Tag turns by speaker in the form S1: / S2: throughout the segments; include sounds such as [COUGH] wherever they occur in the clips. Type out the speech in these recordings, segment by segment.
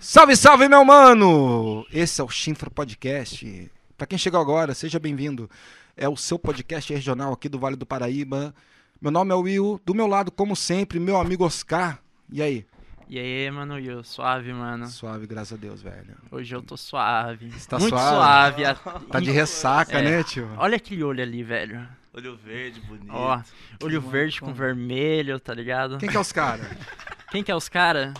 S1: Salve, salve, meu mano! Esse é o Chinfra Podcast. Pra quem chegou agora, seja bem-vindo. É o seu podcast regional aqui do Vale do Paraíba. Meu nome é Will, do meu lado, como sempre, meu amigo Oscar. E aí?
S2: E aí, mano, Will, suave, mano.
S1: Suave, graças a Deus, velho.
S2: Hoje eu tô suave.
S1: Está
S2: Muito
S1: suave?
S2: suave.
S1: Tá de ressaca,
S2: É.
S1: né, tio?
S2: Olha aquele olho ali, velho.
S3: Olho verde, bonito.
S2: Ó, olho verde com vermelho, tá ligado?
S1: Quem que é os caras?
S2: Quem que é os cara?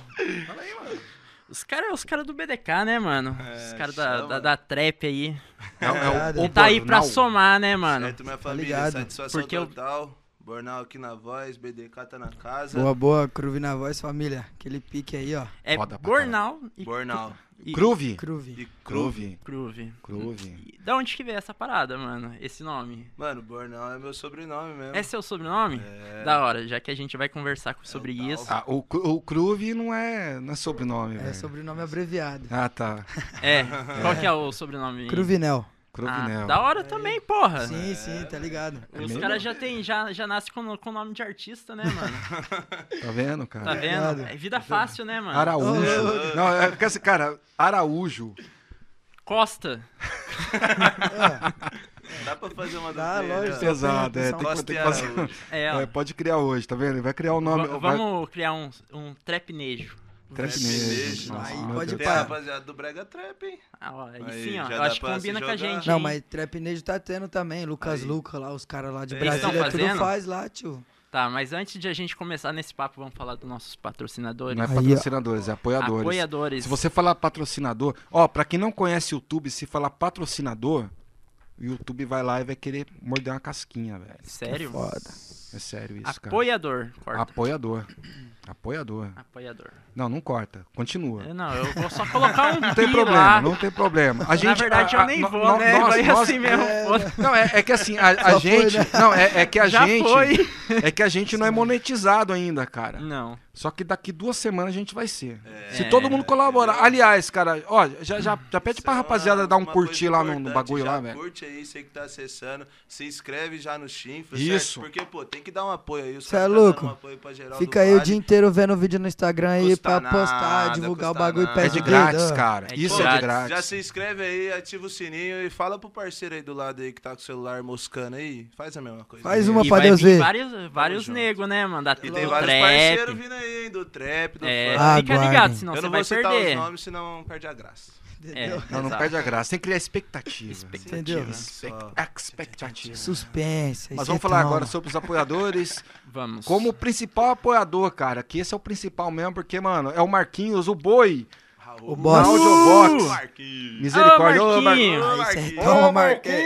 S1: Fala aí, mano.
S2: Os cara é os cara do BDK, né, mano?
S3: É,
S2: os cara da,
S3: chama.
S2: da, da trap aí.
S1: [LAUGHS] É, o- é o,
S4: Verdade.
S1: o
S2: tá aí pra
S1: Bornal.
S2: somar, né, mano?
S3: Certo, minha família,
S4: ligado.
S3: satisfação
S2: Porque eu-
S3: total. Bornal aqui na voz, BDK tá na casa.
S4: Boa, boa, Cruve na voz, família. Aquele pique aí, ó.
S2: É
S1: Foda pra
S2: Bornal e
S3: Bornal.
S2: e
S1: Groove?
S4: Cruve.
S3: E Cruve.
S1: Groove.
S2: Groove.
S1: Groove.
S2: E Da onde que veio essa parada, mano? Esse nome?
S3: Mano, Bornal é meu sobrenome mesmo.
S2: É seu sobrenome? Da hora, já que a gente vai conversar com- sobre
S3: tal.
S2: isso.
S1: Ah, É. o, cru- o Groove não é, não é sobrenome,
S4: É
S1: velho.
S4: sobrenome abreviado.
S1: Ah, tá.
S2: É,
S1: [LAUGHS]
S2: qual que é o sobrenome?
S4: Cruvinel.
S1: Cruvinel.
S2: Ah, da hora também, porra.
S4: Sim, sim, tá ligado.
S2: Os
S1: É
S2: caras já tem, já, já nascem com, com nome de artista, né,
S1: [LAUGHS]
S2: mano?
S1: Tá vendo, cara?
S2: Tá vendo?
S4: ligado.
S2: É vida fácil, né, mano?
S1: Araújo. Não, é porque assim, cara, Araújo.
S2: Costa.
S4: É,
S3: Dá pra fazer uma
S4: Dá,
S3: duplinha,
S4: lógico.
S3: né?
S1: Pesado, é. Tem que,
S3: Costa
S1: tem
S3: e
S1: que fazer.
S3: Araújo.
S2: [LAUGHS] É,
S1: [LAUGHS]
S2: ó.
S1: É, pode criar hoje, tá vendo? Ele vai criar o nome.
S2: Va-
S1: vai-
S2: Vamos criar um, um trapnejo.
S1: Trap
S3: Trap
S1: Nation.
S3: Nation.
S1: Nossa,
S4: Aí
S1: meu
S4: pode
S1: Deus.
S3: Tem
S4: pá.
S3: a rapaziada do Brega Trap, hein?
S2: Ah, ó, aí,
S3: Aí,
S2: sim, ó.
S3: já
S2: Eu
S3: dá
S2: acho que
S3: pra se
S2: combina com a
S3: jogar.
S2: gente,
S4: Não,
S2: hein?
S4: mas Trap Nejo tá tendo também. Lucas
S3: Aí.
S4: Luca lá, os caras lá de
S3: Eles tão
S4: Brasília, tudo
S2: fazendo?
S4: faz lá, tio.
S2: Tá, mas antes de a gente começar nesse papo, vamos falar dos nossos patrocinadores.
S1: Não é
S4: Aí, ó.
S1: patrocinadores, é apoiadores.
S2: Apoiadores.
S1: Se você falar patrocinador, ó, pra quem não conhece o YouTube, se falar patrocinador, o YouTube vai lá e vai querer morder uma casquinha, velho.
S2: Sério?
S4: Foda.
S1: É sério isso, cara.
S2: Apoiador. Corta.
S1: Apoiador. Apoiador.
S2: Apoiador.
S1: Não, não corta. Continua.
S2: Eu não, eu vou só colocar
S1: [LAUGHS]
S2: um
S1: Não tem
S2: pi
S1: problema,
S2: É. lá.
S1: não tem problema. A gente,
S2: Na verdade,
S1: a-
S2: eu
S1: a-
S2: nem
S1: no-
S2: vou,
S1: no-
S2: né?
S1: nós-
S2: Vai
S1: nós-
S2: assim mesmo. foda-se.
S1: Não, é, é que assim, a, a
S4: Já foi,
S1: gente.
S4: né?
S1: Não, é, é que a
S2: Já
S1: gente. [LAUGHS]
S2: foi.
S1: É que a gente não é monetizado ainda, cara.
S2: Não.
S1: Só que daqui duas semanas a gente vai ser.
S3: É.
S1: Se todo mundo colaborar.
S3: entendeu?
S1: Aliás, cara, ó, já, já, já pede pra
S3: Isso é
S1: rapaziada
S3: uma-
S1: dar um
S3: uma coisa
S1: curtir lá no, no
S3: importante,
S1: bagulho
S3: já
S1: lá, velho.
S3: Curte aí, você que tá acessando. Se inscreve já no Chinfra,
S1: Isso.
S3: certo? Porque, pô, tem que dar um apoio aí. Os
S4: Cê
S3: caras
S4: é
S3: tá dando
S4: louco?
S3: Um apoio pra geral
S4: Fica
S3: do
S4: aí o
S3: vale.
S4: dia inteiro vendo vídeo no Instagram aí
S3: Custa
S4: pra postar,
S3: nada,
S4: divulgar o
S3: custa
S4: bagulho
S3: nada.
S1: É
S4: pede
S1: de
S3: Pô,
S1: grátis,
S4: dedo, ó. [LAUGHS]
S1: cara.
S2: é de
S1: Isso é de
S2: grátis.
S3: Já
S1: grátis.
S3: se inscreve aí, ativa o sininho e fala pro parceiro aí do lado aí que tá com o celular moscando aí. Faz a mesma coisa.
S4: Faz uma
S2: E
S4: pra
S2: vai
S4: Deus
S2: vir
S4: ver.
S2: vários, vários
S3: junto.
S2: negros, né, mano? Da
S3: E
S2: do
S3: tem vários
S2: trap.
S3: parceiros vindo aí, hein, do trap, do
S2: É,
S3: funk.
S2: fica
S4: Aguardem.
S2: ligado, senão
S3: Eu
S2: você
S3: não
S2: vai
S3: vou citar
S2: perder.
S3: os nomes, senão perde a graça.
S2: É,
S4: Entendeu?
S1: Não, não
S2: exato.
S1: perde a graça. Tem que criar expectativa.
S2: Expectativa.
S4: Entendeu?
S3: Só.
S1: Expectativa.
S4: Suspense. aí
S1: Mas
S4: cê é
S1: vamos falar
S4: toma.
S1: agora sobre os apoiadores.
S2: Vamos.
S1: Como principal apoiador, cara, que esse é o principal mesmo, porque, mano, é o Marquinhos, o boi.
S3: Raul.
S4: O boss.
S1: Audiobox.
S3: Marquinhos.
S1: Misericórdia.
S2: Ô,
S1: Ô,
S2: Marquinhos.
S1: Mar-
S4: Aí cê
S3: Marquinhos.
S4: toma,
S1: Ô,
S4: Marquinhos.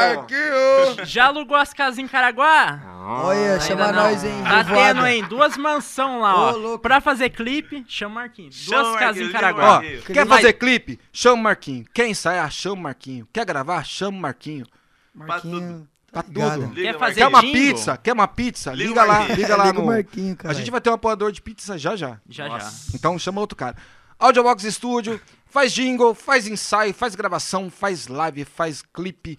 S1: Marquinhos!
S2: Já alugou as casas em Caraguá?
S3: é
S4: é Olha, chama
S2: Ainda não.
S4: nós, hein.
S2: Tá
S4: revoada.
S2: tendo, hein? Duas mansão lá, ó.
S4: Ô, louco.
S2: Pra fazer clipe, chama o Marquinhos.
S3: Chama
S2: Duas
S3: o
S2: casas em
S3: Marquinhos,
S2: Caraguá.
S1: Ó,
S3: Marquinho.
S1: quer
S2: Mas-
S1: fazer clipe? Chama o Marquinho. Quer ensaiar? Chama o Marquinho. Quer gravar? Chama o Marquinho.
S4: Marquinho.
S1: Pra
S4: tá ligado.
S1: tudo.
S3: Liga,
S2: Quer
S3: Marquinhos.
S2: fazer
S1: Quer uma
S2: jingle?
S1: pizza? Quer uma pizza?
S3: Liga o
S1: Liga lá,
S3: Marquinhos.
S1: liga lá
S4: Liga o
S1: no...
S4: Marquinho, cara.
S1: A gente vai ter um apoiador de pizza já já.
S2: Já, já.
S1: Então chama outro cara. Audiobox Studio, faz jingle, faz ensaio, faz gravação, faz live, faz clipe,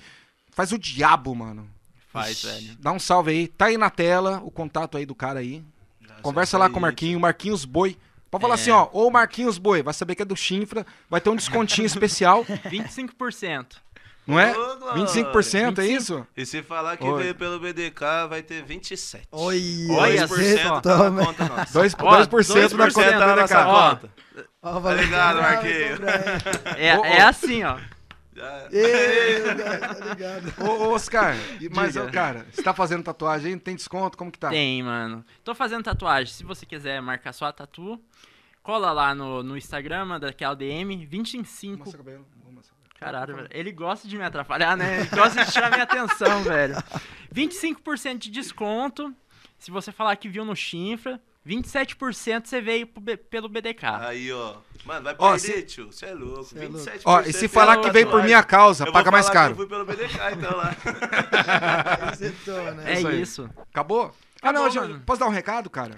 S1: faz o diabo, mano.
S2: Faz, velho.
S1: Dá um salve aí. Tá aí na tela o contato aí do cara aí.
S3: Já
S1: Conversa
S3: acessa
S1: lá
S3: aí.
S1: com o Marquinho, Marquinhos Boi. Pode falar assim, ó, ou Marquinhos Boi, vai saber que é do Chinfra, vai ter um descontinho [LAUGHS] especial,
S2: 25%.
S1: não é?
S3: Ô, Glória.
S1: 25% é isso?
S3: E se falar que
S1: Oi.
S3: veio pelo BDK, vai ter 27.
S4: Olha,
S2: Olha
S4: cê
S2: só.
S3: tá
S4: toma.
S3: na conta nossa.
S1: 2%,
S2: Ó,
S1: 2 na
S2: 2%
S1: conta
S3: tá na
S1: da
S3: nossa
S1: cara.
S2: Ó.
S3: conta.
S4: Ó,
S1: Tá
S4: valeu.
S3: ligado,
S4: Ah,
S3: Marquinho.
S1: [LAUGHS]
S4: compra aí.
S2: É,
S1: Ô, ô.
S2: é assim, ó.
S3: Já-
S4: Ei, tá ligado.
S1: Ô, ô, Oscar, [LAUGHS] e- mas,
S2: Diga.
S1: ô, cara, você tá fazendo tatuagem aí? Tem desconto? Como que tá?
S2: Tem, mano. Tô fazendo tatuagem. Se você quiser marcar sua tatu, cola lá no, no Instagram, manda aquela DM, 25
S1: Mostra o cabelo. mostra o cabelo.
S2: Caralho, velho. Ele gosta de me atrapalhar, né? Ele gosta de tirar
S1: [LAUGHS]
S2: minha atenção, velho. 25% de desconto. Se você falar que viu no Chinfra, 27% você veio pro B- pelo BDK.
S3: Aí, ó. Mano, vai
S1: Ó,
S3: perder,
S1: se-
S3: tio. Você é louco.
S4: Cê é louco.
S3: 27%.
S1: Ó, e se falar que veio por minha causa,
S3: Eu vou
S1: paga mais
S3: falar
S1: caro.
S3: que Eu fui pelo BDK, então lá.
S4: Aí cê toma, né?
S2: É
S1: Ah, isso aí.
S2: isso.
S1: Acabou? Ah, não,
S2: Acabou,
S1: já-
S2: mano.
S1: posso dar um recado, cara?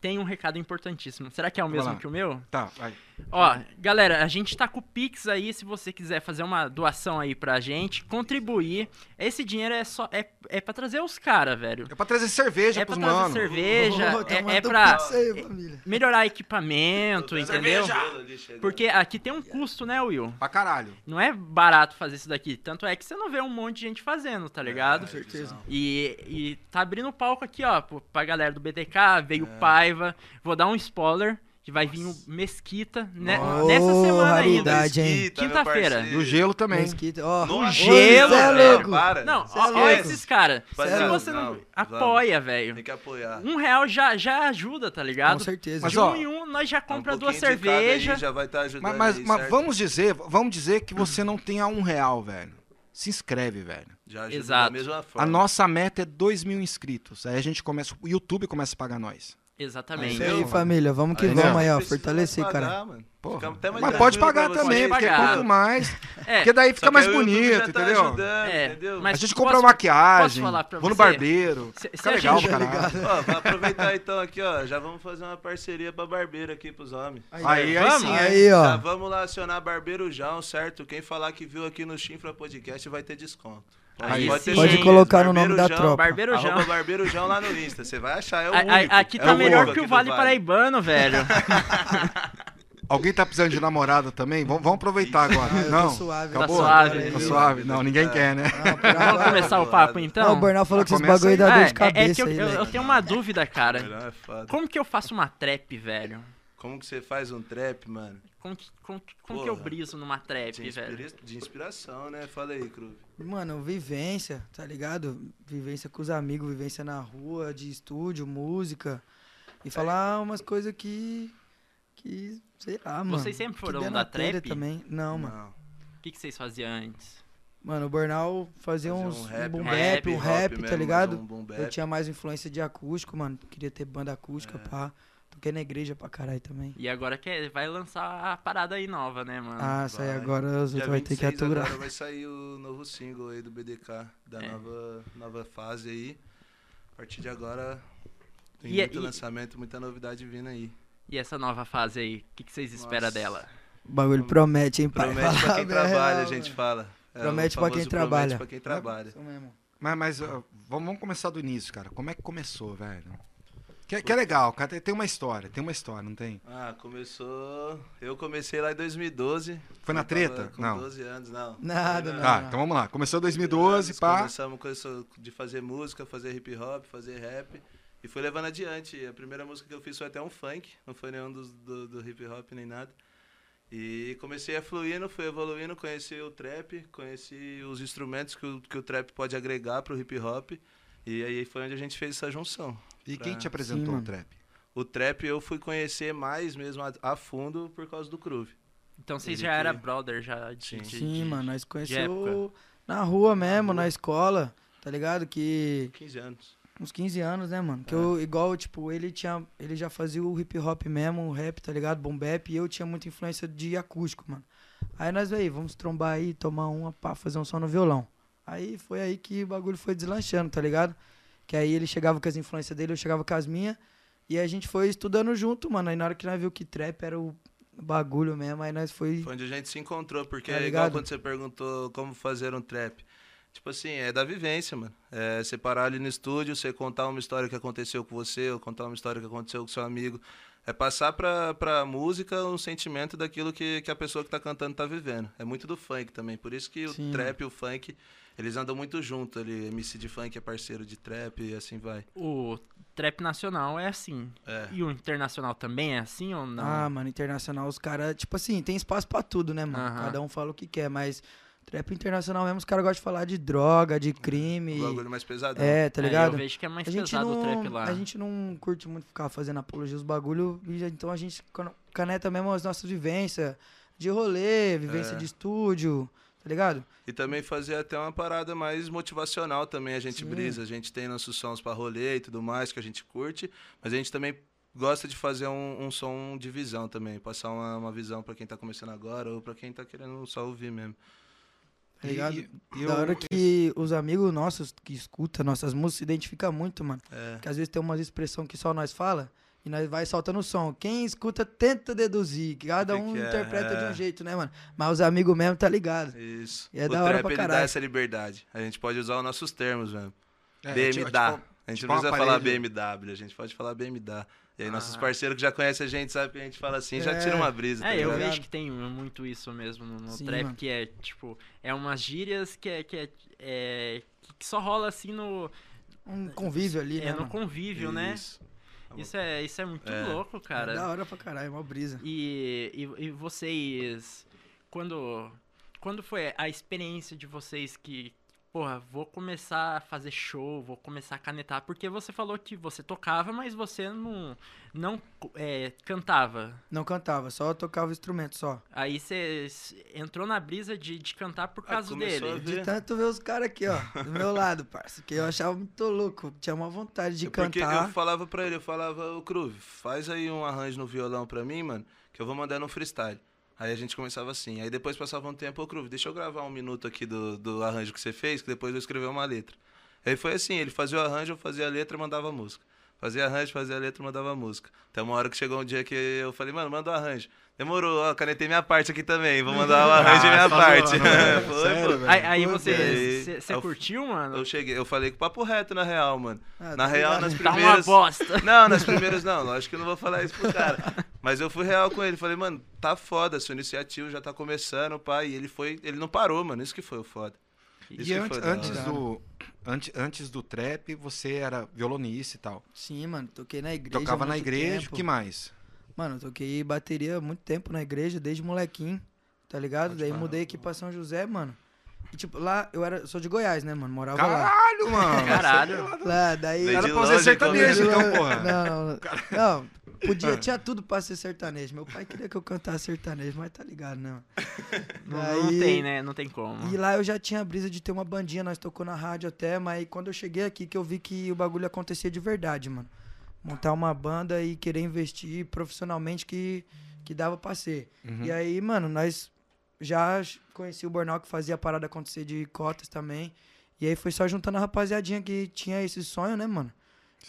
S2: Tem um recado importantíssimo. Será que é o
S1: Vai lá.
S2: mesmo que o meu?
S1: Tá, vai.
S2: Ó, galera, a gente tá com o Pix aí, se você quiser fazer uma doação aí pra gente, contribuir. Esse dinheiro é só é, é para trazer os caras, velho.
S1: É pra trazer cerveja
S2: É pra
S1: pros
S2: trazer
S1: mano.
S2: cerveja,
S1: [LAUGHS]
S4: Ô, tá
S2: é, é
S4: mandando
S2: pra
S4: pizza aí, família.
S2: melhorar equipamento, [LAUGHS] entendeu?
S3: Cerveja!
S2: Porque aqui tem um custo, né, Will?
S1: Pra caralho.
S2: Não é barato fazer isso daqui. Tanto é que você não vê um monte de gente fazendo, tá ligado?
S4: Com
S3: É.
S4: certeza.
S2: E, e tá abrindo o palco aqui, ó, pro- pra galera do BTK, veio o Paiva. Vou dar um spoiler, que vai vir o Mesquita né,
S4: Nossa.
S2: nessa
S4: Ô,
S2: semana ainda.
S4: raridade. hein?
S2: Quinta-feira.
S1: E o gelo também.
S4: Mesquita, ó.
S2: No
S3: No
S2: gelo,
S1: é
S3: gelo,
S2: velho.
S3: Para.
S2: Não,
S4: Cê é
S2: ó, ó
S4: louco.
S2: esses caras.
S3: Cê
S4: é
S2: Se
S4: louco.
S2: você não
S3: Não,
S2: apoia, velho,
S3: Tem que apoiar.
S2: um real já, já ajuda, tá
S4: Com
S2: ligado?
S4: certeza.
S1: Mas,
S2: De
S1: ó,
S2: um em um, nós já compra
S3: Um
S2: duas
S3: pouquinho de cada aí
S2: cervejas.
S3: Já vai estar ajudando.
S1: Mas, mas-
S3: aí,
S1: mas
S3: certo?
S1: vamos dizer, vamos dizer que você não tenha um real, velho. Se inscreve, velho.
S3: Já ajuda
S2: Exato.
S3: da mesma
S1: A
S3: forma.
S1: nossa meta é 2 mil inscritos. Aí a gente começa, o YouTube começa a pagar nós.
S2: Exatamente.
S4: Isso aí, família. Vamos que
S1: Aí,
S4: vamos
S1: não.
S4: aí, ó.
S3: Precisa
S4: Fortalecer,
S3: pagar,
S4: cara.
S3: mano.
S1: Porra.
S3: Fica até mais
S1: Mas pode
S3: tranquilo
S1: pagar
S3: pra
S1: também,
S3: vocês.
S1: porque
S2: pagar.
S1: quanto mais.
S2: É,
S1: Porque daí
S3: Só
S1: fica
S3: que
S1: mais
S3: aí o YouTube
S1: bonito,
S3: já tá
S1: entendeu?
S3: ajudando,
S2: É,
S3: entendeu?
S1: a
S2: mas
S1: gente
S2: posso-
S1: compra uma maquiagem,
S2: posso falar pra
S1: vou no
S2: você?
S1: barbeiro.
S2: Se- se
S1: fica
S2: a
S1: legal
S2: gente-
S1: pra caralho.
S3: Ó, vai aproveitar então aqui, ó. Já vamos fazer uma parceria pra barbeiro aqui pros homens.
S1: Aí, aí
S2: Vamos?
S1: sim, é.
S4: Aí,
S3: Já
S4: ó.
S3: vamos lá acionar Barbeiro João, certo? Quem falar que viu aqui no Chinfra Podcast vai ter desconto. Então,
S2: Aí sim,
S3: ter
S2: Pode
S3: certeza.
S4: colocar no nome da
S3: João,
S4: tropa.
S2: Barbeiro João.
S3: arroba Barbeiro João lá no Insta. Você vai achar, é o
S2: a-
S3: único.
S2: a- aqui
S3: É
S2: tá
S3: o
S2: melhor
S3: único
S2: que o
S3: aqui do
S2: Vale Paraibano,
S3: [LAUGHS]
S2: velho.
S1: Alguém tá precisando de namorada também? Vamos, vamos aproveitar agora.
S4: Ah, eu tô
S1: Não,
S4: suave,
S2: Tá
S1: acabou?
S2: suave.
S1: Tá suave. Não, ninguém quer, né?
S4: Não, por
S2: Vamos
S4: agora-
S2: começar o papo então?
S4: Não, o Bernal falou que esses
S1: Começa
S4: bagulho
S1: aí.
S4: dá
S2: Ah,
S4: dor
S2: é,
S4: de
S2: é que
S4: cabeça
S2: eu,
S4: aí,
S2: eu- eu
S4: velho.
S2: tenho uma dúvida, cara.
S3: Barão é foda.
S2: Como que eu faço uma trap, velho?
S3: Como que você faz um trap, mano?
S2: Como que, como que- como que eu
S3: Porra.
S2: briso numa trap,
S3: De,
S2: velho?
S3: inspira- de inspiração, né? Fala aí, Cruve.
S4: Mano, vivência, tá ligado? Vivência com os amigos, vivência na rua, de estúdio, música. E falar umas coisas que. que. sei lá, mano.
S2: Vocês sempre
S4: que
S2: foram
S4: der
S2: da
S4: na telha
S2: trap?
S4: também. Não, mano.
S2: O que, que vocês faziam antes?
S4: Mano, o Bernal fazia
S3: Fazer
S4: uns um boom
S2: um
S4: bap,
S2: rap,
S4: um
S2: hop
S4: rap,
S3: mesmo,
S4: tá
S3: mas
S4: ligado?
S3: um boom bap.
S4: Eu tinha mais influência de acústico, mano. Queria ter banda acústica, pá. Toquei na igreja pra caralho também.
S2: E agora que é, vai lançar a parada aí nova, né, mano?
S4: Ah, sai
S3: vai.
S4: agora, os
S3: Dia
S4: outros vai ter que
S3: 26
S4: aturar.
S3: Agora vai sair o novo single aí do BDK, da
S2: É.
S3: nova, nova fase aí. A partir de agora tem
S2: E-
S3: muito
S2: e-
S3: lançamento, muita novidade vindo aí.
S2: E essa nova fase aí, o que, que vocês esperam
S3: Nossa.
S2: dela?
S4: O bagulho promete, hein, pai?
S3: Promete pra
S4: Fala
S3: quem
S4: a real,
S3: trabalha, a
S4: mano.
S3: gente fala. É, o
S4: Promete pra quem
S3: famoso
S4: trabalha.
S3: Promete pra quem trabalha.
S4: Isso mesmo.
S1: Mas, mas ó, vamos, vamos começar do início, cara. Como é que começou, velho? Que, que é legal, cara. Tem- Tem uma história, tem uma história, não tem?
S3: Ah, começou. Eu comecei lá em 2012.
S1: Foi na
S3: Eu tava
S1: treta?
S3: Com
S1: Não.
S3: 12 anos, não.
S4: Nada,
S3: Foi
S4: não.
S3: na-
S1: Tá, então vamos lá. Começou 2012,
S3: Nós
S1: pá.
S3: Começamos com isso de fazer música, fazer hip hop, fazer rap. E fui levando adiante. A primeira música que eu fiz foi até um funk, não foi nenhum dos, do, do hip hop nem nada. E comecei a fluindo, fui evoluindo, conheci o trap, conheci os instrumentos que o, que o trap pode agregar pro hip hop. E aí foi onde a gente fez essa junção.
S1: E quem te
S3: Sim,
S1: apresentou o
S4: mano.
S1: trap?
S3: O trap eu fui conhecer mais mesmo a, a fundo por causa do Groove.
S2: Então vocês
S3: Ele
S2: já
S3: que-
S2: eram brother já de,
S3: Sim.
S2: de- de-
S4: Sim, mano, nós
S2: época.
S4: conheceu na rua mesmo, na escola, tá ligado? Que
S3: 15 anos.
S4: uns 15 anos, né, mano? Que eu igual, tipo, ele tinha, ele já fazia o hip hop mesmo, o rap, tá ligado? Boom bap, e eu tinha muita influência de acústico, mano. Aí nós veio, vamos trombar aí, tomar uma, pá, fazer um som no violão. Aí foi aí que o bagulho foi deslanchando, tá ligado? Que aí ele chegava com as influências dele, eu chegava com as minhas. E a gente foi estudando junto, mano. Aí na hora que nós viu que trap era o bagulho mesmo, aí nós foi.
S3: Foi onde a gente se encontrou, porque
S4: Tá
S3: é igual
S4: ligado?
S3: quando você perguntou como fazer um trap. Tipo assim, é da vivência, mano. É você parar ali no estúdio, você contar uma história que aconteceu com você, ou contar uma história que aconteceu com seu amigo. É passar pra, pra música um sentimento daquilo que, que a pessoa que tá cantando tá vivendo. É muito do funk também. Por isso que
S4: Sim,
S3: o trap e o funk, eles andam muito junto ali. MC de funk é parceiro de trap e assim vai.
S2: O trap nacional é assim.
S3: É.
S2: E o internacional também é assim ou não?
S4: Ah, mano, internacional, os caras, tipo assim, tem espaço pra tudo, né, mano?
S2: Aham.
S4: Cada um fala o que quer, mas trap internacional mesmo, os caras gostam de falar de droga, de crime.
S3: O Um bagulho mais pesadão.
S4: É, tá
S2: É, eu
S4: ligado?
S2: vejo que é mais
S4: a, gente
S2: pesado o trap
S4: não,
S2: lá.
S4: a gente não curte muito ficar fazendo apologia aos bagulho, e já- então a gente cano- caneta mesmo as nossas vivências de rolê, vivência
S3: É.
S4: de estúdio, tá ligado?
S3: E também fazer até uma parada mais motivacional também, a gente
S4: Sim.
S3: brisa, a gente tem nossos sons pra rolê e tudo mais que a gente curte, mas a gente também gosta de fazer um, um som de visão também, passar uma, uma visão pra quem tá começando agora ou pra quem tá querendo só ouvir mesmo.
S4: Tá ligado?
S1: E, e
S4: da
S1: eu-
S4: hora que os amigos nossos que escutam nossas músicas se identificam muito, mano.
S3: É.
S4: Porque às vezes tem umas expressão que só nós fala E nós vai soltando o som. Quem escuta tenta deduzir. Cada
S3: Que
S4: um
S3: que é,
S4: interpreta de
S3: é.
S4: um jeito, né, mano? Mas os amigos mesmo tá ligado.
S3: Isso.
S4: E é
S3: o
S4: da hora
S3: trap
S4: pra
S3: ele dá
S4: caralho.
S3: essa liberdade. A gente pode usar os nossos termos mesmo.
S1: É,
S3: BMW.
S1: tipo- tipo-
S3: a gente
S1: tipo
S3: não
S1: uma
S3: precisa falar
S1: parede.
S3: BMW, a gente pode falar BMW. E aí nossos
S2: Ah.
S3: parceiros que já conhecem a gente sabem que a gente fala assim, já
S4: É.
S3: tiram uma brisa, tá
S2: É, eu
S3: ligado?
S2: vejo que tem muito isso mesmo no, no
S4: Sim,
S2: trap,
S4: mano.
S2: que é, tipo, é umas gírias que é, que é, é- que só rola assim no,
S4: Um convívio ali,
S2: é,
S4: né,
S2: no
S4: mano?
S2: convívio, né?
S3: Isso. tá
S2: Isso é, isso é muito
S3: É.
S2: louco,
S4: É da
S2: cara.
S4: hora pra caralho, uma brisa.
S2: E, e, e vocês, quando, quando foi a experiência de vocês que, porra, vou começar a fazer show, vou começar a canetar? Porque você falou que você tocava, mas você não, não é, cantava.
S4: Não cantava, só tocava o instrumento, só.
S2: Aí você entrou na brisa de, de cantar por
S3: Ah,
S2: causa
S3: começou
S2: dele.
S3: a
S4: De
S3: ver.
S4: tanto ver os caras aqui, ó, do meu lado, parça. Que eu achava muito louco. Tinha uma vontade de
S3: É Porque eu
S4: cantar.
S3: falava pra ele, eu falava, ô Cruve, faz aí um arranjo no violão pra mim, mano, que eu vou mandar num freestyle. Aí a gente começava assim. Aí depois passava um tempo, ô Cruve, deixa eu gravar um minuto aqui do, do arranjo que você fez, que depois eu escrever uma letra. Aí foi assim, ele fazia o arranjo, eu fazia a letra e mandava a música. Fazia arranjo, fazia a letra e mandava a música. Até uma hora que chegou um dia que eu falei, mano, manda o arranjo. Demorou, ó, canetei minha parte aqui também, vou mandar o arranjo e minha
S1: Ah, tá
S3: parte.
S1: zoando, velho.
S3: [LAUGHS] Foi,
S1: Sério,
S3: pô.
S1: velho?
S2: Aí, aí
S3: Pô,
S2: você
S3: velho.
S2: cê-
S3: Aí é
S2: cê
S3: eu-
S2: curtiu, mano?
S3: Eu cheguei, eu falei com papo reto na real, mano.
S4: Ah,
S3: na
S4: tá
S3: real,
S4: ligado.
S3: nas
S2: [LAUGHS] Tá
S3: primeiras.
S2: uma
S3: [LAUGHS]
S2: bosta.
S3: Não, nas primeiras não, lógico que eu não vou falar isso pro cara. Mas eu fui real com ele, falei, mano, tá foda, sua iniciativa já tá começando, pai. E ele foi, ele não parou, mano, isso que foi o foda. Isso
S1: E
S3: que
S1: antes,
S3: foi da
S1: antes
S3: hora.
S1: do, antes, antes do trap, você era violonista e tal.
S4: Sim, mano, toquei na igreja.
S1: Tocava
S4: há
S1: na
S4: muito
S1: igreja, o
S4: tempo.
S1: que mais?
S4: Mano, eu toquei bateria há muito tempo na igreja, desde molequinho, tá ligado?
S3: Pode
S4: Daí
S3: parar,
S4: mudei aqui pra São José, mano. E tipo, lá, eu era, eu sou de Goiás, né, mano? Morava lá.
S1: Caralho,
S3: [LAUGHS]
S1: mano!
S2: Caralho.
S4: Lá, daí.
S3: Veio
S1: Era
S3: de
S1: pra
S3: longe,
S1: você sertanejo,
S4: Não,
S1: então, porra.
S4: né? Não, não, não. Podia, tinha tudo pra ser sertanejo. Meu pai queria que eu cantasse sertanejo, mas tá ligado, né? mano?
S2: Não, não
S4: Daí-
S2: tem, né? Não tem como.
S4: E lá eu já tinha a brisa de ter uma bandinha, nós tocou na rádio até, mas quando eu cheguei aqui que eu vi que o bagulho acontecia de verdade, mano. Montar uma banda e querer investir profissionalmente que, que dava pra ser. E aí, mano, nós já conheci o Bornal que fazia a parada acontecer de cotas também. E aí foi só juntando a rapaziadinha que tinha esse sonho, né, mano?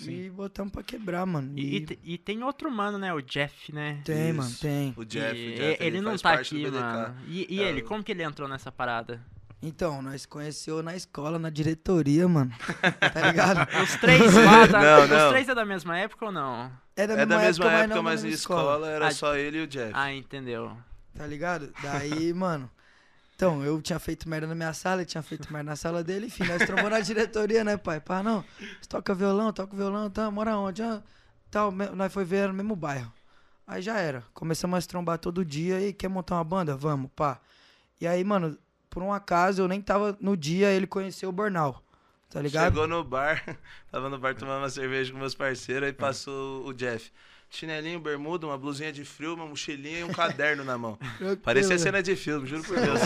S4: E botamos pra quebrar, mano.
S2: E, e te- e tem outro mano, né? O Jeff, né?
S4: tem, mano,
S3: Isso.
S4: tem.
S3: O Jeff,
S2: E
S3: o Jeff,
S2: ele, não
S3: faz
S2: tá
S3: parte do
S2: aqui,
S3: BDK.
S2: mano. E, e
S3: É,
S2: ele,
S3: o-
S2: como que ele entrou nessa
S3: [LAUGHS]
S2: parada?
S4: Então, nós conheceu na escola, na diretoria, mano. [LAUGHS]
S2: [LAUGHS]
S4: Tá ligado?
S2: Os três lá, da-
S3: [LAUGHS] Não,
S2: os
S3: não.
S2: três é da mesma época ou não?
S4: É da
S3: É da mesma época,
S4: não na
S3: mas em
S4: mesma
S3: escola, era
S2: Ah,
S3: só ele e o Jeff.
S2: Ah, entendeu.
S4: Tá ligado? Daí, [LAUGHS] mano. Então, eu tinha feito merda na minha sala, ele tinha feito merda na sala dele, enfim, nós trombamos na diretoria, né, pai? Pá, não, você toca violão, toca violão, tá, mora onde? Ah, tal, me- nós foi ver era no mesmo bairro. Aí já era. Começamos a se trombar todo dia e quer montar uma banda? Vamos, pá. E aí, mano, por um acaso, eu nem tava no dia, ele conheceu o Bornal. Tá ligado?
S3: Chegou no bar, [LAUGHS] tava no bar tomando uma cerveja com meus parceiros, aí passou o Jeff. Chinelinho, bermuda, uma blusinha de frio, uma mochilinha e um caderno na mão.
S4: Tranquilo. né?
S3: Parecia cena de filme, juro por
S1: é
S3: Deus.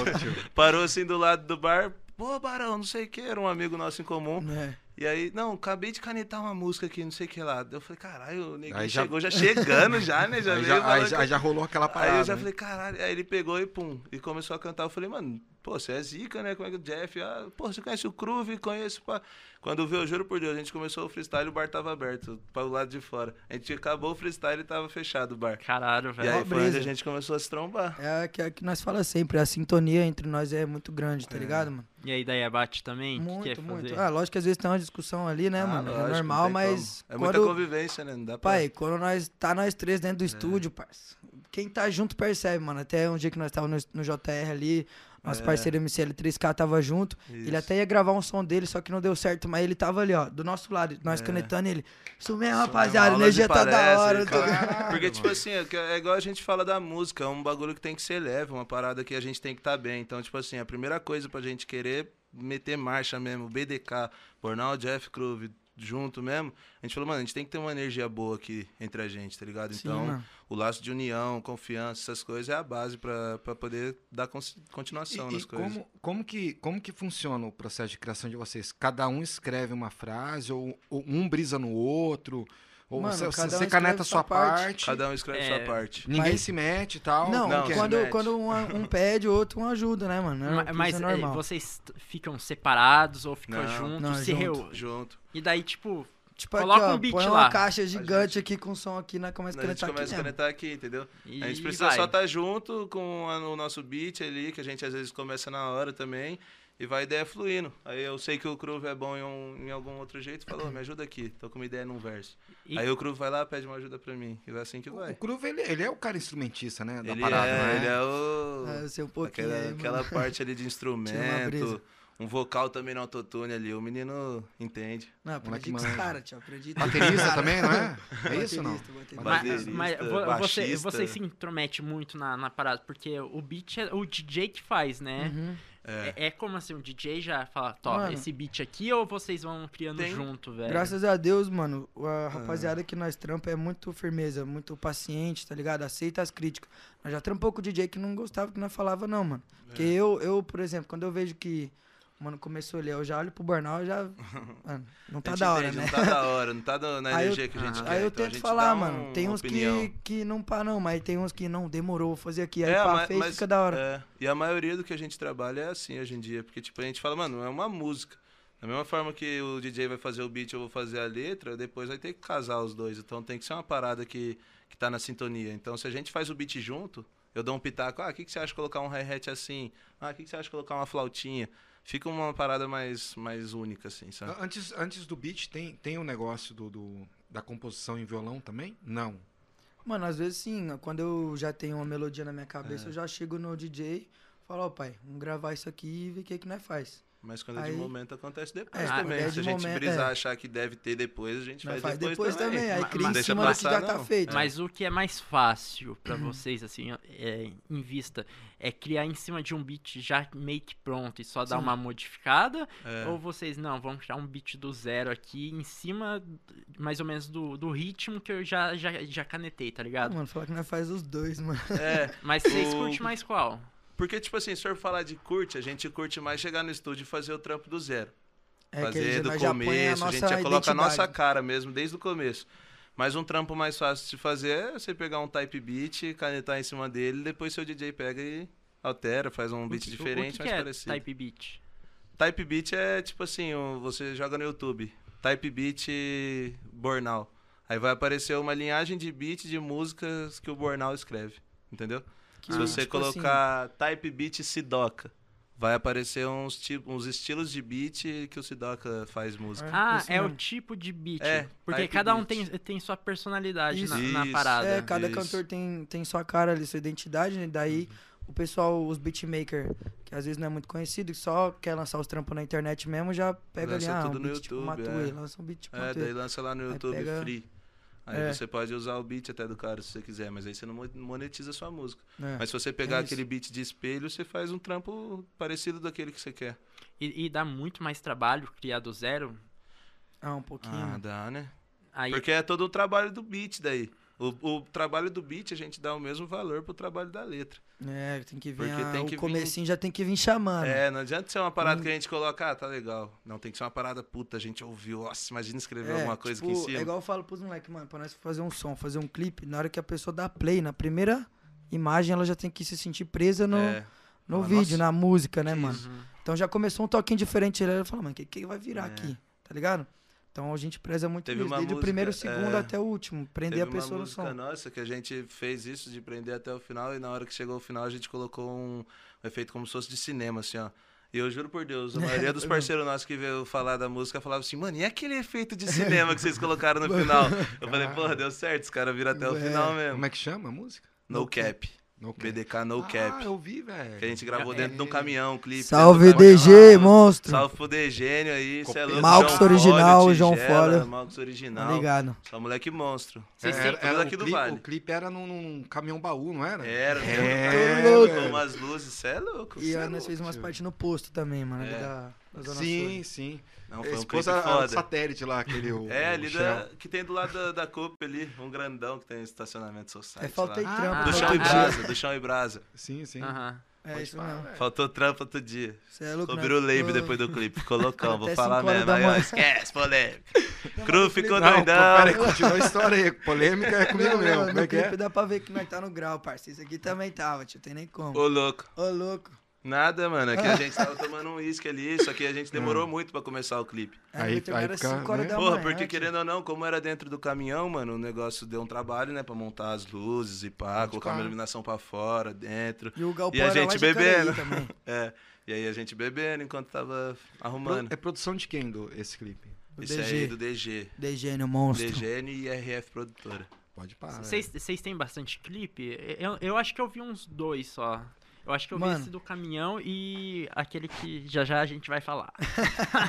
S3: Parou assim do lado do bar. Pô, Barão, não sei o que, era um amigo nosso em comum.
S4: É.
S3: E aí, não, acabei de canetar uma música aqui, não sei o que lá. Eu falei, caralho, o neguinho
S1: Aí já-
S3: chegou já chegando, já, né? [LAUGHS] Já
S1: [LAUGHS] aí,
S3: veio
S1: já, aí
S3: falando
S1: já-
S3: que-
S1: aí já rolou aquela parada.
S3: Aí eu já
S1: né?
S3: falei, caralho. Aí ele pegou e pum, e começou a cantar. Eu falei, mano, pô, você é zica, né? Como é que o Jeff? Ah, pô, você conhece o Groove? Conheço. Pá. Quando viu, eu juro por Deus, a gente começou o freestyle, o bar tava aberto, para o lado de fora. A gente acabou o freestyle e tava fechado o bar.
S2: Caralho,
S3: E
S1: é
S2: velho.
S3: aí
S4: uma
S3: foi onde
S4: brisa.
S3: a gente começou a se trombar.
S4: É a que, a que nós fala sempre, a sintonia entre nós é muito grande, tá ligado, mano?
S2: E aí, daí abate também? O que
S4: Muito,
S2: que é fazer?
S4: muito. Ah, lógico que às vezes tem uma discussão ali, né,
S3: Ah,
S4: mano?
S3: lógico,
S4: é
S3: não
S4: normal,
S3: tem
S4: mas.
S3: como. É muita
S4: quando,
S3: convivência, É. né? Não dá pra.
S4: pai, quando nós tá nós três dentro do estúdio, parça, quem tá junto percebe, mano. Até um dia que nós tava no, no JR ali, nosso
S3: É.
S4: parceiro MCL3K tava junto. Ele
S3: Isso.
S4: até ia gravar um som dele, só que não deu certo, mas ele tava ali, ó, do nosso lado, nós
S3: É.
S4: canetando ele. Isso mesmo,
S3: Isso
S4: rapaziada, a
S3: mesmo, aula de
S4: energia tá da
S3: palestra,
S4: hora.
S3: cara.
S4: Tá...
S3: [LAUGHS] Porque, tipo assim, é que- é igual a gente fala da música, é um bagulho que tem que ser leve, uma parada que a gente tem que estar bem. Então, tipo assim, a primeira coisa pra gente querer meter marcha mesmo, BDK, Bornal, Jeff Groove, junto mesmo, a gente falou, mano, a gente tem que ter uma energia boa aqui entre a gente, tá ligado?
S4: Sim,
S3: Então,
S4: mano.
S3: o laço de união, confiança, essas coisas é a base pra, pra poder dar cons- continuação
S1: E- e
S3: nas coisas.
S1: Como, como, que, como que funciona o processo de criação de vocês? Cada um escreve uma frase, ou, ou um brisa no outro, ou
S4: Mano,
S1: você,
S4: cada um
S1: você caneta
S4: escreve
S1: a sua
S4: sua parte.
S1: parte,
S3: Cada um escreve
S2: É.
S3: sua parte.
S1: ninguém
S4: Mas-
S1: se mete e tal.
S4: Não,
S1: como
S3: não,
S1: que é?
S4: quando,
S3: mete.
S4: quando um, um pede, o outro um ajuda, né, mano?
S2: Ma-
S4: É,
S2: Mas
S4: isso
S2: eh,
S4: é normal.
S2: vocês t- ficam separados ou ficam
S3: Não.
S2: juntos?
S4: Não, é
S2: se
S4: junto.
S2: reúnem?
S3: Junto.
S2: E daí, tipo,
S4: Tipo,
S2: Coloca
S4: aqui, ó,
S2: um beat
S4: põe
S2: lá.
S4: uma caixa gigante
S3: gente-
S4: aqui com som aqui, nós começa a
S3: Né, a gente
S4: canetar aqui
S3: começa a
S4: mesmo.
S3: conectar aqui, entendeu?
S2: E
S3: a gente precisa
S2: vai.
S3: só tá- estar junto com a- o nosso beat ali, que a gente às vezes começa na hora também, e vai a ideia fluindo. Aí eu sei que o Cruvo é bom em, um- em algum outro jeito, falou, me ajuda aqui, tô com uma ideia num verso.
S2: E-
S3: Aí o Cruvo vai lá, pede uma ajuda pra mim, e vai assim que
S1: O
S3: vai.
S1: Groove, ele, ele é o cara instrumentista, né? Da
S3: Ele
S1: parada,
S3: é,
S1: né?
S3: ele é o...
S4: Ah, eu sei um pouquinho
S3: aquela
S4: aí, mano.
S3: aquela parte
S4: [LAUGHS]
S3: ali de
S4: brisa.
S3: instrumento, um vocal também no autotune ali, o menino entende.
S4: Não,
S1: Moleque
S4: aprendi com os
S1: manja.
S4: caras, tio. Aprendi [LAUGHS]
S1: Baterista também, não é? É isso ou não?
S4: Baterista, baterista.
S2: Ma- Mas,
S3: Baterista,
S2: vo- você,
S3: baixista.
S2: você se intromete muito na, na parada, porque o beat é o DJ que faz, né?
S4: Uhum.
S2: É, é como assim, o DJ já fala, top,
S4: Mano.
S2: esse beat aqui ou vocês vão criando
S3: Tem-
S2: junto, velho?
S4: Graças a Deus, mano,
S3: Ah.
S4: a rapaziada que nós trampa é muito firmeza, muito paciente, tá ligado? Aceita as críticas. Nós já trampou com o DJ que não gostava que nós falava, não, mano. Porque
S3: É.
S4: eu, eu, por exemplo, quando eu vejo que, mano, começou ali, eu já olho pro Burnout, eu
S3: [LAUGHS]
S4: já. Mano, não tá
S3: A gente
S4: da hora,
S3: entende,
S4: né?
S3: Não tá
S4: [LAUGHS]
S3: da hora, não tá da- na
S4: Aí eu- Ah.
S3: energia que a gente quer.
S4: Aí eu
S3: então a
S4: tento
S3: gente
S4: falar,
S3: dá
S4: mano.
S3: um-
S4: Tem
S3: uma
S4: uns
S3: opinião.
S4: que, que não pá, não, mas tem uns que não, demorou, vou fazer aqui. Aí
S3: É,
S4: pá,
S3: ma-
S4: fez, fica da hora.
S3: é, e a maioria do que a gente trabalha é assim hoje em dia. Porque, tipo, a gente fala, mano, é uma música. Da mesma forma que o DJ vai fazer o beat, eu vou fazer a letra, depois vai ter que casar os dois. Então tem que ser uma parada que, que tá na sintonia. Então se a gente faz o beat junto, eu dou um pitaco, ah, o que, que você acha de colocar um hi-hat assim? Ah, o que, que você acha de colocar uma flautinha? Fica uma parada mais, mais única, assim,
S4: Ah,
S3: sabe?
S1: Antes, antes do beat, tem o tem um negócio do, do- da composição em violão também? Não.
S4: Mano, às vezes sim, quando eu já tenho uma melodia na minha
S3: É.
S4: cabeça, eu já chego no DJ, falo, ó, pai, vamos gravar isso aqui e ver o que, que nós faz.
S3: Mas quando é
S4: Aí-
S3: de momento acontece depois
S4: É,
S3: também.
S4: quando é
S3: Se a
S4: de
S3: gente
S4: momento,
S3: brisar,
S4: é.
S3: achar que deve ter depois, a gente
S4: Nós
S3: faz,
S4: faz
S3: depois,
S4: depois também, aí
S2: Ma-
S4: cria
S2: mas
S4: em
S2: deixa
S4: cima do que já
S3: passar,
S4: tá
S3: não.
S4: feito.
S2: Mas o que é mais fácil pra vocês, assim, ó, é, em vista, é criar em cima de um beat já meio que pronto e só dar
S4: Sim.
S2: uma modificada?
S3: É.
S2: Ou vocês, não, vamos criar um beat do zero aqui, em cima d- mais ou menos do, do ritmo que eu já, já, já canetei, tá ligado?
S4: Ah, Mano, falar que nós faz os dois, mano.
S3: É,
S2: Mas vocês
S3: O-
S2: curtem mais qual?
S3: Porque, tipo assim, se for falar de curte, a gente curte mais chegar no estúdio e fazer o trampo do zero.
S4: É
S3: fazer
S4: que
S3: do
S4: nós já põe
S3: começo, a gente já coloca a nossa
S4: identidade.
S3: cara mesmo, desde o começo. Mas um trampo mais fácil de fazer é você pegar um type beat, canetar em cima dele, depois seu DJ pega e altera, faz um
S2: O
S3: beat
S2: que- o-
S3: diferente,
S2: o que
S3: mas
S2: que é
S3: parecido. Type...
S2: Type beat.
S3: beat é tipo assim, um- você joga no YouTube. Type beat Bornal. Aí vai aparecer uma linhagem de beat de músicas que o Bornal escreve, entendeu?
S4: Que,
S3: Se você
S4: tipo assim,
S3: colocar type beat Sidoca, vai aparecer uns, tipo, uns estilos de beat que o Sidoca faz música.
S2: Ah,
S4: isso
S2: é o
S4: mesmo.
S2: tipo de beat.
S3: É,
S2: porque
S3: type
S2: cada um
S3: beat.
S2: tem, tem sua personalidade na,
S3: Isso.
S2: na
S3: Isso.
S2: parada.
S4: É, cada
S3: Isso. Uhum.
S4: cantor tem, tem sua cara ali, sua identidade, né? Daí o pessoal, os beatmaker, que às vezes não é muito conhecido, que só quer lançar os trampos na internet mesmo, já pega
S3: Lança
S4: ali, ah, um
S3: tudo no
S4: beat tipo
S3: YouTube,
S4: Matuê,
S3: é.
S4: lança um beat tipo
S3: é,
S4: Matuê.
S3: daí lança lá no
S4: Aí
S3: YouTube
S4: pega-
S3: free. Aí
S4: É.
S3: você pode usar o beat até do cara se você quiser, mas aí você não mo- monetiza a sua música.
S4: É.
S3: Mas se você pegar
S4: isso.
S3: aquele beat de espelho, você faz um trampo parecido daquele que você quer.
S2: E, e dá muito mais trabalho criar do zero.
S4: Ah, um pouquinho.
S3: Ah, dá, né?
S2: Aí,
S3: Porque é todo o trabalho do beat daí. O, o trabalho do beat a gente dá o mesmo valor pro trabalho da letra.
S4: É, tem que vir.
S3: Porque
S4: a-
S3: tem
S4: o
S3: que vir-
S4: comecinho já tem que vir chamando.
S3: É, não adianta ser uma parada
S4: Hum.
S3: que a gente coloca, ah, tá legal. Não, tem que ser uma parada puta, a gente ouviu. Nossa, imagina escrever
S4: É,
S3: alguma coisa
S4: tipo,
S3: aqui em cima.
S4: É igual eu falo pros moleques, mano, pra nós fazer um som, fazer um clipe, na hora que a pessoa dá play, na primeira imagem, ela já tem que se sentir presa no,
S3: É,
S4: no
S3: Fala, "Nossa,
S4: vídeo, na música, né,
S3: que
S2: Uhum.
S4: mano?
S3: isso."
S4: Então já começou um toquinho diferente ali, ela fala, mano, o que, que vai virar
S3: É.
S4: aqui? Tá ligado? Então a gente preza muito
S3: Teve
S4: isso,
S3: uma
S4: desde o
S3: música,
S4: primeiro segundo
S3: é,
S4: até o último, prender
S3: teve
S4: a
S3: uma
S4: pessoa no som.
S3: música nossa que a gente fez isso de prender até o final e na hora que chegou o final a gente colocou um, um efeito como se fosse de cinema, assim, ó. E eu juro por Deus, a
S4: [LAUGHS] É,
S3: maioria dos parceiros nossos que veio falar da música falava assim, mano, e aquele efeito de cinema que vocês colocaram
S4: [LAUGHS]
S3: no final? Eu falei, porra, deu certo, os caras viram até o
S4: É.
S3: final mesmo.
S1: Como é que chama a música?
S3: No cap.
S1: No
S3: BDK No
S1: Ah,
S3: cap.
S1: eu vi, velho.
S3: Que a gente gravou dentro de um caminhão, um clipe.
S4: Salve
S3: dentro do caminhão,
S4: DG,
S3: lá,
S4: monstro!
S3: Salve pro Degênio aí, cê é louco.
S4: Malcos
S3: João
S4: original,
S3: Folha,
S4: João
S3: Tigela,
S4: Folha.
S3: Malcos
S4: Tá
S3: original.
S4: ligado?
S3: Só moleque monstro.
S2: Vocês
S1: É, Era-
S2: têm-
S1: era
S3: tudo
S1: o
S3: aqui do
S1: clipe-
S3: Vale. É.
S1: O clipe era num, num caminhão baú, não era?
S3: Era,
S1: É,
S3: né?
S1: velho.
S3: Com umas luzes, cê é louco.
S4: E
S3: cê é
S4: aí nós
S3: louco.
S4: fez umas
S1: tio.
S4: partes no posto também, mano, ali
S3: É.
S4: da, da Zona Sul.
S1: Sim, sim.
S3: Não,
S1: Esse
S3: foi um clipe
S1: posto né? É, era- era o
S3: foda.
S1: satélite lá, aquele. o-
S3: É,
S1: o
S3: ali
S1: Shell.
S3: da, que tem do lado da, da Copa ali, um grandão que tem estacionamento society
S4: É falta de
S3: lá.
S4: trampo.
S2: Ah,
S3: Do
S4: né?
S3: chão e
S2: Ah,
S3: brasa, do chão e brasa.
S1: Sim, sim.
S2: aham.
S4: É isso mesmo.
S3: Faltou trampo outro dia.
S4: Cê é louco,
S3: Cobriu o
S4: né?
S3: Leibe
S4: Ô,
S3: depois do clipe, ficou loucão, vou
S4: Até
S3: falar
S4: cinco horas
S3: mesmo.
S4: da
S3: Aí, ó,
S4: manhã.
S3: esquece,
S4: [LAUGHS]
S3: polêmica. Cru ficou
S1: Não, pô, peraí,
S3: [LAUGHS] doidão.
S1: continua a história aí. Polêmica é comigo
S4: Não,
S3: né?
S4: não,
S1: mesmo.
S4: no
S1: Como é que
S4: clipe
S1: é?
S4: dá pra ver que nós tá no grau, parceiro. Isso aqui também tava, tio, tem nem como.
S3: Ô, louco.
S4: Ô, louco.
S3: Nada, mano. É
S4: [LAUGHS]
S3: que a gente tava tomando um uísque ali, só que a gente
S4: Hum.
S3: demorou muito pra começar o clipe.
S1: Aí-
S4: muito,
S1: aí
S4: era
S1: fica,
S4: cinco horas
S1: né?
S4: da
S3: Porra,
S4: manhã,
S3: porque
S4: tio.
S3: querendo ou não, como era dentro do caminhão, mano, o negócio deu um trabalho, né? Pra montar as luzes e pá, colocar uma
S1: pá.
S3: iluminação pra fora, dentro.
S4: E o galpão
S3: E a
S4: era lá
S3: gente
S4: de Jacareí
S3: bebendo.
S4: também.
S3: É. E aí a gente bebendo enquanto tava
S1: Pro-
S3: arrumando.
S1: É produção de quem do, esse clipe?
S4: Do
S3: Isso
S4: DG.
S3: aí do DG.
S4: DG no monstro.
S3: DGN e RF produtora.
S1: Pode parar.
S2: Vocês vocês têm bastante clipe? Eu, eu acho que eu vi uns dois só. Eu acho que eu
S4: Mano.
S2: vi esse do caminhão e aquele que já já a gente vai falar.
S4: [LAUGHS]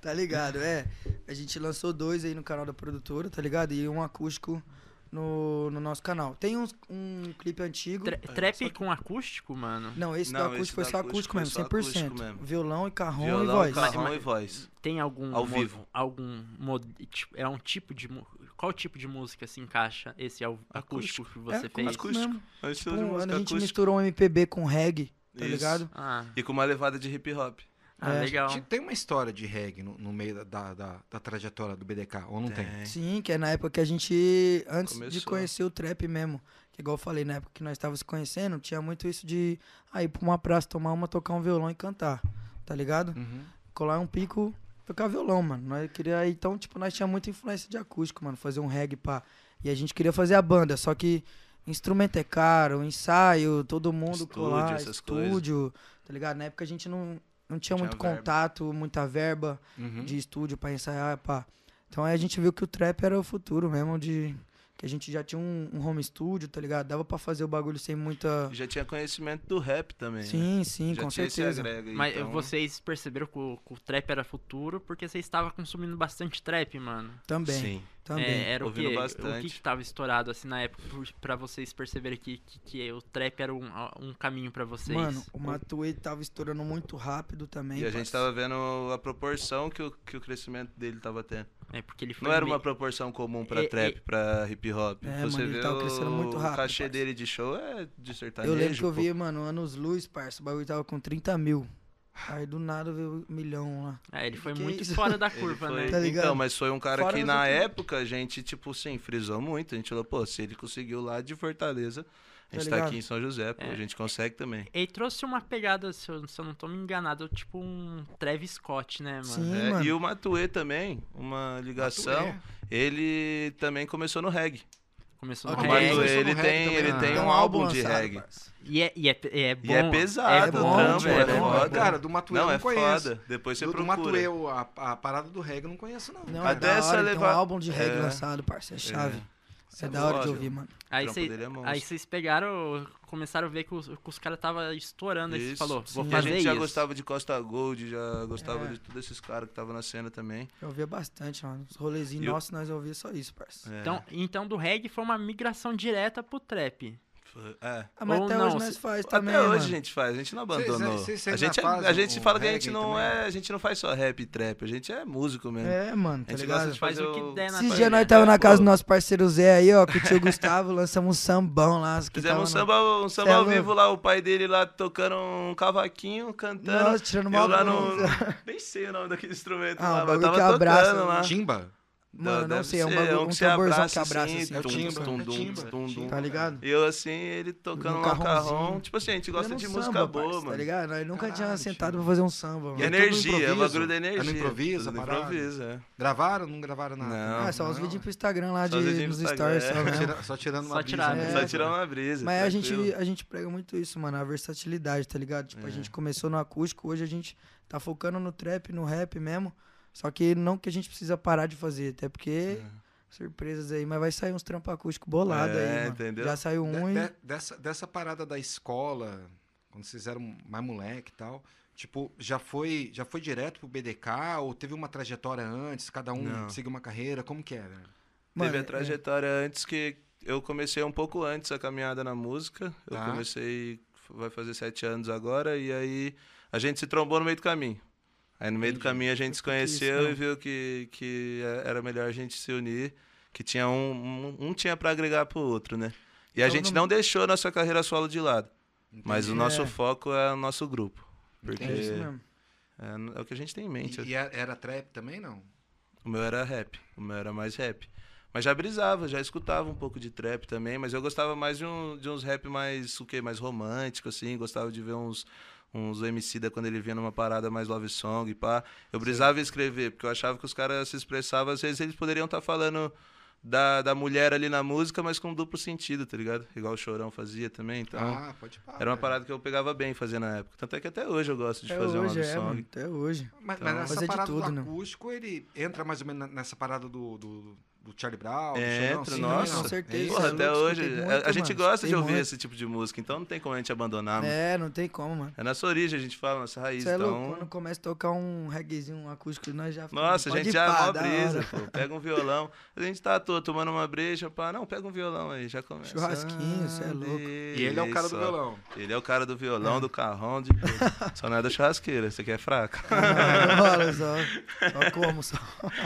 S4: Tá ligado, é. A gente lançou dois aí no canal da produtora, tá ligado? E um acústico no, no nosso canal. Tem uns- um clipe antigo.
S2: Tra-
S3: É,
S2: trap com acústico, mano?
S4: Não, esse
S3: Não,
S4: do acústico
S3: esse
S4: foi
S3: do
S4: só
S3: acústico
S4: acústico
S3: foi
S4: mesmo,
S3: só
S4: 100%.
S3: acústico mesmo.
S4: Violão e carrom e
S3: Violão,
S4: voz.
S3: carrão
S2: Mas-
S3: e voz.
S2: Tem algum
S3: Ao
S2: mo-
S3: vivo.
S2: algum mo- tipo, é um tipo de mu- qual tipo de música se encaixa esse ao acústico,
S3: Acústico.
S2: que você
S4: É,
S2: fez?
S4: acústico. mesmo.
S3: É um estilo
S4: Pô,
S3: de
S4: tipo, a gente
S3: música acústica.
S4: misturou um MPB com reggae, tá
S3: Isso.
S4: ligado?
S2: Ah,
S3: E com uma levada de hip hop.
S2: ah,
S4: É.
S2: legal.
S3: tipo
S1: Ti- Tem uma história de reggae no, no meio da, da, da- da trajetória do BDK, ou não tem?
S4: Sim, que é na época que a gente, antes de
S3: Começou.
S4: conhecer o trap mesmo, que igual eu falei, na época que nós estávamos se conhecendo, tinha muito isso de ah, ir pra uma praça, tomar uma, tocar um violão e cantar, tá ligado?
S1: Uhum.
S4: colar um pico, tocar violão, mano. Nós queria, então, tipo, nós tinha muita influência de acústico, mano, fazer um reggae pá. E a gente queria fazer a banda, só que instrumento é caro, ensaio, todo mundo
S3: Estúdio,
S4: colar,
S3: essas
S4: estúdio, tá ligado? Na época a gente não, não tinha,
S3: Tinha
S4: muito
S3: verba.
S4: contato, muita verba
S1: Uhum.
S4: de estúdio pra ensaiar, pá. Então aí a gente viu que o trap era o futuro mesmo de que a gente já tinha um, um home studio, tá ligado? Dava pra fazer o bagulho sem muita
S3: E Já tinha conhecimento do rap também. né?
S4: Sim, sim,
S3: Já
S4: com
S3: tinha esse
S4: certeza.
S3: agrega aí,
S2: Mas
S3: então-
S2: vocês perceberam que o, que o trap era futuro porque vocês estavam consumindo bastante trap, mano.
S4: Também,
S3: Sim.
S4: também.
S2: É, era o que,
S3: ouvindo
S2: o que
S3: bastante.
S2: que tava estourado assim na época por- pra vocês perceberem que, que, que o trap era um, um caminho pra vocês?
S4: Mano, o Matuê tava estourando muito rápido também.
S3: E a gente
S4: parça.
S3: tava vendo a proporção que o, que o crescimento dele tava tendo.
S2: É porque ele foi
S3: Não era
S2: meio-
S3: uma proporção comum pra
S2: E-
S3: trap,
S2: e-
S3: pra hip hop.
S4: É,
S3: Você
S4: mano, ele
S3: vê
S4: tava
S3: o,
S4: crescendo muito rápido,
S3: o cachê
S4: parça.
S3: dele de show é de
S4: Eu
S3: sertanejo.
S4: lembro que eu
S3: pô.
S4: vi, mano, anos luz, parça. O bagulho tava com 30 mil. Aí do nada veio um milhão lá.
S2: É, ele foi
S4: Que
S2: muito
S4: isso?
S2: fora da
S3: [LAUGHS] Ele
S2: curva,
S3: foi-
S2: né?
S4: Tá ligado?
S3: Então, mas foi um cara
S4: Fora
S3: que
S4: das
S3: na
S4: outras-
S3: época a gente, tipo, sim, frisou muito. A gente falou, pô, se ele conseguiu lá de Fortaleza, a
S4: Tá
S3: gente tá,
S4: ligado?
S3: aqui em São José, pô,
S2: É.
S3: a gente consegue também.
S2: Ele trouxe uma pegada, se eu, se eu não tô me enganado, tipo um Travis Scott, né, mano?
S4: Sim,
S3: É,
S4: mano.
S3: e o Matuê também, uma ligação,
S1: Matuê.
S3: ele também começou no reggae.
S2: Começou no
S1: Ah,
S3: O
S1: mas
S2: reggae.
S1: começou
S3: Matuê,
S1: no
S3: ele
S1: reggae
S3: tem,
S1: também,
S3: ele
S2: né?
S3: tem
S4: Então,
S3: um álbum de
S4: lançado,
S3: reggae.
S4: parça.
S2: E é, e é, pe- é bom. tipo,
S3: E é pesado,
S4: é
S3: o
S4: bom,
S3: trampo,
S4: é
S3: ele é
S4: bom, é
S3: foda.
S4: bom.
S1: Cara, do Matuê eu
S3: Não,
S1: não
S3: é
S1: conheço.
S3: foda. Depois você
S1: do, do
S3: procura.
S1: Matuê, eu- a, a parada do reggae eu não conheço, não.
S4: Não,
S1: cara.
S4: é
S3: Até
S4: da hora,
S3: essa
S4: ele tem
S3: leva-
S4: um álbum de reggae
S3: É.
S4: lançado, parça. É chave. É,
S3: É
S4: da hora de
S3: lógico.
S4: ouvir, mano.
S2: Aí
S3: trampo
S2: cê-
S3: dele é monstro.
S2: aí vocês pegaram, começaram a ver que os, que os caras tava estourando. Aí você
S3: Isso.
S2: falou, vou
S4: Sim.
S3: E a
S2: fazer
S3: gente
S2: isso.
S3: já gostava de Costa Gold, já gostava
S4: É.
S3: de todos esses caras que estavam na cena também.
S4: Eu ouvia bastante, mano. Os rolezinhos
S3: E o-
S4: nossos, nós ouvia só isso, parça.
S3: É.
S2: Então, então do reggae foi uma migração direta pro trap.
S3: Foi- é.
S4: Ah, mas
S2: Ou
S4: até
S2: não,
S4: hoje
S2: se-
S4: nós faz
S3: Até
S4: também,
S3: hoje a
S4: mano.
S3: gente faz, a gente não abandonou.
S1: Cês- cês- cês
S3: a
S1: ainda
S3: gente, é-
S1: fazem
S3: a gente
S1: um
S3: fala que a
S1: reggae
S3: gente não
S1: também?
S3: é, a gente não faz só rap e trap, a gente é músico mesmo.
S4: É, mano,
S3: a
S4: tá
S3: gente
S4: ligado?
S3: gosta de
S2: Faz
S3: fazer
S2: o que der na
S4: Esses
S2: Tá
S4: dias nós
S2: ligado?
S4: tava na casa
S3: né? Pô,
S4: do nosso parceiro Zé aí, ó, com o tio Gustavo, lançamos um sambão lá. que
S3: Fizemos um
S4: tava na-
S3: samba, um
S4: Cê
S3: samba
S4: é
S3: ao
S4: louco.
S3: vivo lá, o pai dele lá tocando um cavaquinho, cantando.
S4: Nossa, tirando uma
S3: eu lá no. [LAUGHS] Nem sei o nome daquele instrumento lá,
S4: Ah, o
S3: mas
S4: bagulho
S3: tava
S4: que abraça, né?
S3: tocando lá.
S1: Timba?
S4: Mano, não
S3: Deve
S4: sei, é um,
S3: ser,
S4: bagulho, um
S3: que você
S4: tamborzão que abraça
S3: assim,
S4: assim.
S1: é o
S3: tum,
S1: timba,
S3: tum,
S1: é
S3: tum,
S1: timba,
S3: tum, tum.
S4: Tá ligado?
S3: Eu assim, ele tocando
S4: No
S3: um
S4: carrãozinho.
S3: macarrão. Tipo assim, a gente gosta
S4: Fazendo
S3: de
S4: um
S3: música
S4: samba,
S3: boa,
S4: parça,
S3: mano.
S4: Tá ligado? Nós nunca
S1: Caralho,
S4: tínhamos
S1: tio.
S4: sentado pra fazer um samba,
S1: E
S4: mano.
S1: aí, tudo
S3: energia, é o
S1: improviso?
S3: bagulho da
S1: É no
S3: energia.
S1: improviso, a
S3: tudo
S1: parada?
S3: improviso, é.
S1: Gravaram? Não gravaram nada?
S3: Não.
S4: Ah, só uns
S1: Não.
S4: vídeos né? pro Instagram lá de,
S3: Só os vídeos
S4: nos
S3: pro Instagram,
S4: stories
S3: é.
S4: só,
S1: Só,
S4: mesmo.
S1: tira- só tirando
S2: Só
S1: uma brisa,
S2: tiraram.
S1: né?
S4: É,
S3: Só tirar uma brisa.
S4: Mas a
S3: tranquilo. É.
S4: gente, a gente prega muito isso, mano, a versatilidade, tá ligado? Tipo, a gente começou no acústico, hoje a gente tá focando no trap, no rap mesmo. Só que não que a gente precisa parar de fazer, até porque. Surpresas aí, mas vai sair uns trampo acústico bolado
S3: É,
S4: aí, mano.
S3: entendeu?
S4: Já saiu um
S1: De-
S4: e.
S1: de- dessa, dessa parada da escola, quando vocês eram mais moleque e tal, tipo, já foi, já foi direto pro BDK ou teve uma trajetória antes? Cada um
S3: Não.
S1: seguiu uma carreira? Como que era?
S4: Mano,
S3: Teve a
S4: é-
S3: trajetória antes que eu comecei um pouco antes a caminhada na música. Eu
S1: Tá.
S3: comecei, vai fazer sete anos agora, e aí a gente se trombou no meio do caminho. Aí no meio do caminho a gente se
S4: Por que isso,
S3: conheceu
S4: não?
S3: e viu que, que é, era melhor a gente se unir, que tinha um, um, um tinha para agregar pro outro, né? E a
S4: Então
S3: gente
S4: não-
S3: não deixou a nossa carreira solo de lado, mas o
S1: Entendi.
S3: nosso
S4: É.
S3: foco é o nosso grupo. Porque
S4: É isso mesmo.
S3: é, é o que a gente tem em mente.
S1: E, e era, era trap também, não?
S3: O meu era rap, o meu era mais rap. Mas já brisava, já escutava um pouco de trap também, mas eu gostava mais de, um, de uns rap mais, o quê? Mais romântico, assim, gostava de ver uns, uns MC da quando ele vinha numa parada mais love song, pá. Eu precisava escrever, porque eu achava que os caras se expressavam, às vezes eles poderiam estar falando da, da mulher ali na música, mas com duplo sentido, tá ligado? Igual o Chorão fazia também, então.
S1: Ah, pode parar.
S3: Era uma parada que eu pegava bem fazer na época. Tanto é que até hoje eu gosto de
S4: é. Até
S3: fazer um
S4: hoje,
S3: love
S4: é, mano.
S3: song.
S4: Até hoje.
S1: Mas,
S3: Então-
S1: mas
S4: Mas é
S1: essa
S4: de
S1: parada
S4: tudo,
S1: do
S4: né?
S1: acústico, ele entra mais ou menos na- nessa parada do, do, do Charlie Brown? do
S3: É,
S1: Chorão,
S3: entra,
S1: sim,
S3: nossa.
S1: não, não.
S3: Com
S4: certeza.
S1: É isso?
S3: Porra,
S4: Isso,
S3: até
S4: eu
S3: hoje.
S4: escutei
S3: a-
S4: muito,
S3: a, gente
S4: mano,
S3: gosta de
S4: escutei
S3: ouvir
S4: muito.
S3: esse tipo de música, então não tem como a gente abandonar, mano.
S4: É, não tem como, mano.
S3: É nossa origem, a gente fala, nossa raiz.
S4: Você é
S3: então...
S4: louco, quando começa a tocar um reggaezinho, um acústico, nós já ficamos,
S3: Nossa, a
S4: pode
S3: gente
S4: ir
S3: já é
S4: pá,
S3: mó
S4: da
S3: brisa,
S4: hora.
S3: pô. Pega um violão. A gente tá à toa tomando uma breja, pá. Não, pega um violão aí, já começa. Ah,
S4: Churrasquinho, cê é louco.
S1: E ele é o cara do
S3: Isso, ó.
S1: violão.
S3: Ele é o cara do violão, do carrão, de tudo. Só não é da churrasqueira, esse aqui é fraco.
S4: Ah, Olha só. Só
S3: [LAUGHS]
S4: como, só.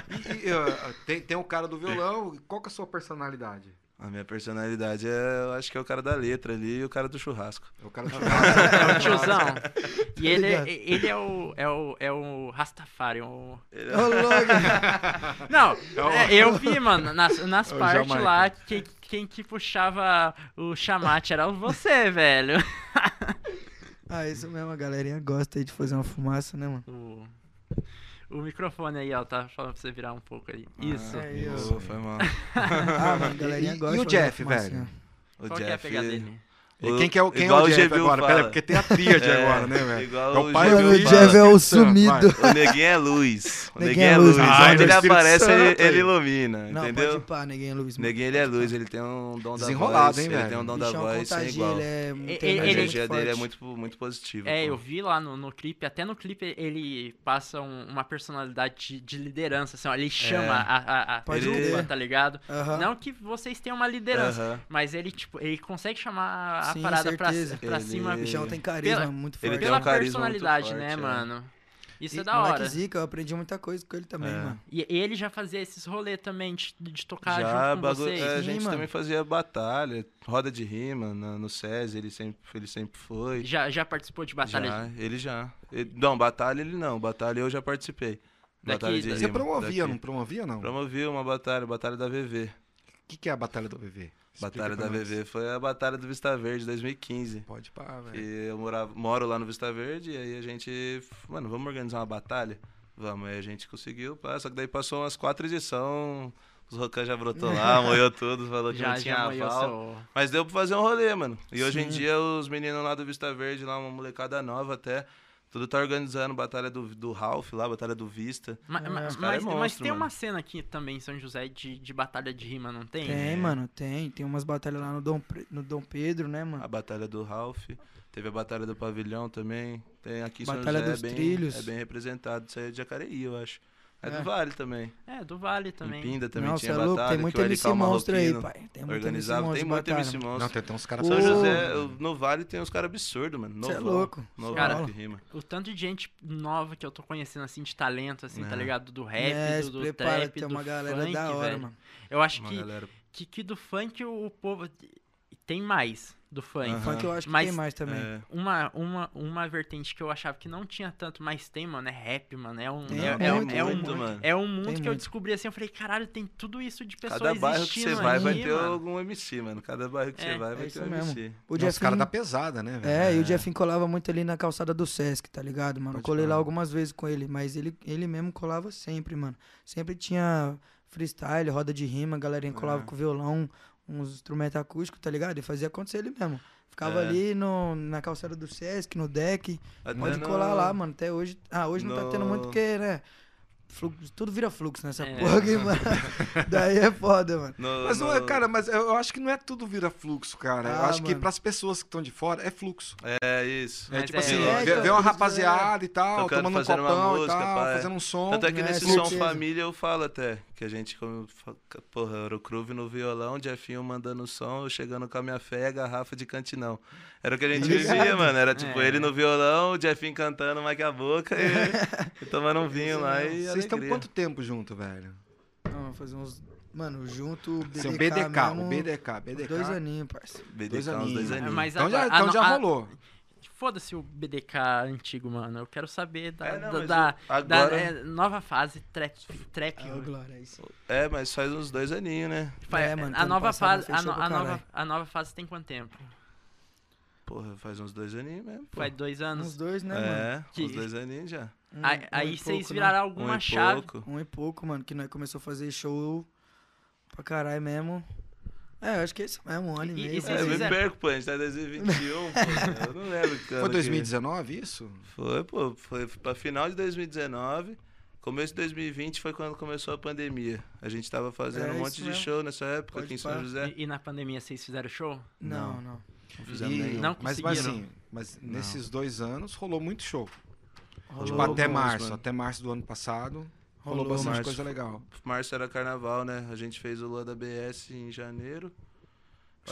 S1: E, e, ah, tem, tem o cara do violão, qual que é a sua personalidade?
S3: A minha personalidade é, eu acho que é o cara da letra ali e o cara do churrasco.
S1: É o cara do
S3: [LAUGHS]
S2: É o
S4: [LAUGHS]
S2: tiozão. E ele,
S4: Tá ligado?
S2: ele é o. É o, é o Rastafari. o-
S3: Ele
S4: Ô,
S3: é-
S4: louco.
S2: Não,
S1: o-
S2: é, eu vi, mano, nas, nas
S1: É o
S2: partes
S1: Jamaica.
S2: lá, que, quem que puxava o chamate era você, velho.
S4: Ah, isso mesmo, a galerinha gosta aí de fazer uma fumaça, né, mano?
S2: O, o microfone aí, ó, tá falando pra você virar um pouco ali. Isso.
S4: É isso.
S3: Pô, foi
S1: [LAUGHS]
S3: mal.
S4: Ah, mano, a galerinha
S1: E-
S4: gosta
S1: e o
S4: de fazer uma
S1: Jeff,
S4: fumaça,
S1: velho?
S4: né?
S3: O
S2: Qual que é a pegada dele?
S1: E quem que é o, quem é
S3: igual
S1: o Jeff
S3: Gevil
S1: agora?
S3: fala.
S1: Pera, porque tem a tríade
S3: É,
S1: agora, né, velho?
S3: igual
S1: É o
S3: o
S1: pai,
S3: Gevil
S1: o
S4: Mano, o
S1: filho,
S4: Jeff é
S1: vai.
S4: o sumido.
S3: O neguinho é luz. O
S4: Neguinho
S3: neguinho
S4: é
S3: é luz.
S1: Ai,
S4: luz.
S3: Onde
S1: meu
S3: ele
S1: Espírito
S3: aparece, ele,
S1: Santo,
S3: ele
S1: aí.
S3: ilumina,
S4: Não,
S3: entendeu?
S4: pode ir pá, neguinho Luiz. mano.
S3: Neguinho, ele é luz, ele tem um dom da
S1: Desenrolado,
S3: voz.
S1: hein, velho?
S3: Ele tem um dom da
S4: Bichão
S3: voz sem
S4: contagia,
S3: igual.
S4: ele é muito
S2: ele-
S3: a
S2: ele-
S3: energia dele é
S4: forte.
S3: muito, muito positiva.
S2: É,
S3: pô.
S2: eu vi lá no, no clipe, até no clipe ele passa um- uma personalidade de, de liderança, assim, ó, ele chama a, a, a
S4: Pode
S2: turma,
S4: crer.
S2: tá ligado?
S4: Aham.
S2: Não que vocês tenham uma liderança,
S3: Aham.
S2: mas ele, tipo, ele consegue chamar a
S4: Sim,
S2: parada pra,
S4: certeza.
S2: pra
S3: Ele-
S2: cima
S4: O bichão tem carisma
S2: assim, Pela-
S4: muito
S3: ele
S4: forte.
S3: tem
S2: pela
S3: um carisma muito
S2: personalidade,
S3: forte,
S2: né,
S3: é.
S2: mano? Isso é
S4: E
S2: da
S4: moleque
S2: hora.
S4: zica, eu aprendi muita coisa com ele também,
S3: É.
S4: mano.
S2: E e ele já fazia esses rolês também de, de tocar
S3: Já,
S2: junto com
S3: bagu-
S2: vocês.
S3: é, a
S4: Sim,
S3: gente
S4: mano.
S3: também fazia batalha, roda de rima na- no SESI, ele sempre, ele sempre foi.
S2: Já, já participou de batalha
S3: Já, ele já. Ele- não, batalha ele não, batalha eu já participei.
S2: Daqui-
S3: Batalha de
S2: daqui-
S1: Você
S3: rima,
S1: promovia,
S3: daqui.
S1: não promovia, não? O
S3: Promovi uma batalha, batalha da VV.
S1: que, que é a Batalha do VV? Explica
S3: Batalha
S1: pra
S3: da
S1: nós.
S3: VV foi a batalha do Vista Verde 2015.
S1: Pode parar, velho.
S3: E eu morava, moro lá no Vista Verde, e aí a gente, mano, vamos organizar uma batalha? Vamos, aí a gente conseguiu, pá, só que daí passou umas quatro edições, os Rocan já brotou lá, moiou tudo, falou que
S2: já,
S3: não tinha
S2: já apoiou
S3: aval.
S2: seu...
S3: Mas deu pra fazer um rolê, mano. E hoje em
S4: Sim.
S3: dia os meninos lá do Vista Verde, lá, uma molecada nova até, tudo tá organizando batalha do, do Ralph lá, batalha do Vista.
S2: Ma- ma- Mas,
S3: Os cara é
S2: mas
S3: monstro,
S2: tem
S3: mano.
S2: uma cena aqui também em São José de, de batalha de rima, não tem?
S3: É.
S4: Tem, mano, tem. Tem umas batalhas lá no Dom, Pre- no Dom Pedro, né, mano?
S3: A batalha do Ralph, teve a batalha do Pavilhão também, tem aqui em
S4: Batalha
S3: São José,
S4: dos
S3: é bem,
S4: Trilhos.
S3: é bem representado, isso aí é de Jacareí, eu acho. É,
S4: É.
S3: do Vale também.
S2: É, do Vale
S3: Em
S2: também.
S3: Pinda também
S4: Não,
S3: tinha
S4: cê é
S3: batalha.
S4: louco, tem muito
S3: que o Erical
S4: MC monstro aí,
S3: Marroquino
S4: pai. Tem muito MC
S3: Organizava,
S4: monstro
S3: tem
S4: de
S3: muito
S4: batalha,
S3: MC
S4: mano.
S1: Não,
S3: monstro.
S1: tem, tem uns caras... né?
S3: São
S4: Ô,
S3: José, eu- no Vale tem uns caras absurdos, mano.
S4: Cê é
S3: Novão.
S4: louco.
S3: Novão
S2: Cara,
S3: que rima.
S2: O tanto de gente nova que eu tô conhecendo, assim, de talento, assim, tá
S3: É.
S2: ligado? Do rap,
S4: É, se
S2: do, do
S4: prepara,
S2: trap,
S4: tem
S2: do
S4: uma galera
S2: funk,
S4: da hora,
S2: velho.
S4: mano.
S2: Eu acho
S3: Uma
S2: que,
S3: galera
S2: que, que do funk o, o povo tem mais do funk.
S3: Aham.
S4: Funk eu acho que
S2: Mas-
S4: tem mais também.
S3: é,
S2: Uma, uma, uma vertente que eu achava que não tinha tanto, mas tem, mano, é rap, mano. É um,
S4: Tem
S2: é,
S4: muito,
S2: é um-
S3: muito,
S2: é um,
S3: muito, mano.
S2: é um mundo
S4: Tem
S2: que eu
S4: muito.
S2: descobri assim, eu falei, caralho, tem tudo isso de pessoas
S3: Cada bairro que
S2: existindo
S3: você vai, vai
S2: aqui,
S3: ter
S2: mano.
S3: algum MC, mano. Cada bairro que
S2: É,
S3: você vai,
S4: é
S3: vai
S4: isso
S3: ter um
S4: mesmo.
S3: MC.
S4: O
S1: Os
S4: Jeff
S1: caras da pesada, né, velho?
S4: É, e o Jeffin colava muito ali na calçada do Sesc, tá ligado, mano?
S1: Pode
S4: Colei lá
S1: crer.
S4: algumas vezes com ele, mas ele, ele mesmo colava sempre, mano. Sempre tinha freestyle, roda de rima, a galerinha colava
S3: É.
S4: com violão, uns instrumentos acústicos, tá ligado? E fazia acontecer ele mesmo. Ficava
S3: É.
S4: ali no, na calçada do Sesc, no deck.
S3: Até
S4: Pode
S3: no-
S4: colar lá, mano. Até hoje. Ah, hoje não tá tendo muito
S3: no-
S4: porque, né? fluxo- tudo vira fluxo nessa
S2: É.
S4: porra aqui, mano. Daí é foda, mano.
S3: no-
S1: Mas, não é,
S3: no-
S1: cara, mas eu acho que não é tudo vira fluxo, cara. eu
S4: Ah,
S1: acho que
S4: mano.
S1: pras pessoas que estão de fora, é fluxo.
S3: É isso.
S1: É
S2: Mas
S1: tipo
S2: é-
S1: assim,
S3: É,
S1: vê,
S4: então,
S1: vê uma
S4: isso é-
S1: rapaziada e tal,
S3: Tocando,
S1: tomando um
S3: fazendo uma
S1: copão
S3: música,
S1: e tal,
S3: pá, é.
S1: fazendo um som.
S3: Tanto é que
S4: né,
S3: nesse
S4: com
S3: som
S4: certeza.
S3: família eu falo até. Que a gente, como, fa- porra, Eurocruve no violão, Jeffinho mandando som, eu chegando com a minha fé e a garrafa de cantinão. Era o que a gente vivia, mano. Era tipo
S2: É.
S3: ele no violão, o Jeffinho cantando mais que a boca e, e tomando um vinho lá. E
S1: Vocês estão
S3: alegria.
S1: quanto tempo junto, velho?
S4: Não, vou fazer uns. Mano, junto. o BDK
S1: Seu BDK, o
S4: mesmo,
S1: BDK, BDK.
S4: Dois aninhos, parceiro.
S3: BDK,
S1: Dois
S3: uns
S1: aninhos.
S3: dois
S1: É,
S3: aninhos.
S2: mas
S1: Então já,
S2: agora-
S3: Ah,
S1: então
S2: a-
S1: já
S2: a-
S1: rolou.
S2: Foda-se o BDK antigo, mano. Eu quero saber da,
S3: É, não,
S2: da- da-
S3: mas o-
S2: da,
S3: agora-
S2: tá, é, nova fase trap. trap
S4: Ah, ô, Glória, é isso.
S3: É, mas faz uns dois aninhos, né?
S2: Fa-
S4: É, mano,
S2: Tipo, a
S4: ano
S2: nova
S4: passado
S2: fase, a,
S4: fechou
S2: no-
S4: pra
S2: a nova,
S4: caralho.
S2: a nova fase tem quanto tempo?
S3: Porra, faz uns dois aninhos mesmo, pô.
S2: Faz dois
S4: Uns
S2: anos.
S4: dois, né, mano?
S3: é,
S2: Que-
S3: uns dois aninhos já.
S4: Um-
S2: Aí-
S4: um
S2: aí
S4: e
S2: vocês
S4: pouco, né?
S2: viraram
S3: um
S2: alguma
S3: e
S2: chave.
S3: pouco.
S4: Um e pouco, mano, que nós começou a fazer show pra caralho mesmo. É, eu acho que é isso mesmo, um ano e,
S2: E- e
S4: meio.
S2: vocês
S4: por aí.
S3: É, eu me
S2: fizeram-
S3: perco, pô, a gente tá em 2021, pô,
S4: [LAUGHS]
S3: né? eu não lembro. que ano
S1: Foi
S3: que-
S1: 2019 isso?
S3: Foi, pô, foi pra final de 2019. Começo de 2020 foi quando começou a pandemia. A gente tava fazendo
S4: É,
S3: um
S4: isso
S3: monte de
S4: mesmo.
S3: show nessa época
S4: Pode
S3: aqui em
S4: pá.
S3: São José.
S2: E, e na pandemia vocês fizeram show?
S4: Não, não.
S3: Não fizemos
S1: E,
S3: nenhum.
S2: Não
S1: mas, mas
S2: conseguiram.
S1: assim, mas nesses dois anos rolou muito show. Tipo,
S4: Rolou,
S1: até
S3: alguns,
S1: março,
S3: mano.
S1: até março do ano passado. Rolou,
S4: Rolou,
S1: bastante
S3: março.
S1: coisa legal.
S3: Março era carnaval, né? A gente fez o Lua da BS em janeiro.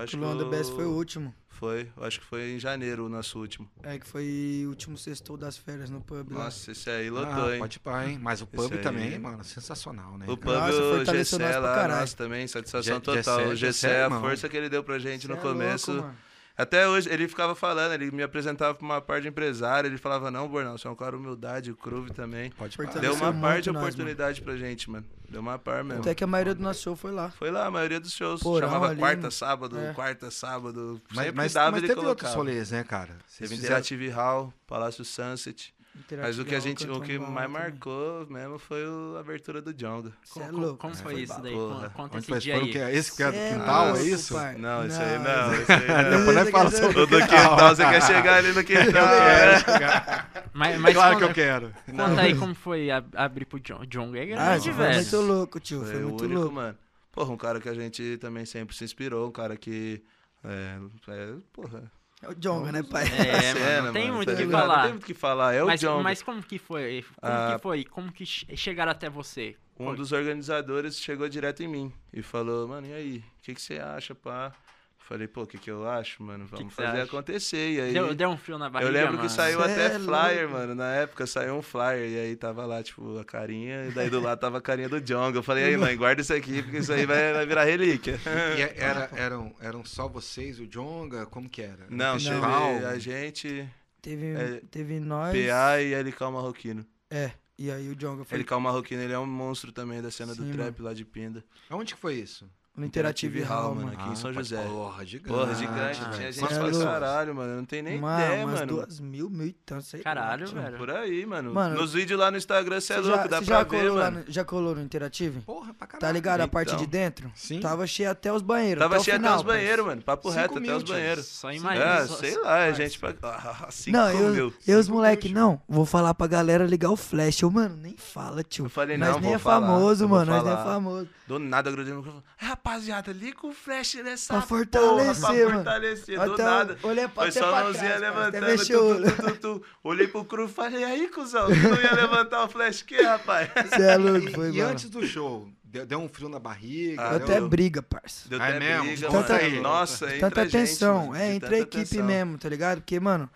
S4: acho que o Luan da BS foi o último.
S3: Foi, eu acho que foi em janeiro o nosso último.
S4: É, que foi o último sextou das férias no pub lá.
S3: Nossa, esse aí lotou,
S1: Ah,
S3: hein?
S1: pode pá, hein? Mas o pub
S3: aí-
S1: também, mano, sensacional, né? cara?
S3: O pub
S4: Nossa,
S3: o
S4: fortaleceu nós
S3: Gessé
S4: pra
S3: lá,
S4: caralho.
S3: nossa, também, satisfação
S1: Ge-
S3: total.
S1: Gessé- é
S3: o Gessé,
S1: Gessé,
S3: a
S1: irmão.
S3: força que ele deu pra gente
S4: Cê
S3: no
S4: é
S3: começo.
S4: louco, mano.
S3: Até hoje, ele ficava falando, ele me apresentava pra uma parte de empresário, ele falava, não, Bornal, você é um cara humildade, o Cruve também.
S1: Pode parar.
S4: Fortaleza.
S3: Deu uma
S4: muito
S3: par de
S4: nós,
S3: oportunidade pra gente, mano. Deu uma par mesmo.
S4: Até que a maioria do nosso show foi lá.
S3: Foi lá, a maioria dos shows.
S4: Porão
S3: Chamava
S4: ali,
S3: quarta,
S4: mano.
S3: sábado,
S4: É.
S3: quarta, sábado.
S1: Mas,
S3: Sempre
S1: mas,
S3: dava,
S1: mas
S3: ele
S1: teve outros
S3: colocava.
S1: rolês, né, cara? Vocês
S3: Teve um
S1: fizeram...
S3: Interactive Hall, Palácio Sunset. Mas o que a gente,
S4: é
S3: o que mais
S4: né,
S3: marcou mesmo foi o- a abertura do Jonga.
S4: Cê é
S2: Co- co-
S4: louco,
S2: Como
S4: cê
S2: foi
S4: foi
S2: isso
S4: bala.
S2: daí? Con-
S3: Porra.
S2: Conta
S1: Onde
S2: esse
S1: vocês
S2: dia
S1: foram,
S2: aí.
S1: que é esse que é do
S4: Cê é
S1: quintal, é
S4: louco,
S1: isso?
S4: pai.
S3: Não, isso aí
S4: Não. é
S3: não, isso aí não.
S1: [LAUGHS] Depois nós fala sobre
S3: O
S1: [LAUGHS]
S3: do quintal, você quer chegar ali no quintal, né?
S2: Mas, mas
S1: claro que eu
S2: conta,
S1: quero.
S2: conta aí como foi a- abrir pro John. John é
S4: Ah,
S2: grande,
S4: isso foi
S2: velho.
S4: muito louco, tio. Foi,
S3: Foi É, o
S4: muito
S3: único,
S4: louco.
S3: mano. Porra, um cara que a gente também sempre se inspirou, um cara que. É, é, porra.
S4: É o Jonga, né, pai?
S2: É, mano,
S3: cena,
S2: não tem
S3: mano,
S2: muito
S3: tá
S2: o que
S3: ligado? Não
S2: falar.
S3: tem muito o que falar. É o
S2: mas,
S3: John.
S2: mas como que foi? Como
S3: Ah.
S2: que foi? Como que che- chegaram até você?
S3: Um
S2: Foi.
S3: dos organizadores chegou direto em mim e falou, mano, e aí? O que, que você acha, pá? Falei, pô, o que, que eu acho, mano? Vamos
S2: que você
S3: fazer
S2: acha?
S3: acontecer. E aí.
S2: Deu, deu um frio na barriga,
S3: eu lembro
S2: mano.
S3: que saiu
S4: Cê
S3: até
S4: é
S3: flyer,
S4: louco.
S3: mano. Na época saiu um flyer. E aí tava lá, tipo, a carinha. E daí do lado tava a carinha do Jong. Eu falei, aí, mãe, guarda isso aqui, porque isso aí vai, vai virar
S4: [LAUGHS]
S3: relíquia.
S1: E é, era, eram, eram só vocês, o Jonga? Como que era? um
S3: Não,
S4: Não.
S3: chegou
S1: Pau.
S3: a gente,
S4: [LAUGHS] Teve,
S3: É,
S4: teve nós.
S3: PA e LK o Marroquino.
S4: É. E aí o Jonga foi
S3: LK o Marroquino, ele é um monstro também da cena
S4: Sim,
S3: do trap lá de Pinda.
S1: Onde que foi isso?
S4: no Interactive Hall, mano.
S3: Aqui em São
S1: Ah, pode-
S3: José.
S1: Porra, gigante. é
S3: Porra, gigante,
S2: Ah,
S3: tinha
S1: velho. Quantas
S3: gente pra
S4: maluco.
S1: pessoas?
S3: caralho, mano. Eu não tenho nem
S4: Mano,
S3: ideia,
S4: umas
S3: mano.
S4: duas mil, mil e tanto. sei lá,
S2: Caralho,
S4: tio.
S2: velho.
S3: Por aí, mano.
S4: Mano,
S3: Nos vídeos lá no Instagram, você é
S4: Cê
S3: louco,
S4: já,
S3: dá
S4: cê
S3: pra
S4: já
S3: ver,
S4: colou lá
S3: mano.
S4: no- já colou no Interactive?
S1: Porra, pra caralho.
S4: Tá ligado? A parte
S3: Então.
S4: de dentro?
S1: Sim.
S4: Tava cheio até os banheiros.
S3: Tava
S4: o
S3: cheio até
S4: final,
S3: os banheiros, mano. Papo
S1: Cinco
S3: reto,
S1: mil,
S3: até os
S1: tio.
S3: banheiros.
S2: Só
S3: Ah,
S2: imagina. só-
S3: sei
S2: só-
S3: lá, a gente... pra- Ah, cinco
S4: Não, eu,
S3: mil.
S4: eu os moleque, não, vou falar pra galera ligar o flash. Eu, mano, nem fala, tio.
S3: Eu falei,
S4: nós
S3: não,
S4: nem
S3: vou
S4: é
S3: falar,
S4: famoso,
S3: eu vou
S4: mano. Nós nem é
S3: falar.
S4: famoso.
S3: Do nada, eu grudei no microfone. Rapaziada, liga o flash nessa
S4: Pra
S3: porra,
S4: fortalecer,
S3: pra
S4: mano.
S3: fortalecer, do
S4: Até
S3: nada.
S4: o- olhei pra-
S3: Foi
S4: até
S3: só a
S4: pra
S3: mãozinha
S4: trás, cara, até
S3: levantando.
S4: mexi o
S3: tu,
S4: olho.
S3: tu, tu, tu. Olhei pro cru e falei, e aí, cuzão, tu não ia levantar o flash que, rapaz? [LAUGHS]
S4: Cê é louco,
S1: E,
S4: foi,
S1: e
S4: mano.
S1: antes do show, deu, deu um frio na barriga?
S3: Ah,
S1: deu- um-
S4: Até
S3: eu-
S4: briga, parça.
S3: Deu
S1: Ah, é
S3: até
S1: mesmo?
S3: briga,
S4: Tanta-
S3: mano. Nossa, entre
S4: tanta
S3: a gente,
S4: tensão,
S3: mano,
S4: é,
S3: de
S4: entre a
S3: tanta
S4: equipe
S3: tensão.
S4: mesmo, tá ligado? Porque, mano,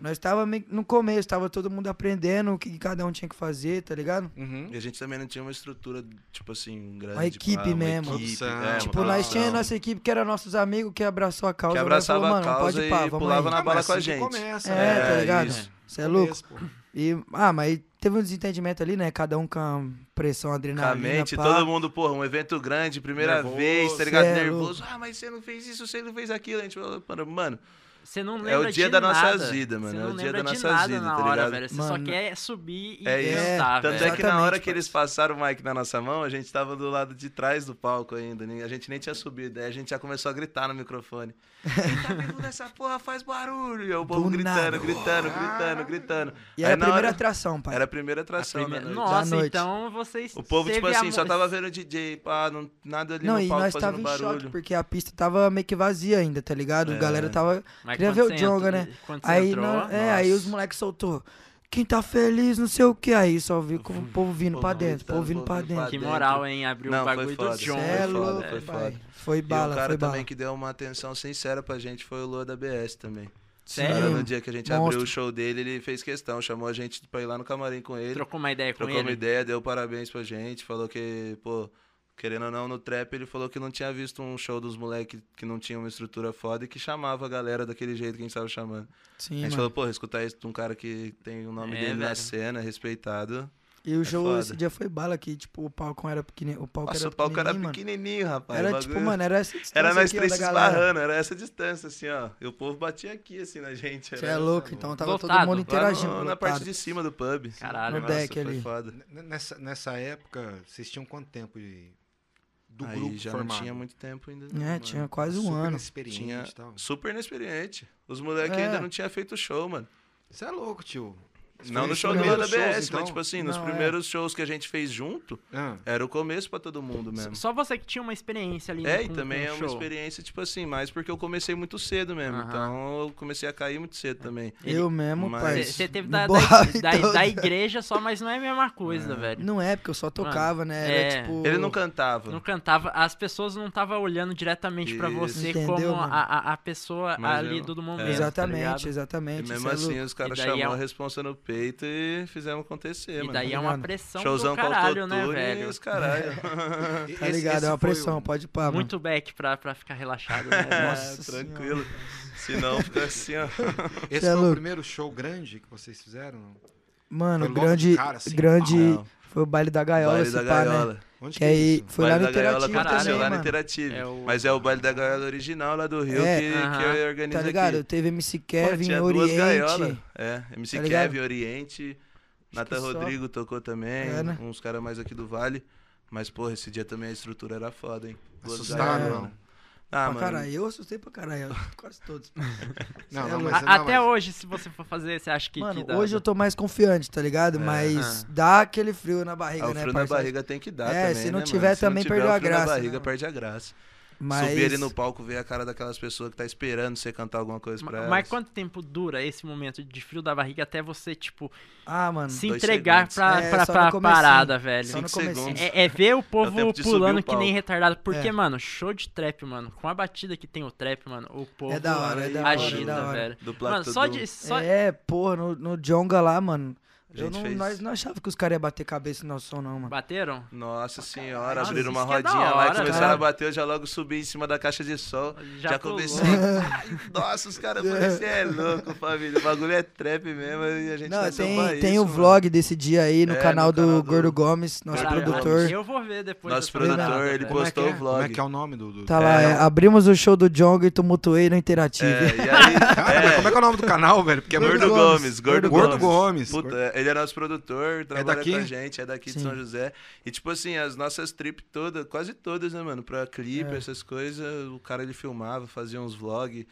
S4: nós tava meio que no começo, tava todo mundo aprendendo o que cada um tinha que fazer, tá ligado?
S1: Uhum.
S3: E a gente também não tinha uma estrutura, tipo assim, grande.
S4: Uma equipe
S3: pá, uma
S4: mesmo.
S3: equipe,
S1: Produção.
S3: é, uma
S1: Tipo,
S4: Pô, nós
S3: produção.
S4: tinha nossa equipe que era nossos amigos que abraçou a causa.
S3: Que
S4: nós
S3: abraçava
S4: falou,
S3: a
S4: mano,
S3: causa
S4: pode
S3: e
S4: pá, vamos
S3: pulava
S4: aí.
S3: na
S1: Ah,
S3: bala
S1: mas
S3: com a
S1: assim que
S3: gente.
S1: Começa,
S4: É,
S1: né?
S4: tá ligado?
S3: isso.
S4: Você é louco?
S1: Começo, pô.
S4: E, ah, mas teve um desentendimento ali, né? Cada um com a pressão, adrenalina.
S3: Mente,
S4: pá.
S3: todo mundo, porra, um evento grande, primeira
S1: Nervoso.
S3: vez, tá ligado?
S4: Cê é
S3: Nervoso. Ah, mas você não fez isso, você não fez aquilo. A gente falou, mano, mano,
S2: Você não lembra
S3: É o dia
S2: de
S3: da
S2: nada.
S3: nossas vidas, mano,
S2: Você
S3: é
S2: não
S3: o dia
S2: lembra
S3: da
S2: de
S3: nossas
S2: nada
S3: vidas,
S2: na
S3: tá
S2: hora,
S3: ligado?
S2: velho. Você só
S4: Mano,
S2: quer subir e
S3: é isso.
S2: cantar,
S3: Tanto
S2: velho.
S3: é que na
S4: Exatamente,
S3: hora que
S4: parça.
S3: eles passaram o mic na nossa mão, a gente tava do lado de trás do palco ainda, nem- a gente nem tinha subido, aí a gente já começou a gritar no
S4: [LAUGHS]
S3: microfone. Quem tá vivo dessa porra faz barulho! E o povo
S4: Do
S3: gritando,
S4: nada.
S3: gritando, gritando, gritando.
S4: E era
S3: Aí
S4: a
S3: na hora-
S4: primeira atração, pai.
S3: Era é a primeira atração
S2: A primeira-
S3: da noite.
S4: Da
S2: Nossa,
S4: noite.
S2: então vocês.
S3: O povo, tipo
S2: teve a
S3: assim, só
S2: mo-
S3: tava vendo o DJ, pá, não- nada ali
S4: Não,
S3: no
S4: e
S3: palco
S4: nós
S3: fazendo
S4: tava em
S3: barulho.
S4: choque, porque a pista tava meio que vazia ainda, tá ligado?
S3: É.
S4: A galera tava...
S2: Mas
S4: Queria ver
S2: quando
S4: o
S2: você
S4: Jonga,
S2: entra-
S4: né?
S2: Quando você
S4: Aí,
S2: entrou,
S4: na- é, aí os moleques soltou. Quem tá feliz, não sei o que. Aí só viu como o povo vindo
S3: Povo
S4: pra dentro, o povo
S3: gritando,
S4: vindo pra
S3: povo vindo pra
S4: dentro.
S2: Que
S3: tá dentro.
S2: moral, hein? Abriu
S3: Não,
S2: o
S3: foi
S2: bagulho
S3: foda.
S2: do John. né?
S3: Jonga,
S4: Cê é
S3: foi foda,
S4: louco,
S3: foi
S4: pai.
S3: foda.
S4: Foi
S3: e
S4: bala,
S3: o cara
S4: foi bala.
S3: também que deu uma atenção sincera pra gente foi o Lua da BS também.
S4: Sério?
S3: Cara,
S2: Sério?
S3: no dia que a gente
S4: Monstro.
S3: abriu o show dele, ele fez questão, chamou a gente pra ir lá no camarim com ele,
S2: Trocou uma ideia com
S3: trocou
S1: né?
S3: uma
S2: ele?
S3: ideia, deu parabéns pra gente, falou que, pô, querendo ou não, no trap ele falou que não tinha visto um show dos moleques que não tinha uma estrutura foda e que chamava a galera daquele jeito que a gente tava chamando.
S4: Sim,
S3: a gente
S4: mano.
S3: falou, pô, escutar isso de um cara que tem o nome
S2: É,
S3: dele na
S2: velho.
S3: cena, respeitado.
S4: E o show
S3: foda.
S4: esse dia foi bala que, tipo, o palco era pequenininho. O palco
S3: Nossa,
S4: era
S3: o palco era
S4: pequenininho, mano.
S3: pequenininho, rapaz. o
S4: Era
S3: bagulho-
S4: tipo, mano, era essa distância
S3: Era nós
S4: aqui, ó,
S3: três
S4: da
S3: se
S4: galera.
S3: esbarrando, era essa distância, assim, ó. E o povo batia aqui, assim, na gente.
S4: Você
S3: era
S4: é louco,
S3: essa-
S4: então tava
S2: Lotado.
S4: todo mundo
S3: Lá no-
S4: interagindo.
S3: na
S4: lotado.
S3: parte de cima do pub.
S2: Caralho,
S4: No
S3: Nossa,
S4: deck
S3: foi
S4: ali.
S3: foda.
S1: Nessa, nessa época, vocês tinham quanto tempo de, do
S3: Aí
S1: grupo
S3: já
S1: formado?
S3: não tinha muito tempo ainda. não,
S4: É,
S3: mano.
S4: tinha quase um
S1: Super
S4: ano.
S1: inexperiente
S3: Tinha-
S1: e tal.
S3: Super inexperiente. Os moleques
S4: É.
S3: ainda não tinham feito show, mano.
S1: Você é louco, tio. Isso
S3: não
S1: foi
S3: no
S1: nos
S3: show do
S1: primeiros
S3: BS,
S1: shows, então?
S3: mas tipo assim, nos
S4: Não, é.
S3: primeiros shows que a gente fez junto,
S1: Ah,
S3: era o começo pra todo mundo mesmo.
S2: Só você que tinha uma experiência ali
S3: É,
S2: com-
S3: e
S2: com
S3: também
S2: o
S3: é uma
S2: show.
S3: experiência, tipo assim, mais porque eu comecei muito cedo mesmo.
S2: Aham.
S3: Então eu comecei a cair muito cedo também.
S4: Eu mesmo,
S3: Mas-
S4: pai.
S2: Você você teve
S4: me
S2: da, da-
S4: borrava
S2: [LAUGHS] da-
S4: em todas.
S2: da igreja só, mas não é a mesma coisa, velho.
S4: Não é, porque eu só tocava, né? Era
S2: é.
S4: tipo.
S3: Ele não cantava.
S2: Não cantava, as pessoas não estavam olhando diretamente pra
S3: Isso.
S2: você
S4: Entendeu,
S2: como
S4: mano?
S2: a, a, a pessoa
S3: Mas é um-
S2: ali
S3: eu-
S2: do do momento. tá
S4: Exatamente,
S2: ligado?
S3: E
S4: exatamente.
S3: mesmo
S4: isso é
S3: assim,
S4: louco.
S3: os caras
S2: E daí é
S3: chamaram
S2: um-
S3: a responsa no peito e fizemos
S2: e
S3: acontecer, mano.
S2: daí é uma
S4: ligado?
S2: pressão
S3: Showzão
S2: do
S3: com
S2: caralho, né,
S3: autotune e
S2: velho?
S3: os caralho.
S1: e-
S4: Tá
S1: esse-
S4: ligado?
S1: esse
S4: É uma
S1: foi o-
S4: pressão, pode ir pá, mano.
S2: Muito back pra, pra ficar relaxado,
S4: [LAUGHS]
S2: né? velho?
S4: Nossa.
S3: É, tranquilo. Se não, fica assim, ó.
S1: Esse
S4: Cê é
S1: foi o
S4: louco.
S1: primeiro show grande que vocês fizeram?
S4: Mano,
S1: Foi logo
S4: grande.
S1: de cara, assim,
S4: grande.
S3: pau.
S4: Foi o baile da gaiola,
S3: Ah, é. baile
S4: esse
S3: da
S4: pá,
S3: gaiola.
S4: né?
S1: Onde que,
S4: Que
S1: é
S4: aí
S1: isso?
S4: foi lá
S3: baile
S4: no
S3: da gaiola
S4: Interativo
S2: Caralho,
S3: aconteceu
S4: também,
S3: lá no
S4: mano.
S3: Interativo.
S2: É o-
S3: Mas é o baile da gaiola original lá do Rio
S4: É,
S3: que,
S2: aham.
S3: que organiza
S4: Tá ligado?
S3: aqui.
S4: Teve MC
S3: Pô,
S4: Kevin,
S3: tinha duas gaiolas.
S4: Oriente.
S3: É, MC
S4: Tá ligado?
S3: Kevin, Oriente. Natan
S4: que só.
S3: Rodrigo tocou também.
S4: É, né?
S3: Uns caras mais aqui do Vale. Mas, porra, esse dia também a estrutura era foda, hein? Duas
S1: Assustaram,
S4: É.
S3: gaiolas.
S1: não?
S3: Ah,
S4: Pra
S3: mano.
S4: caralho, eu assustei pra caralho. Quase todos.
S1: Não,
S4: é
S1: não,
S4: louco.
S1: mas,
S2: A-
S1: não,
S2: até
S1: mas-
S2: hoje, se você for fazer, você acha [LAUGHS] que.
S4: Mano,
S2: que dá- Ah.
S4: hoje eu tô mais confiante, tá ligado? Mas dá aquele frio na barriga,
S3: Ah, É. o
S4: né,
S3: frio na
S4: parceiro?
S3: barriga tem que dar
S4: É,
S3: também,
S4: se não
S3: né,
S4: tiver,
S3: mano? Se não
S4: também
S3: tiver,
S4: perdeu
S3: o
S4: a
S3: frio
S4: graça,
S3: Na barriga
S4: né?
S3: perde a graça.
S4: Mas...
S3: Subir ali no palco, ver a cara daquelas pessoas que tá esperando você cantar alguma coisa pra
S2: Ma-
S3: elas.
S2: Mas quanto tempo dura esse momento de frio da barriga até você, tipo,
S4: Ah, mano.
S2: se
S3: dois
S2: entregar
S3: segundos.
S2: pra,
S4: É,
S2: pra,
S4: só
S2: pra
S4: no comecinho.
S2: parada, velho?
S4: Só no
S3: Cinco
S4: começo.
S3: segundos.
S2: É, é ver o povo
S3: tempo de subir
S2: pulando
S3: o
S2: que nem
S3: palco.
S2: retardado. Porque,
S4: É.
S2: mano, show de trap, mano. Com a batida que tem o trap, mano, o povo
S4: É da hora, é da hora,
S2: agita,
S4: é da hora.
S2: velho.
S3: Do plato
S2: Mano, só de. Só...
S4: É, porra, no, no Jonga lá, mano.
S3: A gente
S4: Eu não,
S3: fez-
S4: Nós não achava que os caras iam bater cabeça no nosso som, não, mano.
S2: Bateram?
S3: Nossa senhora,
S2: caralho.
S3: abriram
S2: Nossa,
S3: uma
S2: isso que é da
S3: rodinha lá e
S2: hora,
S3: começaram
S4: cara.
S3: a bater, eu já logo subi em cima da caixa de sol.
S2: Já
S3: Já,
S2: pulou. [LAUGHS]
S3: comecei. Ai, Nossa, os caras parecem é louco, família. O bagulho é trap mesmo e a gente
S4: Não,
S3: vai sambar
S4: tem,
S3: isso,
S4: tem o
S3: mano.
S4: vlog desse dia aí no
S3: É, no
S4: canal do
S3: canal do-
S4: Gordo Gomes, [LAUGHS] nosso
S2: Caralho,
S4: produtor.
S2: Eu vou ver depois.
S3: Nosso
S2: dessa parada,
S3: produtor, ele
S2: velho.
S1: Como é que
S3: postou
S1: é?
S3: o vlog.
S1: Como é que é o nome do... do-
S4: Tá lá,
S3: É,
S4: é, abrimos o show do Jonga e tumultuei no Interativo.
S3: É, e aí,
S1: Cara,
S3: é,
S1: como é que é o nome do canal, velho? Porque é
S4: Gordo
S1: muito...
S3: Gordo Gomes, Gordo
S1: Gordo Gomes.
S3: Gomes. Puta, é, ele é nosso produtor, trabalha
S1: daqui?
S3: com a gente, é daqui de
S4: Sim.
S3: São José. E tipo assim, as nossas trips todas, quase todas, né, mano? Pra clipe,
S4: É.
S3: essas coisas, o cara ele filmava, fazia uns vlogs.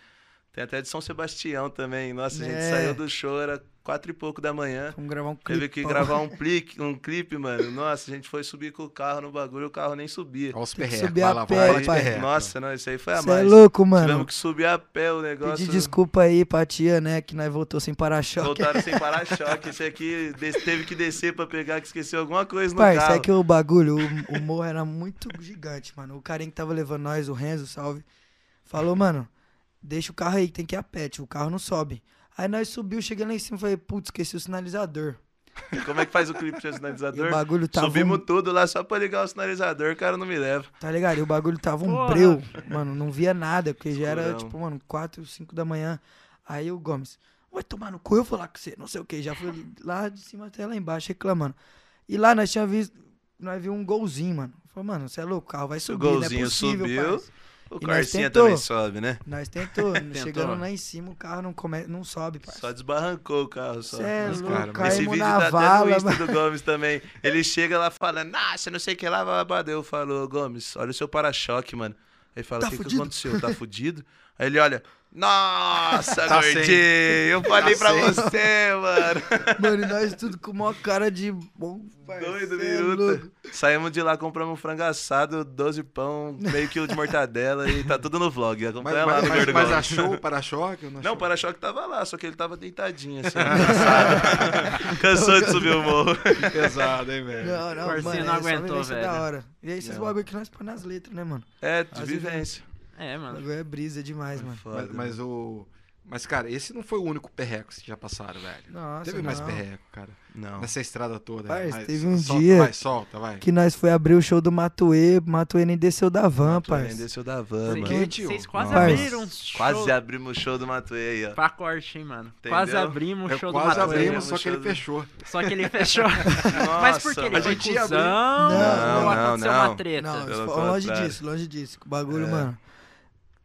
S3: Tem até de São Sebastião também. Nossa, a gente
S4: É.
S3: saiu do show, era quatro e pouco da manhã.
S4: [LAUGHS] Vamos gravar um clipe.
S3: Teve que
S4: pô.
S3: gravar um, plique, um clipe, mano. Nossa, a gente foi subir com o carro no bagulho, o carro nem subia.
S1: Olha os
S4: Tem que
S1: perrecos,
S4: subir
S1: vai
S4: a
S1: lá,
S4: pé,
S1: vai lá, os
S4: pai.
S1: perrecos.
S3: Nossa, não, isso aí foi a
S4: [LAUGHS] Cê é
S3: mais.
S4: louco, mano.
S3: Tivemos que subir a pé o negócio.
S4: Pedir desculpa aí pra tia, né, que é. nós voltou sem para-choque.
S3: Voltaram sem para-choque. Esse aqui des- teve que descer pra pegar, que esqueceu alguma coisa no
S4: Parça,
S3: carro.
S4: é que o bagulho, o, o morro era muito gigante, mano. O carinha que tava levando nós, o Renzo, salve, falou, mano, deixa o carro aí que tem que ir a pé, tio, o carro não sobe. Aí nós subiu, cheguei lá em cima e falei, putz, esqueci o sinalizador.
S3: Como é que faz o clipe sem
S4: E o
S3: sinalizador?
S4: bagulho tava,
S3: Subimos
S4: um,
S3: tudo lá só pra ligar o sinalizador, o cara não me leva.
S4: tá ligado? E o bagulho tava um
S2: Porra.
S4: breu, mano, não via nada, porque já era,
S3: Escurão.
S4: tipo, mano, 4, 5 da manhã. Aí o Gomes, vai tomar no cu, eu vou lá com você, não sei o que, já fui lá de cima até lá embaixo reclamando. E lá nós tínhamos visto, nós vimos um golzinho, mano. Falei, mano, você é louco, o carro vai
S3: Se o
S4: subir, não é
S3: golzinho
S4: possível,
S3: subiu,
S4: parça."
S3: O
S4: E nós
S3: Corsinha
S4: tentou.
S3: também sobe, né?
S4: Nós
S3: [LAUGHS]
S4: tentou,
S2: Tentou.
S4: chegando lá em cima, o carro não, come... não sobe,
S3: Só
S4: parceiro.
S3: desbarrancou o carro só.
S4: Você é
S1: Mas,
S4: louco,
S1: cara, mas-
S3: Esse
S4: caímos
S3: vídeo
S4: na
S3: tá até no
S4: [LAUGHS] vala,
S3: Insta
S4: mano.
S3: do Gomes também. Ele chega lá falando, ah, você não sei o que lá, babadeu. Falou, Gomes, olha o seu para-choque, mano. Aí fala,
S4: Tá
S3: o que, que
S4: fudido?"
S3: aconteceu? Tá fudido? Aí ele olha, nossa,
S1: Tá sem.
S3: gordinho, eu falei
S4: Tá
S3: pra
S1: sem.
S3: você, mano.
S4: Mano, e nós tudo com maior cara de bom, parceiro.
S3: Doido,
S4: é louco.
S3: minuto. Saímos de lá, compramos um frango assado, 12 pão, meio quilo de mortadela e tá tudo no vlog.
S1: Mas,
S3: Acompanha lá
S1: mas,
S3: no
S1: mas,
S3: Gordo
S1: mas
S3: Gomes.
S1: achou o para-choque?
S3: Não, o
S1: achou?
S3: para-choque tava lá, só que ele tava deitadinho, assim, cansado. Cansou de subir o morro.
S1: Que pesado, hein,
S4: [LAUGHS]
S1: velho?
S4: Não, não,
S2: Parceiro,
S4: mano,
S2: não
S4: é só
S2: aguentou,
S4: vivência da
S2: velho.
S4: hora. E aí esses
S3: Não.
S4: bagulho que nós põe nas letras, né, mano?
S3: É, de
S4: Às vezes-
S3: vivência.
S2: É, mano.
S4: Bagulho é brisa demais, mano.
S1: Mas,
S3: Foda.
S1: mas o. Mas, cara, esse não foi o único perreco que já passaram, velho.
S4: Nossa,
S1: Teve mais
S4: não.
S1: perreco, cara.
S3: Não.
S1: Nessa estrada toda.
S4: Rapaz,
S1: Vai,
S4: teve um
S1: solta,
S4: dia
S1: Vai, solta, vai.
S4: Que nós foi abrir o show do Matuê, Matuê nem desceu da van,
S3: Matuê,
S4: parceiro.
S3: Desceu da van,
S1: Por
S3: mano.
S1: quê?
S2: Vocês-
S1: tio?
S2: Vocês quase
S4: Nossa.
S2: abriram um
S3: Quase
S2: show
S3: abrimos o show do Matuê aí, ó.
S2: pra corte, hein, mano.
S3: Entendeu?
S2: Quase abrimos um
S1: Eu
S2: show do
S1: quase
S2: Matheus.
S3: Matuê.
S1: abrimos, só que ele
S3: Puxando.
S1: fechou.
S2: Só que ele fechou.
S4: [LAUGHS]
S3: Nossa,
S2: Mas por que ele
S1: a
S2: foi
S1: gente ia
S2: cuzão?
S1: abrir.
S4: Não,
S2: ou
S3: não,
S2: aconteceu
S3: não.
S2: uma treta?
S4: Não, isso
S3: Pelo
S4: foi- longe
S3: contrário.
S4: disso, longe disso. que O bagulho,
S3: É.
S4: mano.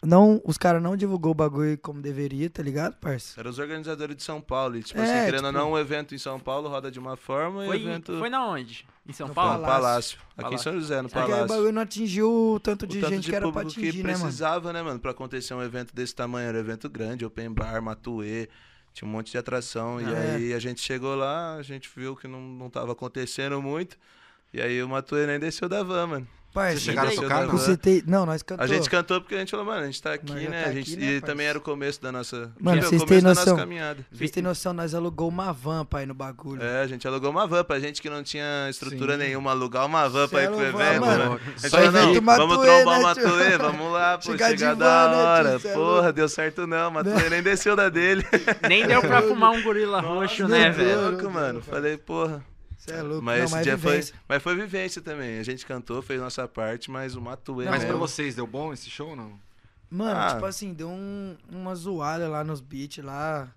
S4: Não, os caras não divulgou o bagulho como deveria, tá ligado, parceiro?
S3: Eram os organizadores de São Paulo. E, tipo
S4: É,
S3: assim, querendo ou
S4: tipo-
S3: não, um evento em São Paulo roda de uma forma
S2: Foi,
S3: e o evento.
S2: foi na onde? Em São
S4: No
S3: no
S2: Paulo?
S3: Palácio. Aqui em
S2: Palácio.
S3: São José, no
S4: Porque aí o
S3: Palácio.
S4: bagulho não atingiu o tanto
S3: O
S4: de
S3: tanto
S4: gente que era pra
S3: público
S4: atingir,
S3: que
S4: né, mano?
S3: precisava, né, mano? Pra acontecer um evento desse tamanho. Era um evento grande, open bar, matuê. Tinha um monte de atração. E
S4: É.
S3: aí a gente chegou lá, a gente viu que não, não tava acontecendo muito. E aí o Matuê nem desceu da van, mano.
S4: Parceiro,
S1: Vocês chegaram a
S3: Desceu
S1: tocar,
S3: da
S1: não?
S3: van.
S4: você tem- Não, nós
S3: A
S4: cantamos.
S3: gente cantou porque a gente falou, mano, a gente tá aqui,
S4: Mas já
S3: né?
S4: tá
S3: a gente,
S4: aqui, né,
S3: e
S4: parça?
S3: também era o começo da nossa.
S4: Mano,
S3: era o
S4: vocês
S3: começo
S4: têm
S3: da nossa
S4: noção?
S3: caminhada.
S4: Vocês têm noção, nós alugou uma van, pai, no bagulho.
S3: É, a gente alugou uma van pra gente que não tinha estrutura
S1: Sim.
S3: nenhuma, alugar uma van pra ir pro
S4: Alugou a
S1: É,
S3: evento, né?
S4: van.
S3: mano. A gente
S4: Só
S3: falou,
S4: evento
S3: não, vamos
S4: Matuê,
S3: trombar o
S4: né, tio?
S3: Matuê, vamos
S4: [LAUGHS]
S3: lá, pô,
S4: Chegar
S3: chegar,
S4: de
S3: da
S4: van, né,
S3: hora.
S4: tio? Cê é Né?
S3: Porra, deu certo não, Matuê nem desceu da dele. é
S2: Nem deu
S4: [LAUGHS]
S2: pra fumar um gorila roxo,
S3: [LAUGHS]
S2: né,
S4: Deus.
S2: velho?
S3: Louco, mano, falei, porra.
S4: Você é louco,
S3: Mas
S4: não,
S3: esse
S4: mas
S3: dia
S4: vivência.
S3: foi, mas foi vivência também. A gente cantou, fez nossa parte, mas o Matuê
S4: Não,
S1: Mas pra
S3: mesmo.
S1: vocês, deu bom esse show ou não?
S4: Mano,
S3: Ah.
S4: tipo assim, deu um- uma zoada lá nos beats lá.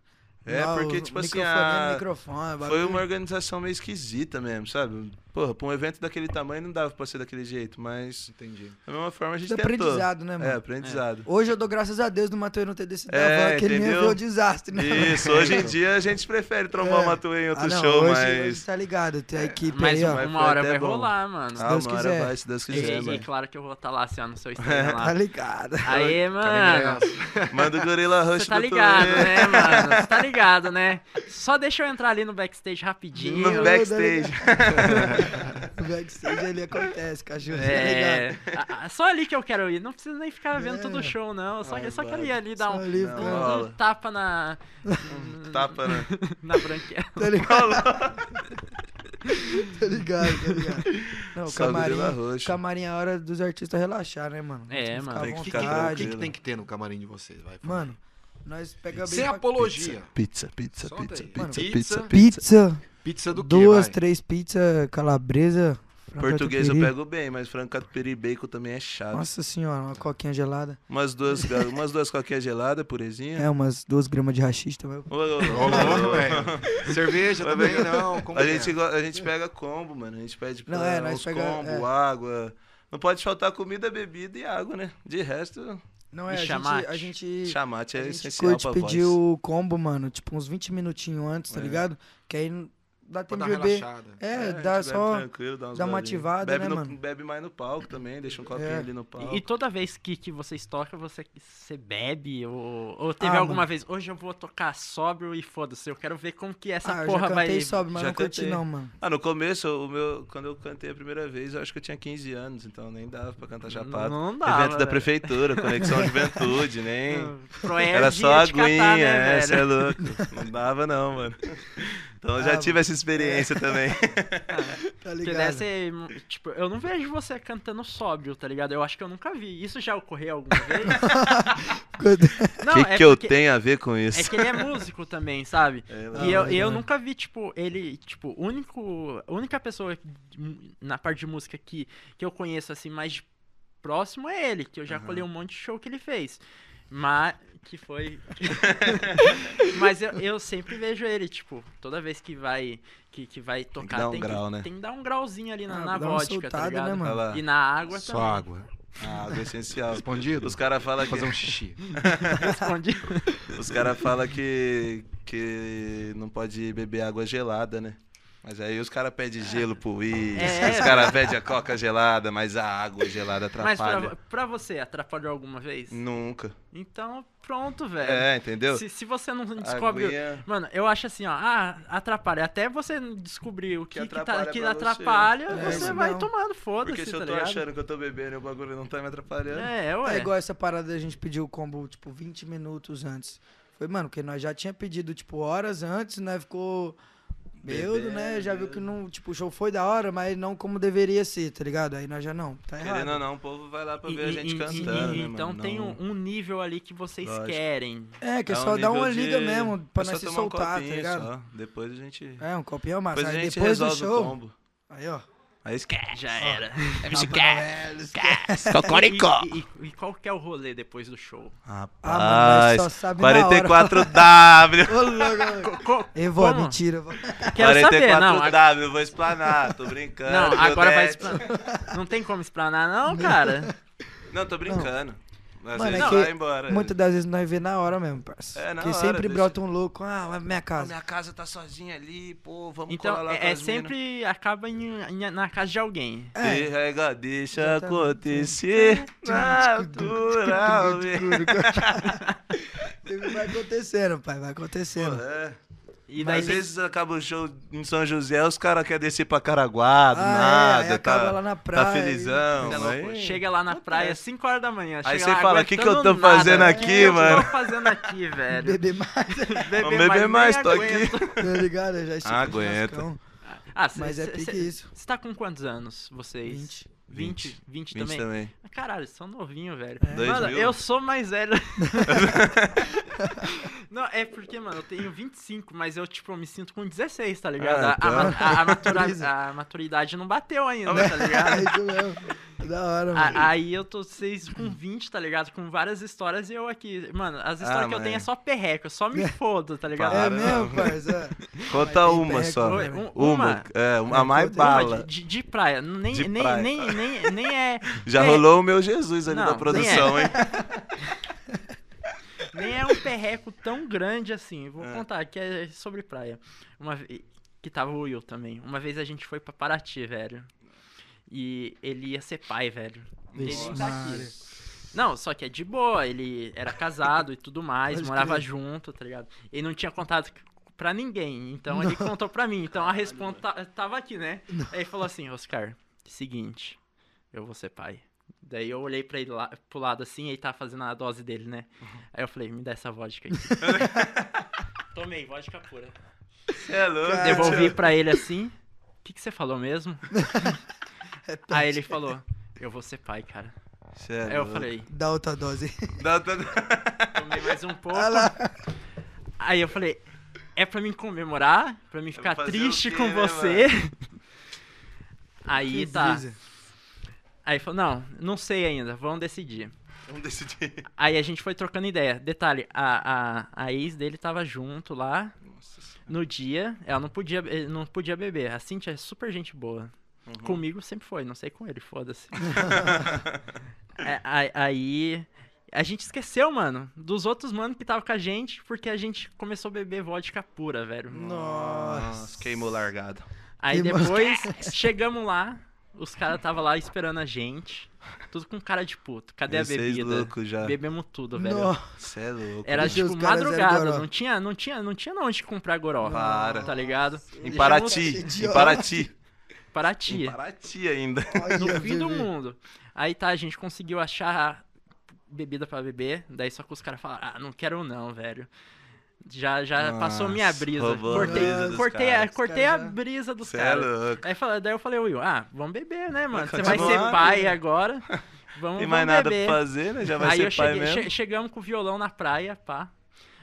S3: É,
S4: Lá,
S3: porque,
S4: o
S3: tipo assim,
S4: microfone,
S3: a-
S4: microfone,
S3: Foi
S4: bagulho.
S3: uma organização meio esquisita mesmo, sabe? Porra, pra um evento daquele tamanho não dava pra ser daquele jeito, mas
S1: Entendi.
S3: da mesma forma a gente
S4: Isso é
S3: tentou.
S4: aprendizado, né, mano?
S3: É, aprendizado.
S4: Hoje eu dou graças a Deus do Matheus não ter decidido
S3: É,
S4: é, que ele nem
S3: entendeu?
S4: viu o desastre, né?
S3: Isso, hoje em dia a gente prefere trombar
S4: É.
S3: o Matuê em outro
S4: Ah, não,
S3: show,
S4: hoje,
S3: mas. É,
S4: hoje tá ligado, tem a equipe
S2: Mas
S4: aí, ó.
S3: vai-
S2: uma
S3: foi
S2: hora
S3: até
S2: vai
S3: bom.
S2: rolar, mano.
S4: Ah, Deus
S3: uma
S4: quiser.
S3: hora vai, se Deus
S2: E-
S3: quiser,
S2: e,
S3: mano.
S2: claro que eu vou estar lá, assim, ó,
S3: [LAUGHS]
S2: no seu Instagram
S4: Tá
S2: lá.
S4: ligado.
S2: Aê,
S3: tá
S2: mano.
S3: Manda o gorila roxo
S2: Você tá
S3: do
S2: ligado,
S3: Toledo.
S2: né, mano? Você tá ligado, né? Só deixa eu entrar ali no backstage rapidinho.
S3: No
S2: Tá
S3: backstage.
S4: O backstage ali acontece, cachorro. tá
S2: É,
S3: Tá
S2: a- a- só ali que eu quero ir. Não precisa nem ficar vendo
S4: É.
S2: todo o show, não. Eu Só,
S3: Ai,
S2: eu só
S3: mano.
S2: queria ali dar
S4: Só
S2: um,
S4: ali,
S2: um-
S4: não,
S2: um
S3: rola.
S2: tapa na.
S3: Tapa, né?
S2: na [LAUGHS] branquela.
S4: Tá ligado? [LAUGHS] tá ligado, tá ligado. Não, o
S3: Só
S4: camarim,
S3: gorila roxo.
S4: camarim é a hora dos artistas relaxar, né, mano?
S2: É,
S4: Tem que
S2: mano.
S4: ficar à
S3: Tem
S1: O
S3: que
S1: que,
S3: ficar
S4: vontade.
S1: que- o que que tem que ter no camarim de vocês? Vai, fala.
S4: Mano, nós pegamos
S3: é
S1: Sem apologia.
S3: Pizza, pizza,
S1: Solta aí.
S3: pizza,
S1: Mano,
S3: pizza,
S1: pizza,
S3: pizza, pizza.
S4: Pizza,
S1: Pizza do
S4: duas,
S1: quê?
S4: três pizzas, calabresa. frango
S3: Português eu
S4: catupiry.
S3: pego bem, mas frango catupiry e bacon também é chato.
S4: Nossa senhora, uma coquinha gelada.
S3: Umas duas, ga- umas duas coquinhas geladas, purezinha.
S4: É, umas duas gramas de rachis também.
S3: Ô, ô, ô,
S1: vai?
S3: ô,
S1: Ô, louco,
S3: ô.
S1: velho. Cerveja
S3: Vai
S1: também
S3: pegar.
S1: não. como
S3: A
S1: que é?
S3: gente, go- a gente pega combo, mano. A gente pede pra
S4: Não, é, nós
S3: uns
S4: pega-
S3: combo,
S4: é.
S3: água. Não pode faltar comida, bebida e água, né? De resto,
S4: Não
S2: E
S4: é, a gente,
S2: chamate.
S4: a gente,
S3: chamate
S4: a
S3: é
S4: gente
S3: essencial
S4: curte
S3: pra
S4: pedir
S3: voz.
S4: o combo, mano, tipo uns 20 minutinhos antes, tá
S3: É.
S4: ligado? Que aí não- dá
S1: Pra
S4: tempo
S1: dar
S4: de
S1: uma
S4: beber.
S1: relaxada.
S4: É,
S3: a gente
S4: dá
S3: bebe
S4: só...
S3: tranquilo, dá, uns
S4: dá uma
S3: golinhos.
S4: ativada,
S3: bebe
S4: né,
S3: no-
S4: mano?
S3: Bebe mais no palco também, deixa um copinho
S4: É.
S3: ali no palco.
S2: E, e toda vez que, que vocês tocam, você, você bebe? Ou, ou teve
S4: Ah,
S2: alguma
S4: mano.
S2: vez? Hoje eu vou tocar sóbrio e foda-se. Eu quero ver como que essa
S4: ah, eu
S2: porra
S4: já
S2: vai.
S4: cantei sobe, mas
S3: já
S4: não curti
S3: cantei.
S4: não, mano.
S3: Ah, no começo, o meu, quando eu cantei a primeira vez, eu acho que eu tinha 15 anos, então nem dava pra cantar chapado.
S2: Não, não dava,
S3: tá
S2: né?
S3: Evento da
S2: velho.
S3: prefeitura, Conexão Juventude, nem...
S2: Proerd
S3: Era só
S2: ia É te catar,
S3: aguinha,
S2: né,
S3: é,
S2: velho?
S3: cê é louco. Não dava não, mano. Então eu já
S4: Ah,
S3: tive essa experiência
S4: [LAUGHS]
S3: também.
S4: Tá
S2: Porque
S4: ligado?
S2: dessa, é, tipo, eu não vejo você cantando sóbrio, tá ligado? Eu acho que eu nunca vi. Isso já ocorreu alguma
S3: [LAUGHS]
S2: vez?
S3: O
S2: Não,
S3: que,
S2: é
S3: que eu
S2: porque-
S3: tenho a ver com
S2: É
S3: isso?
S2: que ele é músico também, sabe?
S3: É,
S2: e eu,
S4: Ah,
S2: eu
S4: legal.
S2: nunca vi, tipo, ele, tipo, o único, a única pessoa que- na parte de música que, que eu conheço, assim, mais de próximo é ele, que eu já
S3: Aham.
S2: colhei um monte de show que ele fez. Mas, que
S3: [LAUGHS]
S2: foi... Mas eu, eu sempre vejo ele, tipo, toda vez que vai, que, que vai tocar,
S3: dar um grau, né?
S2: tem que dar um grauzinho ali na,
S4: Ah,
S2: na
S4: dá uma
S2: vodka, tá
S4: soltada,
S2: ligado?
S4: né, mano?
S3: Olha lá.
S2: E na água
S1: Só
S2: também.
S1: água.
S3: Ah, água é essencial.
S1: Respondido?
S3: Os caras falam que...
S1: Fazer um xixi.
S3: [LAUGHS]
S2: Respondi.
S3: Os caras falam que, que não pode beber água gelada, né? Mas aí os caras pedem gelo pro uísque,
S2: É.
S3: os caras pedem a coca gelada, mas a água gelada
S2: Mas
S3: atrapalha.
S2: pra, pra você, atrapalhou alguma vez?
S3: Nunca.
S2: Então, pronto, velho.
S3: É, entendeu?
S2: Se, se você não descobre.
S3: Aguinha-
S2: Mano, eu acho assim, ó. Ah, atrapalha. Até você descobrir o que, que, tá,
S3: atrapalha
S2: que
S3: pra você.
S2: atrapalha,
S4: É,
S2: você
S4: isso
S2: vai
S4: não.
S2: tomando, foda-se,
S3: Porque se
S2: tá
S3: eu tô
S2: ligado?
S3: achando que eu tô bebendo e o bagulho não tá me atrapalhando.
S2: É, ué.
S4: É igual essa parada da gente pedir o combo, tipo, 20 minutos antes. Foi, mano, porque nós já tinha pedido, tipo, horas antes, né? Ficou beudo, né? Já viu que não, tipo, o show foi da hora, mas não como deveria ser, tá ligado? Aí nós já não, tá errado.
S3: Querendo ou não, o povo vai lá pra
S2: E-
S3: ver a
S2: e-
S3: gente
S2: e-
S3: cantando.
S2: e-
S3: né,
S2: então
S3: mano?
S2: tem
S3: Não-
S2: um, um nível ali que vocês
S3: Lógico.
S2: querem.
S4: É, que é
S3: é um
S4: só dar
S3: nível
S4: uma
S3: de-
S4: liga mesmo
S3: é
S4: pra
S3: só
S4: nós se
S3: tomar um
S4: soltar, tá
S3: copinho
S4: ligado?
S3: só. Depois a gente.
S4: É, um copinho massa.
S3: Depois a
S4: aí
S3: gente
S4: depois do
S3: resolve o
S4: show.
S3: combo.
S4: Aí, ó.
S3: Aí esquece.
S2: Já
S3: [LAUGHS]
S2: era.
S3: É
S5: Cocoricó.
S2: E, e- e qual que é o rolê depois do show?
S4: Ah, mano, mas só sabe na hora.
S3: 44W.
S4: Ô, louco,
S2: Co- co-
S4: Eu vou,
S2: como?
S4: mentira. vó.
S2: Quero saber, não. a-
S3: 44W, vou explanar, tô brincando.
S2: Não,
S3: viu,
S2: agora vai
S3: Dete?
S2: explanar. Não tem como explanar, não, cara.
S3: Não, tô brincando. Às
S4: Mano,
S3: vezes
S4: é
S3: vai
S4: que
S3: embora.
S4: Muitas das vezes nós vê na hora mesmo, parceiro.
S3: É, na
S4: Porque
S3: hora,
S4: sempre
S3: deixa-
S4: brota um louco, ah, vai pra minha
S3: Ah,
S4: casa.
S3: Minha casa tá sozinha ali, pô, vamos colar
S2: Então,
S3: lá com
S2: é, é
S3: as mina.
S2: sempre acaba em- em- na casa de alguém.
S4: É.
S3: Derrega, deixa
S4: Exatamente.
S3: acontecer Ah, naturalmente.
S4: Vai acontecendo, pai, vai acontecendo.
S3: É.
S2: E daí
S3: Mas às
S2: tem-
S3: vezes acaba o show em São José, os caras querem descer pra Caraguá, do
S4: Ah, é,
S3: nada,
S4: aí acaba
S3: tá,
S4: lá
S3: tá
S4: na praia,
S3: felizão.
S2: Você é
S3: aí-
S2: louco, Chega lá na praia, 5 horas da manhã.
S3: Aí
S2: chega
S3: você
S2: lá
S3: fala, "Que que eu tô
S2: aguentando nada,
S3: fazendo
S2: né? Que
S3: aqui,
S2: que Eu
S3: mano?"
S2: tô fazendo
S3: [LAUGHS]
S2: aqui, velho.
S4: Beber mais,
S2: Beber
S3: Vamos beber mais,
S2: nem
S3: tô aqui.
S2: aguento.
S4: tá ligado? Eu já estica o
S3: Aguenta.
S4: churrascão. [LAUGHS]
S2: Ah, cê,
S4: Mas é
S2: cê-
S4: pique
S2: cê-
S4: isso.
S2: Você tá com quantos anos, vocês?
S4: 20.
S2: 20? 20,
S3: 20
S2: também? Ah,
S3: também.
S2: [LAUGHS] Caralho, são novinhos, velho.
S4: É.
S3: Dois
S2: Mano,
S3: mil?
S2: eu sou mais
S3: [LAUGHS]
S2: velho. Não, é porque, mano, eu tenho 25, mas eu, tipo, eu me sinto com 16, tá ligado?
S3: Ah,
S2: A- a,
S3: tá.
S2: ma- a- a
S4: [LAUGHS]
S2: matura- a maturidade não bateu ainda, tá
S4: É
S2: ligado?
S4: isso mesmo. Da hora, mano.
S2: A- aí eu tô vocês com 20, tá ligado? Com várias histórias e eu aqui. Mano, as histórias
S3: Ah,
S2: que eu
S3: mas-
S2: tenho é só perreco, eu só
S3: [LAUGHS]
S2: me fodo, tá ligado?
S4: É
S3: Para,
S4: mesmo,
S3: não.
S4: parça.
S3: Conta
S4: tem
S3: uma
S4: perreco,
S3: só.
S4: vai,
S2: vai. Uma?
S3: Uma, é, uma mais
S4: conta
S2: Uma
S3: bala.
S2: de, de praia. Nem,
S3: De
S2: nem,
S3: praia.
S2: nem, nem, nem é.
S3: [LAUGHS] Já
S2: é,
S3: rolou o meu Jesus ali
S2: Não,
S3: da
S2: nem é. [LAUGHS]
S3: produção, hein?
S2: Nem é um perreco tão grande assim. Vou
S3: É.
S2: contar, que é sobre praia. Uma ve- Que tava o Will também. Uma vez a gente foi pra Paraty, velho. E ele ia ser pai, velho. Ele
S4: Vixe,
S2: nem tá
S4: Maria.
S2: aqui. Não, só que é de boa. Ele era casado e tudo mais,
S4: Pode
S2: morava
S4: crer.
S2: junto, tá ligado? Ele não tinha contado c- pra ninguém. Então ele contou pra mim. Então a resposta ta- tava aqui, né? Aí ele falou assim: Oscar, seguinte, eu vou ser pai. Daí eu olhei pra ele lá, pro lado assim, ele tava fazendo a dose dele, né? Aí eu falei, me dá essa vodka aqui. Tomei, vodka pura.
S3: Cê É louco.
S4: Cara.
S2: Devolvi pra ele assim. O que, que você falou mesmo?
S4: É top.
S2: Aí ele falou, eu vou ser pai, cara.
S3: Cê é
S2: Aí eu
S3: louco.
S2: falei,
S4: Dá outra dose.
S3: Dá [LAUGHS] tanto-
S2: tomei mais um pouco.
S4: Olha lá.
S2: Aí eu falei, é pra mim comemorar, pra mim ficar
S3: fazer o
S2: triste
S3: quê,
S2: com
S3: né,
S2: você. [LAUGHS] Aí
S4: Que
S2: tá.
S4: brisa.
S2: Aí falou, não, não sei ainda, vamos decidir.
S3: Vamos decidir.
S2: Aí a gente foi trocando ideia. Detalhe, a, a, a ex dele tava junto lá
S3: Nossa senhora.
S2: no dia. Ela não podia, eh, não podia beber. A Cintia é super gente boa.
S3: Uhum.
S2: Comigo sempre foi, não sei com ele,
S3: [LAUGHS]
S2: foda-se. É, a- aí. A gente esqueceu, mano, dos outros mano que tava com a gente, porque a gente começou a beber vodka pura, velho.
S3: Hum.
S4: Nossa.
S3: Nossa, queimou largado.
S2: Aí
S4: Que
S2: depois
S4: [LAUGHS]
S2: chegamos lá, os caras tava lá esperando a gente. Tudo com cara de puto. Cadê a
S3: Vocês
S2: bebida?
S3: loucos já.
S2: Bebemos tudo, velho.
S4: Nossa.
S3: Cê é louco.
S2: Era
S4: Porque os
S2: tipo
S4: caras eram goró.
S2: madrugada, não tinha, não tinha, não tinha onde comprar goró.
S3: Para.
S2: Tá ligado?
S3: Em Paraty.
S4: Idiota.
S3: Em Paraty. Em
S2: Paraty.
S3: Paraty ainda.
S2: No
S4: Olha,
S2: fim do
S4: bebê.
S2: mundo. Aí tá, a gente conseguiu achar bebida pra beber, daí só que os caras falaram, ah, não quero não, velho. Já, já
S3: Nossa,
S2: Tá, passou minha brisa.
S3: roubou a
S2: Cortei,
S3: brisa dos
S2: cortei, a,
S3: caras.
S4: Os
S2: cortei a
S4: caras já-
S2: brisa dos
S3: Cê é
S2: caras.
S3: louco.
S2: Aí fala- daí eu falei, Will, ah, vamos beber, né, mano? Você vai
S3: continuar,
S2: ser
S3: né?
S2: pai agora. Vamos,
S3: Tem mais
S2: vamos
S3: nada
S2: beber.
S3: pra fazer, né? Já vai
S2: Aí eu
S3: ser pai
S2: cheguei,
S3: mesmo.
S2: che- chegamos com o violão na praia, pá.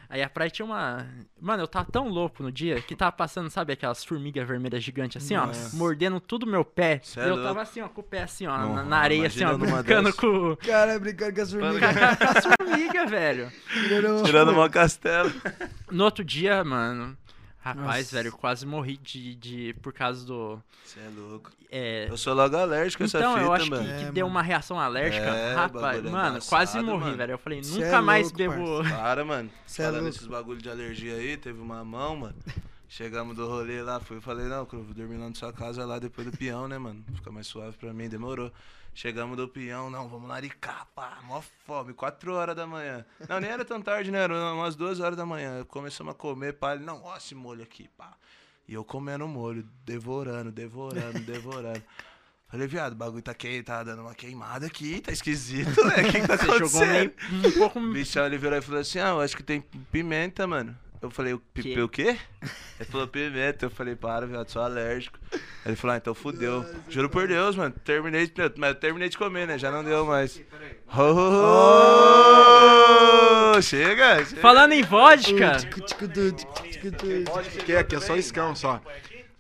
S2: Aí a praia tinha uma. Mano, eu tava tão louco no dia que tava passando, sabe, aquelas formigas vermelhas gigantes assim, ó,
S3: Nossa.
S2: mordendo tudo meu pé.
S3: Cê é
S2: eu
S3: louco.
S2: tava assim, ó, com o pé assim, ó, na-
S3: Nossa,
S2: na areia, assim, ó,
S3: imagina numa
S2: brincando
S3: dessa.
S2: com,
S4: Cara, é brincando com as formigas.
S2: com, a- com as formigas, velho.
S4: Tirando-
S3: Tirando
S2: [LAUGHS]
S3: o maior castelo.
S2: No outro dia, mano. Rapaz,
S4: Nossa.
S2: velho, eu quase morri de, de. por causa do.
S3: Você é louco.
S2: É,
S3: Eu sou logo alérgico a essa
S2: Então,
S3: fita,
S2: eu acho que,
S3: mano.
S2: que
S4: É,
S2: deu
S4: mano.
S2: uma reação alérgica.
S3: É, o
S2: Rapaz,
S3: bagulho é
S2: mano, quase
S3: embaçado,
S2: morri,
S3: mano.
S2: velho. Eu falei,
S4: Cê é
S2: nunca mais
S4: louco,
S2: bebo.
S3: Para, mano.
S4: Cê é
S3: Falando
S4: louco.
S3: esses bagulho de alergia aí, teve uma mão, mano. Chegamos do rolê lá, fui falei, não, eu vou dormir lá na sua casa lá depois do peão, né, mano? Fica mais suave pra mim, demorou. Chegamos do peão, não, vamos laricar, pá, mó fome, 4 horas da manhã. Não, nem era tão tarde, né? Era umas 2 horas da manhã. Começamos a comer, pá, ele, não, ó esse molho aqui, pá. E eu comendo molho,
S2: [LAUGHS]
S3: devorando, devorando, devorando. Falei, viado, o bagulho tá quente, tá dando uma queimada aqui, tá esquisito, né? O que, que tá
S2: Você
S3: acontecendo?
S2: jogou meio, um pouco
S3: O bichão ele virou e falou assim: Ah, eu acho que tem pimenta, mano. Eu falei, o
S2: Que?
S3: pipê o quê? Ele falou, pimenta. Eu falei, para, viado, sou alérgico. Ele falou, ah, então fudeu. Juro por Deus, mano. Terminei de, mas eu terminei de comer, né? Já não deu mais. Oh! Chega,
S2: [LAUGHS]
S3: chega.
S2: Falando em
S3: É,
S2: vodka,
S1: Que é, que é só escão, só.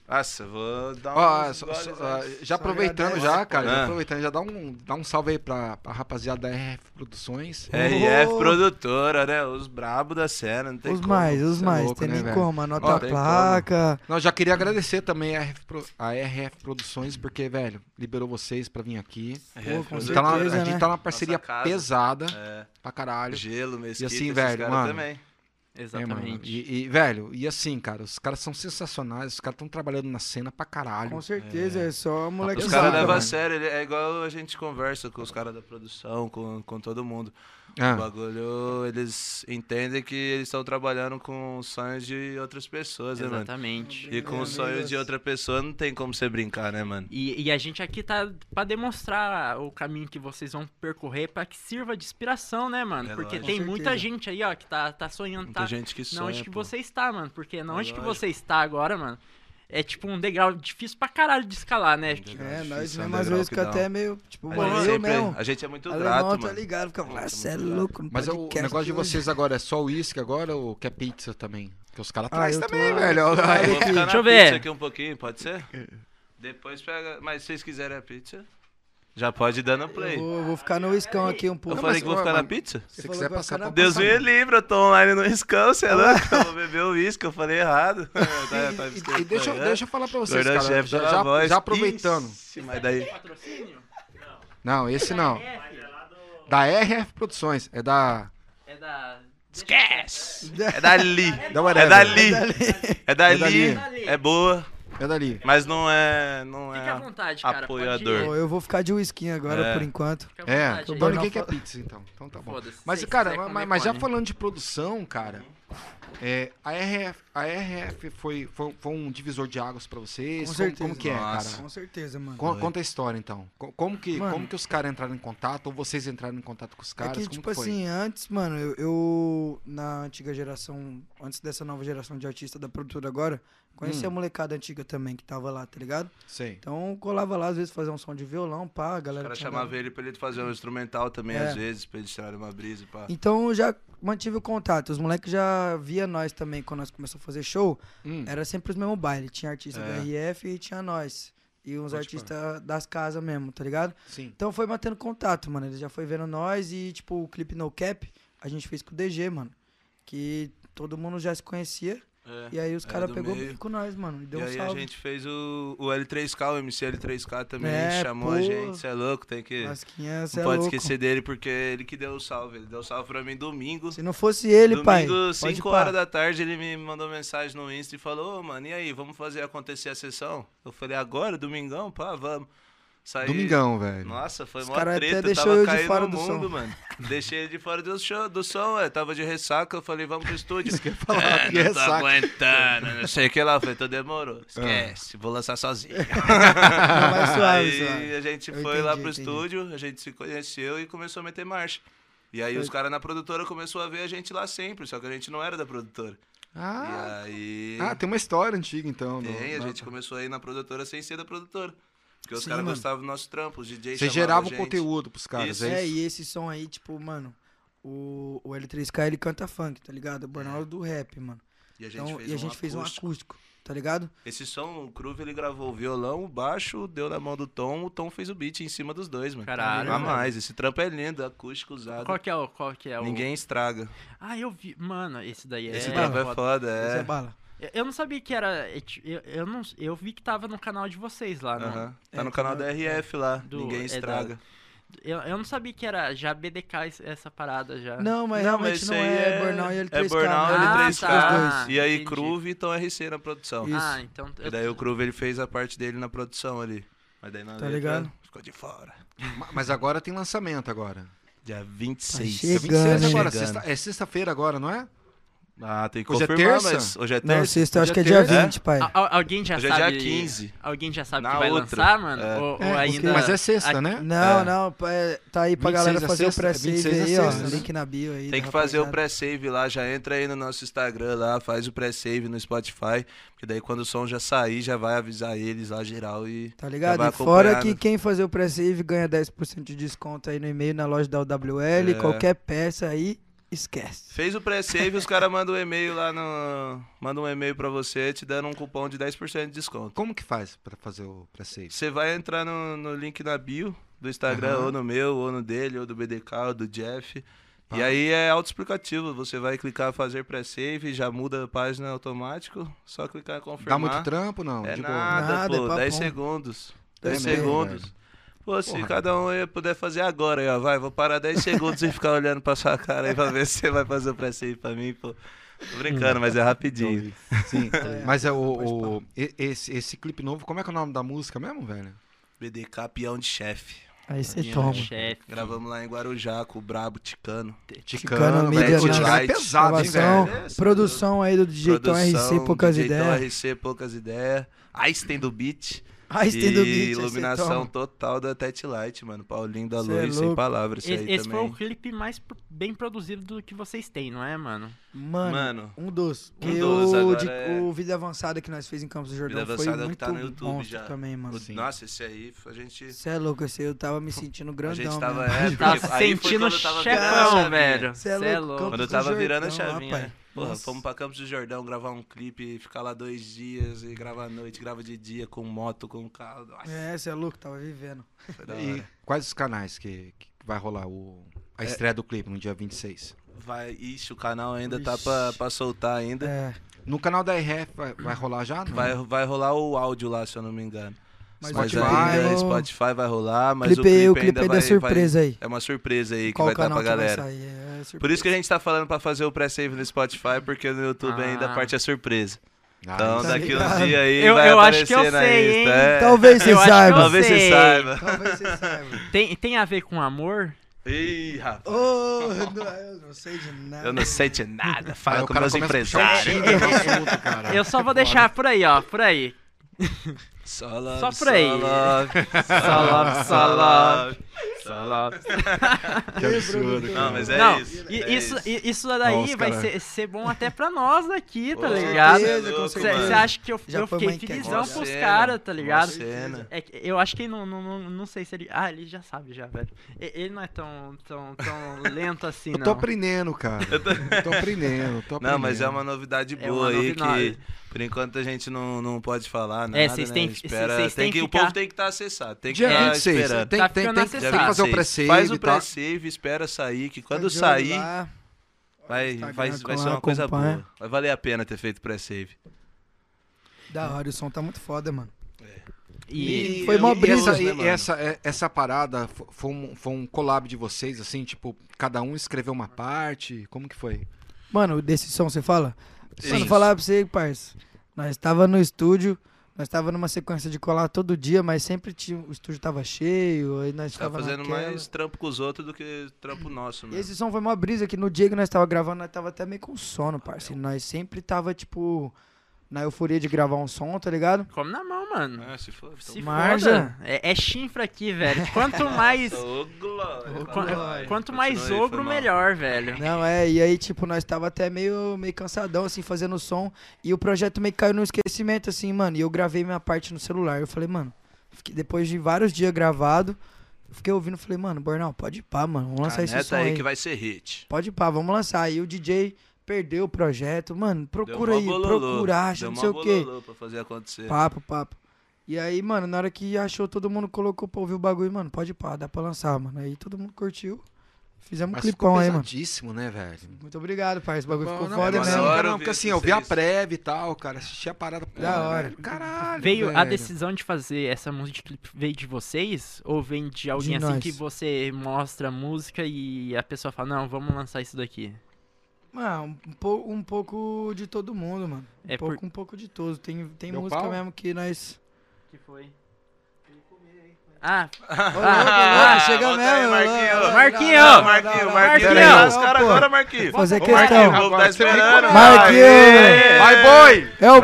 S3: Nossa, vou dar
S1: Ó,
S3: uns
S1: só-
S3: goles
S1: só-
S3: aí.
S1: ah, já aproveitando
S4: agradece,
S1: já, cara, já
S3: Ah.
S1: aproveitando, já dá um, dá um salve aí pra, pra rapaziada da RF Produções.
S3: RF
S4: Oh.
S3: produtora, né? Os brabos da cena, não tem
S4: Os
S3: como.
S4: mais, os
S1: Cê é
S4: mais.
S1: louco,
S4: tem
S1: né,
S4: nem
S1: velho?
S4: como. Anota
S3: Ó,
S4: a
S3: tem
S4: placa.
S1: Não, já queria agradecer também a RF, Pro- a RF Produções, porque, velho, liberou vocês pra vir aqui.
S4: Pô, É, com
S1: A gente
S4: certeza,
S1: tá numa, a gente
S4: né?
S1: tá numa parceria
S3: Nossa casa.
S1: pesada
S3: É,
S1: pra caralho.
S3: gelo, mesquita,
S1: E assim,
S3: esses
S1: velho,
S3: caras
S1: mano,
S3: também.
S1: É, mano.
S2: exatamente.
S1: E, e, velho, e assim, cara, os caras são sensacionais, os caras estão trabalhando na cena pra caralho.
S4: Com certeza, é, só moleque
S3: Os
S1: Exato,
S3: caras
S4: brabo,
S3: levam a
S1: mano.
S3: sério, ele- é igual a gente conversa com os caras da produção, com, com todo mundo. O
S1: Ah,
S3: bagulho, eles entendem que eles estão trabalhando com os sonhos de outras pessoas, né, mano?
S2: Exatamente.
S3: E com o sonho de outra pessoa não tem como você brincar, né, mano?
S2: E, e a gente aqui tá pra demonstrar o caminho que vocês vão percorrer pra que sirva de inspiração, né, mano?
S3: É
S2: Porque
S3: lógico.
S2: tem
S4: Com
S2: muita
S4: certeza.
S2: gente aí, ó, que tá, tá sonhando,
S3: Muita
S2: tá?
S3: gente que sonha,
S2: Não onde que
S3: pô.
S2: você está, mano. Porque não
S3: É
S2: onde que
S3: lógico.
S2: você está agora, mano, é tipo um degrau difícil pra caralho de escalar, né? Que-
S3: Entendeu?
S4: É, nós
S3: Difícil,
S4: mesmo às
S3: underground
S4: vezes
S3: que
S4: fica
S3: dá.
S1: um-
S4: até meio, tipo,
S3: A
S4: pô,
S3: gente,
S4: eu
S3: sempre,
S2: né,
S4: mesmo.
S3: a gente é muito grato,
S4: Alemão, tá
S3: mano.
S4: ligado? Fica, ah, cê é
S3: muito grato.
S4: louco. no
S1: mas é o
S4: podcast
S1: negócio de
S4: hoje.
S1: vocês agora é só uísque agora ou quer pizza também? Porque os caras
S4: Ah,
S1: trazem
S4: eu tô-
S1: também, velho.
S3: Eu vou ficar na
S2: Deixa eu
S3: pizza
S2: ver.
S3: aqui um pouquinho, pode ser? Depois pega. Mas se vocês quiserem a pizza, já pode ir dando play.
S4: Eu
S3: Eu,
S4: vou, eu vou ficar no escão aqui um pouco.
S3: falei
S1: mas-
S3: que vou
S1: mas-
S3: ficar na
S1: mas-
S3: pizza?
S1: [LAUGHS] Se
S4: Você
S1: quiser
S4: falou
S1: passar
S4: agora
S1: pra
S4: pra
S3: Deus me
S4: passar.
S3: livre, eu tô online no escão, você é [LAUGHS] louco? Eu vou beber o uísque, eu falei [LAUGHS] errado. Tá- tá me
S1: E deixa, eu-
S3: escutando, né?
S1: deixa eu falar pra vocês,
S3: Gordão
S1: cara.
S3: chefe
S1: Já,
S3: tá na
S1: já-
S3: voz.
S1: já aproveitando.
S3: Ixi, mas daí.
S2: Patrocínio?
S1: Não, esse não. Da RF Produções. É da.
S2: É da.
S3: Esquece! É dali.
S1: Da
S3: É
S1: whatever.
S4: [LAUGHS]
S3: dali. É
S1: dali.
S3: dali. É boa,
S1: É dali.
S3: mas não é. Não
S2: Fica à
S3: é.
S2: vontade, cara. pode ir.
S3: apoiador.
S4: Pô, eu vou ficar de whisky agora,
S3: É.
S4: por enquanto.
S2: Fica à
S1: É,
S2: vontade
S1: então
S2: aí.
S1: ninguém quer pizza, então. Então tá bom.
S2: né? Foda-se,
S1: Mas,
S2: se
S1: cara,
S2: quiser
S1: ma-
S2: comer,
S1: mas, já
S2: come.
S1: falando de produção, cara, é, a RF, a RF foi, foi, foi um divisor de águas pra vocês? como,
S4: Com certeza.
S1: como que é,
S3: Nossa.
S1: cara?
S4: Com certeza, mano. É
S1: Co- Conta a história, então. Co- Como que,
S4: Mano.
S1: como que os caras entraram em contato, ou vocês entraram em contato com os caras?
S4: é que,
S1: como
S4: tipo
S1: que foi?
S4: assim, antes, mano, eu, eu, na antiga geração, antes dessa nova geração de artista da produtora agora, conheci
S1: Hum.
S4: a molecada antiga também que tava lá, tá ligado?
S1: Sei.
S4: Então eu colava lá, às vezes, fazer um som de violão, pá, a
S3: O
S4: galera.
S3: cara
S4: tinha
S3: chamava
S4: dado-
S3: ele pra ele fazer um instrumental também,
S4: É.
S3: às vezes, pra eles tirarem uma brisa e pá.
S4: Então eu já mantive o contato. Os moleques já via nós também quando nós começamos a fazer show.
S1: Hum,
S4: Era sempre os mesmos bailes. Tinha artista
S3: É.
S4: do RF e tinha nós. E uns
S1: Pode
S4: artistas das casas mesmo, tá ligado?
S1: sim.
S4: Então foi batendo contato, mano. Ele já foi vendo nós e, tipo, o clipe No Cap a gente fez com o DG, mano. Que todo mundo já se conhecia.
S3: É.
S4: E aí os
S3: É,
S4: caras
S3: do
S4: pegou
S3: meio.
S4: bem com nós, mano. E deu
S3: e
S4: um
S3: aí
S4: salve.
S3: a gente fez o, o L3K, o MC L3K também,
S4: É,
S3: chamou
S4: pô.
S3: a gente, cê é louco, tem que...
S4: Masquinha, cê
S3: não
S4: é
S3: pode
S4: louco.
S3: esquecer dele, porque ele que deu o salve, ele deu o salve pra mim domingo.
S4: Se não fosse ele, pai.
S3: domingo,
S4: pode
S3: 5
S4: pá.
S3: horas da tarde, ele me mandou mensagem no Insta e falou, ô mano, e aí, vamos fazer acontecer a sessão? Eu falei, agora, domingão, pá, vamos. Saí...
S1: Domingão, velho.
S3: Nossa, foi
S4: Os
S3: mó
S4: cara até
S3: treta,
S4: deixou
S3: tava
S4: eu de
S3: caindo
S4: fora
S3: no
S4: do
S3: mundo,
S4: som.
S3: mano. Deixei ele de fora do, show, do som, ué, tava de ressaca, eu falei, vamos pro estúdio. É,
S1: Isso que eu ia falar, que
S3: não tô
S1: ressaca.
S3: aguentando, não sei o que lá. Eu falei, então
S4: É.
S3: demorou. Esquece, vou lançar sozinho.
S4: Não, mas Tá suave,
S3: [LAUGHS] aí
S4: suave.
S3: a gente
S4: Eu
S3: foi lá
S4: entendi,
S3: pro
S4: entendi.
S3: estúdio, a gente se conheceu e começou a meter marcha. E aí os caras na produtora começou a ver a gente lá sempre, só que a gente não era da produtora.
S1: Ah,
S3: e aí.
S4: tá.
S1: ah, tem uma história antiga, então. no-
S3: tem, a
S1: na-
S3: gente começou a ir na produtora sem ser da produtora. Porque os
S4: Sim,
S3: caras
S4: mano.
S3: gostavam do nosso trampo, os DJs
S1: Vocês
S3: chamavam a
S1: geravam
S3: gente.
S1: conteúdo pros caras,
S3: Isso.
S1: é
S4: É,
S1: isso?
S4: e esse som aí, tipo, mano, o, o L3K ele canta funk, tá ligado? O Burnout do rap, mano.
S3: E É. a gente,
S4: Então,
S3: fez,
S4: e a
S3: um
S4: gente fez um
S3: acústico.
S4: acústico, tá ligado?
S3: Esse som, o Groove, ele gravou o violão, o baixo, deu na mão do Tom, o Tom fez o beat em cima dos dois, mano.
S2: Caralho,
S3: A
S2: mano.
S3: mais, esse trampo é lindo, acústico usado.
S2: Qual que é o. Qual que é o...
S3: Ninguém estraga.
S2: Ah, eu vi. Mano, esse daí é.
S3: Esse
S4: é
S3: trampo é
S2: foda.
S3: foda,
S4: Isso é
S3: é.
S4: bala.
S2: Eu- Eu não sabia que era. é ti- Eu, eu, não, eu vi que tava no canal de vocês lá. né? não?
S3: Aham. Tá
S4: É,
S3: no canal da RF lá,
S2: Do-
S3: Ninguém
S2: é da-
S3: Estraga.
S2: Eu, eu não sabia que era já BDK es- essa parada já.
S4: Não, mas
S3: É. Não,
S4: realmente
S3: mas
S4: não
S3: isso aí
S4: é,
S3: é-
S4: Burnout e L3K.
S3: É Burnout,
S4: né?
S2: Ah,
S3: L3K,
S2: tá.
S3: e aí
S2: Entendi.
S3: Groove e Tom RC na produção.
S4: Isso.
S2: Ah, então.
S3: E daí o Groove, ele fez a parte dele na produção ali. Mas daí na
S4: Tá
S3: letra,
S4: ligado?
S3: ficou de fora.
S1: Ma- Mas agora tem lançamento agora.
S3: Dia 26.
S1: É
S4: Tá chegando.
S1: 26 agora,
S3: Chegando.
S1: sexta- é sexta-feira agora, não é?
S3: Ah, tem que
S1: Hoje é
S3: confirmar,
S1: terça?
S3: mas hoje é terça.
S4: Não, sexta eu acho que é
S1: Dia
S4: dia
S3: terça.
S4: 20, pai.
S2: Al- al- alguém já
S3: Hoje é
S2: sabe.
S3: dia 15.
S2: Alguém já sabe
S3: Na
S2: que vai
S3: outra.
S2: lançar, mano?
S3: É.
S2: Ou, ou
S4: É,
S2: ainda.
S1: Mas é sexta,
S2: a-
S1: né?
S4: Não,
S3: É.
S4: não, pa- é, tá aí pra
S1: 26
S4: galera
S1: é
S4: fazer o
S1: sexta? É
S4: pré-save
S1: 26 é
S4: aí, ó.
S1: sexta, né?
S4: Link na bio aí.
S3: Tem
S4: da
S3: que fazer o
S4: rapaziada.
S3: pré-save lá, já entra aí no nosso Instagram lá, faz o pré-save no Spotify, porque daí quando o som já sair, já vai avisar eles lá geral e
S4: Tá
S3: já
S4: ligado?
S3: vai né?
S4: E fora
S3: acompanhando.
S4: que quem fazer o pré-save ganha 10% de desconto aí no e-mail na loja da UWL.
S3: É.
S4: Qualquer peça aí, esquece.
S3: Fez o pré-save, os caras mandam um e-mail lá no. Manda um e-mail pra você te dando um cupom de 10% de desconto.
S1: Como que faz pra fazer o pré-save?
S3: Você vai entrar no, no link na bio do Instagram,
S1: Aham.
S3: ou no meu, ou no dele, ou do BDK, ou do Jeff. E
S1: Tá.
S3: aí é autoexplicativo, você vai clicar fazer pré-save, já muda a página automático, só clicar em
S1: Dá
S3: confirmar.
S1: muito trampo, não?
S3: É
S1: De boa.
S3: nada,
S4: Nada, é
S3: pô.
S4: papum.
S3: 10 segundos. 10
S1: É mesmo,
S3: segundos.
S1: velho.
S3: Pô, se
S1: Porra.
S3: cada um aí puder fazer agora, aí, ó, vai, vou parar 10 segundos e ficar olhando pra sua cara aí pra ver se você vai fazer o pré-save pra mim, pô. Tô brincando, mas é
S4: Então,
S3: rapidinho. [LAUGHS]
S1: Sim,
S4: É,
S1: mas é o,
S4: pode
S1: o- e- esse, esse clipe novo, como é que é o nome da música mesmo, velho?
S3: BDK Peão de Chefe.
S4: Aí você
S2: Minha
S3: né?
S4: toma.
S2: Chefe.
S3: Gravamos lá em Guarujá com o Brabo Ticano.
S4: Ticano,
S1: velho.
S4: Media
S1: O Ticano é
S3: Night.
S1: pesado, hein,
S4: Gravação,
S1: velho?
S3: É, essa
S4: Produção aí do DJ Tom
S3: Produção,
S4: RC, poucas
S3: DJ Tom
S4: ideias.
S3: RC, poucas ideias. Einstein do beat.
S4: Aí tem
S3: e
S4: do Ah, beat, né, é tá
S3: iluminação total da Tet Light, mano. Paulinho da
S4: Cê é
S3: Luz, sem
S4: louco.
S3: palavras. Isso
S2: Esse,
S3: aí
S2: esse foi o
S3: também.
S2: clipe mais pro- bem produzido do que vocês têm, não é, mano?
S4: Mano,
S3: Mano,
S4: um dos. Porque
S3: dos,
S4: o,
S3: agora
S4: de-
S3: é-
S4: o Vida Avançada que nós fez em Campos do Jordão
S3: Vida
S4: foi
S3: Avançada é o que
S4: muito
S3: tá no YouTube
S4: monstro
S3: já.
S4: também, mano.
S1: Sim.
S3: Nossa, esse aí a gente.
S4: Você é louco, esse aí eu tava me
S3: [LAUGHS]
S4: sentindo
S3: a
S4: grandão,
S3: gente tava.
S4: mano.
S3: É, porque
S2: Tá
S3: aí foi
S2: sentindo
S3: quando eu tava virando a
S2: chefão,
S3: chavinha.
S2: velho.
S4: Cê é
S2: Cê
S4: louco,
S3: Quando eu
S4: Campos do
S3: tava virando a
S4: Jordão,
S3: chavinha.
S4: rapaz.
S3: Porra,
S4: Nossa.
S3: fomos pra Campos do Jordão gravar um clipe, ficar lá dois dias e gravar à noite, grava de dia com moto, com carro. Nossa,
S4: É, você é louco, tava vivendo.
S3: foi da
S1: E
S3: hora.
S1: quais os canais que, que vai rolar o,
S4: É.
S1: a estreia do clipe no dia 26?
S3: Vai, ixi, o canal ainda tá pra, pra soltar ainda.
S4: É.
S1: No canal da RF vai, vai rolar já? Não? Ah,
S3: Vai, vai rolar o áudio lá, se eu não me engano.
S4: Mas
S3: Mas,
S1: o clipe
S3: ainda, é
S4: ainda-
S3: Spotify vai rolar, mas
S4: clipe,
S3: o clipe
S4: o clipe
S3: ainda
S4: aí
S3: vai,
S4: da surpresa aí.
S3: vai- É uma surpresa aí que
S4: Qual
S3: vai estar
S4: canal
S3: pra
S4: que vai
S3: galera.
S4: sair? É, surpresa.
S3: Por isso que a gente tá falando pra fazer o pré-save no Spotify, porque no YouTube ainda a
S2: Ah.
S3: parte é surpresa.
S1: Ah,
S3: Então
S1: isso
S4: tá
S3: daqui uns
S4: ligado.
S3: dias aí
S2: Eu-
S3: vai
S2: eu acho
S3: aparecer
S2: que eu
S3: na
S2: sei,
S3: lista.
S2: hein?
S3: é. [LAUGHS]
S4: Talvez você
S2: Eu acho que eu
S4: saiba.
S3: Talvez
S2: sei.
S3: você saiba.
S4: Talvez você saiba.
S2: Tem, tem a ver com amor?
S3: Ih, rapaz.
S4: Ô, eu não- eu não sei de nada.
S3: Eu não sei de nada. Fala
S1: Aí o
S3: com
S1: cara
S3: meus
S1: começa a puxar o
S3: empresários.
S1: Tinder no assunto,
S3: É.
S1: cara.
S2: [LAUGHS] Eu só vou deixar por aí, ó. Por aí.
S3: Só love,
S2: Só por aí.
S3: Só
S2: [LAUGHS]
S3: love,
S2: Só love, só love.
S3: só love.
S1: Que absurdo,
S3: Não, mas é
S2: Não,
S3: isso.
S2: E
S3: é
S2: isso,
S3: isso.
S2: i- isso daí
S1: Nossa,
S2: vai
S1: cara.
S2: ser, ser bom até pra nós aqui, tá
S3: Pô,
S2: ligado?
S4: certeza, com
S3: louco,
S2: Você
S4: certeza.
S3: mano.
S2: acha que eu,
S4: Já
S2: eu
S4: foi uma
S2: fiquei
S4: enquete.
S2: felizão
S4: Mó
S2: pros
S3: cena,
S2: caras, tá ligado?
S3: Mó cena.
S2: É que eu acho que ele não, não, não, não sei se ele. Ah, ele já sabe já, velho. E- Ele não é tão, tão,
S3: [LAUGHS]
S2: tão lento assim,
S1: Eu
S2: não.
S1: tô aprendendo, cara. Eu tô aprendendo, tô aprendendo.
S3: Não, mas é uma novidade
S2: É
S3: boa
S2: uma
S3: aí
S2: novidade.
S3: que por enquanto a gente não, não pode falar nada,
S2: É, vocês
S3: né?
S2: têm-
S3: Espera,
S2: vocês
S3: tem
S2: têm
S3: que,
S2: que
S3: o povo
S2: ficar-
S3: tem que estar acessado, tem que
S1: Dia
S3: estar
S1: 26.
S3: esperando.
S1: Tem,
S2: Tá
S1: tem, tem,
S2: ficando
S1: tem,
S3: Dia
S2: acessado.
S1: que
S4: um
S1: fazer o
S3: 26.
S1: pré-save.
S3: Faz o
S1: e tal.
S3: pré-save, espera sair, que quando
S4: Tá de olho
S3: sair
S4: lá.
S3: vai,
S4: Instagram,
S3: vai, vai ser
S4: lá,
S3: uma coisa
S4: acompanha.
S3: boa. Vai valer a pena ter feito pré-save.
S4: Da hora, o som tá muito foda, mano.
S2: E,
S4: foi mó
S1: tá?
S3: é
S1: e- e essa-
S3: brisa.
S1: e- e essa, é- essa parada fo- foi um, foi um collab de vocês, assim, tipo, cada um escreveu uma parte. Como que foi?
S4: Mano, desse som você fala? Mano,
S3: Sim.
S4: falar pra você, parça. Nós tava no estúdio, nós tava numa sequência de colar todo dia, mas sempre tinha, o estúdio tava cheio, aí nós
S3: Tá
S4: tava
S3: fazendo
S4: naquela.
S3: mais trampo com os outros do que trampo nosso,
S4: E
S3: né?
S4: esse som foi uma brisa que no dia que nós tava gravando, nós tava até meio com sono,
S3: É.
S4: parceiro. Nós sempre tava, tipo, na euforia de gravar um som, tá ligado?
S2: come na mão, mano.
S3: Ah, se for, então...
S2: Se
S4: Marja.
S2: Marja. É, é chinfra aqui, velho.
S3: [LAUGHS]
S2: Quanto mais.
S3: Ô, glória,
S4: Ô,
S2: quan-
S3: vai.
S2: quanto
S3: Continua aí,
S2: mais
S3: foi
S2: ogro,
S3: mal.
S2: melhor, velho.
S4: Não, é, e aí, tipo, nós tava até meio, meio cansadão, assim, fazendo som. E o projeto meio que caiu no esquecimento, assim, mano. E eu gravei minha parte no celular. Eu falei, mano, fiquei- depois de vários dias gravado, eu fiquei ouvindo, falei, mano, Bornal, pode ir pá, mano. Vamos lançar esse som
S3: Caneta
S4: aí.
S3: aí que vai ser hit.
S4: Pode ir pá, vamos lançar. Aí o DJ perdeu o projeto. Mano, procura
S3: Deu mó
S4: aí,
S3: bololô.
S4: procura, acha,
S3: Deu
S4: não
S3: mó
S4: sei o quê.
S3: bololô é. pra fazer acontecer.
S4: Papo, papo. E aí, mano, na hora que achou, todo mundo colocou pra ouvir o bagulho, mano, pode ir pá, dá pra lançar, mano. Aí todo mundo curtiu. Fizemos um
S1: Mas
S4: clipão
S1: ficou
S4: aí, mano.
S1: pesadíssimo, né, velho?
S4: Muito obrigado, parceiro. O
S3: Tá
S4: bagulho
S1: Bom,
S4: ficou
S1: não,
S4: foda
S1: não,
S3: mano.
S4: mesmo.
S1: não,
S3: Da hora
S1: não,
S3: ouvir
S1: porque assim,
S3: isso,
S1: eu vi a
S3: isso.
S1: préve e tal, cara, assisti a parada. pô,
S4: Da hora.
S1: velho, Caralho.
S2: Veio a
S1: velho.
S2: decisão de fazer essa música de clipe veio de vocês ou vem de alguém
S4: De
S2: assim
S4: nós.
S2: que você mostra a música e a pessoa fala não vamos lançar isso daqui
S4: Mano, um, pou- um pouco de todo mundo, mano. Um,
S2: é
S4: pouco,
S2: por
S4: um pouco de todo. Tem, tem
S1: Deu
S4: música
S1: pau?
S4: mesmo que nós.
S2: que foi Ah,
S4: Ô, louco, louco, chega
S3: volta aí,
S4: mesmo.
S3: Marquinho.
S4: ô, ô,
S2: Marquinho.
S4: não, não,
S3: Marquinho,
S4: não,
S3: Marquinho,
S4: não,
S2: Marquinho.
S3: Marquinho. Os caras
S4: Pô,
S3: agora, Marquinho.
S4: Fazer
S3: Ô, Marquinho, o
S4: questão.
S3: povo tá
S1: Agora você vem
S3: esperando.
S1: com-
S4: Marquinho.
S3: Aê!
S1: Vai, boi!
S4: É o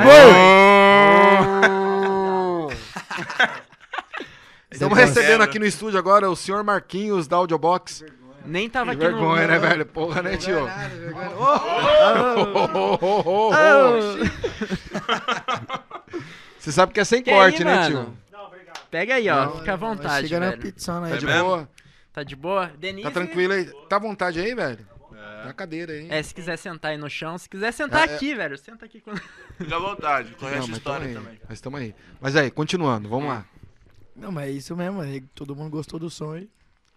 S1: [LAUGHS]
S4: boi.
S1: Estamos
S4: Você
S1: recebendo
S3: gosta.
S1: aqui no estúdio agora o senhor Marquinhos da Audiobox.
S2: nem tava
S1: Que
S2: aqui no- Ah,
S1: vergonha, né,
S2: no...
S1: velho? Porra, né, tio? [LAUGHS]
S2: ah,
S1: Você sabe que é sem
S2: Que
S1: corte,
S2: aí,
S1: né,
S2: mano?
S1: tio?
S2: Pega aí, ó. Fica à vontade,
S4: é, Chega na né?
S2: velho.
S4: pizzona
S1: Tá
S4: aí.
S1: de
S3: É mesmo?
S1: boa?
S2: Tá de boa? Denise?
S1: Tá tranquilo aí? Tá à vontade aí, velho? Tá na cadeira aí.
S2: É, se quiser sentar aí no chão. Se quiser sentar
S1: É, é.
S2: aqui, velho. Senta aqui. quando-
S3: Fica à vontade,
S1: Não,
S3: corrige a
S1: mas
S3: história
S1: tamo
S3: também.
S1: aí. Mas estamos aí. Mas aí, continuando, vamos lá.
S4: Não, mas é isso mesmo. aí Todo mundo gostou do som aí.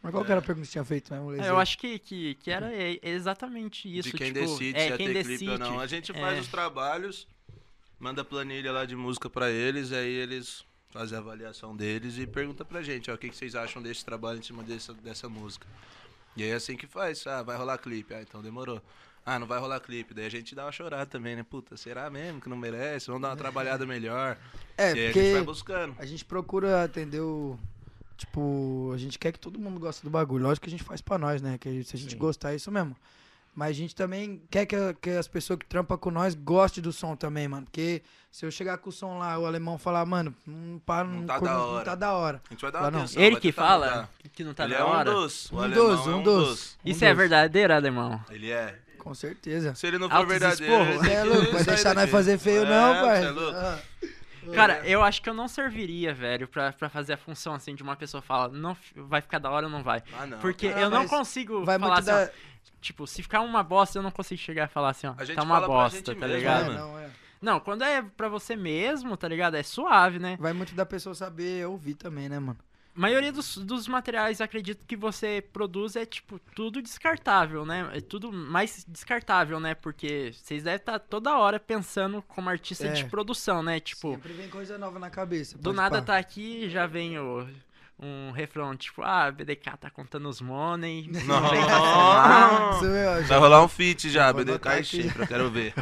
S4: Mas qual que era a pergunta que você tinha feito mesmo,
S2: É,
S4: Lezinho?
S2: Eu acho que, que, que era é, é exatamente isso.
S3: de quem
S2: tipo,
S3: decide
S2: é,
S3: se ia
S2: quem
S3: ter
S2: decide.
S3: clipe ou não. A gente faz
S2: É.
S3: os trabalhos, manda planilha lá de música pra eles, aí eles fazem a avaliação deles e pergunta pra gente, ó, o que, que vocês acham desse trabalho em cima dessa, dessa música. E aí é assim que faz, ah, vai rolar clipe, ah, então demorou. Ah, não vai rolar clipe, daí a gente dá uma chorada também, né? Puta, será mesmo que não merece? Vamos dar uma trabalhada melhor.
S4: É,
S3: e aí a gente vai
S4: porque
S3: buscando.
S4: a gente procura atender o... Tipo, a gente quer que todo mundo goste do bagulho. Lógico que a gente faz pra nós, né? Que se a gente gostar, é isso mesmo. Mas a gente também quer que, a- que as pessoas que trampam com nós gostem do som também, mano. Porque se eu chegar com o som lá, o alemão falar, mano, não, para, não,
S3: Não tá
S4: cur-
S3: da
S4: não
S3: hora."
S4: tá da hora.
S3: A gente vai dar
S4: Lá
S3: uma
S4: não.
S3: atenção.
S2: Ele
S3: vai
S2: que
S3: tentar
S2: fala
S3: mudar.
S2: que não tá
S3: Ele
S2: na
S3: é um
S2: hora.
S3: dos. O
S4: Um
S3: alemão
S4: dos,
S3: é
S4: um
S3: um
S4: dos.
S3: dos.
S2: Isso é verdadeiro, alemão?
S3: Ele é.
S4: Com
S3: [LAUGHS]
S4: certeza.
S3: Se ele não for
S2: Altos
S3: verdadeiro.
S2: esporros.
S3: ele
S4: Você
S3: tem
S4: é
S3: que
S4: louco, vai
S3: sair
S4: deixar nós
S3: daqui.
S4: fazer feio
S3: É,
S4: não,
S3: cê
S4: pai.
S3: é louco.
S4: Ah,
S2: Cara, eu acho que eu não serviria, velho, pra, pra fazer a função assim de uma pessoa falar, não f- vai ficar da hora ou não vai.
S3: Ah, não.
S2: Porque
S4: Ah,
S2: eu não
S4: mas
S2: consigo
S4: vai
S2: falar
S4: muito
S2: assim,
S4: da...
S2: ó, tipo, se ficar uma bosta, eu não consigo chegar e falar assim, ó,
S3: A gente
S2: tá uma
S3: fala pra gente
S2: bosta, tá
S3: mesmo,
S2: ligado?
S3: né,
S4: É, não, é.
S2: Não, quando é pra você mesmo, tá ligado? É suave, né?
S4: Vai muito da pessoa saber ouvir também, né, mano?
S2: A maioria dos, dos materiais, acredito que você produz é, tipo, tudo descartável, né? É tudo mais descartável, né? Porque vocês devem estar toda hora pensando como artista
S4: É.
S2: de produção, né? Tipo,
S4: Sempre vem coisa nova na cabeça.
S2: do
S4: pode
S2: nada
S4: pá.
S2: tá aqui já vem o, um refrão, tipo, ah, BDK tá contando os
S4: [LAUGHS]
S2: money.
S3: Não.
S2: vem pra fumar.
S4: Isso mesmo,
S3: Vai rolar um feat já,
S4: Vou
S3: BDK
S4: botar
S3: e
S4: aqui.
S3: chifre, eu quero ver.
S4: isso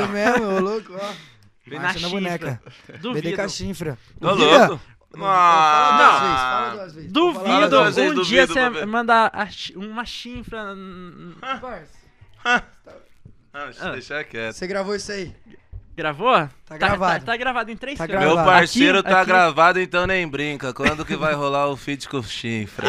S4: assim mesmo, ô louco, ó.
S2: Vem na
S4: Marcha
S2: chifra.
S4: na boneca.
S2: Duvido.
S4: BDK chifra.
S3: Tô
S4: Duvida?
S3: Tá louco.
S4: Fala
S3: Ah,
S4: duas vezes, fala duas vezes. Fala
S2: Duvido
S4: duas
S3: às vezes,
S2: um dia
S3: duvido pra
S2: você
S3: ver.
S2: mandar a chi- uma chifra. hum,
S4: vezes. Parça,
S3: Ah, deixa eu deixar quieto.
S4: Você gravou isso aí?
S2: Gravou?
S4: Tá gravado.
S2: Tá, gravado em três
S4: Tá
S2: câmeras.
S3: Meu
S4: gravado.
S3: parceiro
S2: Aqui,
S3: tá
S2: aqui.
S3: gravado, então nem brinca. Quando que vai rolar o feat com o chifre?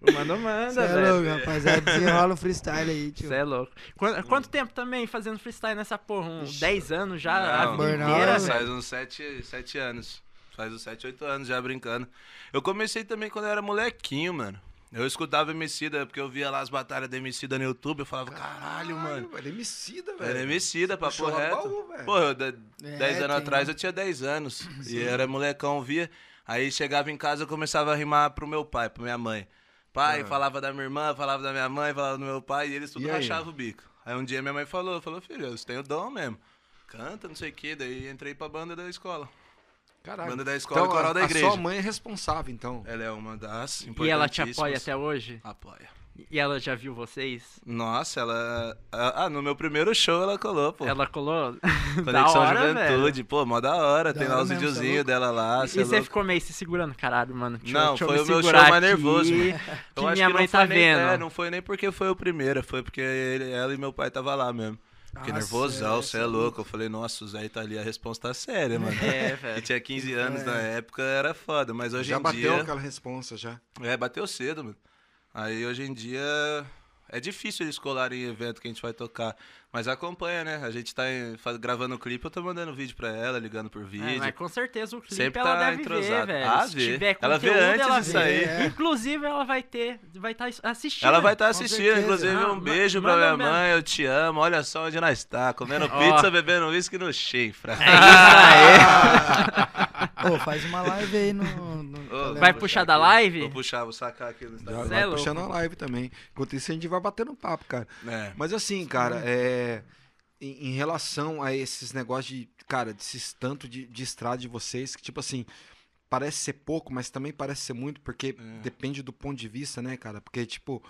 S2: O Mano manda,
S4: Você é
S2: velho.
S4: louco, rapaziada. Desenrola o freestyle aí, tio.
S2: Você é louco. Quan- Quanto, tempo também fazendo freestyle nessa porra? Uns 10 anos já, a
S3: Ah, Não, é
S2: vida
S4: burnout,
S2: inteira,
S4: velho.
S3: Faz uns 7 sete anos. Faz uns 7, 8 anos já brincando. Eu comecei também quando eu era molequinho, mano. Eu escutava Emicida, porque eu via lá as batalhas da Emicida no YouTube, eu falava, caralho, mano.
S1: Ele é emicida, velho.
S3: Era Emicida, papo
S1: puxou lá o
S3: reto.
S1: baú, velho.
S3: Pô, eu, de-
S4: É,
S3: 10 anos
S4: tem,
S3: atrás
S4: né?
S3: eu tinha 10 anos. E era molecão, via. Aí chegava em casa eu começava a rimar pro meu pai, pra minha mãe.
S2: Ah.
S3: Pai, falava da minha irmã, falava da minha mãe, falava do meu pai, e eles tudo
S1: E aí?
S3: rachavam o bico. Aí um dia minha mãe falou, falou, filho, você tem o dom mesmo. Canta, não sei o quê. Daí entrei pra banda da escola.
S1: Caralho.
S3: Banda da escola
S1: então,
S3: e coral
S1: a-
S3: da
S1: A
S3: igreja.
S1: sua mãe é responsável, então.
S3: Ela é uma das
S2: E ela te apoia
S3: importantíssimas.
S2: até hoje?
S3: Apoia.
S2: E ela já viu vocês?
S3: Nossa, ela... Ah, no meu primeiro show ela colou, pô.
S2: Ela colou? [LAUGHS] da
S3: Conexão
S2: hora,
S3: Juventude, pô, mó da hora.
S4: Da
S3: tem
S4: hora
S3: lá os
S4: mesmo, cê é
S3: videozinhos
S4: louco.
S3: dela lá. cê
S2: velho.
S3: é
S2: E você
S3: louco.
S2: ficou meio se segurando, caralho, mano. Deixa, eu-
S3: Não,
S2: deixa eu
S3: foi
S2: me
S3: o meu show
S2: segurar
S3: mais
S2: aqui, [LAUGHS]
S3: nervoso, mano. Eu
S2: Que
S3: acho
S2: minha
S3: que
S2: mãe
S3: não
S2: tá
S3: foi nem-
S2: vendo.
S3: é, não foi nem porque foi o primeiro, foi porque ele- ela e meu pai tava lá mesmo. Fiquei
S4: Nossa,
S3: nervosão,
S4: é,
S3: você é louco. Eu falei, nossa, o Zé tá ali, a resposta tá séria, mano.
S2: É,
S3: [LAUGHS] E
S2: velho.
S3: tinha 15 anos na época, era foda, mas hoje
S1: já
S3: em
S1: bateu
S3: dia.
S1: aquela responsa, já.
S3: É, bateu cedo, mano. Aí hoje em dia é difícil eles colarem em evento que a gente vai tocar. Mas acompanha, né? A gente tá em- fa- gravando o clipe, eu tô mandando vídeo pra ela, ligando por
S2: É,
S3: vídeo.
S2: mas com certeza o clipe
S3: Sempre
S2: ela
S3: tá
S2: deve ver,
S3: entrosado.
S2: velho.
S3: Ah,
S2: Se
S3: vê.
S2: tiver
S3: Ela
S2: conteúdo,
S3: vê antes
S2: ela
S3: disso
S2: vê.
S3: aí.
S4: É.
S2: Inclusive, ela vai ter, vai estar assistindo.
S3: Ela
S2: [LAUGHS]
S3: vai estar
S4: com
S3: assistindo,
S4: certeza.
S3: inclusive.
S2: Ah,
S3: um
S2: ma-
S3: beijo pra
S2: manda
S3: minha
S2: mesmo.
S3: mãe, eu te amo. Olha só onde nós tá, comendo
S2: Ó. É
S3: pizza, bebendo uísque no chifra.
S2: Ah,
S4: Pô, faz uma live aí no... no
S3: [LAUGHS] Ô,
S2: Vai
S3: vou
S2: puxar
S3: aqui,
S2: da live?
S3: Vou puxar, vou sacar aqui no
S1: Já
S3: Instagram.
S2: Cê é
S1: vai
S2: louco.
S1: puxando a live também. Enquanto isso, a gente vai batendo papo, cara.
S3: É.
S1: Mas assim, cara, é, em, em relação a esses negócios de, cara, desses tanto de, de estrada de vocês, que tipo assim, parece ser pouco, mas também parece ser muito, porque
S3: É.
S1: depende do ponto de vista, né, cara? Porque, tipo,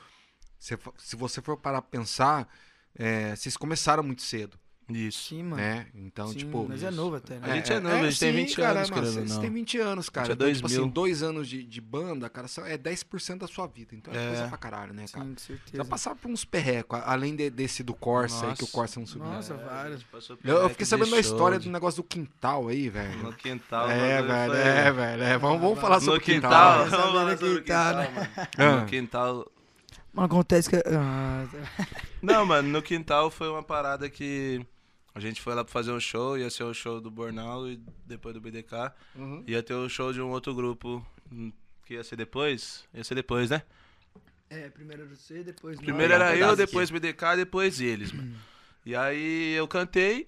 S1: se, fo- se você for parar pra pensar, é, vocês começaram muito cedo.
S3: Isso.
S4: Sim, mano.
S1: né? Então,
S4: Sim,
S1: tipo.
S4: mas é novo até,
S3: A
S4: né?
S3: gente é novo, a gente tem 20
S1: cara,
S3: anos,
S1: mano,
S3: querendo ou
S1: vocês
S3: não. é
S1: têm 20 anos, cara.
S3: Tinha
S1: Então, tipo
S3: 2000.
S1: assim, dois anos de, de banda, cara, são- é 10% da sua vida. Então é,
S3: É.
S1: coisa pra caralho, né, cara?
S4: Sim, com
S1: Já
S4: certeza.
S1: passaram por uns perrecos, a- além de- desse do Corsa aí, que o
S3: Nossa.
S1: Corsa não subiu.
S4: Nossa, vários.
S3: Passou por
S1: Eu, eu
S3: Mac,
S1: fiquei sabendo da
S3: deixou
S1: história
S3: de-
S1: do negócio do quintal aí, velho.
S3: No quintal.
S1: É,
S3: o
S1: velho,
S3: bagulho foi-
S1: é, velho. é. Vamos, vamos falar
S3: no
S1: sobre o
S3: quintal.
S1: quintal.
S4: quintal,
S3: Vamos falar
S4: né?
S3: sobre o
S4: Quintal,
S3: quintal,
S4: né?
S1: Ah.
S3: mano. No quintal.
S4: Mano, acontece que. Ah,
S3: Não, mano, no quintal foi uma parada que a gente foi lá pra fazer um show, ia ser o show do Bornal e depois do BDK.
S1: Uhum.
S3: Ia ter o show de um outro grupo hum, que ia ser depois. Ia ser depois, né?
S4: é, primeiro era você, depois. nós. É,
S3: Primeiro
S1: um
S3: era
S1: pedaço
S3: eu,
S1: aqui.
S3: depois BDK, depois eles,
S4: [CLEARS THROAT]
S3: mano. E aí eu cantei.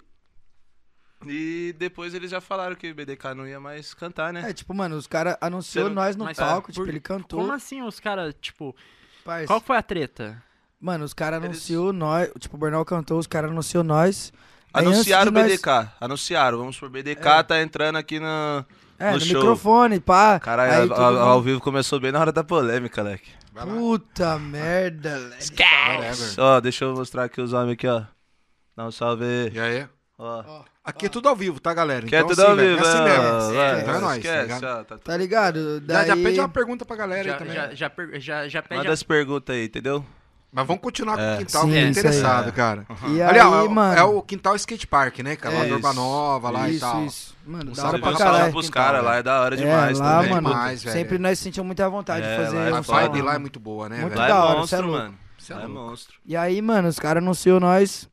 S3: E depois eles já falaram que o BDK não ia mais cantar, né?
S4: É, tipo, mano, os caras anunciou
S3: Você não-
S4: nós no
S2: mas,
S4: palco,
S2: é,
S4: tipo,
S2: por-
S4: ele cantou.
S2: Como assim os caras, tipo,
S4: parça.
S2: qual que foi a treta?
S4: Mano, os caras
S3: Eles-
S4: anunciou nós. Tipo, o Bernal cantou, os caras anunciou nós. Aí, antes de
S3: Anunciaram o
S4: nós-
S3: BDK. Anunciaram, vamos por BDK, tá entrando aqui na.
S4: É,
S3: no
S4: no,
S3: show.
S4: microfone, pá. Aí
S3: Caralho,
S4: todo
S3: a- a- ao
S4: mundo-
S3: vivo começou bem na hora da polêmica, leque.
S1: Vai lá.
S4: Puta merda, leque.
S1: Whatever.
S3: Ó, deixa eu mostrar aqui os homens aqui, ó. Dá um salve.
S1: E aí?
S3: Ó.
S1: Aqui Então é tudo ao vivo, tá, galera?
S3: Quer
S1: Então,
S3: tudo
S1: assim,
S3: ao
S1: velho,
S3: vivo,
S1: É assim
S3: ó,
S1: mesmo.
S3: vai,
S1: então é nóis, tá
S3: Esquece,
S1: ligado?
S3: ó. Tá,
S4: Tá ligado?
S1: Já,
S4: Daí...
S1: já pede uma pergunta pra galera aí
S2: Já,
S1: também.
S2: já, já, per- já, já pede
S3: Manda as perguntas aí, entendeu?
S1: Mas vamos continuar
S3: É.
S1: com o quintal,
S4: Sim,
S1: porque eu tô
S4: isso aí.
S1: interessado, cara.
S4: E aí,
S1: Aliás, é o-
S4: mano.
S1: é o quintal skate park, né, cara?
S4: É,
S1: Lá da
S3: isso.
S1: Urbanova, lá
S4: isso,
S1: e tal.
S4: isso. Mano,
S1: Um
S4: da hora
S1: salve
S4: pra
S1: pro
S3: salve
S4: caralho.
S1: pro
S3: pros caras lá, é da hora demais
S4: é, lá,
S3: também.
S4: mano,
S1: Demais, velho.
S4: sempre nós sentimos muita vontade
S3: É,
S4: de fazer
S3: lá é
S4: isso.
S1: A
S3: foda,
S1: vibe
S4: mano.
S1: lá é muito boa, né,
S4: Muito
S1: velho?
S3: Lá
S4: da hora,
S3: é
S4: cê é
S3: monstro,
S4: louco.
S3: mano.
S1: Cê é
S3: Lá é
S1: louco.
S3: monstro.
S4: E aí, mano, os caras anunciou nós.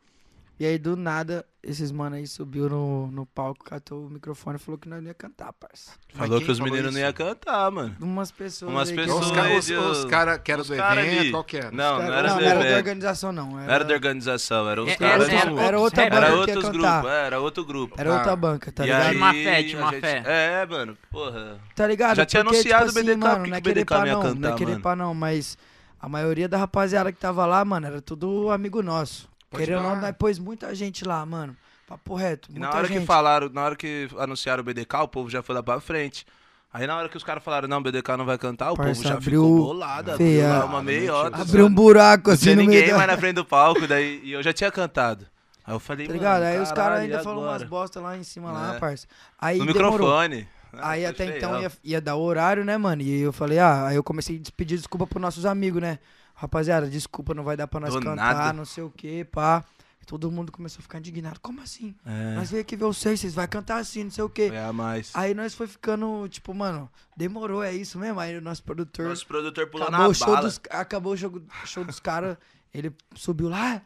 S4: E aí, do nada, esses mano aí subiu no, no palco, catou o microfone e falou que nós não ia cantar, parça.
S1: Mas
S3: Falou
S1: quem
S3: que os
S1: falou
S3: meninos não
S1: isso?
S3: iam cantar, mano.
S4: Umas pessoas.
S3: Umas
S4: aí
S1: Então,
S3: pessoas
S1: os
S4: Que...
S3: aí,
S1: caras
S3: Deus.
S1: os cara que eram
S3: Os
S1: do
S3: cara
S1: evento,
S3: ali.
S1: qual que era?
S3: Não, não era do
S4: não era da
S3: evento.
S4: organização, não. Era,
S3: Não era da organização, eram os
S2: É,
S3: caras.
S2: era-
S3: do-
S2: era-
S4: era outra
S2: era
S4: banda
S3: Era
S4: que ia
S3: outros
S4: cantar.
S3: grupos, é, era outro grupo.
S4: Era outra banca, tá
S3: E
S4: ligado?
S3: aí,
S2: Uma fé, tinha
S3: a
S2: uma
S3: gente-
S2: fé.
S3: É, mano, porra.
S4: Tá ligado?
S3: Já tinha
S4: Porque,
S3: anunciado o BDK, por
S4: mano,
S3: que
S4: não é
S3: que o
S4: querer
S3: BDK não
S4: pá,
S3: ia
S4: não, não é
S3: cantar,
S4: querer
S3: mano?
S4: pá, não, mas a maioria da rapaziada que tava lá, mano, era tudo amigo nosso.
S1: Pode
S4: Querendo ou não,
S1: pá.
S4: nós pôs muita gente lá, mano. Papo reto,
S3: E
S4: muita
S3: na hora
S4: gente.
S3: que falaram, na hora que anunciaram o BDK, o povo já foi lá pra frente. Aí na hora que os caras falaram, não, o BDK não vai cantar, o
S4: Parça,
S3: povo já
S4: abriu-
S3: ficou bolado, abriu
S4: Feia.
S3: lá uma meia hora.
S4: Abriu um buraco
S3: Não
S4: assim
S3: tinha
S4: no
S3: ninguém
S4: meio
S3: mais
S4: da...
S3: na frente do palco, daí e eu já tinha cantado. Aí eu falei,
S4: [LAUGHS] Tá ligado? Aí
S3: mano,
S4: os caras
S3: caralho,
S4: ainda
S3: e
S4: falaram
S3: agora?
S4: umas bosta lá em cima, lá,
S3: É.
S4: parça. Aí
S3: No
S4: demorou.
S3: microfone. Ah,
S4: Aí
S3: Né? Foi
S4: até então
S3: feião.
S4: ia, ia dar o horário, né, mano? E eu falei, ah, aí eu comecei a pedir desculpa pros nossos amigos, né? Rapaziada, desculpa, não vai dar pra nós
S3: Do
S4: cantar,
S3: nada.
S4: não sei o quê, pá. E todo mundo começou a ficar indignado. Como assim?
S3: É.
S4: Nós veio aqui ver vocês, vocês vão cantar assim, não sei o quê.
S3: Foi a mais.
S4: Aí nós foi ficando, tipo, mano, demorou, é isso mesmo? Aí o nosso produtor
S3: Nosso produtor pulou
S4: acabou, o
S3: na
S4: show
S3: bala.
S4: dos, acabou o jogo, show dos caras, ele subiu lá, "Ah,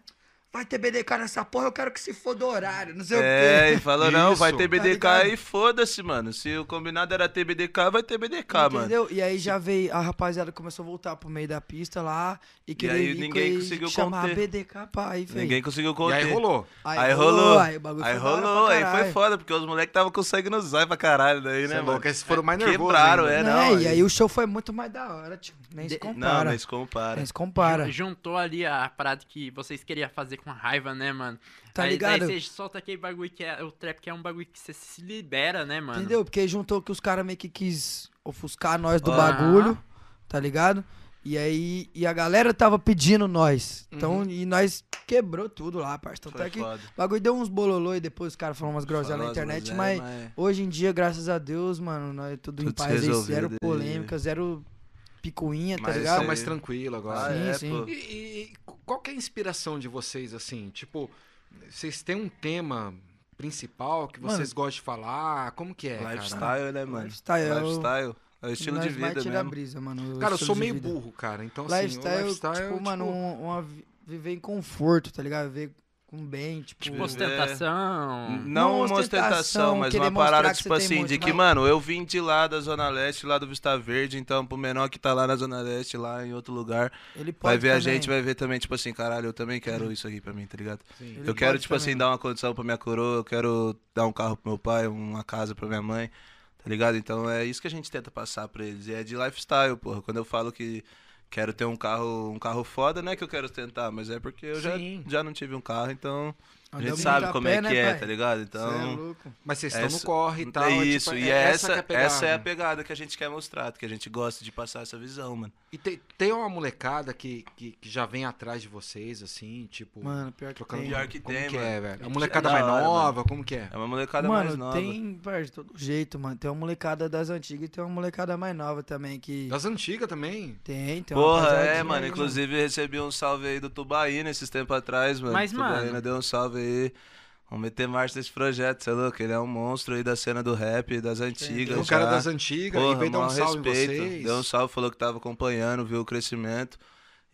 S4: vai ter BDK nessa porra, eu quero que se foda o horário, não sei o quê.
S3: É, e falou, não,
S1: Isso.
S3: vai ter BDK
S4: Tá ligado?
S3: e foda-se, mano. Se o combinado era ter BDK, vai ter BDK, mano.
S4: Entendeu? E aí já veio, a rapaziada começou a voltar pro meio da pista lá e queria
S3: aí
S4: vir
S3: ninguém
S4: com- e
S3: conseguiu
S4: chamar
S3: conter.
S4: BDK, pá, aí veio.
S3: Ninguém conseguiu
S1: E
S3: conter.
S1: aí rolou.
S3: Aí, rolou. Aí,
S4: o bagulho foi da hora pra
S3: rolou, aí
S4: caralho.
S3: foi foda, porque os moleques estavam com sangue nos olhos pra caralho daí,
S1: Cê
S3: né,
S1: é
S3: mano?
S1: louco, esses foram mais nervosos
S3: Quebraram,
S1: ainda.
S3: é,
S4: Né?
S3: não.
S4: E aí o show foi muito mais da hora, tio. Nem se
S3: Não,
S4: compara.
S3: mas compara.
S4: Nem se compara.
S2: Ju- Juntou ali a parada que vocês queriam fazer com raiva, né, mano?
S4: Tá
S2: aí,
S4: ligado?
S2: Aí você solta aquele bagulho que é o trap, que é um bagulho que você se libera, né, mano?
S4: Entendeu? Porque juntou que os caras meio que quis ofuscar nós do
S3: Aham.
S4: bagulho, tá ligado? E aí, e a galera tava pedindo nós. Então,
S3: Uhum.
S4: e nós quebrou tudo lá, parça. Tanto
S3: Foi
S4: é que
S3: foda.
S4: o bagulho deu uns bololô e depois os caras falaram umas groselhas na
S3: Falou as
S4: internet, mas,
S3: groselhas,
S4: hoje em dia, graças a Deus, mano, nós é tudo, em
S3: Tudo
S4: paz aí,
S3: resolvido
S4: zero
S3: aí.
S4: polêmica, zero picuinha, tá
S3: Mas é
S1: Eles estão
S4: ligado?
S3: aí-
S1: mais tranquilos agora.
S3: Ah,
S4: Sim,
S3: é,
S4: sim.
S3: pô.
S1: E, e- e qual que é a inspiração de vocês, assim? Tipo, vocês têm um tema principal que vocês gostam de falar? Como que é, cara?
S3: Lifestyle, né, mano?
S4: Lifestyle é o-
S3: Lifestyle. É o estilo de
S4: Nós vai
S3: vida
S4: tirar
S3: mesmo.
S4: brisa, mano. o
S1: Cara, eu
S4: estilo
S1: sou
S4: de
S1: meio
S4: vida.
S1: burro, cara. Então, assim,
S4: Lifestyle,
S1: o lifestyle...
S4: tipo, mano, um- uma vi- viver em conforto, tá ligado? Viver com bem, tipo...
S3: Tipo, é.
S4: Tipo,
S3: ostentação,
S2: Ostentação.
S3: Não uma
S4: ostentação,
S3: ostentação, mas
S4: querer
S3: uma parada,
S4: mostrar que
S3: tipo
S4: você tem
S3: assim,
S4: muito,
S3: de que,
S4: mas-
S3: mano, eu vim de lá da Zona Leste, lá do Vista Verde, então pro menor que tá lá na Zona Leste, lá em outro lugar,
S4: ele pode
S3: vai ver a
S4: também. Uhum.
S3: gente, vai ver também, tipo assim, caralho, eu também quero isso aqui pra mim, tá ligado?
S1: Sim.
S4: Ele
S3: Eu quero,
S4: pode
S3: tipo assim,
S4: também.
S3: dar uma condição pra minha coroa, eu quero dar um carro pro meu pai, uma casa pra minha mãe, tá ligado? Então é isso que a gente tenta passar pra eles. E é de lifestyle, porra. Quando eu falo que quero ter um carro, um carro foda, não é que eu quero tentar, mas é porque eu já,
S1: Sim.
S3: já não tive um carro, então A
S4: Andamos
S3: gente sabe
S4: muito a
S3: como
S4: pé,
S3: é
S4: né,
S3: que é,
S4: pai?
S3: tá ligado?
S4: Cê é
S3: Então.
S4: louco.
S1: Mas vocês estão no
S3: Essa-
S1: corre e tal.
S3: é
S1: tipo,
S3: isso, e é essa, essa,
S1: que é a
S3: é a
S1: pegada.
S3: pegada que a gente quer mostrar, que a gente gosta de passar essa visão, mano.
S1: E tem, tem uma molecada que, que, que já vem atrás de vocês, assim, tipo.
S4: Mano, pior que
S1: trocando
S4: tem.
S3: Pior que
S1: como
S3: tem,
S1: que é,
S3: mano.
S1: velho? A
S3: É
S1: molecada
S3: da
S1: mais
S3: hora,
S1: nova, como que é?
S3: É uma molecada
S4: mano,
S3: mais nova.
S4: tem, pá, de todo jeito, mano. Tem uma molecada das antigas e tem uma molecada mais nova também
S3: um-
S4: que...
S1: Das antigas também.
S4: Tem, tem uma
S3: Porra, é,
S4: rapaziadinha
S3: mano.
S4: aí,
S3: Inclusive recebi um salve aí do Tubaína esses tempos atrás, mano.
S2: Mas, mano-
S3: Tubaína deu um salve aí. Vamos meter marcha nesse projeto, você é louco? Ele é um monstro aí da cena do rap, das antigas.
S1: O cara
S3: já.
S1: das antigas e
S3: Porra,
S1: veio dar
S3: maior
S1: um salve
S3: respeito.
S1: em vocês.
S3: Deu um salve, falou que tava acompanhando, viu o crescimento.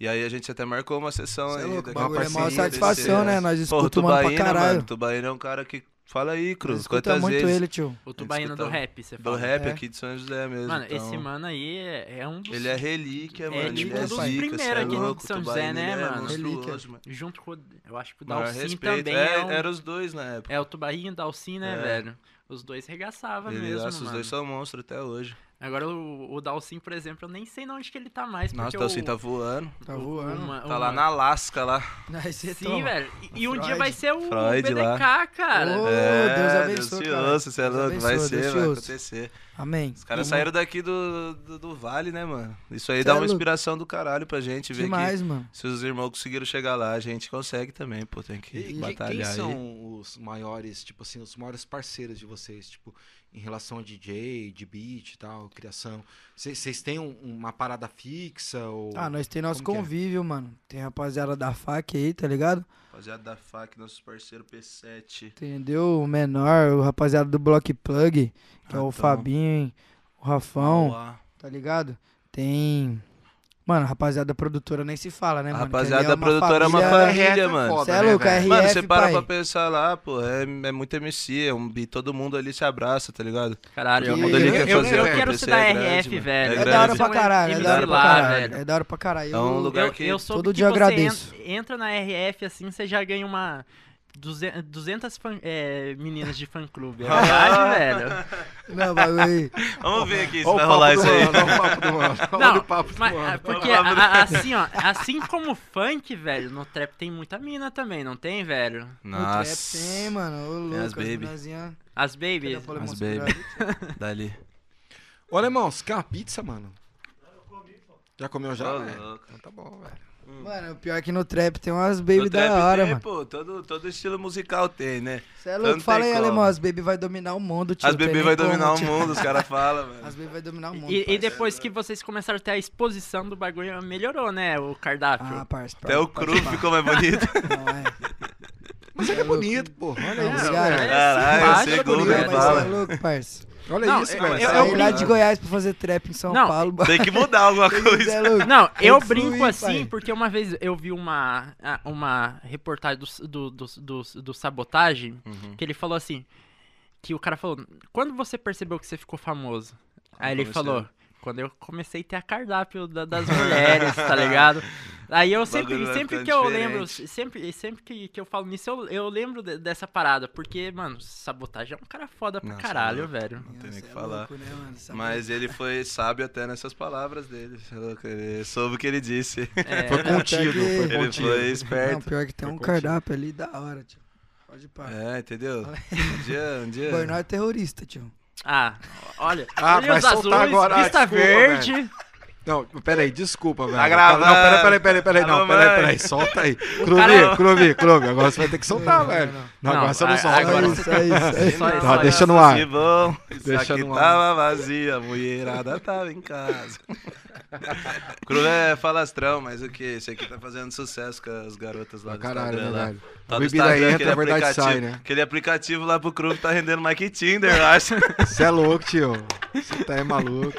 S3: E aí a gente até marcou uma sessão
S4: Cê é
S3: aí.
S4: louco,
S3: daqui
S4: o
S3: a
S4: bagulho é maior
S3: pouquinho,
S4: satisfação,
S3: desse-
S4: né? Nós
S3: Porra, o
S4: escutamos pra
S3: Tubaína, mano.
S4: caralho.
S3: o Tubaína é um cara que. Fala aí, Cruz.
S4: Escuta
S3: Quantas
S4: muito
S3: vezes.
S4: ele, tio.
S2: O tubaína do
S3: escutava.
S2: rap, você
S3: Do
S2: fala.
S3: rap
S4: É.
S3: aqui de São José mesmo.
S2: Mano,
S3: então.
S2: esse mano aí é, é um dos.
S3: Ele é relíquia,
S2: É,
S3: mano.
S2: tipo,
S3: ele é
S4: um dos
S3: zica,
S2: primeiros
S3: cê é
S2: aqui de
S3: louco,
S2: São
S3: o
S2: José,
S3: Tubaína,
S2: né,
S3: ele é
S2: mano?
S3: monstruoso,
S4: Relíquia.
S3: mano.
S2: Junto com. o- Eu acho que o
S3: Maior
S2: Dalcin
S3: respeito.
S2: também
S3: É,
S2: é, um-
S3: Era os dois na época.
S2: é o tubaína e o Dalcin, né,
S3: É.
S2: velho? Os dois regaçavam
S3: Ele,
S2: mesmo.
S3: nossa, os
S2: mano.
S3: dois são monstros até hoje.
S2: Agora o, o Dalcin, por exemplo, eu nem sei de onde que ele tá mais.
S3: Nossa,
S2: porque
S3: o Dalcin
S2: o-
S3: tá voando.
S4: Tá
S2: o-
S4: voando.
S2: uma-
S3: Tá
S2: uma-
S3: lá na Alasca, lá.
S4: Nós cê
S2: Sim,
S4: toma.
S2: velho. E, e um dia
S4: Freud.
S2: vai ser o
S3: Freud
S2: BDK,
S3: lá.
S2: cara.
S4: Ô, Deus abençoe,
S3: Deus te
S4: cara.
S3: ouça, você é
S4: Deus
S3: louco. Vai
S4: abençoe,
S3: ser,
S4: Deus te
S3: vai
S4: ouça.
S3: acontecer.
S4: Amém.
S3: Os caras
S4: Tamo-
S3: saíram daqui do, do, do vale, né, mano? Isso aí
S4: Cê
S3: dá
S4: é
S3: uma
S4: louco.
S3: inspiração do caralho pra gente ver que
S4: Demais, mano.
S3: se os irmãos conseguiram chegar lá, a gente consegue também, pô. Tem que
S1: E- e que- quem
S3: batalhar aí.
S1: são os maiores, tipo assim, os maiores parceiros de vocês, tipo, em relação a DJ, de beat e tal, criação? Vocês- Vocês têm um- uma parada fixa? Ou...
S4: Ah, nós tem nosso
S1: Como que é?
S4: convívio, mano. Tem rapaziada da FAC aí, tá ligado?
S3: Rapaziada da FAC, nossos parceiros P7.
S4: Entendeu? O menor, o rapaziada do Block Plug, que é o
S3: Ratão.
S4: Fabinho, o Rafão,
S3: Mauá.
S4: tá ligado? Tem. Mano, a rapaziada da produtora nem se fala, né,
S3: A
S4: mano? Que
S3: rapaziada
S4: ali
S3: da produtora é uma
S1: família,
S3: família,
S1: RF é
S3: mano.
S1: foda,
S4: Cê é
S1: né,
S4: louco,
S1: velho?
S4: RF,
S3: Mano, você para
S4: pai.
S3: pra pensar lá, pô, é, é muito MC, é um bi, todo mundo ali se abraça, tá ligado?
S2: Caralho,
S4: Todo
S2: eu-
S4: mundo
S2: eu,
S4: ali
S2: eu
S4: quer
S2: quero
S4: fazer
S2: ser- eu
S4: acontecer,
S2: quero ser
S3: é
S2: da
S3: grande,
S2: RF,
S3: mano.
S2: velho.
S3: É
S4: É da hora
S3: grande.
S4: pra caralho, é da hora
S3: MC
S4: pra
S3: lá,
S4: caralho. É da hora pra caralho.
S3: É um
S4: Eu-
S3: lugar
S2: Eu,
S3: que-
S2: eu soube
S4: Todo
S2: que
S4: dia eu
S2: você
S4: agradeço.
S2: en- entra na RF assim, você já ganha uma 200, 200 fã- é, meninas de fã clube. É verdade,
S3: [LAUGHS]
S2: velho.
S4: [LAUGHS] Não, bagulho aí.
S3: Vamos ver aqui se
S1: Olha o
S3: vai
S1: papo
S3: rolar
S1: do
S3: isso aí.
S1: mano, olha o papo do mano, olha
S2: Não,
S1: o papo do
S2: mas,
S1: mano.
S2: ah, porque a- a- assim, ó, assim como o funk, velho, no trap tem muita mina também, não tem, velho?
S4: No trap
S3: Nossa,
S4: tem, mano. Ô, louco,
S3: as
S4: as
S3: baby.
S4: minazinhas.
S2: As babies.
S4: Cadê a
S3: As
S4: Polemon
S3: baby. dali.
S1: Ô, alemão, você quer uma pizza, mano? Já comeu já?
S3: Ô,
S1: velho?
S3: louco.
S1: Então tá bom, velho.
S4: Mano, o pior é que no trap tem umas
S3: No
S4: baby
S3: trap
S4: da hora,
S3: tem,
S4: mano.
S3: pô, todo, todo estilo musical tem, né?
S4: Você é
S3: Então
S4: louco,
S3: não
S4: fala
S3: tem
S4: aí,
S3: como.
S4: alemão. As baby vai dominar o mundo, tio.
S3: As
S4: não tem
S3: bebês vai
S4: nem como,
S3: dominar o
S4: tio.
S3: mundo, os caras falam, mano.
S4: As baby vai dominar o mundo.
S2: E, e
S4: parça.
S2: depois que vocês começaram a ter a exposição do bagulho, melhorou, né? O cardápio.
S4: Ah, parça.
S3: Até o
S4: pode
S3: cru
S4: pá.
S3: ficou mais bonito.
S4: Não, é.
S1: Mas ele é bonito, pô. Olha
S4: Não,
S1: isso,
S4: obrigado.
S1: velho.
S3: Caralho,
S2: simpático,
S3: segundo
S2: bonito,
S4: Mas
S3: ele
S2: mas
S4: você é
S3: fala.
S4: louco, parça.
S1: Olha
S2: Não,
S1: isso,
S2: eu-
S1: velho.
S2: eu-
S1: Você
S2: eu-
S1: é
S4: Saí lá de
S1: obrigado.
S4: Goiás pra fazer trap em São
S2: Não.
S4: Paulo. bagulho.
S3: Tem que mudar alguma
S4: Cê é
S3: coisa.
S4: louco.
S2: Não,
S4: Tem
S2: eu
S4: que
S2: brinco
S4: fluir,
S2: assim
S4: pai.
S2: porque uma vez eu vi uma, a- uma reportagem do, do, do, do- do Sabotagem
S3: Uhum.
S2: que ele falou assim: que o cara falou, quando você percebeu que você ficou famoso? Aí ele
S3: comecei.
S2: falou. Quando eu comecei a ter a cardápio da-
S3: [LAUGHS]
S2: das mulheres, tá ligado? Aí eu sempre,
S3: bagulho vai
S2: sempre
S3: ficando
S2: que eu
S3: diferente.
S2: lembro, sempre, sempre que, que eu falo nisso, eu, eu lembro de- dessa parada. Porque, mano, sabotagem é um cara foda pra
S3: Nossa,
S2: caralho,
S3: louco. [LAUGHS]
S2: velho.
S3: Não tem
S4: Cê
S3: nem o
S4: é
S3: que falar.
S4: louco, né, mano? Essa
S3: Mas ele foi sábio até nessas palavras dele. cê é louco, Ele soube o que ele disse.
S2: É,
S1: Foi contido,
S4: Até que-
S1: foi
S3: Ele
S1: contido.
S3: foi
S4: Não,
S3: esperto.
S4: pior que tem um cardápio ali da hora, tio. Pode parar.
S3: É,
S4: [LAUGHS]
S3: entendeu? Um dia, um dia.
S4: Ah. Burnout é terrorista, tio.
S2: Ah, olha.
S1: Ah,
S2: olha
S1: vai
S2: os
S1: soltar
S2: azuis,
S1: agora. Ah,
S2: Vista
S1: desculpa,
S2: verde.
S1: Não, peraí, desculpa, velho.
S3: Tá gravando.
S1: Não, peraí, peraí, peraí, peraí, não,
S3: Alô,
S1: peraí,
S3: mãe.
S1: peraí, solta aí.
S2: cara-
S1: Cruvi, Cruvi, Cruvi, agora você vai ter que soltar,
S4: Não, não,
S1: velho.
S4: não.
S1: Não, agora
S2: Não,
S1: você não
S2: a-
S1: solta.
S2: agora
S1: não.
S4: É isso, é isso. [LAUGHS] É isso.
S2: Só
S1: Tá,
S2: isso, só
S1: deixa
S2: isso.
S1: no ar.
S3: Que bom. Isso
S1: Deixa
S3: aqui
S1: no ar.
S3: tava vazia, a mulherada tava em
S1: [LAUGHS]
S3: casa. Cru é falastrão, mas o que? Esse aqui tá fazendo sucesso com as garotas lá
S1: Pra
S3: do
S1: caralho,
S3: Instagram.
S1: né,
S3: lá.
S1: velho?
S3: Tá
S1: A
S3: do
S1: bebida
S3: Instagram,
S1: entra, a
S3: aquele
S1: verdade
S3: aplicativo-
S1: sai, né?
S3: Aquele aplicativo lá pro Cru tá rendendo mais que Tinder, eu acho. [LAUGHS]
S1: Você é louco, tio. Você tá aí maluco.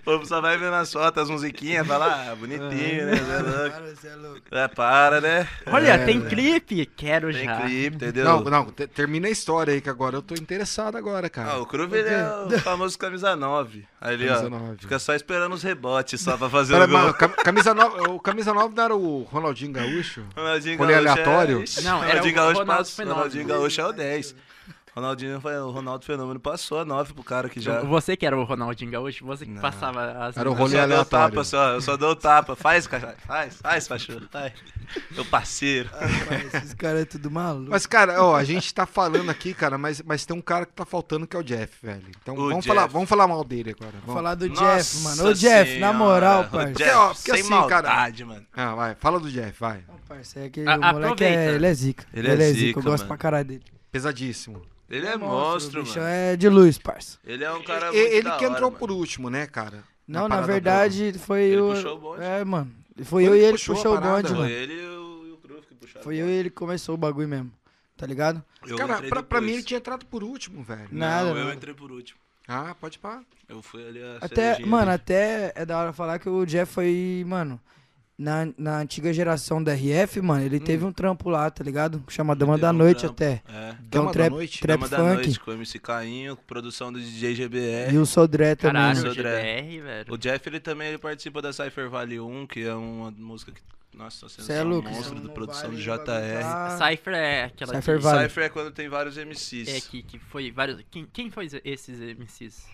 S3: O povo só vai vendo as fotos, as musiquinhas, fala, ah, bonitinho, né? Cê é louco.
S4: Cara, cê é louco.
S3: É, para, né?
S2: Olha,
S1: É,
S2: tem
S1: velho.
S2: clipe? Quero
S3: Tem
S2: já.
S3: clipe, entendeu?
S1: Não, não, te- termina a história aí, que agora eu tô interessado agora,
S3: Ah,
S1: cara.
S3: o Kruger ele é o famoso camisa 9. Ali,
S1: Camisa
S3: ó.
S1: nove.
S3: Fica só esperando os rebotes só pra fazer
S1: Pera,
S3: o gol.
S1: mano, cam- camisa nova, o camisa nova não era o Ronaldinho Gaúcho?
S3: [LAUGHS] Ronaldinho
S1: Rolê
S3: Gaúcho é-
S1: aleatório?
S3: Ixi,
S2: Não, era
S3: Ronaldinho
S2: o
S3: Gaúcho
S2: Ronaldo
S3: passa.
S2: Fenômeno.
S3: Ronaldinho Gaúcho é o 10. Ronaldinho, foi- o Ronaldo Fenômeno passou a nove pro cara que já.
S2: Você que era o Ronaldinho Gaúcho, você que
S3: Não.
S2: passava as.
S1: Era o
S3: Eu
S1: Rolê
S3: só dou
S1: aleatório.
S3: tapa, só. Eu só dou tapa. Faz, cara. Faz, faz, cachorro. Faz. Meu parceiro.
S4: Rapaz, esses caras é tudo maluco.
S1: Mas, cara, ó, a gente tá falando aqui, cara, mas, mas tem um cara que tá faltando que é o Jeff, velho. Então
S3: O
S1: vamos
S3: Jeff.
S1: falar, vamos falar mal dele agora. Vamos.
S4: Vou falar do
S3: Nossa
S4: Jeff, mano. Ô, Jeff,
S3: senhora,
S4: na moral,
S3: o
S4: parça.
S1: Jeff, ó, porque
S3: sem
S1: assim, cara-
S3: maldade, mano.
S1: Ah, vai, fala do Jeff, vai.
S4: Ô, parça, é que
S2: A-
S4: o moleque é,
S2: aproveita.
S4: ele é zica.
S3: Ele é zica,
S4: Eu gosto
S3: mano.
S4: pra caralho dele.
S1: Pesadíssimo.
S3: Ele é monstro,
S4: o bicho
S3: mano.
S4: é de luz, parça.
S3: Ele é um cara
S1: E-
S3: muito
S1: ele
S3: da
S1: que
S3: hora,
S1: entrou
S3: mano.
S1: por último, né, cara?
S4: Não, na
S1: parada
S4: verdade, foi
S3: Ele
S4: eu.
S3: puxou o bonde.
S4: É, mano. Foi
S1: Ele
S4: eu e ele
S1: puxou
S4: puxou,
S1: a
S4: o
S1: parada,
S4: bonde,
S1: né?
S3: Foi
S4: mano.
S3: ele e o, e o Cruz que puxaram.
S4: Foi eu e ele que começou o bagulho mesmo. Tá ligado?
S3: Eu
S1: cara,
S3: entrei
S1: pra, pra mim
S3: depois.
S1: ele tinha entrado por último, velho.
S4: Não.
S3: Não,
S4: Nada,
S3: eu
S4: nada.
S3: entrei por último.
S1: Ah, pode parar.
S3: Eu fui ali a
S4: Até,
S3: cerejinha né?
S4: mano,
S3: ali.
S4: até é da hora falar que o Jeff foi, mano, na, na antiga geração da RF, mano, ele teve um trampo lá, tá ligado? Chama Dama
S3: Hum. teve
S4: da
S3: um
S4: Noite
S3: trampo.
S4: até.
S3: É.
S4: Que é um
S1: Dama da
S4: trap,
S1: Noite?
S4: trap
S3: Dama da
S4: funk.
S3: Noite com o MC Cainho, com produção do DJ GBR.
S4: E o Sodré também.
S2: Caralho,
S4: mano.
S3: Sou
S2: o
S3: André.
S2: GBR, velho.
S3: O Jeff, ele também ele participa da Cypher Valley 1, que é uma música que. Nossa, tá você
S4: Cê é louco,
S3: um monstro
S4: cê
S3: do
S4: não
S3: produção
S4: vai
S3: do JR.
S1: Ah.
S4: aguentar.
S2: Cypher é aquela
S4: Cypher
S2: que,
S4: tá- Vale.
S3: Cypher é quando tem vários MCs.
S2: é, que, que foi vários. Quem, quem foi esses MCs?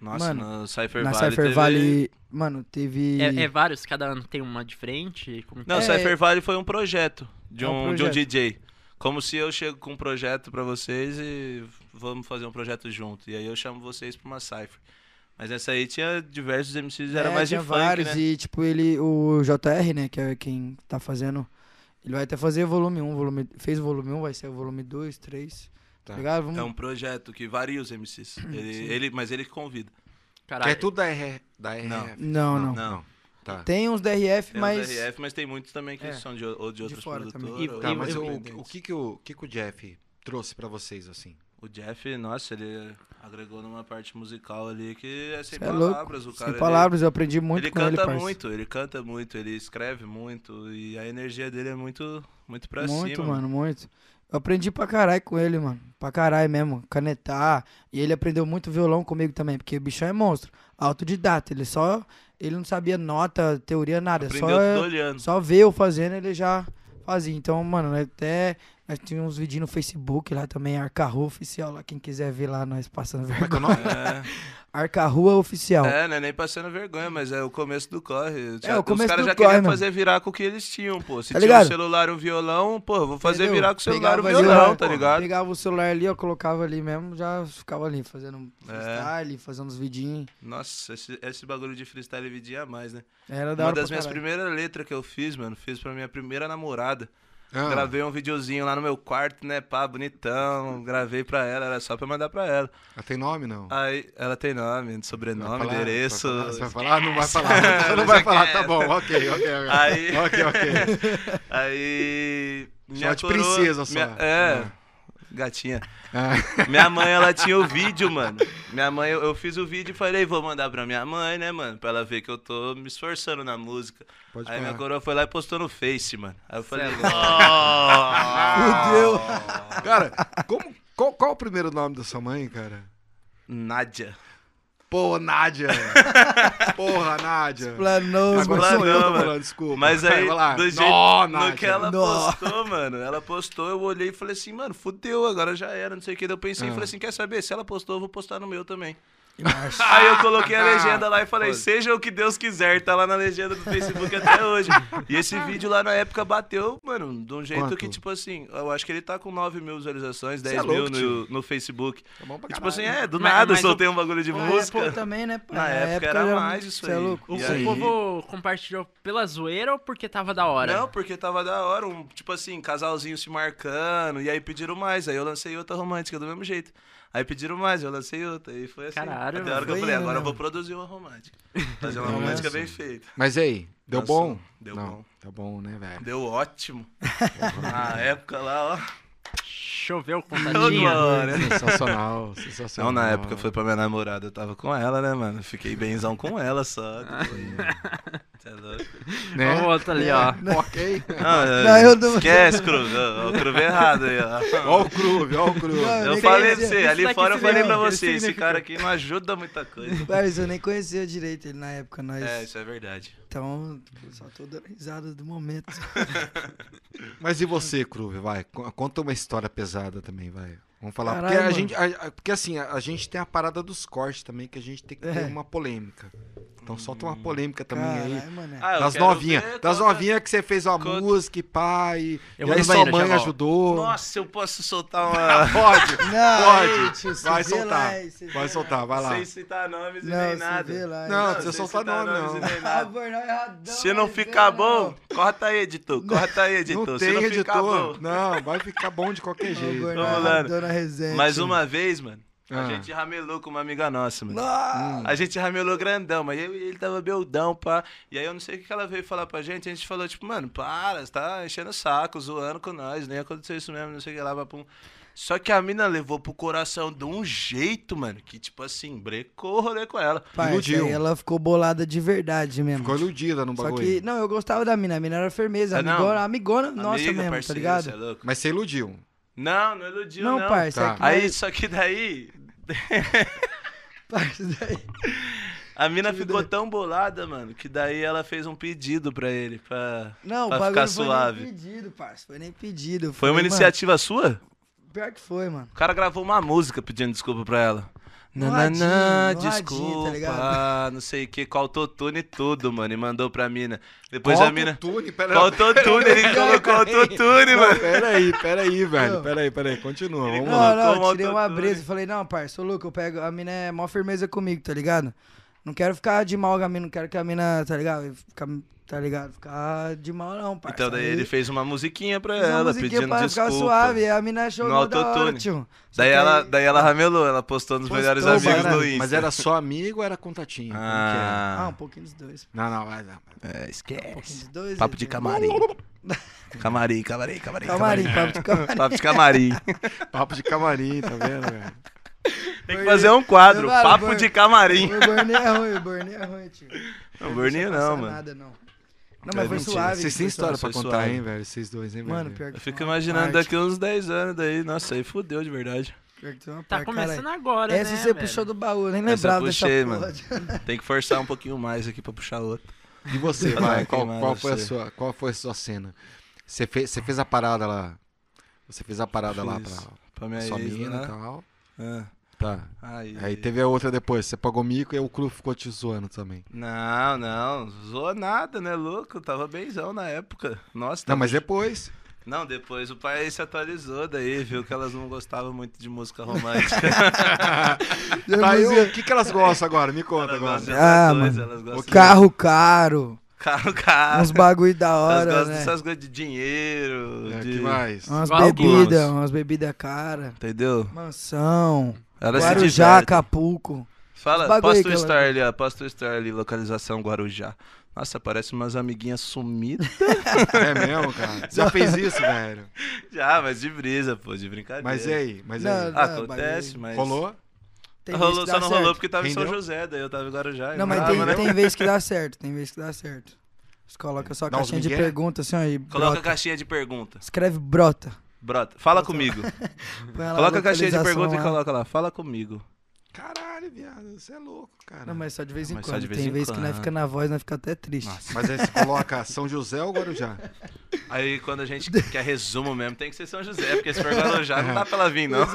S3: Nossa,
S4: Mano,
S3: na Cypher
S4: Na
S3: Valley.
S4: Cypher
S3: teve-
S4: Valley, mano, teve.
S2: É, é vários, cada ano tem uma diferente? Como que
S3: Não,
S4: É,
S2: é?
S3: Cypher Valley foi um projeto de
S4: É
S3: um,
S4: um
S3: De um
S4: projeto.
S3: DJ. Como se eu chego com um projeto pra vocês e vamos fazer um projeto junto. E aí eu chamo vocês pra uma Cypher. Mas essa aí tinha diversos MCs, era
S4: É,
S3: mais de
S4: tinha
S3: funk,
S4: vários,
S3: né?
S4: e tipo, ele, o JR, né, que é quem tá fazendo, ele vai até fazer volume 1, volume, fez o volume 1, vai ser o volume 2, 3, tá,
S1: Tá.
S4: ligado? Vamos,
S3: É um projeto que varia os MCs.
S4: Uhum,
S3: Ele, ele, mas ele que convida.
S1: Que
S2: Caralho.
S1: é tudo da RF. Da RF.
S3: Não.
S4: Não, não.
S3: Não.
S1: Tá.
S4: Tem uns DRF,
S3: Tem
S4: mas...
S3: mas... DRF, mas tem muitos também que
S4: É.
S3: são de, ou de outros
S4: fora também.
S3: produtores.
S2: E-
S3: ou-
S1: Tá,
S2: Eu-
S1: mas
S4: eu-
S1: o, o que que o, o que que o Jeff trouxe pra vocês,
S4: [LAUGHS]
S1: assim?
S3: O Jeff, nossa, ele agregou numa parte musical ali que é sem
S4: Cê é louco,
S3: palavras. o cara,
S4: Sem
S3: ele-
S4: palavras, eu aprendi muito
S3: ele
S4: com ele,
S3: canta
S4: parça.
S3: muito, ele canta muito, ele escreve muito e a energia dele é muito, muito pra
S4: muito,
S3: cima.
S4: mano, muito. Eu aprendi pra caralho com ele, mano. Pra caralho mesmo. Canetar. E ele aprendeu muito violão comigo também, porque o bichão é monstro. Autodidata. Ele só. Ele não sabia nota, teoria, nada.
S3: Aprendeu
S4: É só,
S3: tudo olhando.
S4: só ver eu fazendo, ele já fazia. Então, mano, até. Nós tínhamos uns vídeos no Facebook lá também, Arca Rua Oficial, lá quem quiser ver lá, nós passando vergonha.
S3: É,
S4: Arca Rua Oficial.
S3: é, né? Nem passando vergonha, mas é o começo do corre. Já-
S4: Então. É, o
S3: os
S4: começo
S3: caras
S4: do
S3: já queriam
S4: corre, mano.
S3: fazer virar com o que eles tinham, pô. Se
S4: Tá
S3: tinha um
S4: ligado?
S3: celular e um violão, pô, vou fazer
S4: Entendeu?
S3: virar com o celular e um
S4: Pegava ali,
S3: violão,
S4: ó,
S3: tá ligado?
S4: Pegava o celular ali, eu colocava ali mesmo, já ficava ali fazendo
S3: É.
S4: freestyle, fazendo uns vidinhos.
S3: Nossa, esse, esse bagulho de freestyle vidia a mais, né?
S4: Era da
S3: Uma
S4: hora
S3: das
S4: pra
S3: minhas
S4: caralho.
S3: primeiras letras que eu fiz, mano, fiz pra minha primeira namorada.
S1: Ah,
S3: Gravei um videozinho lá no meu quarto, né? Pá, bonitão. Gravei pra ela, era só pra mandar pra ela.
S1: ela tem nome, não?
S3: Aí, ela tem nome, sobrenome,
S1: Vai falar?
S3: endereço.
S1: Você vai falar? Não vai falar. Você não vai falar, tá bom, ok, ok. ok. [LAUGHS]
S3: Aí-
S1: Ok,
S3: [LAUGHS]
S1: ok.
S3: Aí.
S1: Chama de princesa só.
S3: minha-
S1: Ah.
S3: é, gatinha.
S1: Ah,
S3: Minha mãe, ela tinha o vídeo, mano. Minha mãe, eu, eu fiz o vídeo e falei, vou mandar pra minha mãe, né, mano? Pra ela ver que eu tô me esforçando na música.
S1: Pode
S3: Aí minha
S1: falar.
S3: coroa foi lá e postou no Face, mano. Aí eu falei,
S2: Cê é
S3: oh!
S1: Cara, como, qual, qual o primeiro nome da sua mãe, cara?
S3: Nádia.
S1: Pô, Nádia. [LAUGHS] Porra, Nádia.
S4: Planou,
S1: Agora sou eu que tô
S3: Explanou,
S1: falando,
S3: mano.
S1: desculpa.
S3: Mas aí,
S1: Vai lá.
S3: do jeito
S1: Nó,
S3: no
S1: Nádia.
S3: que ela
S4: Nó.
S3: postou, mano, ela postou, eu olhei e falei assim, mano, fudeu, agora já era, não sei o que. Daí eu pensei e
S1: Ah.
S3: falei assim, quer saber? Se ela postou, eu vou postar no meu também.
S4: E marcha.
S3: Aí eu coloquei a legenda lá e falei,
S1: Foda.
S3: seja o que Deus quiser, tá lá na legenda do Facebook até hoje. E esse
S2: Tá.
S3: vídeo lá na época bateu, mano, de um jeito
S1: Quanto?
S3: que, tipo assim, eu acho que ele tá com 9 mil visualizações, 10
S1: é
S3: mil
S1: louco,
S3: no,
S1: tio.
S3: no Facebook.
S1: Tá bom pra
S3: E, tipo assim,
S1: caralho.
S3: é, do
S2: Mas-
S3: nada eu
S2: mas o-
S3: soltei um bagulho de
S4: Na
S3: música.
S4: época também, né? pai?
S3: Na época era mais isso
S4: cê é
S3: aí.
S4: louco.
S2: O,
S3: E
S2: o
S3: aí?
S2: povo compartilhou pela zoeira ou porque tava da hora?
S3: Não, porque tava da hora, um, tipo assim, casalzinho se marcando, e aí pediram mais, aí eu lancei outra romântica do mesmo jeito. Aí pediram mais, eu lancei outra, e foi assim.
S2: Caralho,
S3: até a hora que eu
S4: foi
S3: falei,
S4: indo,
S3: agora eu
S4: né,
S3: vou
S4: mano?
S3: produzir uma romântica. Fazer uma
S1: Nossa.
S3: romântica bem feita.
S1: Mas e aí, deu
S3: é- Nossa,
S1: bom?
S3: deu bom.
S1: Tá bom, né, velho?
S3: Deu [LAUGHS] ótimo. Na época lá, ó.
S2: Choveu com
S3: Toda hora.
S1: Sensacional, sensacional.
S3: Não, na época foi pra minha namorada, eu tava com ela, né, mano? Fiquei benzão com ela [LAUGHS] só. Cê é louco.
S1: Né?
S2: O outro tá ali, ó.
S1: [LAUGHS] Ok.
S3: Não,
S4: Não, eu não-
S3: Esquece, Cruz. Ó, O Cruz errado aí, ó.
S1: Ó o Krug, ó o Krug.
S4: Não,
S3: Eu
S4: Ele
S3: falei pra
S4: quer dizer,
S3: você,
S2: isso
S3: ali
S2: daqui
S3: fora eu
S2: significa-
S3: falei pra
S1: é
S3: você,
S2: significa-
S3: esse cara aqui não ajuda
S1: [LAUGHS]
S3: muita coisa.
S4: Mas eu nem conhecia direito ele na época, nós.
S3: É, isso é verdade.
S4: Então, tipo, só tô dando risada do [LAUGHS] momento.
S1: Mas e você, Krug? Vai, co- conta uma história pesada também, vai. Vamos falar.
S4: Caralho,
S1: porque, a
S4: mano.
S1: gente, a- a- porque assim, a, a gente tem a parada dos cortes também, que a gente tem que ter
S4: É.
S1: uma polêmica. Então solta uma polêmica também aí.
S4: Caralho, mano.
S3: Hum, Ah, eu
S1: É. das
S3: quero
S1: novinhas.
S3: ver
S1: Das
S3: toda-
S1: novinhas que você fez uma
S3: Quanto-
S1: música e pá, e, e
S2: Eu vou
S1: aí
S2: no
S1: sua
S2: banheiro, já
S1: mãe
S2: volto.
S1: ajudou.
S3: Nossa, eu posso soltar uma.
S1: [LAUGHS] Pode,
S4: Não,
S1: pode.
S4: tio, se
S1: vai
S4: vê
S1: soltar.
S4: lá, se vê
S1: vai
S4: lá.
S1: soltar, vai lá.
S3: [LAUGHS] Sem citar nomes e
S4: Não,
S3: nem
S4: você
S3: nada.
S4: vê lá.
S1: Não, não precisa
S3: sem
S1: soltar
S3: citar
S1: nome,
S3: nomes
S1: não.
S3: e nem
S4: Ah,
S3: nada.
S4: Bernardo, erradão,
S3: Se não
S4: mas
S3: ficar
S4: vê,
S3: bom,
S4: não.
S3: corta aí, editor. Corta aí, editor.
S1: não
S3: Se
S1: tem
S3: não ficar
S1: editor.
S3: bom.
S1: Não, vai ficar bom de qualquer
S4: Ô,
S1: jeito.
S4: Bernardo,
S3: rolando.
S4: Dona Rezende.
S3: Mais um uma vez, mano,
S1: Ah.
S3: a gente ramelou com uma amiga nossa, mano.
S4: Nossa.
S3: A gente ramelou grandão, mas eu e ele tava beldão, pá. E aí eu não sei o que que ela veio falar pra gente. A gente falou, tipo, mano, para, você tá enchendo o saco, zoando com nós, nem aconteceu isso mesmo, não sei o que lá, papum. Só que a mina levou pro coração de um jeito, mano, que tipo assim, brecou o rolê com ela.
S4: Parça,
S1: Iludiu.
S4: aí ela ficou bolada de verdade mesmo.
S1: Ficou iludida no
S4: Só
S1: bagulho.
S4: que, não, eu gostava da mina. A mina era firmeza,
S3: Ah, não.
S4: amigona, amigona nossa
S3: Amiga,
S4: mesmo,
S3: parceiro,
S4: tá ligado?
S3: cê é louco.
S1: Mas você iludiu.
S3: Não, não iludiu,
S4: Não,
S3: não.
S4: parça,
S1: Tá.
S4: é que
S3: Aí, só que daí,
S4: [LAUGHS] parça, é daí...
S3: a mina
S4: Tive
S3: ficou
S4: ideia.
S3: tão bolada, mano, que daí ela fez um pedido pra ele, pra,
S4: Não,
S3: pra
S4: o bagulho
S3: ficar
S4: foi
S3: suave.
S4: nem pedido, parça. Foi nem pedido.
S3: Foi uma
S4: Falei, mano,
S3: iniciativa sua?
S4: Pior que foi, mano.
S3: O cara gravou uma música pedindo desculpa pra ela.
S4: No
S3: Nananã,
S4: radinho, no radinho, tá
S3: desculpa,
S4: ligado?
S3: não sei o que, com autotune e tudo, mano, e mandou pra mina. Depois a é, mina.
S1: Tune,
S4: né?
S3: Com autotune,
S4: [LAUGHS]
S3: ele colocou autotune,
S1: Não,
S3: mano.
S1: peraí,
S3: [LAUGHS]
S1: peraí, velho.
S4: Não.
S1: Peraí, peraí. Continua.
S3: Ele- é
S1: Vamos
S4: Não,
S1: lá.
S3: lá,
S4: não,
S3: toma
S4: eu tirei uma
S3: autotune.
S4: brisa e falei, não, parça, ô louco, eu pego, a mina é mó firmeza comigo, tá ligado? Não quero ficar de mal com a mina, não quero que a mina, tá ligado? Ficar, tá ligado? Ficar de mal não, parça.
S3: Então daí
S4: Aí
S3: ele fez uma musiquinha pra
S4: fiz uma
S3: É, ela,
S4: musiquinha
S3: pedindo
S4: pra
S3: desculpa.
S4: ficar suave, aí a mina achou
S3: No
S4: mó da hora,
S3: autotune.
S4: tio. Só
S3: Daí,
S4: que
S3: ela,
S4: aí-
S3: daí ela ramelou, ela postou nos
S4: Postou,
S3: melhores
S4: mano. é,
S3: amigos do
S1: Então, mas,
S3: Insta.
S1: mas era só amigo ou era contatinho? Como que era?
S4: Ah,
S3: Ah,
S4: um pouquinho dos dois.
S1: Não, não, vai lá.
S3: é,
S4: Um pouquinho
S3: esquece.
S4: dos dois.
S3: Papo
S4: aí,
S3: de
S4: tá
S3: camarim. [LAUGHS] Camarim, camarim, camarim.
S4: ligado? Camarim, papo de camarim.
S3: Papo de camarim.
S1: Papo de camarim, tá vendo, velho?
S3: Tem que fazer um quadro,
S4: Levaram,
S3: papo
S4: foi.
S3: de camarim.
S4: O Burnie é ruim, o Burnie é ruim, tio.
S3: Não, Burninho
S4: deixa
S3: não,
S4: passar
S3: mano.
S4: Nada, não. Não, mas
S3: É
S4: foi
S3: mentira.
S4: suave.
S1: Vocês têm
S4: foi suave.
S1: história pra
S3: suave,
S1: contar,
S3: suave.
S1: hein, velho? Vocês dois, hein, velho?
S4: Mano, pior que
S3: Eu fico
S4: tem uma
S3: imaginando
S4: parte,
S3: daqui uns 10 anos daí. Nossa, aí fudeu de verdade.
S4: pior que tem uma
S2: Tá
S4: parte,
S2: começando
S4: caralho.
S2: agora,
S4: Essa
S2: né,
S4: você
S2: velho?
S4: puxou do baú, eu nem
S3: Essa eu
S4: lembrava
S3: puxei,
S4: dessa porra.
S3: mano. Tem que forçar um pouquinho mais aqui pra puxar outro.
S1: E você,
S3: Tá
S1: vai?
S3: bom,
S1: Qual,
S3: queimado,
S1: qual foi a
S3: você.
S1: sua, qual foi a sua cena? Você fez, você fez a parada lá. Você fez a parada lá
S3: Fiz.
S1: pra
S3: Pra minha
S1: sua
S3: ex,
S1: menina e
S3: né?
S1: tal.
S3: Ah,
S1: Tá.
S3: aí.
S1: Aí teve a outra depois. Você pagou mico e o Cru ficou te zoando também.
S3: Não, não. Zoou nada, né, louco? Tava benzão na época. Nossa,
S1: Não,
S3: tava...
S1: mas é- depois.
S3: [LAUGHS] Não, depois o pai se atualizou daí, viu que elas não gostavam muito de música romântica.
S1: Tá, e o que, que elas gostam agora? Me conta
S3: Elas
S1: agora.
S3: gostam
S4: Ah,
S3: dessas coisas,
S4: mano.
S3: elas gostam
S4: Carro caro,
S3: de- [LAUGHS] Carro, carro.
S4: uns bagulho da
S3: Elas
S4: hora,
S3: gostam
S4: né?
S3: Ah, dessas coisas de dinheiro,
S1: É,
S3: de...
S1: que mais?
S4: Umas
S2: Algumas.
S4: bebidas, umas bebidas caras.
S3: Entendeu?
S4: Mansão,
S3: Elas se
S4: Guarujá,
S3: divertem.
S4: Acapulco. Os
S3: é. Fala,
S4: bagulho
S3: posta
S4: que
S3: o
S4: ela-
S3: story ali, ó. Posta o story ali, localização Guarujá. Nossa, parece umas amiguinhas sumidas. [LAUGHS]
S1: É mesmo, cara. [LAUGHS] Já fez isso, velho.
S3: Já, mas de brisa, pô, de brincadeira.
S1: Mas e aí? Mas e
S4: Não,
S1: aí?
S4: não.
S3: Acontece, mas.
S1: Rolou?
S4: Ah, Tem vezes
S3: rolou,
S4: que
S3: só
S4: dá
S3: não
S4: certo.
S3: rolou porque tava em São
S1: Rendeu?
S3: José, daí eu tava em Guarujá. e
S4: Não, mas
S3: tava, né?
S4: tem, tem vez que dá certo, tem vez que dá certo. Você coloca só a
S1: Dá uns
S4: caixinha de
S1: migué?
S4: perguntas assim, ó, e
S3: é. Coloca a
S4: brota.
S3: caixinha de pergunta.
S4: Escreve brota.
S3: Brota. Fala
S4: [LAUGHS]
S3: comigo.
S4: Põe lá
S3: Coloca a caixinha de
S4: localização
S3: pergunta e
S4: lá.
S3: coloca lá. Fala comigo.
S1: Caralho, viado. Você é louco, cara.
S4: Não, mas só de vez
S3: né? Não,
S4: em
S3: mas só
S4: quando.
S3: de vez
S4: Tem
S3: em
S4: vezes que nós
S3: quando.
S4: fica na voz, nós fica até triste.
S1: Mas aí você coloca São José ou Guarujá?
S3: Aí quando a gente quer resumo mesmo, tem que ser São José, porque se for Guarujá não dá pra ela vir, não. [LAUGHS]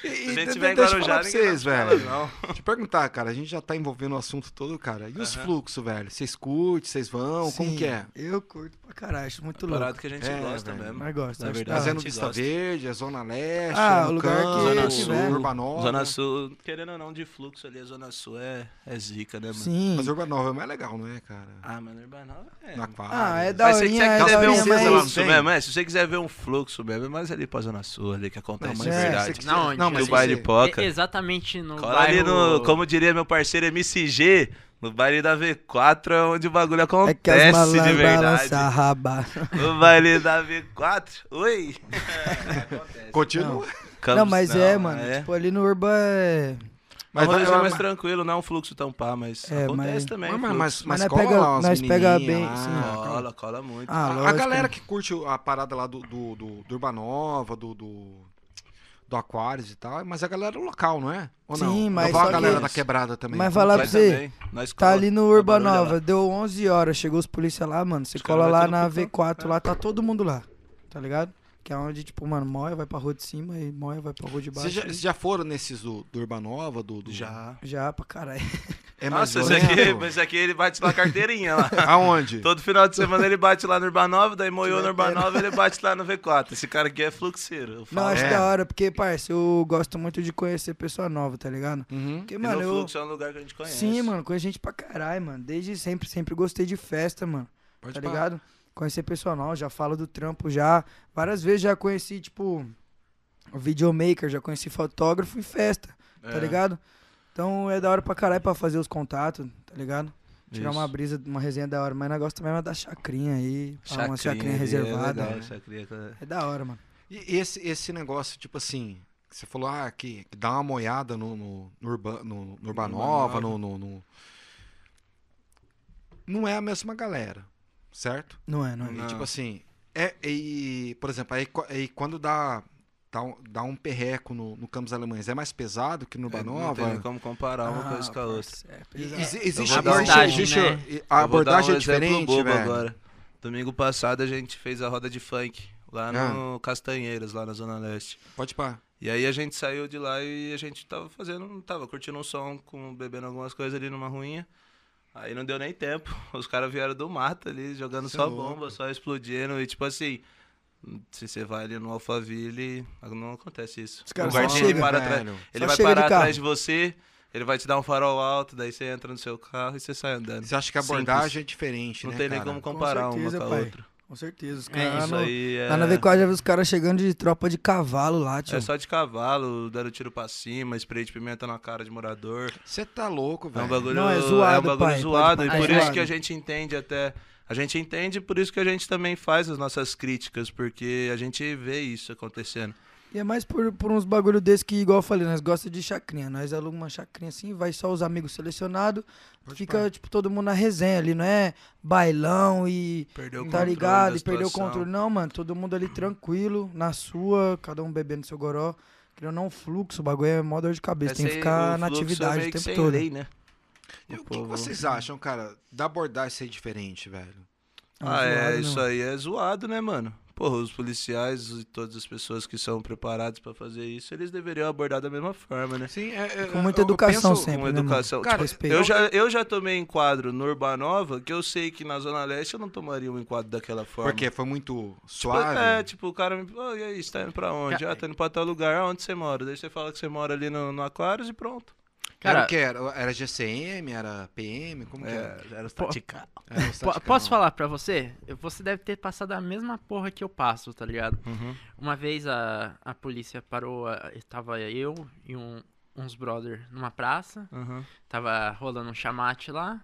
S3: Se a gente tiver em
S1: Então, deixa eu
S3: Guarujá,
S1: falar pra
S3: ninguém
S1: vocês,
S3: dá pra
S1: velho.
S3: ela, não.
S1: Deixa eu perguntar, cara. A gente já tá envolvendo o assunto todo, cara. E os fluxos, velho? Vocês curtem, vocês vão? Como
S4: Sim,
S1: que é?
S4: Eu curto pra caralho, acho muito
S3: Parado
S4: louco.
S3: que a gente
S1: É,
S3: gosta
S1: velho.
S3: mesmo.
S4: Mas gosto,
S3: Na
S4: acho
S3: verdade.
S4: da
S1: Mas é
S4: hora.
S1: no
S3: gente
S1: Vista
S3: gosta.
S1: Verde, é Zona Leste,
S4: Ah,
S1: é no
S4: o lugar que né?
S1: campo,
S4: Zona
S1: é
S4: Sul.
S1: Urbanova.
S3: Zona Sul, querendo ou não, de fluxo ali, a Zona Sul é, é zica, né, mano?
S4: Sim.
S1: Mas Urbanova é mais legal, não é, cara?
S3: Ah, mano, Urbanova é.
S1: Na quadra.
S4: Ah,
S3: Mas
S4: é
S3: se você
S4: daorinha, é
S3: quiser ver um
S4: daorinha,
S1: cinza lá no
S4: mas...
S3: fluxo
S1: tem?
S3: mesmo, é, se você quiser ver um fluxo mesmo, é mais ali pra Zona Sul, ali que acontece
S1: mas
S3: de
S4: é,
S3: verdade.
S1: você-
S2: Na onde?
S1: Não, mas
S3: do
S1: você-
S3: baile
S2: É,
S3: Poca.
S2: exatamente no
S3: Cola ali
S2: bairro-
S3: no, como diria meu parceiro MCG, no baile da V4 é onde o bagulho
S4: É que as
S3: acontece de
S4: malandras
S3: verdade.
S4: balançam a raba.
S3: No baile da V4, oi.
S1: Continua.
S4: Não.
S3: Campos-
S4: Não, mas é,
S3: não,
S4: mano.
S3: É.
S4: Tipo, ali no Urban é...
S3: Mas,
S1: Mas, mas,
S3: mais
S1: mas,
S3: tranquilo, não é um fluxo tão pá, mas
S4: É,
S3: acontece
S4: mas-
S3: também.
S1: mas, ah,
S3: fluxo.
S1: mas, mas
S4: nós
S1: cola
S4: pega-
S1: lá umas
S4: nós pega
S1: menininhas
S4: bem,
S1: lá,
S4: sim.
S1: cola.
S3: Cola, cola muito.
S4: Ah,
S1: a, a
S4: lógico.
S1: galera que curte a parada lá do, do, do, do Urbanova, do, do, do Aquarius e tal, mas é a galera local, não é? Ou não?
S4: Sim,
S1: Não
S4: mas
S1: vai
S4: só
S1: a galera
S4: que-
S1: da quebrada também.
S4: mas
S1: Como
S4: falar
S1: que
S4: pra
S1: é?
S4: você-
S3: Nós
S4: Tá
S3: cola.
S4: ali no
S3: Dá barulho
S4: Urbanova,
S3: lá.
S4: deu 11 horas, chegou os polícia lá, mano. Você
S3: Os
S4: cola
S3: caras
S4: lá
S3: metendo
S4: na
S3: picão.
S4: V4, lá tá todo mundo lá, tá ligado? Que é onde, tipo, mano, Moia vai pra rua de cima e Moia vai pra rua de baixo.
S1: Vocês já, vocês já foram nesses do, do Urbanova? Do, do...
S3: Já.
S4: Já, pra caralho.
S1: É mais
S3: Nossa, esse Ah, aqui,
S1: violento?
S3: mas [LAUGHS] esse aqui ele bate na carteirinha lá.
S1: [LAUGHS]
S3: [LAUGHS]
S1: Aonde?
S3: Todo final de semana ele bate lá no Urbanova, daí moiou no Urbanova ele bate lá no V4. Esse cara aqui é fluxeiro. Eu
S4: Não,
S3: falo.
S4: acho
S1: É.
S4: da hora, porque, parça, eu gosto muito de conhecer pessoa nova, tá ligado?
S1: Uhum.
S4: Porque,
S3: E
S4: mano,
S3: no
S4: eu.
S3: fluxo é um lugar que a gente conhece.
S4: Sim, mano, conheço gente pra caralho, mano. Desde sempre, sempre gostei de festa, mano.
S1: Pode
S4: tá
S1: pá.
S4: ligado? Conhecer pessoal, não, já falo do trampo já. Várias vezes já conheci, tipo, videomaker, já conheci fotógrafo e festa, tá
S3: É.
S4: ligado? Então é da hora pra caralho pra fazer os contatos, tá ligado? Tirar
S3: Isso.
S4: uma brisa, uma resenha da hora, mas o negócio também é da chacrinha aí, pá, uma chacrinha
S3: ali,
S4: reservada.
S3: É,
S4: É,
S3: legal, chacrinha com-
S4: da hora, mano.
S1: E esse, esse negócio, tipo assim, que você falou, ah, que, que dá uma moiada no, no, no, Urba- no- no Urbanova, no, no, no- Não é a mesma galera, certo?
S4: Não é, não é.
S1: E,
S3: Não.
S1: tipo assim, é, e, por exemplo, aí, co- aí quando dá, dá, um, dá um perreco no, no Campos Alemães, é mais pesado que no
S3: É, Não
S1: Urbanova?
S3: tem nem como comparar uma
S4: Ah,
S3: coisa com a outra.
S4: parça, é
S1: E-
S4: pesado.
S1: exi- existe,
S3: vou dar um-
S1: existe- existe- a
S2: abordagem,
S3: Eu vou dar um
S1: abordagem é
S3: exemplo
S1: diferente,
S3: bobo
S1: velho.
S3: agora. Domingo passado a gente fez a roda de funk
S1: Ah.
S3: lá no Castanheiras, lá na Zona Leste.
S1: Pode pá.
S3: E aí a gente saiu de lá e a gente tava fazendo, tava curtindo um som, com, bebendo algumas coisas ali numa ruinha. Aí não deu nem tempo. [LAUGHS] Os caras vieram do mato ali, jogando
S1: Cê é
S3: só
S1: louco.
S3: bomba, só explodindo. E tipo assim, se você vai ali no Alphaville, não acontece isso.
S4: Os caras
S3: O guardinha,
S4: só
S3: ele
S4: chegam, É,
S3: para atrás-
S1: velho.
S3: Ele
S4: Só
S3: vai
S4: chega de
S3: parar
S4: carro.
S3: atrás de você, ele vai te dar um farol alto, daí você entra no seu carro e você sai andando.
S1: Você acha que a
S3: Simples.
S1: abordagem é diferente,
S3: Não
S1: né,
S3: tem nem
S1: cara?
S3: como comparar
S4: certeza,
S3: uma com a
S4: pai.
S3: outra.
S4: Com certeza, os
S2: É,
S4: caras.
S3: Isso
S4: no-
S3: aí é...
S4: Lá na V4 já vi os caras chegando de tropa de cavalo lá, tio.
S3: é só de cavalo, dando tiro pra cima, spray de pimenta na cara de morador.
S1: Você tá louco,
S3: É
S1: velho.
S3: um bagulho,
S4: Não, é
S3: é
S4: zoado,
S3: um bagulho
S4: pai, pode
S3: zoado. E
S4: parar,
S2: é
S3: por isso
S4: zoado.
S3: que a gente entende até. A gente entende, por isso que a gente também faz as nossas críticas, porque a gente vê isso acontecendo.
S4: E é mais por, por uns bagulho desse que, igual eu falei, nós gosta de chacrinha. Nós alugamos uma chacrinha assim, vai só os amigos selecionados, fica, tipo, todo mundo na resenha ali, não é bailão e.
S3: Perdeu o
S4: tá
S3: controle
S4: ligado?
S3: da
S4: E perdeu o
S3: situação.
S4: controle. Não, mano, todo mundo ali tranquilo, na sua, cada um bebendo seu goró. Criando não um fluxo, o bagulho é mó dor de cabeça.
S3: É
S4: Tem que
S3: sem-
S4: ficar
S3: o
S4: na
S3: fluxo é
S4: atividade
S3: meio
S4: o
S3: que
S4: tempo
S3: sem
S4: todo.
S3: lei, né?
S1: E o que que
S3: povo- né?
S1: vocês acham, cara, da abordagem ser diferente, velho?
S4: Não,
S3: Ah,
S4: um zoado,
S3: é,
S4: não.
S3: isso aí é zoado, né, mano? Porra, os policiais e todas as pessoas que são preparadas pra fazer isso, eles deveriam abordar da mesma forma, né?
S1: Sim, é,
S4: Com muita educação sempre.
S3: com
S4: né, mano?
S3: educação.
S4: Tipo,
S3: Cara,
S4: respeito.
S3: Eu já, eu já tomei enquadro no Urbanova, que eu sei que na Zona Leste eu não tomaria um enquadro daquela forma.
S2: é
S1: Porque foi muito
S3: Tipo,
S1: suave.
S3: É, tipo, o cara me. Oh, e aí, você tá indo pra onde?
S2: Ca-
S3: Ah, tá indo pra tal lugar. Ah, onde você mora? Daí você fala que você mora ali no, no Aquários e pronto.
S1: era
S2: Cara,
S1: o
S3: é?
S1: que era? Era GCM, era PM,
S2: É,
S1: como que era?
S3: já era
S2: Po-
S3: taticar.
S1: Era um
S2: po-
S1: staticão.
S3: é
S2: posso falar pra você? Eu- Você deve ter passado a mesma porra que eu passo, tá ligado?
S3: Uhum.
S2: Uma vez a, a polícia parou, a- tava eu e um- uns brother numa praça,
S3: Uhum.
S2: tava rolando um chamate lá.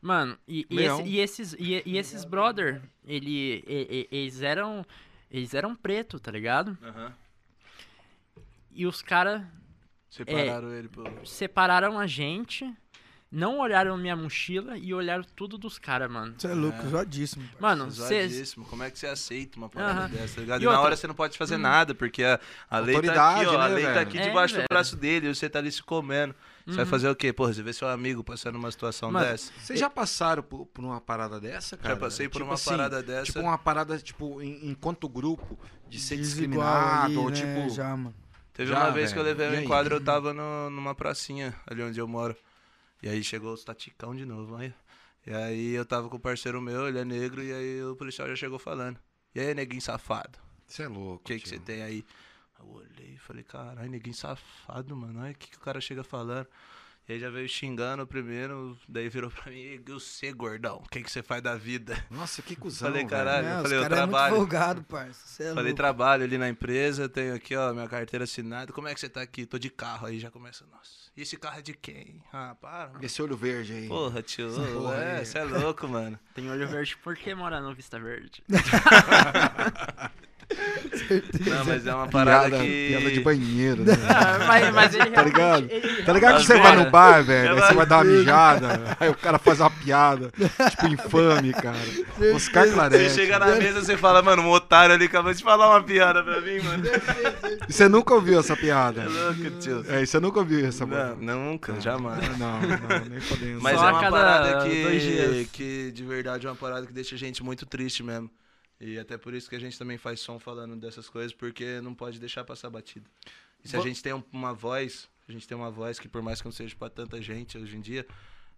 S2: Mano, e, e
S1: Leão.
S2: esse- e esses, e, e esses brother, ele, e- e- eles eram, eles eram preto, tá ligado?
S3: Uhum.
S2: E os caras
S3: Separaram
S2: É.
S3: ele, pô.
S2: separaram a gente, não olharam minha mochila e olharam tudo dos caras, mano.
S4: Você é louco, zoadíssimo. pai.
S2: Mano, vocês
S3: Zoadíssimo. Como é que você aceita uma parada
S2: Aham.
S3: dessa, tá ligado?
S2: E
S3: E, na
S2: outra-
S3: hora você não pode fazer nada, porque a, a lei tá aqui,
S1: Autoridade,
S3: ó. a
S1: né,
S3: lei tá
S1: velho?
S3: aqui
S2: É,
S3: debaixo
S2: velho. Uhum.
S3: do braço dele e você tá ali se comendo. Você vai fazer o quê? Porra, você vê seu amigo passando uma situação
S2: Mano,
S3: dessa.
S1: Vocês já passaram por, por uma parada dessa, cara?
S3: Já passei por
S1: Tipo
S3: uma
S1: assim,
S3: parada dessa.
S1: Tipo uma parada, tipo, em- enquanto grupo, de ser
S4: Desigual
S1: discriminado,
S4: ali,
S1: ou
S4: né,
S1: tipo...
S4: Já, mano.
S3: Teve
S1: Já,
S3: uma vez que eu
S1: Ah, velho? E
S3: levei um
S1: aí?
S3: enquadro, eu tava no- numa pracinha ali onde eu moro. E aí chegou os taticão de novo, olha. E aí eu tava com o parceiro meu, ele é negro, e aí o policial já chegou falando. E aí, neguinho safado,
S1: Você é louco,
S3: o que que você
S1: tio.
S3: tem aí? Eu olhei e falei, caralho, neguinho safado, mano, olha o que, que o cara chega falando. E aí já veio xingando primeiro, daí virou pra mim, e você, é gordão, o que que você faz da vida?
S1: Nossa,
S3: [LAUGHS]
S1: que cuzão,
S3: Falei,
S1: velho.
S3: caralho.
S4: É,
S3: eu
S4: os
S3: falei, eu
S4: caras é muito
S3: trabalho.
S4: folgado, parça. Cê é
S3: Falei,
S4: louco.
S3: trabalho ali na empresa, tenho aqui, ó, minha carteira assinada. Como é que você tá aqui? Tô de carro aí, já começa, nossa. E esse carro é de quem? Ah, para, mano.
S1: Esse olho verde aí.
S3: Porra, tio,
S1: assim, porra
S3: é,
S1: aí.
S3: você é
S1: [LAUGHS]
S3: louco, mano.
S2: tem olho verde porque mora no Vista Verde.
S3: Não, mas é uma parada
S1: Piada,
S3: que...
S1: piada de banheiro,
S3: [LAUGHS]
S1: né?
S2: Ah, [LAUGHS] mas, mas ele
S1: Tá ligado?
S2: realmente- ele-
S1: Tá ligado que
S3: Às
S1: você vai
S3: vezes.
S1: no bar, velho, aí
S3: Ela-
S1: você vai dar uma mijada, aí o cara faz uma piada, tipo, infame, cara. Oscar
S3: Você
S1: Clarete.
S3: chega na mesa, você fala, mano, um otário ali acabou de falar uma piada pra mim,
S1: [LAUGHS]
S3: mano.
S1: E Você nunca ouviu essa piada?
S3: É louco, tio.
S1: É, e você nunca ouviu essa Ah.
S3: Não, [LAUGHS]
S1: piada?
S3: nunca, jamais.
S1: Não, não, nem podendo.
S3: Mas
S2: Só
S3: é
S2: a
S3: uma
S2: cada
S3: parada
S2: dois
S3: que,
S2: dias.
S3: que, de verdade, é uma parada que deixa a gente muito triste mesmo. E até por isso que a gente também faz som falando dessas coisas, porque não pode deixar passar batido. E se a
S1: Vo-
S3: gente tem um- uma voz, a gente tem uma voz que por mais que não seja pra tanta gente hoje em dia,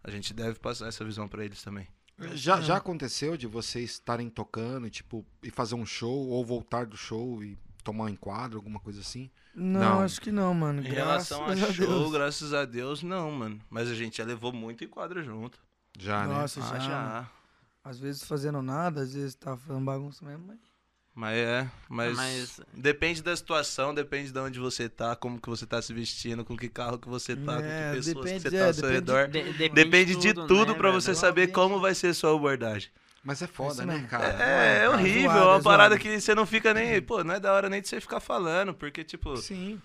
S3: a gente deve passar essa visão pra eles também.
S1: Já, já aconteceu de vocês estarem tocando e, tipo, e fazer um show ou voltar do show e tomar um enquadro, alguma coisa assim?
S4: Não,
S1: Não.
S4: acho que não, mano.
S3: Em
S4: Graças
S3: relação
S4: a
S3: a show,
S4: Deus.
S3: graças a Deus, não, mano. Mas a gente já levou muito enquadro junto.
S1: Já, né?
S4: Nossa, já.
S3: Ah, já.
S4: Às vezes fazendo nada, às vezes tá fazendo bagunça mesmo, mas.
S3: Mas é, mas,
S2: Mas-
S3: depende da situação, depende de onde você tá, como que você tá se vestindo, com que carro que você tá,
S4: É,
S3: com que pessoas
S4: depende,
S3: que você
S4: é,
S3: tá ao seu
S4: depende
S3: redor.
S4: de-
S2: De-
S3: Depende de tudo,
S2: né,
S3: pra
S2: velho?
S3: você saber como vai ser sua abordagem.
S1: Mas é
S4: Isso
S1: foda, né,
S4: mesmo.
S1: cara?
S3: É, é
S4: cara,
S3: horrível,
S4: zoado,
S3: é
S4: é
S3: uma parada
S4: zoado.
S3: que você não fica nem. Pô, não é da hora nem de você ficar falando, porque, tipo,
S1: Sim.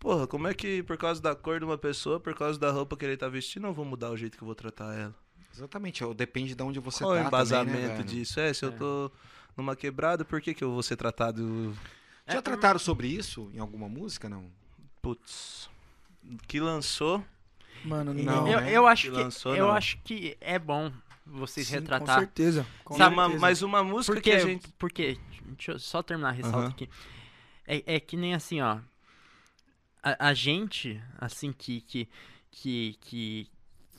S3: porra, como é que por causa da cor de uma pessoa, por causa da roupa que ele tá vestindo, eu vou mudar o jeito que eu vou tratar ela?
S1: Exatamente. ó, Depende de onde você
S3: Qual
S1: tá
S3: é o embasamento
S1: também, né, velho?
S3: disso? É, se eu tô numa quebrada, por que, que eu vou ser tratado.
S1: Já trataram sobre isso em alguma música, não?
S3: Putz. Que lançou.
S4: Mano,
S1: Não,
S4: não.
S2: eu,
S1: né?
S2: eu acho
S3: Que
S2: que,
S3: lançou,
S2: eu
S3: não.
S2: acho que é bom vocês
S4: Sim, Com
S2: retratar.
S4: certeza. Com
S3: E
S2: Sabe,
S3: uma-
S4: certeza.
S3: mas uma música
S2: Porque,
S3: que a gente.
S2: porque, deixa eu só terminar a ressalta
S3: Aham.
S2: aqui. É, é que nem assim, ó. A, a gente, assim, que que, que, que,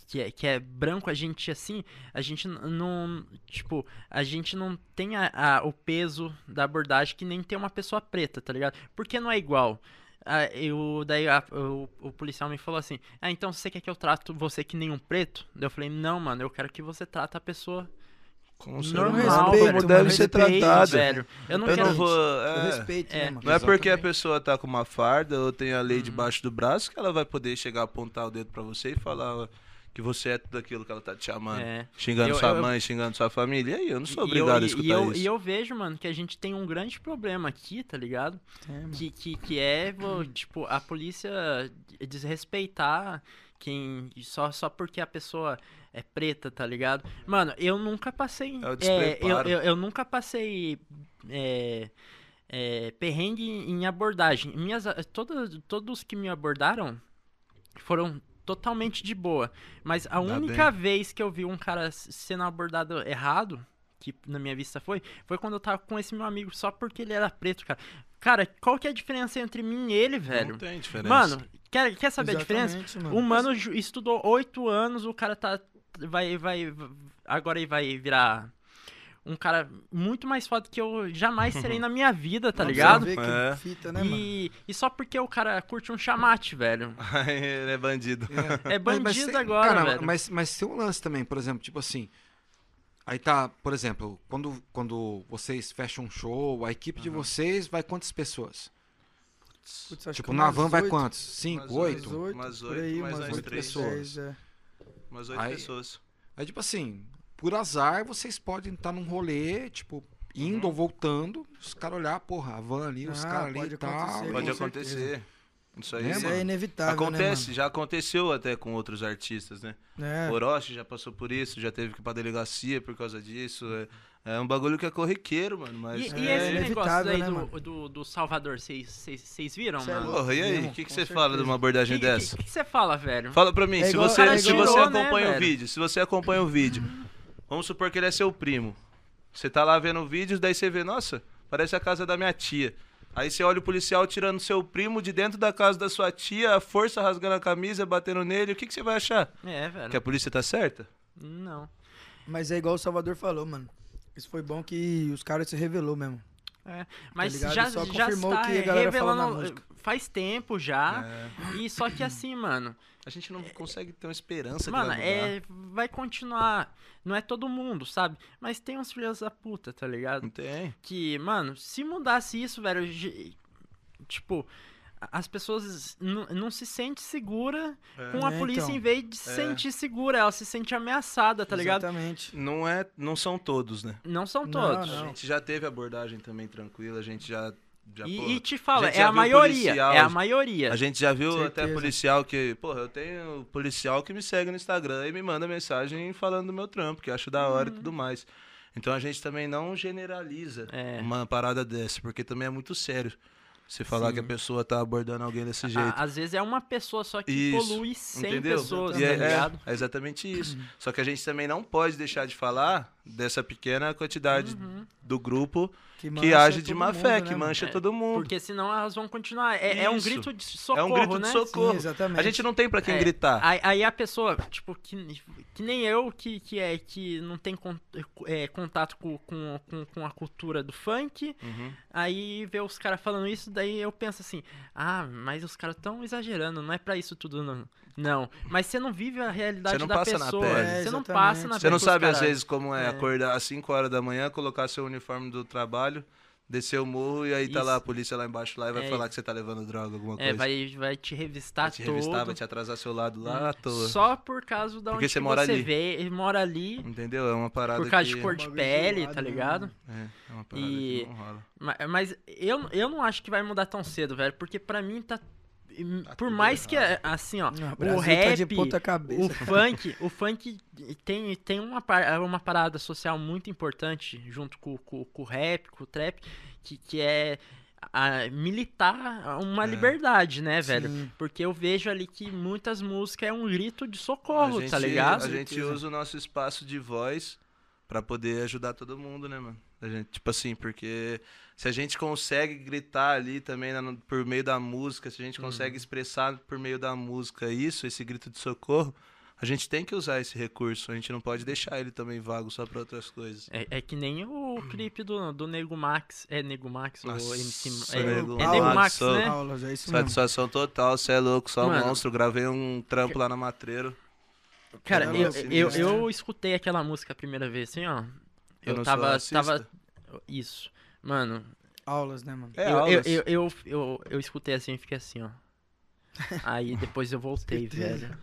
S2: que, é, que é branco, a gente, assim, a gente n- não, tipo, a gente não tem a, a- o peso da abordagem que nem tem uma pessoa preta, tá ligado? Porque não é igual. Ah, eu, daí a- o, o policial me falou assim, ah, então você quer que eu trato você que nem um preto? Daí eu falei, não, mano, eu quero que você trata a pessoa
S3: Como ser
S4: Normal,
S3: humano,
S4: respeito,
S3: como
S4: mano,
S3: deve ser
S2: respeito,
S3: tratado.
S2: Velho. Eu não
S3: Eu
S2: quero.
S3: não vou.
S4: Eu
S3: é.
S4: respeito,
S2: é.
S4: né, mano?
S3: Não é porque a
S1: Exatamente.
S3: pessoa tá com uma farda ou tem a
S2: Uhum.
S3: lei debaixo do braço que ela vai poder chegar apontar o dedo pra você e falar ó, que você é tudo aquilo que ela tá te chamando.
S2: É.
S3: Xingando
S2: Eu-
S3: sua
S2: eu-
S3: mãe, xingando sua família. E aí, eu não sou
S2: E eu-
S3: obrigado
S2: e-
S3: a escutar
S2: e eu,
S3: isso.
S2: E eu vejo, mano, que a gente tem um grande problema aqui, tá ligado?
S4: É, mano.
S2: Que, que, que é, vô, tipo, a polícia desrespeitar quem. Só, só porque a pessoa é preta, tá ligado? Mano, eu nunca passei.
S3: É o
S2: eu,
S3: despreparo.
S2: eu, eu nunca passei. é, é, perrengue em abordagem. Minhas, todos, todos que me abordaram foram totalmente de boa. Mas a
S3: Ainda
S2: única vez que eu vi um cara s- sendo abordado errado, que na minha vista foi, foi quando eu tava com esse meu amigo, só porque ele era preto, cara. Cara, qual que é a diferença entre mim e ele, velho?
S3: Não tem diferença.
S2: Mano, quer, quer saber a diferença?
S4: Exatamente, mano.
S2: O mano ju- estudou oito anos, o cara tá. Vai, vai. v- Agora ele vai virar um cara muito mais foda que eu jamais serei na minha vida, tá
S4: Não, pra
S2: ligado?
S4: você ver que
S3: É.
S4: fita, né, mano?
S2: E, e só porque o cara curte um chamate, velho.
S3: ele é bandido.
S2: É
S1: Mas-
S2: bandido
S1: mas tem-
S2: agora,
S1: cara,
S2: velho.
S1: Mas, mas tem um lance também, por exemplo, tipo assim. Aí tá, por exemplo, quando, quando vocês fecham um show, a equipe de vocês vai quantas pessoas?
S4: Putz, Então, acho
S1: tipo,
S4: que
S1: na
S4: umas
S1: van vai
S4: oito,
S1: quantos? Cinco,
S3: Umas
S1: oito?
S4: Umas oito,
S3: Umas
S4: por
S3: oito,
S4: aí,
S3: mais
S4: umas
S3: umas
S4: oito
S1: três.
S4: pessoas. é.
S3: Umas oito
S1: Aí-
S3: pessoas.
S1: Aí, tipo assim, por azar, vocês podem estar num rolê, tipo, indo ou voltando, os caras olhar, porra, a van ali, os
S4: Uhum. Ah,
S1: caras ali
S4: pode
S1: e tal.
S4: acontecer,
S1: e-
S4: com
S3: Pode
S4: certeza.
S3: acontecer. Isso aí,
S1: É,
S4: Isso
S3: Né, mano.
S4: é inevitável,
S3: Acontece, já aconteceu até com outros artistas, né?
S4: né, mano? É.
S3: Orochi já passou por isso, já teve que ir pra delegacia por causa disso. É, é um bagulho que é corriqueiro, mano. Mas
S2: E,
S3: é...
S2: e esse negócio
S4: inevitável,
S2: daí
S4: né,
S2: do,
S4: mano?
S2: do, do Salvador, vocês- vocês vocês viram,
S4: Cê é
S2: mano?
S4: louco,
S3: Porra, e aí?
S4: mesmo,
S3: O que, que
S4: com
S3: você fala de uma abordagem
S2: O
S3: dessa?
S2: que você fala, velho?
S3: Fala pra mim,
S4: É
S3: se
S4: igual-
S3: você,
S4: cara,
S3: se
S4: tirou,
S3: você
S2: né,
S3: acompanha o
S2: velho?
S3: vídeo, se você acompanha o vídeo, vamos supor que ele é seu primo. Você tá lá vendo vídeos, daí você vê, nossa, parece a casa da minha tia. Aí você olha o policial tirando seu primo de dentro da casa da sua tia, a força rasgando a camisa, batendo nele. O que, que você vai achar?
S2: É, velho.
S3: Que a polícia tá certa?
S2: Não.
S4: Mas é igual o Salvador falou, mano. Isso foi bom que os caras se revelou mesmo.
S2: Mas
S4: ligado?
S2: já,
S4: Só
S2: já
S4: confirmou
S2: está
S4: o que a galera fala na
S2: revelando
S4: música.
S2: faz tempo já. E só que assim, mano,
S3: A gente não consegue ter uma esperança
S2: É, mano,
S3: que vai mudar.
S2: é, vai continuar. Não é todo mundo, sabe? Mas tem uns filhos da puta, tá ligado?
S3: Não tem.
S2: que, mano, se mudasse isso, velho, ge- tipo, a- as pessoas n- não se sentem segura com a
S4: É,
S2: polícia
S4: então.
S2: em vez de se
S3: É.
S2: sentir segura, ela se sente ameaçada, tá ligado?
S4: Exatamente.
S3: Não, é, não são todos, né?
S2: Não são
S4: Não,
S2: todos.
S3: A gente já teve abordagem também tranquila, a gente já. já
S2: E,
S3: porra,
S2: e te fala,
S3: gente
S2: é
S3: já
S2: a
S3: viu
S2: maioria,
S3: policial,
S2: é a maioria.
S3: A gente já viu
S4: Certeza.
S3: até policial que, porra, eu tenho policial que me segue no Instagram e me manda mensagem falando do meu trampo, que eu acho da
S2: Uhum.
S3: hora e tudo mais. Então a gente também não generaliza
S2: É.
S3: uma parada dessa, porque também é muito sério você falar
S2: Sim.
S3: que a pessoa tá abordando alguém desse jeito.
S2: A- às vezes é uma pessoa só que
S3: Isso,
S2: polui 100
S3: Entendeu?
S2: pessoas,
S3: E
S2: tá
S3: é,
S2: ligado? Uhum.
S3: é, é
S2: Uhum.
S3: exatamente isso. Só que a gente também não pode deixar de falar dessa pequena quantidade do grupo
S4: Que,
S3: que
S4: mancha
S3: age de
S4: todo
S3: má
S4: mundo,
S3: fé,
S4: né,
S3: que
S4: mano?
S3: mancha
S2: É,
S3: todo mundo.
S2: Porque senão elas vão continuar. É, é um
S3: Isso.
S2: grito de socorro,
S3: é um grito de
S2: né?
S3: socorro.
S4: Sim, exatamente.
S3: a gente não tem pra quem
S2: É,
S3: gritar.
S2: Aí, aí a pessoa, tipo, que, que nem eu, que, que, é, que não tem con- é, contato com, com, com, com a cultura do funk,
S3: Uhum.
S2: aí vê os caras falando isso, daí eu penso assim, ah, mas os caras tão exagerando, não é pra isso tudo, não. Não, mas você não vive a realidade
S3: Você não
S2: da
S3: passa na
S2: pessoa,
S3: pele.
S4: É,
S2: você não
S4: exatamente.
S2: passa na
S3: Você
S2: pele
S3: não
S2: que os
S3: sabe, às
S2: cara-
S3: vezes, como é,
S2: É.
S3: acordar às 5 horas da manhã, colocar seu uniforme do trabalho, descer o morro e aí tá
S2: Isso.
S3: lá a polícia lá embaixo lá e vai
S2: É.
S3: falar que você tá levando droga, alguma
S2: É,
S3: coisa.
S2: vai, vai te revistar
S3: Vai te revistar,
S2: todo.
S3: vai te atrasar seu lado lá à toa.
S2: Hum, Só por causa da
S3: Porque
S2: onde
S3: você
S2: que
S3: mora
S2: você
S3: ali.
S2: vê, ele mora ali,
S3: Entendeu? É uma parada
S2: por causa
S3: que...
S2: de cor de
S4: Bagulho
S2: pele,
S4: zoado,
S2: tá
S4: né,
S2: ligado?
S3: É, é uma parada
S2: E-
S3: que não rola.
S2: Ma- Mas eu, eu não acho que vai mudar tão cedo, velho. Porque pra mim tá. em-
S3: Tá
S2: por
S3: tudo
S2: mais que,
S3: errado.
S2: assim, ó,
S4: Não,
S2: o
S4: Brasil tá de
S2: rap,
S4: ponta
S2: o
S4: cabeça.
S2: funk, o funk tem, tem uma, par- é uma parada social muito importante junto com, com, com o rap, com o trap, que, que é a- militar uma
S3: É.
S2: liberdade, né, velho?
S4: Sim.
S2: Porque eu vejo ali que muitas músicas é um grito de
S3: A
S2: socorro,
S3: gente,
S2: tá ligado?
S3: A gente usa o nosso espaço de voz pra poder ajudar todo mundo, né, mano? A gente, tipo assim, porque se a gente consegue gritar ali também na- por meio da música, se a gente
S2: Uhum.
S3: consegue expressar por meio da música isso, esse grito de socorro, a gente tem que usar esse recurso, a gente não pode deixar ele também vago só pra outras coisas.
S2: É, é que nem o clipe do, do Nego Max. É Nego Max ou
S3: Nossa,
S2: MC. É,
S3: Nego
S2: é Nego
S4: Max,
S2: Max,
S3: sou-
S2: né?
S4: Aulas, é isso mesmo.
S3: Satisfação total, você é louco, só um
S2: Mano.
S3: monstro. Gravei um trampo lá na Matreiro.
S2: Cara,
S4: Era
S2: eu,
S4: louco,
S2: eu,
S4: né?
S2: eu escutei aquela música a primeira vez, assim, ó.
S3: Eu
S2: Eu,
S3: não sou
S2: tava.
S3: racista.
S2: tava Isso. Mano,
S4: Aulas, né, mano?
S3: É,
S2: eu, eu,
S3: aulas.
S2: eu, eu, eu, eu escutei assim e fiquei assim, ó. Aí depois eu voltei,
S4: Certeza.
S2: velho.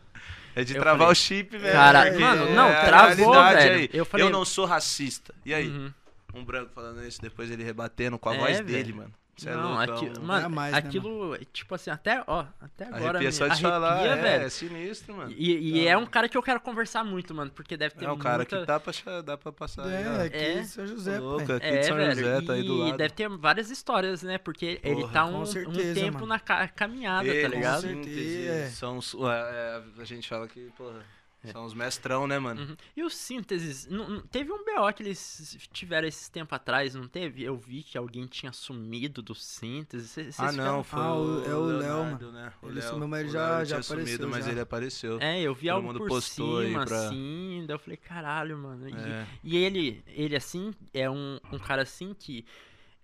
S3: É de
S2: Eu
S3: travar
S2: falei,
S3: o chip, velho.
S2: cara,
S3: porque é
S2: mano, não,
S3: a
S2: travou,
S3: realidade
S2: velho.
S3: aí.
S2: Eu falei-
S3: eu não sou racista. E aí?
S2: Uhum.
S3: Um branco falando isso, depois ele rebatendo com a
S2: É,
S3: voz
S2: velho.
S3: dele, mano. Você é
S2: não,
S3: louco.
S2: aqui,
S3: é um...
S2: mano,
S4: Dá mais, né,
S2: aquilo, tipo assim, até, ó, até agora.
S3: arrepia
S2: me-
S3: só de falar.
S2: arrepia,
S3: é,
S2: velho.
S3: é sinistro, mano.
S2: E, e
S3: Tá.
S2: é um cara que eu quero conversar muito, mano, porque deve ter
S3: é um cara
S2: muita...
S3: que dá pra, cha- dá pra passar.
S4: É,
S3: né?
S4: aqui
S2: É.
S4: em São José,
S3: louco,
S4: pai.
S3: aqui
S2: É,
S3: de São
S2: velho,
S3: José, tá aí do
S2: e
S3: lado.
S2: deve ter várias histórias, né? Porque ele
S3: Porra,
S2: tá
S4: com
S2: um, um
S4: certeza,
S2: tempo
S4: mano.
S2: na ca- caminhada,
S3: Eles,
S2: tá ligado?
S3: em síntese,
S4: É.
S3: São, os- é, é, a gente fala que, porra,
S2: É.
S3: são os mestrão, né, mano?
S2: Uhum. E os sínteses? Não- não- teve um BO que eles tiveram esse tempo atrás, não teve? Eu vi que alguém tinha sumido do síntese. cê- cês
S3: Ah,
S2: ficaram-
S3: não, foi
S4: Ah,
S3: o,
S4: o- é o Léo,
S3: Leonardo, né? O
S4: Ele
S3: Léo.
S4: sumiu, mas
S3: O
S4: ele já-
S3: Léo
S4: já
S3: tinha sumido,
S4: apareceu,
S3: mas
S4: já.
S3: ele apareceu.
S2: É, eu vi
S3: Todo
S2: algo
S3: mundo
S2: por
S3: postou aí
S2: cima,
S3: pra-
S2: assim, daí eu falei, caralho, mano. E-
S3: É.
S2: E, ele, ele assim, é um, um cara assim que...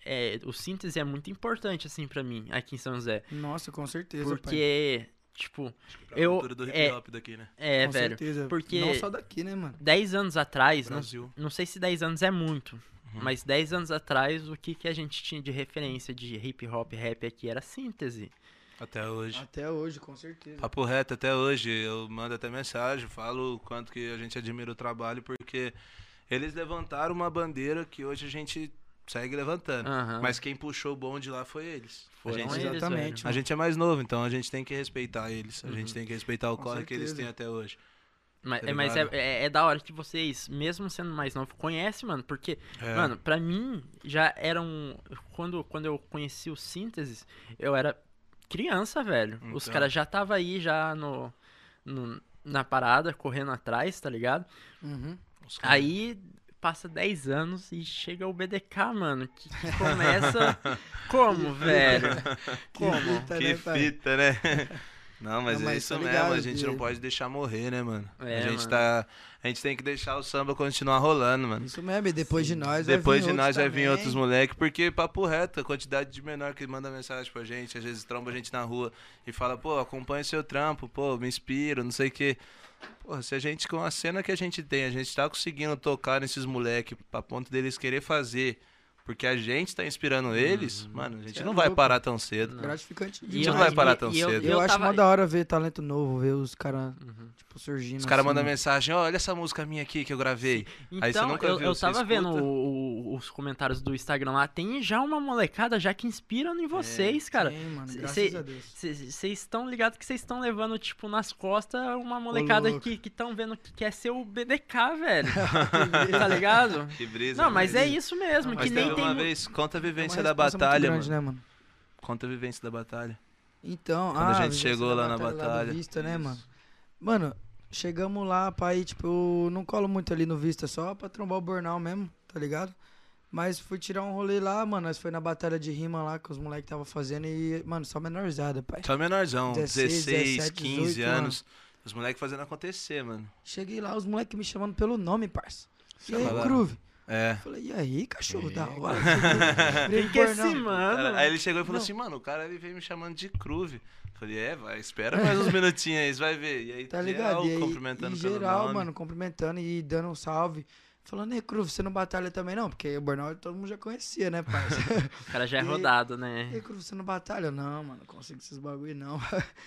S2: é, o síntese é muito importante, assim, pra mim, aqui em São José.
S4: Nossa, com certeza, pai.
S2: Porque, tipo,
S3: Pra
S2: Eu-
S3: cultura do hip hop daqui, né?
S2: é,
S4: com
S2: velho...
S4: certeza.
S2: porque-
S4: Não só daqui, né, mano?
S2: 10 anos atrás, não,
S3: Brasil.
S2: não sei se 10 anos é muito,
S3: Uhum.
S2: mas 10 anos atrás, o que, que a gente tinha de referência de hip hop, rap aqui era síntese.
S3: Até hoje.
S4: Até hoje, com certeza.
S3: Papo reto até hoje, eu mando até mensagem, falo o quanto que a gente admira o trabalho, porque eles levantaram uma bandeira que hoje a gente segue levantando.
S2: Aham.
S3: Mas quem puxou o bonde lá foi eles.
S2: Foram
S3: a, gente,
S2: eles,
S4: exatamente,
S2: velho.
S3: a gente é mais novo, então a gente tem que respeitar eles. A
S2: Uhum.
S3: gente tem que respeitar o
S4: Com
S3: corre que eles
S4: certeza.
S3: têm até hoje.
S2: Mas,
S3: tá
S2: mas é,
S3: ligado?
S2: é- é da hora que vocês, mesmo sendo mais novo, conhecem, mano, porque,
S3: É.
S2: mano, pra mim, já era um... Quando, quando eu conheci o síntese, eu era criança, velho. Os
S3: Então.
S2: caras já tava aí, já no- no, na parada, correndo atrás, tá ligado?
S4: Uhum.
S3: É, Os caras-
S2: Aí passa 10 anos e chega o BDK, mano, que que
S3: [LAUGHS]
S2: começa como, velho? Como?
S4: fita,
S3: que
S4: né, pai?
S3: fita,
S4: [LAUGHS]
S3: né? Não, mas,
S4: Não, mas
S3: é
S4: tá
S3: isso
S4: ligado
S3: mesmo, a gente
S4: que-
S3: não pode deixar morrer, né, mano?
S2: É,
S3: a gente
S2: mano.
S3: tá. A gente tem que deixar o samba continuar rolando, mano.
S4: Isso mesmo, e depois de nós vai
S3: Depois
S4: vir
S3: de nós
S4: outros
S3: vai vir
S4: também.
S3: outros moleques, porque papo reto, a quantidade de menor que manda mensagem pra gente, às vezes tromba a gente na rua e fala, pô, acompanha seu trampo, pô, me inspiro, não sei o quê. Porra, se a gente, com a cena que a gente tem, a gente tá conseguindo tocar nesses moleques pra ponto deles querer fazer, porque a gente tá inspirando eles, mano, a gente
S4: Cê é
S3: não vai
S4: louco.
S3: parar tão cedo.
S4: Gratificante
S2: E
S4: demais.
S2: eu-
S3: não vai
S2: e-
S3: parar tão
S2: e eu-
S3: cedo.
S4: Eu, acho
S2: tava- Uhum.
S4: mó da hora ver talento novo, ver os caras, tipo, surgindo.
S3: Os caras
S4: assim,
S3: mandam
S4: mano.
S3: mensagem, ó, olha essa música minha aqui que eu gravei. Aí você
S2: Então,
S3: nunca
S2: eu,
S3: viu,
S2: eu
S3: você
S2: tava vendo
S3: escuta.
S2: o- o- os comentários do Instagram lá, tem já uma molecada já que inspiram
S3: É,
S2: em vocês, cara.
S4: Sim, mano,
S2: cê-
S4: graças
S2: cê-
S4: a Deus.
S2: Vocês estão ligados que vocês estão levando, tipo, nas costas uma molecada
S4: louco.
S2: que estão vendo que quer ser o BDK, velho.
S3: [LAUGHS]
S2: tá ligado?
S3: Que brisa.
S2: Não, mas é
S3: mano.
S2: isso mesmo,
S4: Não,
S2: que
S3: Mas
S2: nem
S3: teve
S2: tem...
S3: uma
S2: mu-
S3: vez, conta a vivência
S4: É uma
S3: da
S4: responsa muito
S3: batalha,
S4: grande,
S3: mano.
S4: né, mano?
S3: Conta a vivência da batalha.
S4: Então,
S3: Quando a
S4: ah,
S3: gente
S4: vivência
S3: chegou
S4: da
S3: lá na
S4: do
S3: batalha.
S4: Vista, né,
S3: Isso.
S4: mano? Mano, chegamos lá, pai, tipo, eu não colo muito ali no Vista, só pra trombar o Bornal mesmo, tá ligado? Mas fui tirar um rolê lá, mano. Nós foi na batalha de rima lá que os moleques tava fazendo e, mano, só menorzada, pai.
S3: Só menorzão,
S4: 16,
S3: 16,
S4: 17,
S3: 15
S4: 18
S3: anos. Os moleques fazendo acontecer, mano.
S4: Cheguei lá, os moleques me chamando pelo nome, parça. E aí,
S3: Chamaram.
S4: Groove?
S3: É.
S4: Falei, e aí, cachorro da hora? [LAUGHS]
S2: Quem que é esse mano?
S3: Cara, aí ele chegou e falou
S4: Não.
S3: assim, mano, o cara ele veio me chamando de Cruve. Falei, é, vai, espera mais uns minutinhos aí, você vai ver. E aí,
S4: Tá ligado?
S3: geral,
S4: E aí,
S3: cumprimentando
S4: em
S3: pelo
S4: geral,
S3: nome.
S4: mano, cumprimentando e dando um salve. Falando, e Cruz, você não batalha também não? Porque o Burnout todo mundo já conhecia, né,
S3: [LAUGHS]
S4: parça?
S2: O cara já é
S4: E-
S2: rodado, né?
S4: e aí, Cruz, você não batalha? Não, mano, não consigo esses bagulho não.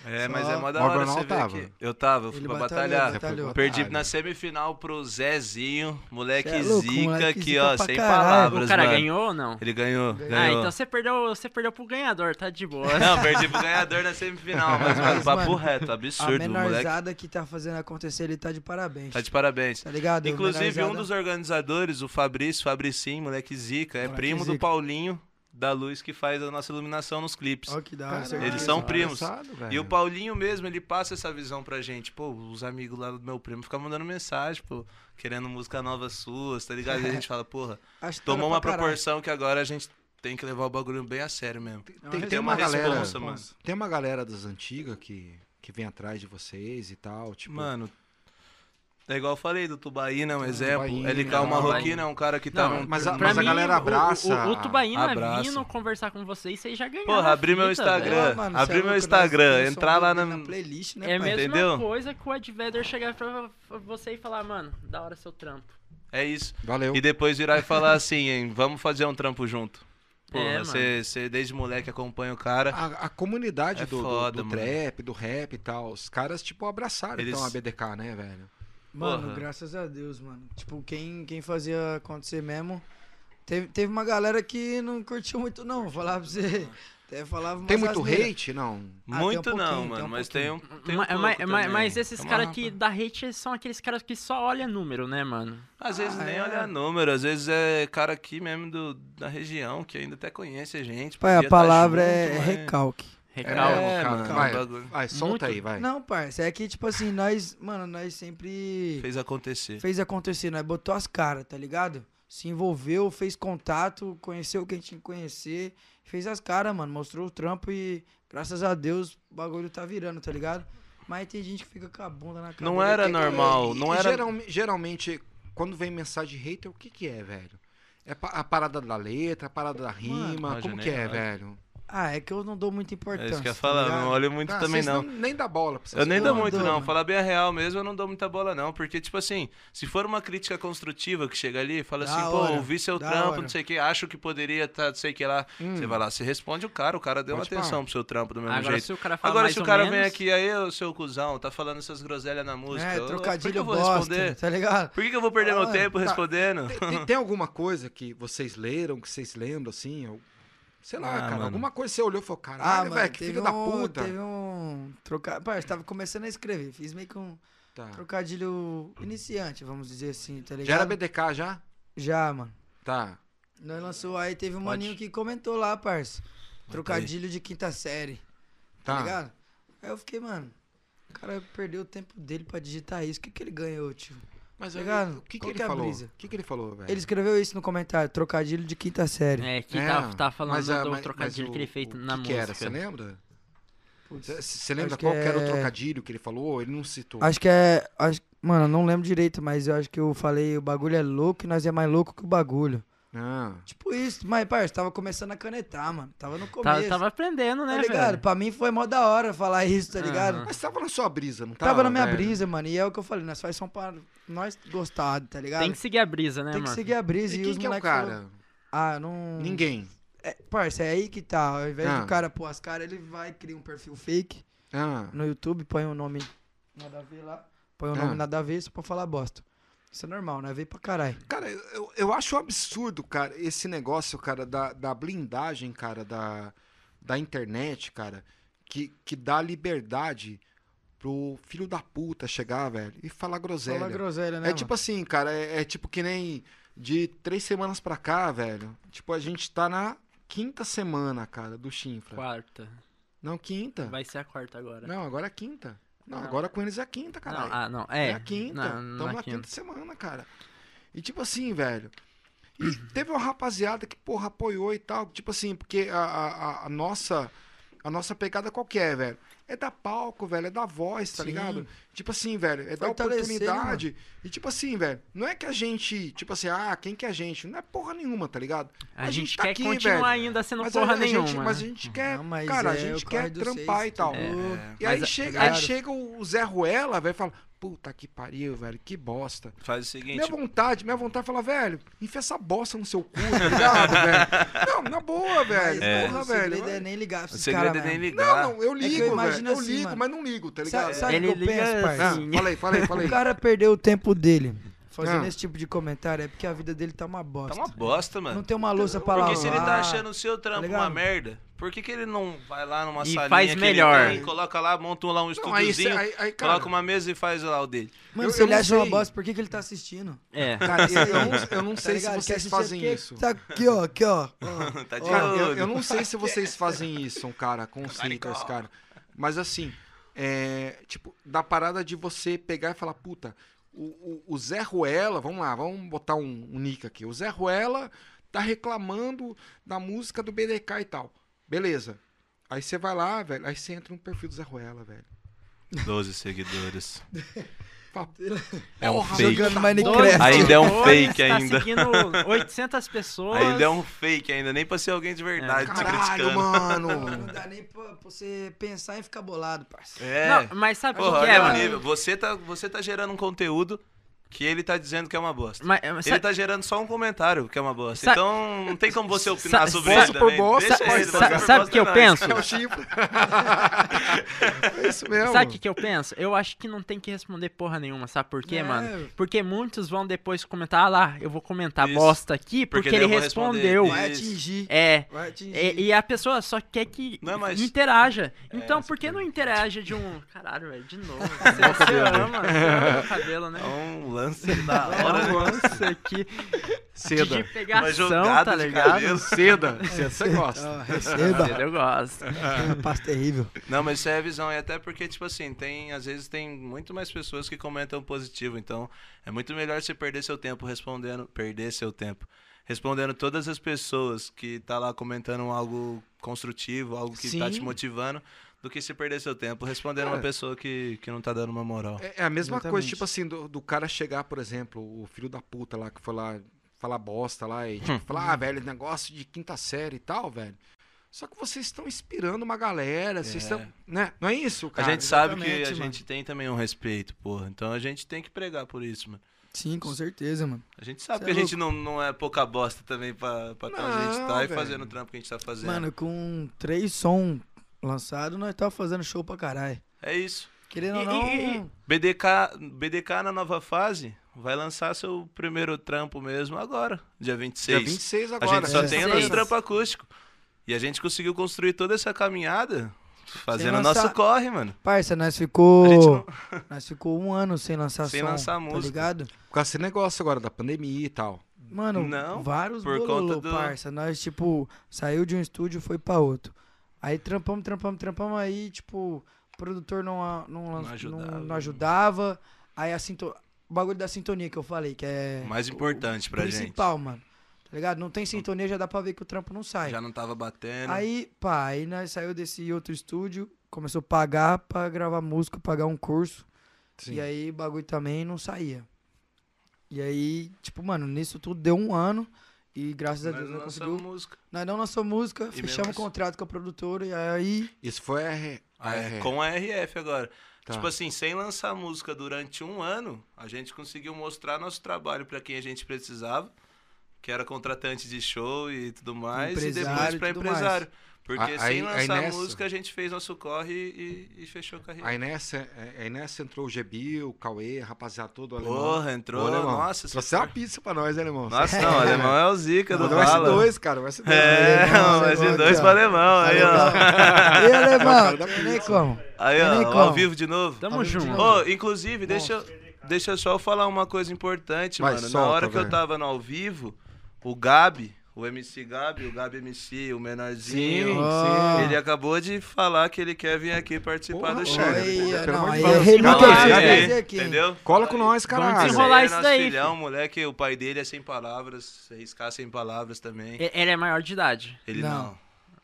S3: É,
S4: Só-
S3: mas é mó
S1: Mas
S3: da
S1: o
S3: hora
S1: Bernal
S3: você ver
S1: tava.
S3: aqui. Eu tava, eu fui
S4: Ele
S3: pra
S4: batalhou,
S3: batalhar.
S4: batalhou.
S3: Perdi
S1: Batalha.
S3: na semifinal pro Zezinho, moleque
S4: Cê é louco,
S3: zica,
S4: moleque
S3: que
S4: zica
S3: ó,
S4: pra
S3: sem
S4: caralho.
S3: palavras,
S2: O cara
S3: mano.
S2: ganhou ou não?
S3: Ele ganhou, ganhou.
S2: Ah, então você perdeu, você perdeu pro ganhador, tá de
S3: [LAUGHS]
S2: boa.
S3: Não, perdi pro ganhador na
S4: [LAUGHS]
S3: semifinal, mas, mano,
S4: Mas,
S3: papo
S4: mano,
S3: reto,
S4: A
S3: absurdo, moleque.
S4: menorzada que tá fazendo acontecer, ele tá de parabéns.
S3: Tá de parabéns.
S4: Tá ligado?
S3: Inclusive, um
S4: Menorzada-
S3: dos organizadores, o Fabrício, Fabricinho, moleque zica, é
S4: Moleque
S3: primo
S4: zica.
S3: do Paulinho da Luz que faz a nossa iluminação nos clipes.
S4: Ó, que da hora.
S1: Caralho,
S3: Eles são
S1: que
S3: primos.
S1: engraçado,
S3: E
S1: velho.
S3: o Paulinho mesmo, ele passa essa visão pra gente. Pô, os amigos lá do meu primo ficam mandando mensagem, pô, querendo música nova suas, tá ligado? E a gente fala, porra,
S4: Acho que
S3: tomou
S4: tá
S3: uma
S4: pra caralho.
S3: proporção que agora a gente tem que levar o bagulho bem a sério mesmo.
S4: É
S1: Tem,
S3: Tem
S1: tem
S3: uma
S1: uma galera,
S3: responsa, mano.
S1: tem uma galera das antigas que, que vem atrás de vocês e tal, tipo,
S3: Mano, é igual eu falei do Tubaína, é um exemplo.
S1: Tubaína,
S3: LK o
S1: Tubaína.
S3: Marroquino é um cara que tá
S2: Não,
S3: num-
S1: mas a-
S2: Pra
S1: mas a
S2: mim,
S1: galera
S2: o-
S1: abraça,
S2: O, o, Tubaína
S3: abraça.
S2: vindo conversar com vocês, vocês já ganharam.
S3: Porra,
S2: a
S3: abri meu
S2: fita,
S3: Instagram.
S2: velho.
S4: Pô, mano, cê
S3: Abri
S4: é
S3: meu
S4: louco, nós
S3: Instagram,
S4: temos som
S3: entrar lá
S4: dele
S3: na-
S4: um playlist, né,
S2: É a
S4: pai?
S2: mesma
S3: Entendeu?
S2: coisa que o Advader chegar pra pra você e falar, mano, da hora seu trampo.
S3: É isso.
S1: valeu.
S3: E depois virar e falar assim, hein, vamos fazer um trampo junto.
S2: É,
S3: Porra,
S2: mano.
S3: você você desde moleque acompanha o cara.
S1: A, a comunidade
S3: É
S1: do, do-
S3: foda,
S1: do
S3: mano.
S1: trap, do rap e tal, os caras, tipo, abraçaram
S3: Eles-
S1: então a BDK, né, velho?
S4: Mano,
S3: Porra.
S4: graças a Deus, mano. Tipo, quem, quem fazia acontecer mesmo. Teve, teve uma galera que não curtiu muito, não. Vou falar pra você. Até falava
S1: Tem
S4: umas
S1: muito
S4: asneiras.
S1: hate? Não.
S4: Ah,
S3: Muito
S4: tem um
S3: não,
S4: pouquinho,
S3: mano,
S4: tem um
S3: mas tem um, tem um
S2: Ma-
S3: pouco
S2: ma- ma-
S3: também.
S2: mas esses
S3: É uma
S2: caras
S3: rapa.
S2: que dá hate são aqueles caras que só olham número, né, mano?
S3: Às vezes
S4: Ah,
S3: nem
S4: é.
S3: olha número, às vezes é cara aqui mesmo do, da região, que ainda até conhece a gente.
S4: Pai,
S3: podia tá
S4: a palavra é
S3: junto, mas-
S4: recalque.
S2: Recalque.
S3: É,
S1: calma,
S3: mano,
S1: vai,
S3: bagulho.
S1: vai, solta
S2: Muito-
S1: aí, vai.
S4: Não, parça. É que, tipo assim, nós, mano, nós sempre fez,
S3: Fez acontecer.
S4: acontecer. Nós botou as caras, tá ligado? Se envolveu, fez contato, conheceu quem tinha que conhecer. Fez as caras, mano. Mostrou o trampo e, graças a Deus, o bagulho tá virando, tá ligado? Mas tem gente que fica com a bunda na cara.
S3: Não era normal,
S1: É E-
S3: não
S1: e
S3: era.
S1: geral- geralmente, quando vem mensagem de hater, o que que é, velho? É pa- a parada da letra, a parada da rima,
S3: Roger,
S1: como
S3: nem
S1: que é,
S3: olha.
S1: velho?
S4: Ah, é que eu não dou muita importância.
S3: É isso que eu ia
S4: tá
S3: falar,
S4: ligado?
S3: não olho muito
S1: Ah,
S3: também
S1: vocês
S3: não.
S1: Nem dá bola pra essas
S3: Eu nem dou
S1: coisas.
S3: muito,
S4: dou,
S3: não.
S4: mano.
S3: Falar bem a real mesmo, eu não dou muita bola, não. Porque, tipo assim, se for uma crítica construtiva que chega ali e fala
S4: Da
S3: assim,
S4: hora,
S3: pô, ouvi seu
S4: da
S3: trampo,
S4: hora. Hum.
S3: não sei o que, acho que poderia tá, não sei o que lá. Você vai lá, você responde o cara, o cara deu
S1: Pode
S3: uma
S1: pá.
S3: atenção pro seu trampo do mesmo
S2: Agora,
S3: um jeito.
S2: se o cara fala
S3: Agora,
S2: mais
S3: se o
S2: ou
S3: cara
S2: menos-
S3: vem aqui, aí, ô seu cuzão, tá falando essas groselhas na música.
S4: É,
S3: eu- por que
S4: trocadilho
S3: eu vou
S4: bosta,
S3: responder?
S4: tá ligado?
S3: Por que, que eu vou perder
S4: Ah,
S3: meu tempo
S1: tá.
S3: respondendo?
S1: Tem, tem- tem alguma coisa que vocês leram, que vocês lembram, assim? Ou, sei lá,
S3: Ah,
S1: cara.
S3: mano.
S1: Alguma coisa que você olhou e falou,
S4: Ah,
S1: caralho,
S4: mano,
S1: velho, que
S4: teve
S1: filho da
S4: um-
S1: puta.
S4: Teve um trocadilho... Parça, tava começando a escrever. Fiz meio que um
S1: Tá.
S4: trocadilho iniciante, vamos dizer assim, tá ligado?
S1: Já era BDK já?
S4: Já, mano.
S1: Tá.
S4: Nós lançou aí, teve um
S3: Pode.
S4: maninho que comentou lá, parça. Trocadilho de quinta série, tá,
S1: Tá.
S4: ligado? Aí eu fiquei, mano... O cara perdeu o tempo dele pra digitar isso. O que que ele ganhou, tio?
S1: Mas
S4: Tá
S1: aí,
S4: ligado?
S1: o que, que
S4: Qual
S1: ele
S4: que é a
S1: falou?
S4: brisa?
S1: O que, que ele falou, velho?
S4: Ele escreveu isso no comentário. Trocadilho de quinta série.
S2: É, que
S1: É,
S2: tá, tá falando
S1: mas, ah,
S2: do
S1: mas-
S2: trocadilho
S1: mas
S2: que ele
S1: o-
S2: fez
S1: o
S2: na
S1: que
S2: música.
S1: que era? Você lembra?
S4: Putz.
S1: Você lembra
S4: Acho que
S1: qual que era o
S4: é-
S1: trocadilho que ele falou? Ele não citou.
S4: Acho que é. Acho, mano, eu não lembro direito, mas eu acho que eu falei: o bagulho é louco e nós é mais louco que o bagulho.
S1: Ah.
S4: Tipo isso, mas, parça, tava começando a canetar, mano. Tava no começo.
S2: Tá, Tava, tava aprendendo, né,
S4: tá ligado?
S2: velho? Ah.
S4: Pra mim foi mó da hora falar isso, tá ligado?
S2: Aham.
S1: Mas tava na sua brisa, não tava?
S4: Tava, na minha
S1: velho?
S4: brisa, mano. E é o que eu falei: nós faz som pra nós gostado, tá ligado?
S2: Tem que seguir a brisa, né,
S4: Tem que
S2: mano?
S4: seguir a
S1: E
S4: brisa e, os
S1: quem que é o
S4: moleques.
S1: cara?
S4: Ah, não.
S1: Ninguém.
S4: É, parça, é aí que tá. Ao invés
S1: Ah.
S4: do cara pôr as caras, ele vai criar um perfil fake
S1: Ah.
S4: no YouTube, põe um nome nada a ver lá. Põe um
S1: Ah.
S4: nome nada a ver só pra falar bosta. Isso é normal, né? Veio pra caralho.
S1: Cara, eu, eu acho um absurdo, cara, esse negócio, cara, da, da blindagem, cara, da, da internet, cara, que, que dá liberdade pro filho da puta chegar, velho, e falar groselha.
S4: Fala groselha, né?
S1: é tipo assim, cara, é, é tipo que nem de três semanas pra cá, velho. Tipo, a gente tá na quinta semana, cara, do Chinfra.
S2: Quarta.
S1: Não, quinta.
S2: Vai ser a quarta agora.
S1: Não, agora é quinta. Não,
S2: Não.
S1: agora com eles é a quinta,
S2: Não,
S1: caralho.
S2: ah, não.
S1: É,
S2: É.
S1: a quinta.
S2: Não,
S1: Estamos
S2: na
S1: na quinta
S2: quinta.
S1: semana, cara. E tipo assim, velho. E teve uma rapaziada que, porra, apoiou e tal. Tipo assim, porque a, a, a nossa. A nossa pegada qual que é, velho? É dar palco, velho, é dar voz, tá
S4: Sim.
S1: ligado? Tipo assim, velho, é dar
S4: Fortalecer, né,
S1: oportunidade. e tipo assim, velho, não é que a gente, tipo assim, ah, quem que é a gente? Não é porra nenhuma, tá ligado?
S2: A, gente, quer continuar ainda sendo é porra
S1: a,
S2: nenhuma. né?
S1: Gente, mas a gente quer,
S4: Não, mas
S1: cara, a
S4: é,
S1: gente
S4: o
S1: quer
S4: corre do
S1: trampar
S4: seis,
S1: e tal.
S4: tudo.
S1: E
S2: Mas
S1: aí
S2: a-
S1: chega,
S4: tá
S1: aí
S4: ligado?
S1: chega o Zé Ruela, velho, e fala, puta que pariu, velho, que bosta.
S3: Faz o seguinte.
S1: Minha vontade, minha vontade é falar, velho, enfia essa bosta no seu cu, tá ligado,
S2: [LAUGHS]
S1: velho? Não, na boa, velho. Tá
S4: Mas,
S1: Porra,
S4: o segredo
S1: velho.
S4: é nem ligar pra
S3: O
S4: esses caras,
S3: segredo é nem
S4: mesmo.
S3: ligar.
S1: Não, não, eu ligo,
S4: eu
S1: velho.
S4: imagino
S1: Eu
S4: assim,
S1: ligo,
S4: mano.
S1: mas não ligo, tá ligado?
S4: Sabe, sabe o
S2: Ele
S4: que eu
S2: liga
S4: penso, parceiro?
S1: Ah,
S2: assim.
S1: falei, falei, falei.
S4: O [LAUGHS] cara perdeu o tempo dele fazendo
S1: Ah.
S4: esse tipo de comentário é porque a vida dele tá uma
S3: Tá
S4: bosta.
S3: uma bosta,
S4: Não
S3: mano.
S4: tem uma louça pra lavar.
S3: Porque se ele tá achando o seu trampo
S4: ligado?
S3: uma merda, por que, que ele não vai lá numa
S2: E
S3: salinha
S2: faz
S3: que
S2: melhor.
S3: ele tem, coloca lá, monta lá um
S1: Não, aí, cê-
S3: estúdiozinho,
S1: aí, aí, cara,
S3: coloca uma mesa e faz lá
S2: [LAUGHS]
S3: o dele?
S4: Mano,
S1: Eu-
S4: se
S1: eu
S4: ele
S1: não
S4: acha uma
S1: sei.
S4: bosta, por que, que ele tá assistindo?
S2: É.
S1: cara, eu, eu não, eu não
S4: Tá
S1: sei
S4: ligado?
S1: se vocês
S4: Quer assistir
S1: fazem
S4: porque
S1: isso.
S4: Tá aqui, ó, aqui, ó.
S3: [LAUGHS] tá de
S1: Cara, eu,
S3: olho.
S1: eu não sei se vocês
S3: [LAUGHS]
S1: fazem isso, cara, com
S3: Tá
S1: os haters, cara. Mas assim, é, tipo, da parada de você pegar e falar, puta, o, o- o Zé Ruela, vamos lá, vamos botar um, um nick aqui. O Zé Ruela tá reclamando da música do BDK e tal. Beleza. Aí você vai lá, velho, aí você entra no perfil do Zé Ruela, velho.
S3: 12
S1: [LAUGHS]
S3: seguidores.
S1: Fala,
S3: É um
S1: porra,
S3: fake.
S1: filho da
S4: Minecraft.
S1: puta.
S3: Ainda é um
S2: seguidores,
S3: fake
S2: tá
S3: ainda.
S2: seguindo 800 pessoas.
S3: Ainda é um fake ainda, nem pra ser alguém de verdade te
S1: Caralho,
S3: criticando.
S4: Não
S3: [LAUGHS]
S1: mano.
S4: dá nem pra pra você pensar em ficar bolado, parceiro.
S3: É.
S2: Não, mas sabe o
S3: Porra,
S2: que, que é,
S3: olha o
S2: mano?
S3: nível. Você tá, você tá gerando um conteúdo que ele tá dizendo que é uma bosta.
S2: Mas- mas
S3: Ele
S2: sabe-
S3: tá gerando só um comentário que é uma bosta.
S2: Sa-
S3: Então não tem como você opinar
S2: [LAUGHS] Sa-
S3: sobre
S1: bosta
S3: ele
S1: por
S3: também.
S1: bosta,
S3: Deixa
S1: mas
S3: ele,
S1: sa-
S3: bosta por
S2: sabe o
S3: bosta
S2: que eu
S3: é nóis.
S2: penso?
S1: É o chifre. é isso mesmo.
S2: Sabe o que, que eu penso? Eu acho que não tem que responder porra nenhuma, sabe por quê,
S4: É.
S2: mano? Porque muitos vão depois comentar, ah lá, eu vou comentar
S3: Isso.
S2: bosta aqui porque,
S3: Porque
S2: ele
S3: daí eu vou responder.
S2: respondeu.
S4: Vai
S3: Isso.
S4: atingir.
S2: É.
S4: Vai atingir.
S2: E, e a pessoa só quer que
S3: Não é mais-
S2: interaja.
S1: É,
S2: Então,
S3: essa
S2: por que
S3: coisa.
S2: não interaja de um. Caralho, velho,
S1: [LAUGHS]
S2: de novo. Você, você
S1: né?
S2: ama, você ama o cabelo, né?
S3: É um lance da hora.
S2: Nossa, aqui.
S1: né? Seda.
S2: De pegação,
S3: jogada
S2: tá
S3: de
S2: ligado?
S3: cabelo.
S1: Seda. Seda, Ah, você gosta.
S4: Ó, receba.
S2: Eu gosto.
S4: Uma paz terrível.
S3: [LAUGHS] Não, mas isso é a visão. E até porque, tipo assim, tem, às vezes tem muito mais pessoas que comentam positivo. Então, é muito melhor você perder seu tempo respondendo. Perder seu tempo. Respondendo todas as pessoas que tá lá comentando algo construtivo, algo que tá
S1: Sim.
S3: te motivando, do que se perder seu tempo respondendo
S1: Cara.
S3: uma pessoa que, que não tá dando uma moral.
S1: É é a mesma coisa,
S4: Exatamente.
S1: tipo assim, do, do cara chegar, por exemplo, o filho da puta lá que foi lá falar bosta lá e
S3: Hum.
S1: tipo, falar, ah, velho, negócio de quinta série e tal, velho. Só que vocês estão inspirando uma galera, vocês
S3: É.
S1: estão. Né? Não é isso,
S3: A
S1: cara?
S3: gente sabe que
S4: exatamente,
S3: a
S4: mano.
S3: gente tem também um respeito, porra. Então a gente tem que pregar por isso, mano.
S4: Sim, com certeza, mano.
S3: A gente sabe
S4: Cê é
S3: que a gente não, não é pouca bosta também pra pra tá onde a gente
S1: Não,
S3: tá e
S1: velho.
S3: fazendo o trampo que a gente tá fazendo.
S4: Mano, com três som lançado, nós tava fazendo show pra caralho.
S3: É isso.
S4: Querendo ou
S2: E-
S4: não,
S2: e- e-
S3: BDK, BDK na nova fase vai lançar seu primeiro trampo mesmo agora, dia 26.
S1: Dia 26
S3: a
S1: agora.
S3: gente só
S4: é.
S3: tem o
S2: 26.
S3: nosso trampo acústico. E a gente conseguiu construir toda essa caminhada fazendo o
S4: lançar-
S3: nosso corre, mano.
S4: parça, nós
S3: A gente
S4: ficou.
S3: não-
S4: Nós ficou um ano sem lançar
S3: Sem
S4: som.
S3: lançar música.
S4: Tá ligado?
S1: Por causa desse negócio agora da pandemia e tal.
S4: Mano,
S3: Não,
S4: vários
S3: por
S4: por
S3: conta do-
S4: parça. Nós, tipo, saiu de um estúdio foi pra outro. Aí trampamos, trampamos, trampamos. Aí, tipo, o produtor não, a- não, lan-
S3: Não ajudava. né?
S4: não- não ajudava. Aí a sinto... o bagulho da sintonia que eu falei, que é.
S3: O mais importante
S4: o
S3: pra gente.
S4: Principal, mano. Tá ligado? Não tem sintonia, já dá pra ver que o trampo não sai.
S3: Já não tava batendo.
S4: Aí, pá, aí nós saiu desse outro estúdio, começou a pagar pra gravar música, pagar um curso. E aí o bagulho também não saía. E aí, tipo, mano, nisso tudo deu um ano. E graças a
S3: Nós
S4: Deus nós
S3: lançamos
S4: conseguimos.
S3: música.
S4: Nós não lançamos música,
S3: mesmo
S4: fechamos
S3: assim-
S4: o contrato com a produtora. E aí.
S1: Isso foi a R.
S3: Ah, é,
S1: R.
S3: com a RF agora.
S1: Tá.
S3: Tipo assim, sem lançar música durante um ano, a gente conseguiu mostrar nosso trabalho pra quem a gente precisava, que era contratante de show e tudo mais, e depois
S4: Empresário e
S3: pra
S4: tudo mais.
S3: empresário. Porque
S1: Ah, aí- aí
S3: sem lançar
S1: nessa-
S3: música, a gente fez nosso corre e, e- e fechou a carreira.
S1: Aí nessa, é- aí nessa entrou o Gebil, o Cauê, rapaziada todo alemão.
S3: Porra, entrou.
S1: Ô, alemão,
S3: nossa,
S1: Trouxe uma pizza pra nós, hein, alemão? [LAUGHS]
S3: Nossa, não, o alemão é o Zica do
S1: Mandou
S3: Bala.
S1: S2, cara, um o S2.
S3: É,
S4: Alemão,
S3: [LAUGHS] mas de
S4: alemão,
S3: dois
S4: aqui,
S3: pro
S4: ó.
S3: alemão. Aí, [LAUGHS] ó.
S4: E alemão,
S1: cara da
S4: não tem nem como.
S3: Aí,
S4: Não tem nem
S3: ó, ao
S4: como.
S3: vivo de novo.
S2: Tamo junto.
S3: Ô, inclusive, deixa eu, deixa eu só falar uma coisa importante,
S1: Vai,
S3: mano.
S1: solta,
S3: Na hora que
S1: velho.
S3: eu tava no ao vivo, o Gabi, o MC Gabi, o Gabi MC, o
S1: Sim,
S3: menorzinho.
S4: Ah.
S3: Ele acabou de falar que ele quer vir aqui participar
S1: Porra,
S3: do
S1: Chega,
S3: Charme.
S4: Aí,
S1: pelo
S4: não,
S1: amor de
S4: aí
S1: Deus.
S4: é rei
S1: Cala
S4: Lucas,
S1: aí,
S4: vai
S1: aí.
S4: fazer aqui.
S3: né? Entendeu?
S1: Cola com nós, caralho.
S3: Esse aí
S2: desenrolar
S3: é
S2: isso
S3: nosso
S2: daí,
S3: Filhão, moleque, o pai dele é sem palavras, se arriscar sem palavras também.
S2: E- Ele é maior de idade.
S3: Ele
S4: Não.
S3: não.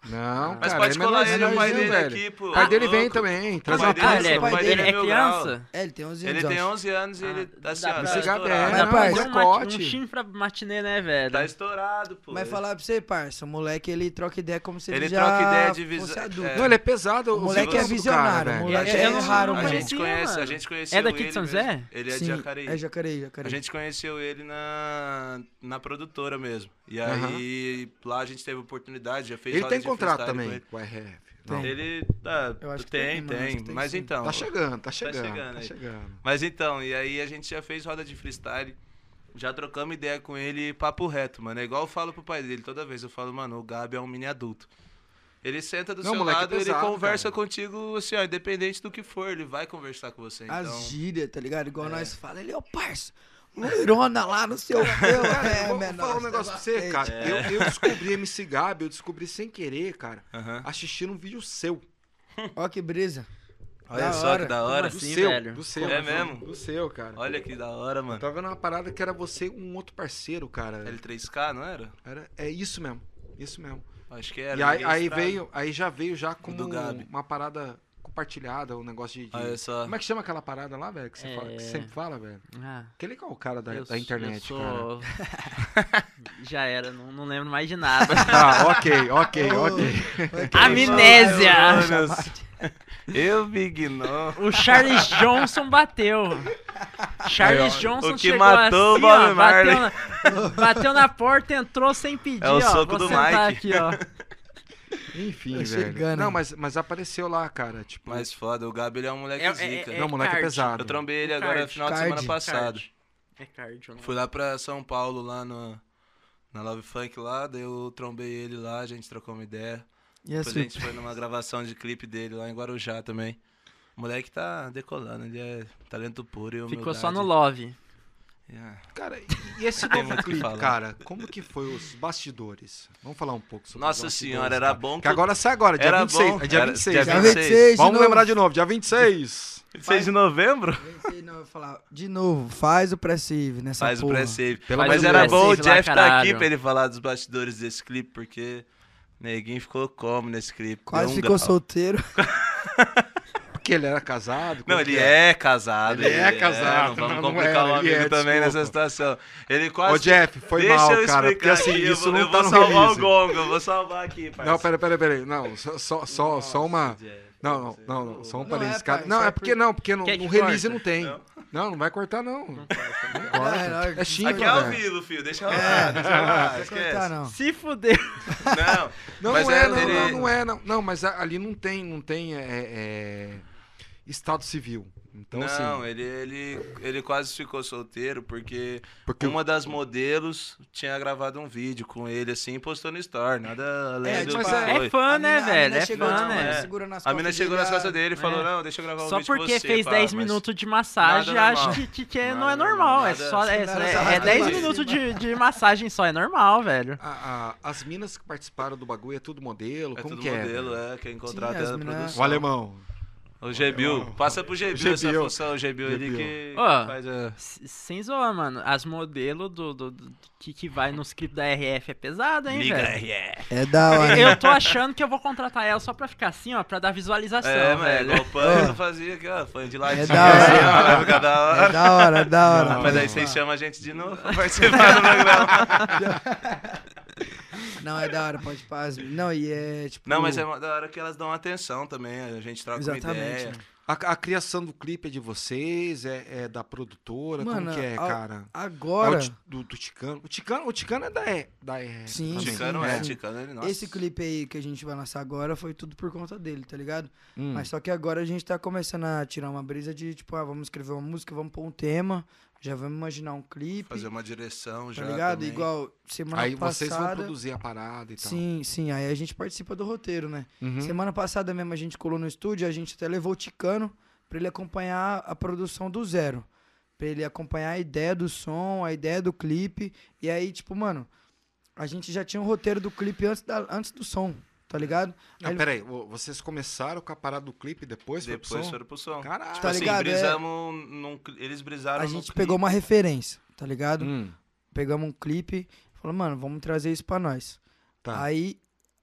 S1: Não,
S3: Mas
S1: cara,
S3: pode
S1: é
S3: colar ele, o pai
S1: menorzinho,
S3: dele
S1: velho.
S3: aqui, pô. Tá
S1: O pai dele
S3: Louco.
S1: vem também. Traz
S3: pai
S1: uma
S3: dele-
S2: Ah,
S1: pasta.
S2: ele é,
S3: o pai dele
S2: ele é
S3: é meu
S2: criança?
S4: É, ele tem 11 anos.
S3: Ele tem
S4: eu acho.
S3: 11 anos e ele
S2: Ah,
S3: tá assim,
S2: dá
S3: ó,
S2: pra-
S3: tá
S1: Esse gato é-
S3: estourado.
S1: não, mas
S4: rapaz,
S2: um,
S1: é
S2: mati- um
S1: cote.
S2: chinfra matinê, né, velho?
S3: Tá estourado, pô.
S4: Mas falar pra você, parça, o moleque ele troca ideia como se ele,
S3: Ele
S4: já
S3: troca ideia de
S4: fosse
S3: visa-
S4: adulto.
S3: é.
S1: Não, ele é pesado.
S4: O moleque é
S1: segundo do
S4: visionário,
S1: velho.
S4: o
S3: A
S4: moleque
S3: gente-
S2: É, eu não-
S4: raro,
S2: não
S3: a
S4: mano.
S3: gente
S2: conhecia,
S3: conhece, a
S2: mano.
S3: gente conheceu
S2: É daqui de
S3: ele
S2: São
S3: mesmo.
S2: José?
S3: Ele é
S4: Sim,
S3: de Jacareí.
S4: É Jacareí, Jacareí.
S3: A gente conheceu ele na, na produtora mesmo. E
S1: Aham.
S3: aí, lá a gente teve oportunidade, já fez
S1: Ele
S3: roda
S1: tem
S3: de
S1: contrato
S3: freestyle com
S1: também
S3: ele.
S1: com a RF. Não.
S3: Ele, tá,
S4: Eu acho que tem,
S3: tem,
S4: mano,
S3: tem.
S4: acho que tem
S3: Mas
S4: sim.
S3: então...
S1: Tá chegando, tá chegando.
S3: chegando é
S1: Tá
S3: aí.
S1: chegando.
S3: Mas então, e aí a gente já fez roda de freestyle, já trocamos ideia com ele, papo reto, mano. É igual eu falo pro pai dele toda vez, eu falo, mano, o Gabi é um mini adulto. Ele senta do
S1: Não,
S3: seu
S1: moleque, é
S3: lado,
S1: pesado,
S3: ele conversa
S1: cara.
S3: contigo, assim, ó, independente do que for, ele vai conversar com você.
S4: A
S3: Então,
S4: gíria, tá ligado? Igual nós fala, ele é o parça. Loirona lá
S3: [LAUGHS]
S4: no seu.
S1: Cara,
S4: É,
S1: eu vou
S4: menor,
S1: falar um
S4: você
S1: negócio
S4: vai-
S1: pra você,
S4: Ei,
S1: cara.
S3: É.
S1: Eu, eu descobri MC Gabi, eu descobri sem querer, cara,
S4: Ah.
S3: aham.
S1: assistindo um vídeo seu.
S4: Ó
S3: [LAUGHS]
S4: que brisa.
S3: olha
S4: da
S3: só
S4: hora.
S3: que da
S2: Como
S3: hora.
S1: Do
S2: Sim,
S1: seu,
S2: velho.
S1: do seu.
S3: É
S1: do-
S3: mesmo?
S1: Do seu, cara.
S3: Olha que da hora,
S1: Eu
S3: mano.
S1: tava vendo uma parada que era você e um outro parceiro, cara.
S3: L3K, não era?
S1: Era, é isso mesmo, isso mesmo.
S3: Acho que era.
S1: e aí,
S3: ninguém
S1: aí
S3: sabe.
S1: veio, aí já veio já como
S3: do Gabi. Ah,
S1: uma parada compartilhada, um negócio de... de-
S3: Olha só.
S1: Como é que chama aquela parada lá, velho, que você, fala- que
S2: É.
S1: você sempre fala, velho?
S2: Ah,
S1: Que legal o cara da,
S2: eu
S1: da
S2: s-
S1: internet,
S2: eu
S1: cara.
S2: sou- [LAUGHS] Já era, não, não lembro mais
S1: [LAUGHS]
S2: de nada.
S1: Tá, ok,
S2: [LAUGHS]
S1: ok,
S4: Ô,
S1: ok.
S4: vai
S2: [LAUGHS]
S4: ter-
S2: Amnésia!
S1: [LAUGHS]
S3: Eu me ignoro.
S2: O Charles Johnson bateu. Charles
S3: Aí, ó,
S2: Johnson
S3: o que
S2: chegou
S3: matou o
S2: assim,
S3: Bob
S2: ó,
S3: Marley.
S2: bateu, na, bateu na porta, entrou sem pedir,
S3: É o
S2: ó.
S3: soco
S2: vou
S3: do
S2: sentar
S3: Mike.
S2: aqui,
S3: [LAUGHS]
S2: ó.
S1: Enfim,
S4: Tá
S1: velho.
S4: chegando.
S1: Não, mas, mas apareceu lá, cara, tipo...
S3: Mas foda, o Gabi ele é um moleque
S2: É- é-
S3: zica.
S2: é-
S1: não, moleque é
S2: card.
S1: pesado.
S3: Eu trombei ele agora no
S2: Card.
S3: final de
S4: Card.
S3: semana passado.
S2: Card. É cardio, né?
S3: Fui lá pra São Paulo, lá no, na Love Funk lá, daí eu trombei ele lá, a gente trocou uma ideia.
S4: E assim, a
S3: Depois a
S4: surpresa?
S3: gente foi numa gravação de clipe dele lá em Guarujá também. O moleque tá decolando, ele é talento puro e
S2: Ficou
S3: humildade. É.
S2: só no Love.
S3: Yeah. [LAUGHS]
S1: Cara, e- e esse
S3: Tem
S1: novo
S3: muito o que
S1: clipe,
S3: falar.
S1: cara, como que foi os bastidores? Vamos falar um pouco sobre
S3: Nossa
S1: os bastidores,
S3: senhora, era
S1: cara.
S3: bom
S1: Que
S3: que-
S1: agora sai agora, dia
S3: Era
S1: 26.
S3: bom,
S1: é dia
S3: era-
S1: 26,
S3: dia
S1: né?
S4: Dia
S3: 26.
S4: 26 de
S1: Vamos
S4: novo.
S1: lembrar de novo, dia 26.
S3: 26 de novembro?
S4: 26 não, eu vou falar. De novo, faz o press-save nessa
S3: Faz
S4: porra.
S3: o pré-save. é
S1: Pelo é assim.
S3: Mas
S2: amor de
S3: era
S2: Deus.
S3: bom o
S2: Pré-save lá,
S3: Jeff tá aqui
S2: caralho.
S3: pra ele falar dos bastidores desse clipe, porque neguinho ficou como nesse clipe.
S4: Quase
S3: Deu um
S4: ficou
S3: grau. [LAUGHS]
S4: solteiro.
S1: Porque ele era casado.
S3: Não,
S1: como
S3: ele
S1: que
S3: é casado.
S1: Ele é casado,
S3: não vamos
S1: não
S3: complicar
S1: era,
S3: o
S1: ele
S3: amigo
S1: é,
S3: também
S1: desculpa.
S3: nessa situação. Ele quase.
S1: Ô, Jeff, foi
S3: Deixa
S1: mal,
S3: eu
S1: cara. Porque
S3: explicar
S1: assim,
S3: aqui, eu
S1: isso
S3: vou-
S1: não
S3: eu
S1: tá
S3: vou
S1: no
S3: salvar
S1: release.
S3: o Gongo, eu vou salvar aqui, parceiro.
S1: Não, pera, pera, pera. Não, só, só, só, só uma...
S3: Jeff,
S1: Não, não,
S3: você
S1: não,
S3: tá
S1: não, só um
S3: louco.
S4: Não,
S1: parênteses,
S4: é,
S1: cara.
S4: pai,
S1: Não,
S4: só
S1: é
S4: é
S1: porque não, porque no,
S2: Quer que
S1: no release
S2: corta?
S1: não tem.
S3: Não?
S1: Não, não vai cortar, não. Não
S4: É, não,
S1: corta. É
S4: aqui
S1: chifre,
S3: Aqui é ao
S1: velho.
S3: vivo, filho, deixa rolar, deixa rolar,
S4: Não vai cortar,
S3: Ah, esquece.
S4: não.
S2: Se fudeu.
S3: Não,
S1: Não,
S3: Mas
S1: não é,
S3: era
S1: não,
S3: dele-
S1: não, não é, não. Não, mas a- ali não tem, não tem é, é, estado civil. Então,
S3: não, é
S1: assim,
S3: ele, ele, ele quase ficou solteiro porque
S1: porque
S3: uma das modelos tinha gravado um vídeo com ele assim e postou no story, nada além
S4: É,
S3: do
S4: tipo,
S3: que
S4: mas é-
S3: foi.
S2: É fã,
S4: A
S2: né,
S4: mina- a
S2: velho?
S4: mina
S2: É
S4: chegou,
S2: fã,
S4: tipo,
S3: né?
S2: né?
S4: segura nas
S3: A mina
S4: costas
S3: chegou
S4: dele,
S3: nas
S4: ah,
S3: costas dele e falou:
S2: É.
S3: Não, deixa eu gravar um
S2: Só
S3: vídeo com
S2: porque
S3: você,
S2: fez
S3: pá,
S2: 10
S3: mas-
S2: minutos de massagem,
S3: Nada
S2: acho
S3: normal.
S2: que, que, que é-
S3: Nada
S2: não é
S3: normal,
S2: normal. É,
S3: nada-
S2: só, é,
S4: Sim, nada
S2: é, é
S4: normal.
S2: 10 minutos de, de massagem só, é normal, velho.
S1: a- a- as minas que participaram do bagulho é tudo modelo,
S3: É
S1: como
S3: tudo
S1: que
S3: modelo,
S1: é?
S3: é, quem contrata
S4: as
S3: é a
S4: mina-
S1: O
S3: produção.
S1: Só. alemão.
S3: O Gebil, passa pro Gebil
S1: Gebil.
S3: essa função, o Gebil, ele
S1: Gebil.
S3: que
S2: Ó.
S3: faz a...
S2: S- Sem zoar, mano. As modelos do, do- do- que, que vai nos clipes da RF é pesado, hein,
S3: Liga
S2: velho?
S3: RF.
S4: É da hora.
S2: [LAUGHS] Eu tô achando que eu vou contratar ela só pra ficar assim, ó, pra dar visualização,
S3: É, mas é
S2: velho.
S3: igual o
S4: [LAUGHS]
S3: Pan, eu fazia aqui, ó, fã de ladinho.
S4: É da hora.
S3: assim, [LAUGHS] ó, vai ficar da hora.
S4: É da hora, é [LAUGHS] da hora.
S3: Mas aí vocês chamam a gente de novo pra participar do programa.
S4: Não, é da hora, pode passar. Não, e é tipo.
S3: Não, mas é uma- da hora que elas dão atenção também, a gente troca uma
S4: Exatamente.
S3: ideia.
S4: né?
S1: A, a criação do clipe é de vocês, é, é da produtora,
S4: Mano,
S1: como que é,
S4: a-
S1: cara? É
S4: Agora.
S1: o ti- do, do Ticano. O Ticano, o Ticano é da E. Da e
S4: Sim,
S1: também.
S3: Ticano é,
S4: sim.
S3: Ticano ele, nossa.
S4: Esse clipe aí que a gente vai lançar agora foi tudo por conta dele, tá ligado?
S1: Hum.
S4: Mas só que agora a gente tá começando a tirar uma brisa de tipo, ah, vamos escrever uma música, vamos pôr um tema, já vamos imaginar um clipe,
S3: Fazer uma direção já
S4: tá ligado?
S3: também.
S4: Igual semana
S1: Aí vocês vão
S4: passada.
S1: produzir então. a parada e tal.
S4: Sim, sim, aí a gente participa do roteiro, né?
S1: Uhum.
S4: Semana passada mesmo a gente colou no estúdio, a gente até levou o Ticano pra ele acompanhar a produção do zero. Pra ele acompanhar a ideia do som, a ideia do clipe. E aí, tipo, mano, a gente já tinha um roteiro do clipe antes, da, antes do som, tá ligado? Aí
S1: Ah,
S4: ele-
S1: peraí, ô, vocês começaram com a parada do clipe e depois, foi pro
S3: Depois
S1: som?
S3: foram pro som.
S1: Caralho.
S3: Tipo
S4: Tá
S3: assim,
S4: ligado, é.
S3: brisamos num cli- Eles brisaram
S4: a
S3: no
S4: gente
S3: clipe. Uhum.
S4: pegou uma referência, tá ligado?
S1: Hum,
S4: Pegamos um clipe, falou, mano, vamos trazer isso pra nós.
S1: tá.
S4: Aí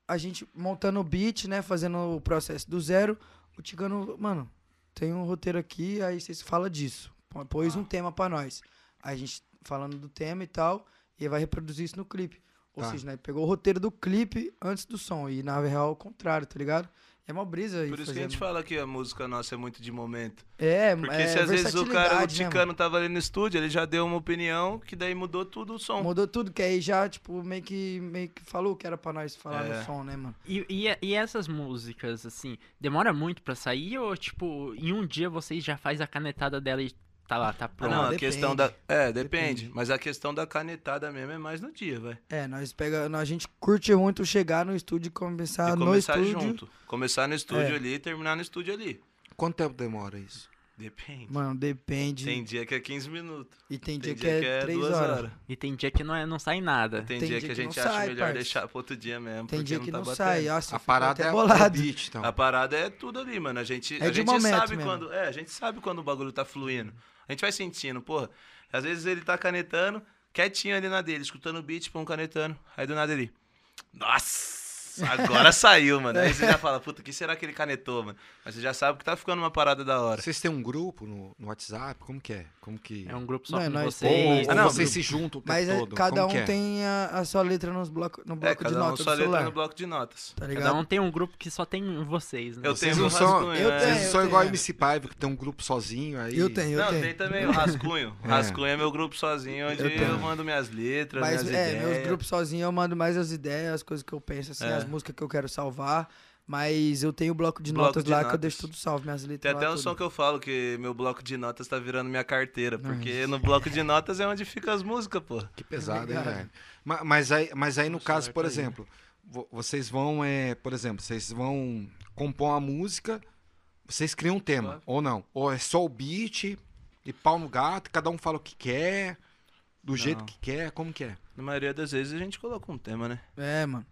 S4: a gente montando o beat, né? Fazendo o processo do zero. O Tigano, mano, tem um roteiro aqui, aí vocês falam disso. Pô- Pôs
S1: Ah.
S4: um tema pra nós. Aí a gente falando do tema e tal, e vai reproduzir isso no clipe. Ou
S1: Tá.
S4: seja, né, pegou o roteiro do clipe antes do som. E na real, ao contrário, tá ligado? É uma brisa aí.
S3: Por isso que a gente fala que a música nossa é muito de momento.
S4: É,
S3: Porque
S4: é
S3: se às vezes o cara, o
S4: versatilidade, né, mano?
S3: Ticano, tava ali no estúdio, ele já deu uma opinião que daí mudou tudo o som.
S4: Mudou tudo, que aí já, tipo, meio que, meio que falou que era pra nós falar
S3: É.
S4: no som, né, mano?
S2: E, e, e essas músicas, assim, demora muito pra sair ou, tipo, em um dia vocês já faz a canetada dela e tá lá, tá
S3: Ah,
S2: pronto?
S3: não, a
S4: depende.
S3: questão da. É, depende,
S4: Depende.
S3: Mas a questão da canetada mesmo é mais no dia, vai.
S4: É, nós pega, nós- a gente curte muito chegar no estúdio e começar
S3: E
S4: Tá no
S3: começar
S4: estúdio.
S3: junto. Começar no estúdio
S4: É.
S3: ali e terminar no estúdio ali.
S1: Quanto tempo demora isso?
S3: Depende.
S4: Mano, depende.
S3: Tem dia que é 15 minutos.
S4: e tem,
S3: Tem
S4: dia, que é três
S3: 2
S4: horas.
S2: E tem dia que não, é, não sai nada.
S3: Tem,
S4: Tem
S3: dia,
S4: dia
S3: que a
S4: que
S3: gente
S4: não
S3: acha
S4: sai,
S3: melhor
S4: parça.
S3: deixar pro outro dia mesmo.
S4: Tem
S3: porque
S4: dia que
S3: tá
S4: não,
S3: batendo.
S4: sai. Nossa, eu
S1: A
S4: fico
S1: parada
S4: até
S1: é o
S4: bolado.
S1: beat, então.
S3: A parada é tudo ali, mano. A gente,
S4: É
S3: a
S4: de
S3: gente
S4: momento
S3: sabe
S4: mesmo.
S3: quando. É, a gente sabe quando o bagulho tá fluindo. A gente vai sentindo, porra. Às vezes ele tá canetando, quietinho ali na dele, escutando o beat, pô, um canetando. Aí do nada ele. Nossa!
S4: [LAUGHS]
S3: Agora saiu, mano. Aí você já fala, puta, que será que ele canetou, mano? Mas você já sabe que tá ficando uma parada da hora.
S1: Vocês têm um grupo no, no WhatsApp? Como que é? Como que...
S2: É um grupo só
S4: Não, é
S2: com
S4: nós
S2: vocês. né?
S1: Ou,
S3: Ah,
S1: ou é,
S3: não,
S1: vocês se juntam o tempo
S4: Mas é-
S1: todo?
S4: cada
S1: Como
S4: um
S1: que é?
S4: tem a, a sua letra nos bloco, no
S3: É,
S4: bloco de
S3: cada um
S4: notas
S3: só
S4: do
S3: letra
S4: celular.
S3: no bloco de notas.
S4: Tá
S2: Cada
S4: ligado?
S2: um tem um grupo que só tem vocês, né?
S3: Eu
S1: Vocês
S3: tenho
S1: não
S3: o
S1: são-
S3: rascunho.
S4: eu
S3: né?
S4: tenho,
S1: Vocês não são
S4: eu
S1: igual a
S4: tenho.
S1: MC Paiva, que tem um grupo sozinho aí.
S4: Eu tenho, eu
S3: não,
S4: tenho.
S3: tem também o rascunho.
S4: [LAUGHS]
S1: É.
S3: Rascunho é meu grupo sozinho, onde
S1: Eu
S3: eu,
S1: tenho.
S3: mando minhas letras,
S4: Mas
S3: minhas
S4: é,
S3: ideias.
S4: meus grupos sozinho eu mando mais as ideias, as coisas que eu penso, assim,
S3: É.
S4: as músicas que eu quero salvar. Mas eu tenho o bloco de
S3: Bloco
S4: notas
S3: de
S4: lá que eu
S3: notas.
S4: deixo tudo salvo, minhas
S3: Tem
S4: letras.
S3: até
S4: lá,
S3: um
S4: tudo.
S3: som que eu falo que meu bloco de notas tá virando minha carteira, porque no bloco de notas é onde ficam as músicas, pô.
S1: Que pesado, hein,
S4: Obrigado.
S1: velho? Ma- Mas aí, mas aí no
S3: Nossa,
S1: caso, por
S3: vai cair.
S1: exemplo, vo- vocês vão, é, por exemplo, vocês vão compor uma música, vocês criam um tema, ou não? Ou é só o beat e pau no gato, cada um fala o que quer, do jeito que quer, como que é?
S3: Na maioria das vezes a gente coloca um tema, né?
S4: É, mano.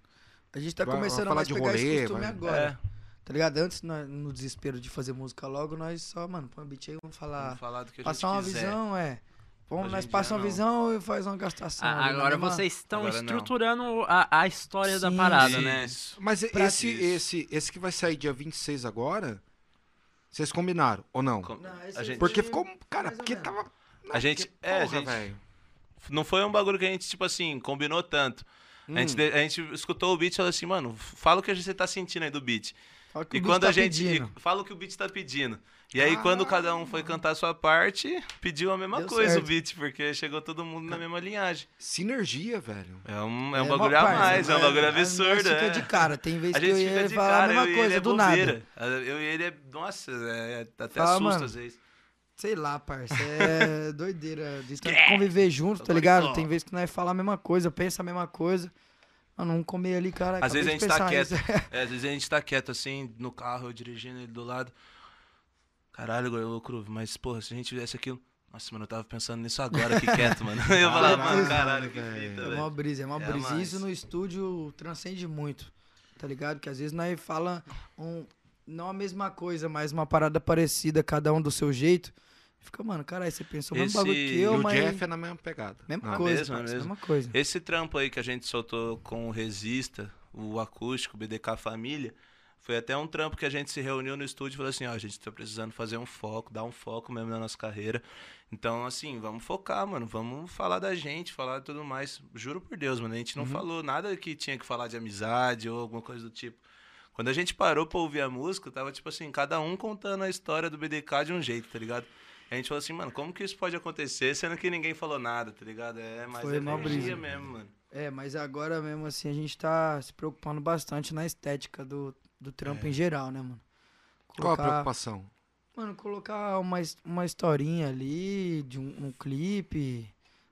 S4: A gente tá
S1: Vai- vai
S4: começando a
S1: falar
S4: mais
S1: de
S4: pegar
S1: rolê,
S4: esse costume
S1: vai-
S4: agora.
S3: É,
S4: Tá ligado? Antes, nós- no desespero de fazer música logo, nós só, mano, põe o beat aí, vamos falar.
S3: vamos falar do que a gente
S4: ah, passar uma
S3: quiser.
S4: visão, é. Vamos,
S3: Hoje
S4: nós
S3: em dia,
S4: passamos uma
S3: não.
S4: visão e faz uma gastação.
S2: Ah,
S4: ali na
S2: agora
S4: mesma-
S2: vocês estão
S3: Agora não.
S2: estruturando a, a história da
S4: né, Sim,
S2: parada,
S3: Isso.
S2: né?
S1: Mas e-
S4: Pra-
S1: esse,
S3: Isso.
S1: esse, esse que vai sair dia 26 agora, vocês combinaram, ou não?
S3: Com-
S4: Não, esse é
S3: a gente,
S1: Porque
S4: Sim,
S1: ficou, cara,
S4: mais ou
S1: porque
S4: menos.
S1: tava...
S3: A gente- é, a gente-
S1: velho.
S3: Não foi um bagulho que a gente, tipo assim, combinou tanto. A, gente,
S1: Hum.
S3: de- a gente escutou o beat e falou assim, mano, fala o que você tá sentindo aí do beat.
S4: Fala que
S3: E
S4: o bicho
S3: quando
S4: tá
S3: a gente. e
S4: pedindo. Ah.
S3: fala o que o beat tá pedindo. E aí, quando cada um foi cantar a sua parte, pediu a mesma
S4: Deu
S3: coisa
S4: certo.
S3: o beat, porque chegou todo mundo na mesma linhagem.
S1: Sinergia, velho.
S3: É um, é um
S4: É,
S3: bagulho
S4: mó
S3: a
S4: parça,
S3: mais, é um
S4: mano.
S3: bagulho
S4: Às vezes
S3: absurdo.
S4: Fica
S3: é.
S4: de cara, tem vezes
S3: A
S4: que
S3: gente
S4: eu
S3: fica
S4: ia
S3: de
S4: falar a
S3: cara, eu
S4: mesma
S3: e ele
S4: coisa
S3: é
S4: do nada.
S3: bobeira. Eu e ele é. Nossa, é, é- até
S4: Fala,
S3: assusta
S4: mano.
S3: às vezes.
S4: Sei lá, parça.
S3: [LAUGHS]
S4: É doideira. De tanto conviver junto, tá ligado? Tem vezes que nós fala a mesma coisa, pensa a mesma coisa. Mano, vamos comer ali, cara.
S3: Às
S4: acabei
S3: vezes a
S4: de
S3: gente tá quieto.
S4: pensar nisso.
S3: É, às vezes a gente tá quieto assim, no carro, eu dirigindo ele do lado. Caralho, ô Cruve, mas porra, se a gente tivesse aquilo. Nossa, mano, eu tava pensando nisso agora, que quieto, mano. [LAUGHS] Eu falava,
S1: Caralho,
S3: mano, caralho, que
S1: velho.
S3: fita,
S4: É
S3: velho.
S4: uma brisa, é uma
S3: É
S4: brisa. E
S3: mais.
S4: Isso no estúdio transcende muito, tá ligado? Que às vezes nós fala um, não a mesma coisa, mas uma parada parecida, cada um do seu jeito. Fica, mano, caralho, você pensou o mesmo
S3: Esse-
S4: bagulho que
S1: E
S4: eu,
S1: o
S4: mas...
S1: Jeff é na mesma pegada.
S4: Mesma
S1: Não.
S4: coisa,
S3: mesmo, é
S4: parça,
S3: mesmo.
S4: mesma coisa.
S3: Esse trampo aí que a gente soltou com o Resista, o acústico, o BDK Família, foi até um trampo que a gente se reuniu no estúdio e falou assim, ó, a gente tá precisando fazer um foco, dar um foco mesmo na nossa carreira. Então, assim, vamos focar, mano, vamos falar da gente, falar tudo mais. Juro por Deus, mano, a gente não
S4: Uhum.
S3: falou nada que tinha que falar de amizade ou alguma coisa do tipo. Quando a gente parou pra ouvir a música, tava tipo assim, cada um contando a história do BDK de um jeito, tá ligado? A gente falou assim, mano, como que isso pode acontecer, sendo que ninguém falou nada, tá ligado? É, mas
S4: Foi
S3: é
S4: mó brisa.
S3: energia mesmo, mano.
S4: É, mas agora mesmo assim a gente tá se preocupando bastante na estética do, do trampo em geral, né, mano?
S1: Qual a
S4: Colocar-
S1: preocupação?
S4: Mano, colocar uma, his- uma historinha ali, de um, um clipe,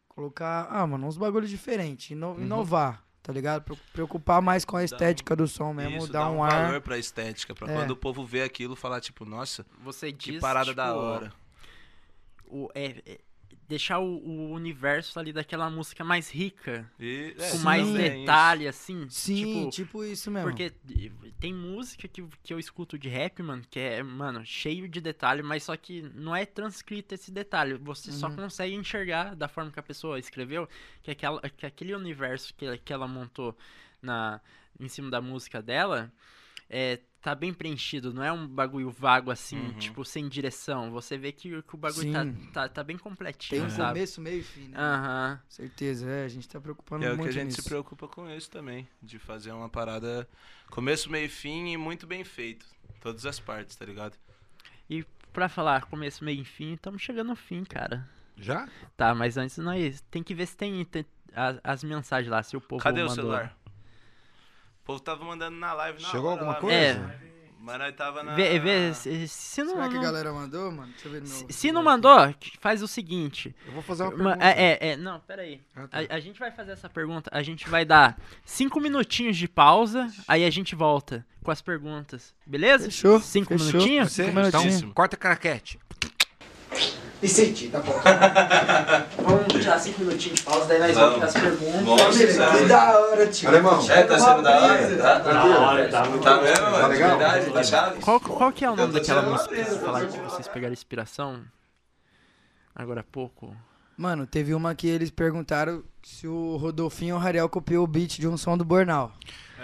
S4: colocar, ah, mano, uns bagulhos diferentes, ino-
S3: Uhum.
S4: inovar, tá ligado? Pre- Preocupar mais com a estética do som mesmo,
S3: um Isso,
S4: dar
S3: dá
S4: um,
S3: um, valor
S4: ar.
S3: pra estética, pra
S4: É.
S3: quando o povo vê aquilo falar, tipo, nossa,
S2: Você diz,
S3: que parada da
S2: tipo,
S3: hora.
S2: o- é- é- deixar o, o universo ali daquela música mais rica,
S3: E, é,
S2: com
S4: É, Sim.
S2: mais
S4: Sim.
S2: detalhe, assim.
S4: Sim, tipo,
S2: tipo,
S4: isso mesmo.
S2: porque tem música que, que eu escuto de rap, mano, que é, mano, cheio de detalhe, mas só que não é transcrito esse detalhe. Você só
S4: Uhum.
S2: consegue enxergar da forma que a pessoa escreveu que, aquela, que aquele universo que, ela- que ela montou na, em cima da música dela é, tá bem preenchido, não é um bagulho vago assim,
S3: Uhum.
S2: tipo, sem direção. Você vê que, que o bagulho tá,
S4: Sim.
S2: tá, tá bem
S4: Tem
S3: tipo,
S2: completinho,
S4: um
S2: sabe?
S4: começo, meio e fim, né?
S2: Aham.
S4: Certeza, é. A gente tá preocupando
S3: Ah. é o
S4: muito
S3: que a gente
S4: nisso.
S3: se preocupa com isso também, de fazer uma parada começo, meio e fim e muito bem feito. Todas as partes, tá ligado?
S2: Pra falar começo, meio e fim, estamos chegando ao fim, cara.
S1: Já?
S2: Tá, mas antes nós tem que ver se tem, tem a- as mensagens lá, se o povo
S3: Cadê o
S2: mandou.
S3: celular? O povo tava mandando na live na
S1: Chegou
S3: hora
S1: alguma
S3: lá,
S1: coisa?
S2: É.
S3: Mas nós tava na.
S2: Vê, vê
S3: Ah.
S2: se, se não,
S4: Será que a
S2: não-
S4: galera mandou, mano? Deixa eu ver de
S2: se,
S4: novo.
S2: se não mandou, que faz o seguinte.
S1: Eu vou fazer uma
S2: Ma-
S1: pergunta.
S2: É, é, é, não, peraí.
S1: Ah, tá.
S2: A, a gente vai fazer essa pergunta, a gente vai dar cinco minutinhos de pausa, aí a gente volta com as perguntas, beleza?
S4: Fechou,
S2: Cinco
S4: fechou.
S2: minutinhos?
S1: Você?
S4: Cinco minutinhos.
S1: Então, corta craquete.
S4: Vicente, tá bom.
S2: Vamos tirar cinco minutinhos de pausa, daí nós
S3: Vamos. voltamos
S2: as perguntas.
S3: Vamos,
S4: Que da hora, tio.
S1: Alemão.
S3: É, tá sendo da hora,
S6: tá
S3: tá? Tá mesmo, mano?
S1: legal?
S3: Verdade, tá chave?
S2: Qual, qual que é o nome
S3: tô
S2: daquela
S3: tirando uma
S2: música que vocês
S3: brisa,
S2: falaram que vocês pegaram inspiração? Agora há pouco.
S4: Mano, teve uma que eles perguntaram se o Rodolfinho ou o Rariel copiou o beat de um som do Bornal.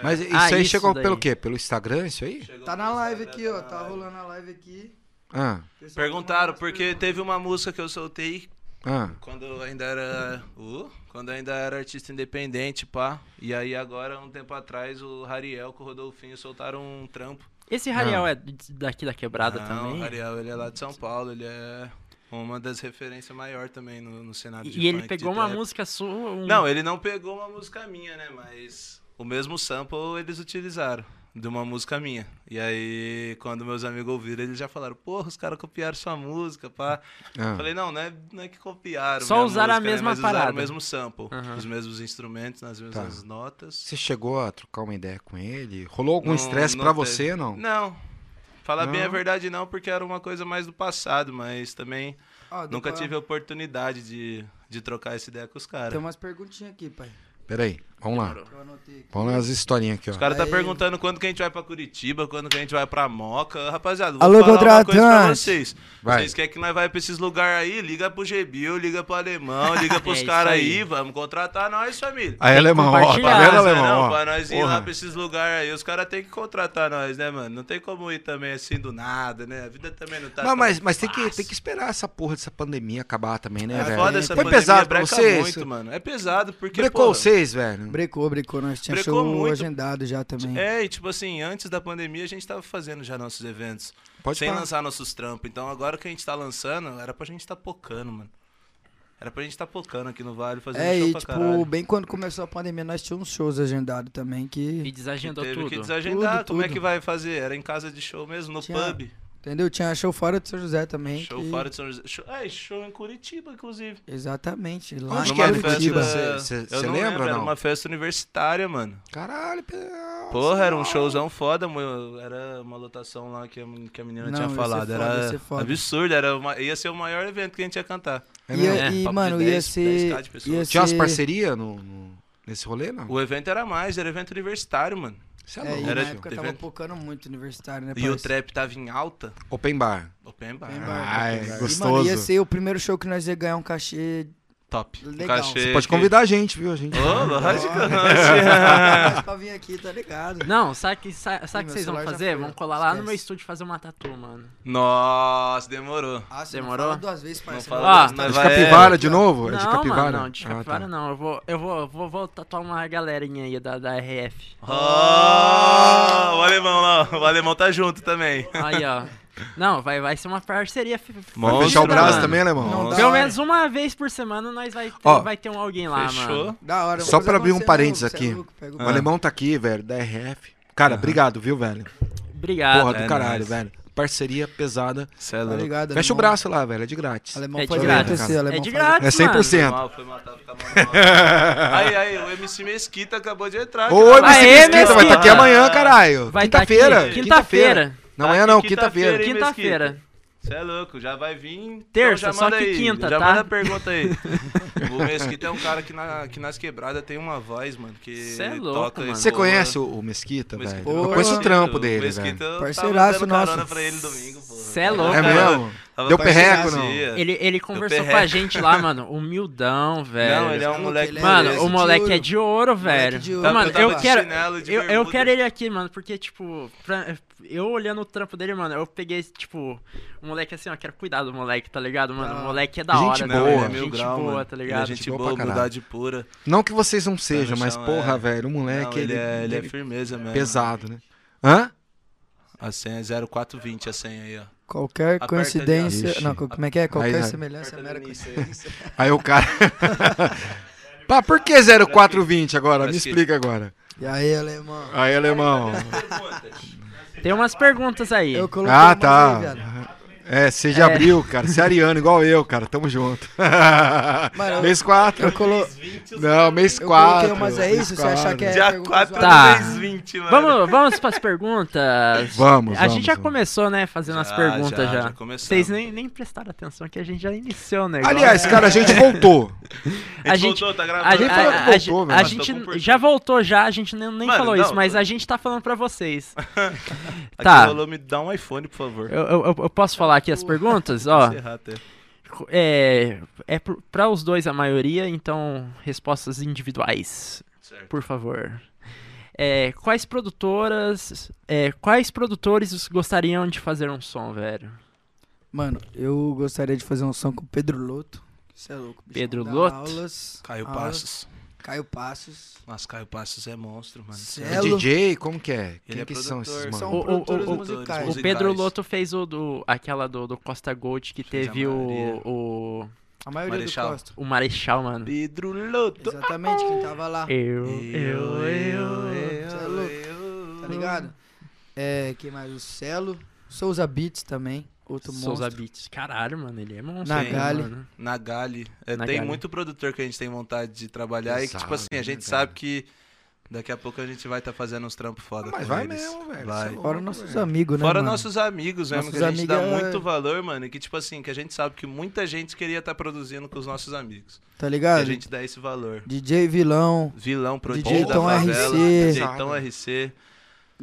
S1: Mas isso
S2: Ah,
S1: aí
S2: isso
S1: chegou
S2: daí.
S1: pelo quê? Pelo Instagram, isso aí?
S4: Tá na live
S3: né,
S4: aqui, ó. Tá rolando a live aqui.
S1: Ah,
S4: Pessoal,
S3: Perguntaram, porque teve uma música que eu soltei
S1: ah.
S3: Quando eu ainda era. Uh, quando eu ainda era artista independente, pá. E aí agora, um tempo atrás, o Rariel com o Rodolfinho soltaram um trampo.
S2: Esse Rariel
S1: Ah.
S2: é d- daqui da quebrada
S3: Não,
S2: também?
S3: O Rariel, ele é lá de São Paulo, ele é uma das referências maior também no, no
S1: é
S3: cenário de
S2: E ele
S3: funk, de
S2: pegou uma
S3: trap.
S2: música sua. um-
S3: Não, ele não pegou uma música minha, né? Mas o mesmo sample eles utilizaram. De uma música minha. E aí, quando meus amigos ouviram, eles já falaram: Porra, os caras copiaram sua música, pá.
S1: Ah.
S3: Eu Falei, não, não é, não é que copiaram.
S2: Só
S3: minha
S2: usaram a
S3: música, né,
S2: mesma
S3: mas usaram
S2: parada.
S3: o mesmo sample,
S2: Aham.
S3: os mesmos instrumentos, nas
S1: Tá.
S3: mesmas notas.
S1: Você chegou a trocar uma ideia com ele? Rolou algum
S3: Não-
S1: estresse
S3: não
S1: pra
S3: teve.
S1: você, não?
S3: Não. Falar bem
S1: Não.
S3: a verdade, não, porque era uma coisa mais do passado, mas também
S4: ó, Ah, do
S3: nunca
S4: pa-
S3: tive a oportunidade de, de trocar essa ideia com os
S4: Tem
S3: caras.
S4: umas perguntinhas aqui, pai.
S1: Peraí, vamos lá.
S2: Demorou.
S4: Que eu anotei aqui.
S1: Vamos nas historinhas aqui, ó.
S3: Os caras tá
S4: Aí-
S3: perguntando quando que a gente vai pra Curitiba, quando que a gente vai pra Moca. Rapaziada, vou
S4: Alô,
S3: falar uma coisa pra
S4: contratante.
S3: vocês.
S1: Vai.
S3: Vocês querem que nós vai pra esses lugares aí? Liga pro Gebil, liga pro Alemão,
S1: [LAUGHS]
S3: liga pros
S1: É
S2: isso
S3: caras
S2: aí.
S3: aí. Vamos contratar nós, família.
S1: Aí, alemão, ó, tá
S2: compartilhar,
S1: vendo,
S2: né,
S1: alemão?
S3: não,
S1: ó?
S3: pra nós ir
S1: Porra.
S3: lá pra esses lugares aí, os caras têm que contratar nós, né, mano? Não tem como ir também assim do nada, né? A vida também não tá.
S1: Não,
S3: tão
S1: mas, mas tem, que,
S3: fácil.
S1: tem que esperar essa porra dessa pandemia acabar também, né,
S3: É
S1: velho?
S3: foda essa
S1: Foi
S3: pandemia,
S1: pesado pra
S3: breca
S1: vocês?
S3: muito, mano. É pesado porque.
S1: Brecou
S3: porra,
S1: vocês, velho?
S4: Brecou, brecou. Nós tínhamos
S3: Brecou
S4: show
S3: muito.
S4: agendado já também.
S3: É, e tipo assim, antes da pandemia a gente tava fazendo já nossos eventos.
S1: Pode
S3: sem
S1: falar.
S3: lançar nossos trampos. Então agora que a gente tá lançando, era pra gente tá pocando, mano. Era pra gente tá pocando aqui no Vale, fazendo
S4: É,
S3: show
S4: e
S3: pra
S4: tipo,
S3: caralho.
S4: bem quando começou a pandemia, nós tínhamos shows agendados também que.
S2: E desagendou
S3: Teve
S2: tudo.
S3: que desagendar,
S4: Tudo,
S3: como é
S4: tudo.
S3: que vai fazer? Era em casa de show mesmo, no
S4: Tinha-
S3: pub.
S4: Entendeu? Tinha show fora de São José também.
S3: Show
S4: que-
S3: fora de São José. Show, é, show em Curitiba, inclusive.
S4: Exatamente. Lá
S1: Onde
S4: em
S1: que era em
S4: Curitiba.
S1: Curitiba? Cê- cê-
S3: eu
S1: cê
S3: não
S1: lembra
S3: lembro,
S1: ou
S3: Era
S1: não?
S3: uma festa universitária, mano.
S1: Caralho, pe-
S3: Porra, era um showzão foda, mo- era uma lotação lá que a, men- que a menina
S4: Não, ia
S3: tinha
S4: ser
S3: falado.
S4: foda, ia
S3: era
S4: ser foda.
S3: absurdo, era uma- ia ser o maior evento que a gente ia cantar.
S1: É
S4: Ia-
S1: mesmo?
S4: e,
S3: papo de
S4: mano, ia
S3: 10, 10K
S4: ser.
S3: de pessoas.
S4: Ia ser...
S1: Tinha umas parcerias no, no- nesse rolê, não?
S3: O evento era mais, era evento universitário, mano.
S1: Você é
S4: É, e
S1: louco.
S3: Era tipo
S4: na época tava
S3: evento.
S4: focando muito universitário, né,
S3: E o
S4: parceiro?
S3: trap tava em alta.
S1: Open bar.
S3: Open bar.
S4: Bem
S1: Ah,
S4: barato,
S1: é
S4: cara.
S1: gostoso.
S4: E, mano, ia ser o primeiro show que nós ia ganhar um cachê.
S3: Top. Um
S4: Legal.
S3: cachê
S1: Pode
S3: que-
S1: convidar a gente, viu? A gente.
S3: Ô, lógico.
S4: Mas pra vir aqui, tá ligado?
S2: Não, sabe o que, sa- sabe
S4: Ih,
S2: que
S4: meu
S2: vocês vão
S4: celular já
S2: fazer?
S4: foi,
S2: Vão colar lá no
S4: esquece.
S2: meu estúdio fazer uma tatu, mano.
S3: Nossa, demorou.
S4: Ah, você não
S2: Demorou?
S4: fala duas vezes, parceiro.
S3: fala
S4: Não Ah,
S2: duas
S3: vezes,
S4: gosta.
S1: É de
S3: Mas vai-
S1: capivara de novo? é de
S2: não,
S1: capivara?
S2: mano, não, de
S1: Ah,
S2: capivara
S1: tá.
S2: não. Eu vou, eu vou, vou, vou tatuar uma galerinha aí da, da RF.
S3: Ó, o alemão lá, o alemão tá junto também.
S2: Aí, ó. Não, vai, vai ser uma parceria. f- f-
S3: Monstro,
S1: Vai fechar o
S2: fodida,
S1: braço
S2: mano.
S1: também, alemão?
S4: Não dá.
S2: Pelo
S4: Da hora.
S2: menos uma vez por semana nós vai ter,
S1: Ó,
S2: vai ter um alguém
S4: Ah,
S2: lá,
S3: Fechou.
S2: mano.
S4: Da hora,
S1: Só
S4: mas
S1: pra abrir um
S4: você é
S1: parênteses
S4: louco, você é
S1: aqui.
S4: louco, pega o
S1: O alemão tá aqui, velho, da RF. Cara, obrigado, viu, velho?
S2: Obrigado.
S1: Porra do
S3: é
S1: caralho,
S3: nóis.
S1: velho. Parceria pesada.
S3: Cê é
S4: Tá
S3: louco.
S4: ligado?
S1: Fecha o
S4: alemão.
S1: braço lá, velho, é de grátis.
S4: Alemão tá
S2: É de
S4: faz
S1: grátis,
S4: acontecer,
S1: cara.
S4: alemão
S2: É de
S4: faz-
S2: grátis,
S1: É 100%.
S3: Foi mal, foi mal, tava com a mão na
S1: [LAUGHS]
S3: mão. Aí, aí, o MC Mesquita acabou de entrar. aqui
S1: Ô,
S3: na
S1: MC
S2: Aê,
S1: Mesquita, vai estar
S2: Mesquita.
S1: aqui amanhã, caralho.
S2: Vai tá aqui
S1: Quinta-feira.
S2: Quinta-feira.
S1: Não,
S2: Tá
S1: amanhã não,
S3: Quinta-feira,
S1: quinta-feira.
S3: hein?
S2: Quinta-feira.
S3: Você é louco, já vai vir.
S2: Terça,
S3: então já
S2: só
S3: manda
S2: que
S3: aí,
S2: quinta,
S3: já
S2: tá?
S3: manda a
S2: [LAUGHS]
S3: pergunta aí. o Mesquita é um cara que, na, que nas quebradas tem uma voz, mano, que
S2: Cê é
S3: ele
S2: louco,
S3: toca...
S2: mano.
S3: em
S1: Você
S3: boa.
S1: conhece o, o Mesquita, velho?
S3: Mesquita-
S1: Eu
S4: Ô,
S1: conheço o trampo
S3: O
S1: dele,
S3: Mesquita
S1: velho.
S3: eu
S4: Parceiraço
S3: tava dando carona
S4: nosso.
S3: pra ele domingo, pô.
S2: Cê é
S3: Tava
S2: louco,
S3: dando
S2: mano.
S3: carona, tava
S1: Deu
S3: passeando
S1: perreco,
S3: esse
S1: não?
S3: dia.
S2: Ele, ele conversou com
S3: perreco.
S2: a gente lá, mano. Humildão, velho.
S3: Não, ele é um
S4: Ele
S3: moleque...
S4: é
S2: Mano,
S4: moleque
S2: o
S4: de
S2: moleque
S4: ouro.
S2: é de ouro,
S4: Moleque
S2: velho.
S4: de ouro.
S3: Tava-
S2: Mano,
S3: tava
S2: eu
S3: de Tá
S2: quero.
S3: chinelo, de
S2: Eu, eu
S3: bermuda.
S2: quero ele aqui, mano, porque, tipo, pra- eu olhando o trampo dele, mano, eu peguei, tipo, o moleque assim, ó, quero cuidar do moleque, tá ligado, mano? O moleque é da
S1: Gente boa.
S2: hora, né?
S3: ele
S2: mano?
S3: é mil
S2: gente
S3: grau,
S2: boa,
S3: mano.
S2: tá
S3: Ele é
S2: ligado?
S3: gente
S1: Gente boa
S3: boa,
S1: pra
S3: humildade pura.
S1: Não que vocês não sejam, mas
S3: chão,
S1: porra,
S3: é.
S1: velho, o moleque,
S3: Não, ele,
S1: ele,
S3: é, ele é
S1: ele
S3: firmeza mesmo.
S1: é pesado, né? Hã?
S3: A senha é 0420, a senha aí, ó.
S4: Qualquer
S3: Aperta ali, ó.
S4: coincidência.
S1: Ixi.
S4: Não, co- como é que é? Qualquer
S1: Aí, né?
S4: semelhança é mera [LAUGHS]
S1: Aí o cara... [LAUGHS] Pá, por que 0420 agora? Me
S3: Mesquita.
S1: explica agora.
S4: coincidência. E aí, alemão?
S1: Aí, alemão.
S2: Tem umas perguntas aí.
S4: Eu coloquei
S1: Ah,
S4: umas aí,
S1: tá.
S4: viado.
S1: É, você já
S2: É.
S1: abriu, cara. Você é ariano, igual eu, cara. Tamo junto.
S4: Mano,
S1: mês 4.
S4: Eu, colo...
S1: Não, mês
S4: eu
S1: 4.
S4: coloquei umas aí, se você achar que é.
S3: Dia
S4: pergunta
S3: 4
S4: zoada.
S2: Tá.
S3: 20, mano.
S2: Vamos, vamos pras perguntas.
S1: Vamos,
S2: A gente já
S1: vamos.
S2: começou, né, fazendo as
S3: Já,
S2: perguntas
S3: Ah, já,
S2: já.
S3: já começamos.
S2: Vocês nem, nem prestaram atenção que a gente já iniciou o negócio.
S1: Aliás, cara, a [LAUGHS] gente voltou.
S3: A
S2: A
S3: gente
S2: gente-
S3: voltou, tá
S2: A,
S3: gravando.
S1: Nem
S2: gente-
S1: falou que
S2: a-
S1: voltou,
S2: a- a
S1: velho.
S2: gente
S3: Mas tô com
S2: já voltou já, a gente nem, nem
S3: Mano,
S2: falou
S3: não,
S2: isso, mas
S3: tô-
S2: a gente tá falando pra
S3: [LAUGHS]
S2: vocês.
S3: Aqui
S2: tá.
S3: falou, me dá um iPhone, por favor.
S2: Eu, eu- eu- eu posso falar aqui as
S3: [LAUGHS]
S2: perguntas? Ó,
S3: Esse rato é.
S2: é, é pro- pra os dois a maioria, então respostas individuais,
S3: Certo.
S2: por favor. É, quais produtoras, é, quais produtores gostariam de fazer um som, velho?
S4: Mano, eu gostaria de fazer um som com o Pedro Loto. Isso é louco. bicho.
S2: Pedro
S4: Dá
S2: Lotto?
S4: Aulas,
S3: Caio
S4: aulas.
S3: Passos.
S4: Caio Passos.
S3: Nossa, Caio Passos é monstro, mano.
S4: Cê
S1: É
S4: É
S1: DJ, como que é? Quem
S3: Ele é
S1: que são esses,
S3: produtor,
S1: mano?
S4: São
S2: O- o-
S4: produtores
S2: o- o-
S4: musicais.
S2: O
S3: Musicais.
S2: Pedro Loto fez o do, aquela do, do Costa Gold que
S3: Santa
S2: teve o,
S3: Maria.
S2: o,
S4: A maioria
S3: Marechal.
S4: do Costa.
S2: o Marechal, mano.
S3: Pedro Loto.
S4: Exatamente, quem tava lá.
S2: Eu, eu,
S3: Eu, eu,
S2: eu.
S4: Cê é louco,
S3: eu.
S1: Uhum.
S4: Tá ligado? É, quem mais? O Celo. Souza Beats também. Outro
S2: Souza
S4: monstro.
S2: Beats. Caralho, mano, ele é monstro.
S4: Nagali.
S2: mano.
S3: Nagali. É,
S2: Nagali.
S3: Tem muito produtor que a gente tem vontade de trabalhar e que, tipo
S1: Pesado,
S3: assim, a
S1: né,
S3: gente
S1: cara?
S3: sabe que daqui a pouco a gente vai estar fazendo uns trampos foda.
S1: Mas
S3: com
S1: vai
S3: eles.
S1: mesmo, velho.
S3: Vai.
S1: Cê é
S4: Fora
S1: louco,
S4: nossos
S1: velho.
S4: amigos, né?
S3: Fora
S4: mano?
S3: nossos amigos, né?
S4: Nossos
S3: que a gente dá
S4: amigos é-
S3: muito valor, mano. E que, tipo assim, que a gente sabe que muita gente queria estar produzindo com os nossos amigos.
S4: Tá
S3: E
S4: ligado?
S3: a gente dá esse valor.
S4: DJ Vilão.
S3: Vilão prodígio
S4: DJ
S3: da
S4: Tom
S3: favela,
S4: RC.
S3: DJ Tom RC.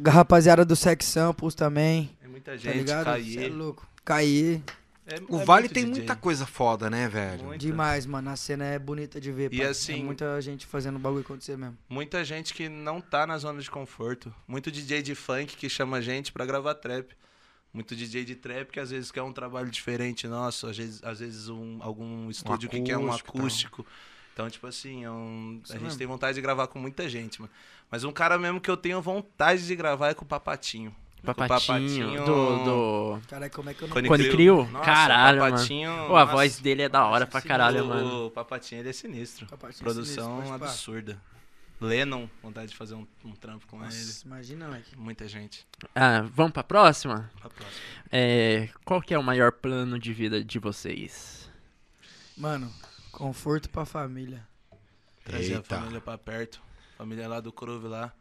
S4: Rapaziada do Sex Samples também.
S3: É muita
S4: Tá
S3: gente,
S4: ligado? Cê é
S3: Caí.
S4: louco. Caí.
S3: é
S1: O Vale tem muita coisa foda, né, velho?
S3: Muito.
S4: Demais, mano. A cena é bonita de ver.
S3: E
S4: pá.
S3: assim-
S4: É muita gente fazendo o bagulho acontecer mesmo.
S3: Muita gente que não tá na zona de conforto. Muito DJ de funk que chama a gente pra gravar trap. Muito DJ de trap que às vezes quer um trabalho diferente nosso, às vezes, às vezes um, algum estúdio que quer um
S1: acústico e tal.
S3: acústico. Então, tipo assim, é um- a
S4: Isso
S3: gente
S4: mesmo.
S3: tem vontade de gravar com muita gente, mano. Mas um cara mesmo que eu tenho vontade de gravar é com o Papatinho. Com o
S2: Papatinho, do, do...
S4: Caralho, como é que eu não.
S3: Cone
S2: Cone
S3: Crew.
S2: Crew?
S3: Nossa,
S2: Caralho, mano.
S3: Papatinho,
S2: Pô, a
S3: nossa.
S2: voz dele é da hora pra caralho,
S3: o,
S2: mano.
S3: O Papatinho, ele é sinistro.
S4: Papatinho é
S3: Produção
S4: sinistro, pode pá.
S3: absurda. Lennon, vontade de fazer um, um trampo com ele.
S4: Nossa, imagina, moleque.
S3: Muita gente.
S2: Ah, vamos pra próxima?
S3: Pra próxima.
S2: É, qual que é o maior plano de vida de vocês?
S4: Mano, conforto pra família.
S3: Trazer
S1: Eita.
S3: a família pra perto. Família lá do Cruve lá.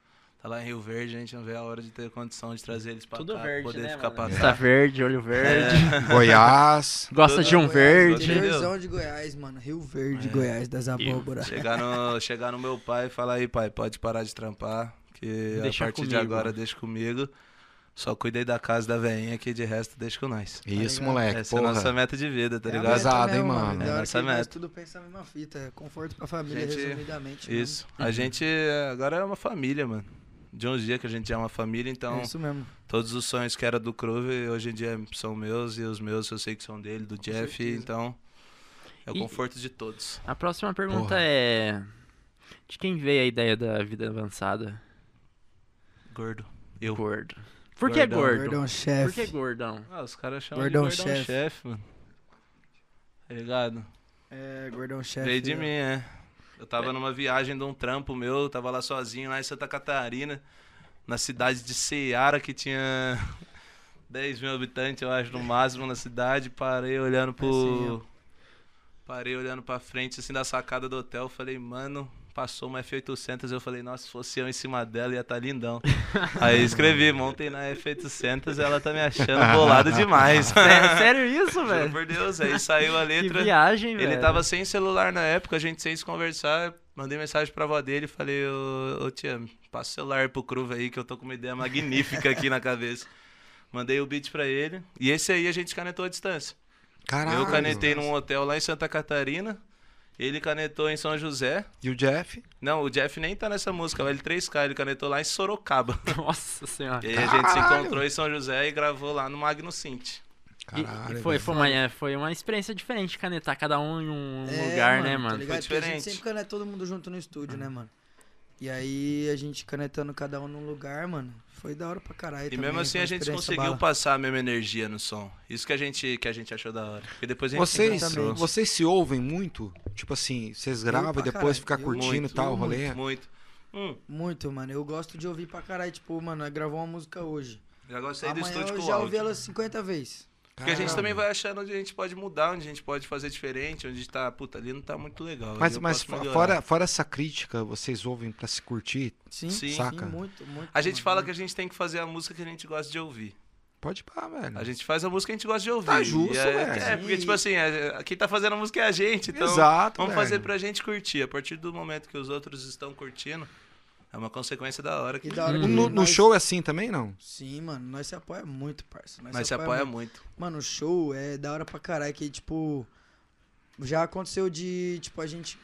S3: Tá lá em Rio Verde, a gente não vê a hora de ter condição de trazer eles pra cá, É. poder
S4: né,
S3: ficar pra
S1: É.
S2: Tá verde, olho verde.
S1: Goiás.
S2: [LAUGHS] Gosta
S3: Tudo
S2: de um
S4: Goiás,
S2: verde.
S3: entendeu?
S4: interiorzão de Goiás, mano. Rio Verde,
S3: É.
S4: Goiás das abóboras.
S3: Chegar no, chegar no meu pai e falar aí, pai, pode parar de trampar, que
S2: Deixa
S3: a partir de
S2: comigo.
S3: agora deixa comigo. Só cuidei da casa da veinha, que de resto deixa com nós.
S1: Isso,
S4: ligado?
S1: moleque,
S3: Essa é a
S1: porra.
S3: nossa meta de vida, tá
S4: É a
S3: ligado?
S1: Pesado,
S4: meta
S1: hein,
S4: mesmo,
S1: mano?
S4: Da
S3: É
S4: hora
S3: nossa
S4: que nós
S3: meta.
S4: né? tudo pensa a mesma fita. é Conforto pra família,
S3: Gente,
S4: resumidamente. né? mano.
S3: Isso. A gente é, agora é uma família, mano. De uns dias que a gente já é uma família, então
S4: É isso mesmo.
S3: todos os sonhos que era do Crove hoje em dia são meus e os meus eu sei que são dele, do Jeff,
S4: certeza.
S3: então é o
S2: E-
S3: conforto de todos.
S2: A próxima pergunta
S1: Porra.
S2: é... De quem veio a ideia da vida avançada?
S3: Gordo. Eu.
S2: Gordo. Por que
S3: Gordão. é
S2: gordo?
S4: Gordão
S2: Por que
S4: chefe.
S2: gordão?
S3: Ah, os caras chamam
S4: Gordão
S3: de gordão
S4: chefe.
S3: chefe, mano. Tá ligado?
S4: É, gordão chefe.
S3: Veio de
S4: é.
S2: assim,
S3: mim, é. Eu tava numa viagem de um trampo meu, eu tava lá sozinho, lá em Santa Catarina, na cidade de Ceara, que tinha [LAUGHS] 10 mil habitantes, eu acho, no máximo na cidade. Parei
S2: É
S3: olhando
S4: Assim,
S3: pro. Parei olhando pra frente, assim, da sacada do hotel. Falei, mano, passou uma F800, eu falei, nossa, se fosse eu em cima dela, ia estar
S2: [LAUGHS]
S3: tá lindão. Aí escrevi, montem na F800, ela tá
S2: [LAUGHS]
S3: me achando bolado demais.
S2: Sé- [LAUGHS] Sério isso,
S3: [LAUGHS] Juro
S2: velho?
S3: por Deus, aí saiu a
S2: Que
S3: letra.
S2: viagem, velho.
S3: Ele [LAUGHS] tava sem celular na época, a gente sem se conversar. Mandei mensagem pra avó dele e falei, ô, ô tia, passa o celular pro Cruva aí que eu tô com uma ideia magnífica aqui na cabeça. [LAUGHS] Mandei o beat pra ele. E esse aí a gente canetou à distância.
S1: Caralho.
S3: eu canetei num hotel lá em Santa Catarina. Ele canetou em São José.
S1: E o Jeff?
S3: Não, o Jeff nem tá nessa música, o L3K, ele canetou lá em Sorocaba.
S2: Nossa
S4: Ah,
S2: senhora.
S3: E aí a gente se encontrou em São José e gravou lá no Magno Synth.
S2: E-
S1: Caralho.
S2: e foi,
S1: velho.
S2: foi, uma, é, foi uma experiência diferente canetar cada um em um
S4: É,
S2: lugar, né,
S4: tá
S2: mano?
S4: ligado? Porque A gente
S3: diferente.
S4: sempre caneta todo mundo junto no estúdio, né, mano? E aí a gente canetando cada um num lugar, mano. Foi da hora pra caralho.
S3: E
S4: também,
S3: mesmo assim
S4: foi uma
S3: a gente
S4: experiência
S3: conseguiu
S4: bala.
S3: passar a mesma energia no som. Isso que a gente, que a gente achou da hora. Porque depois a gente se
S1: Vocês,
S3: encontrou.
S1: vocês se ouvem muito? Tipo assim, vocês gravam
S4: pra
S1: e depois
S4: caralho.
S1: ficam
S4: Eu
S1: curtindo e
S4: muito,
S1: tal, o
S4: eu
S1: rolê?
S3: Muito. Hum,
S4: Muito, mano. Eu gosto de ouvir pra caralho. Tipo, mano, gravou uma música hoje.
S3: já gostei do
S4: Amanhã
S3: estúdio
S4: eu
S3: com o
S4: já ouvi
S3: áudio.
S4: ela 50 vezes.
S3: Porque a gente
S1: Caralho.
S3: também vai achando onde a gente pode mudar, onde a gente pode fazer diferente, onde a gente tá, puta, ali não tá muito legal. ali
S1: Mas,
S3: eu
S1: mas
S3: posso
S1: fo-
S3: melhorar.
S1: fora, fora essa crítica, vocês ouvem pra se curtir?
S4: Sim,
S3: Sim.
S4: sim,
S1: Saca?
S4: muito, muito.
S3: A gente
S4: mano.
S3: fala que a gente tem que fazer a música que a gente gosta de ouvir.
S1: Pode pá, velho.
S3: A gente faz a música que a gente gosta de ouvir.
S1: Tá justo,
S3: E é,
S1: velho.
S3: É, porque, tipo assim, é- quem tá fazendo a música é a gente, então.
S1: Exato, é.
S3: Vamos
S1: velho.
S3: fazer pra gente curtir. A partir do momento que os outros estão curtindo, é uma consequência da hora que.
S4: E da hora que
S1: No, no
S4: nós-
S1: show é assim também, não?
S4: Sim, mano, nós se apoia muito, parça. Nós,
S3: Mas se apoia
S4: muito.
S3: muito.
S4: Mano, o show é da hora pra caralho, que, tipo, já aconteceu de, tipo, a gente,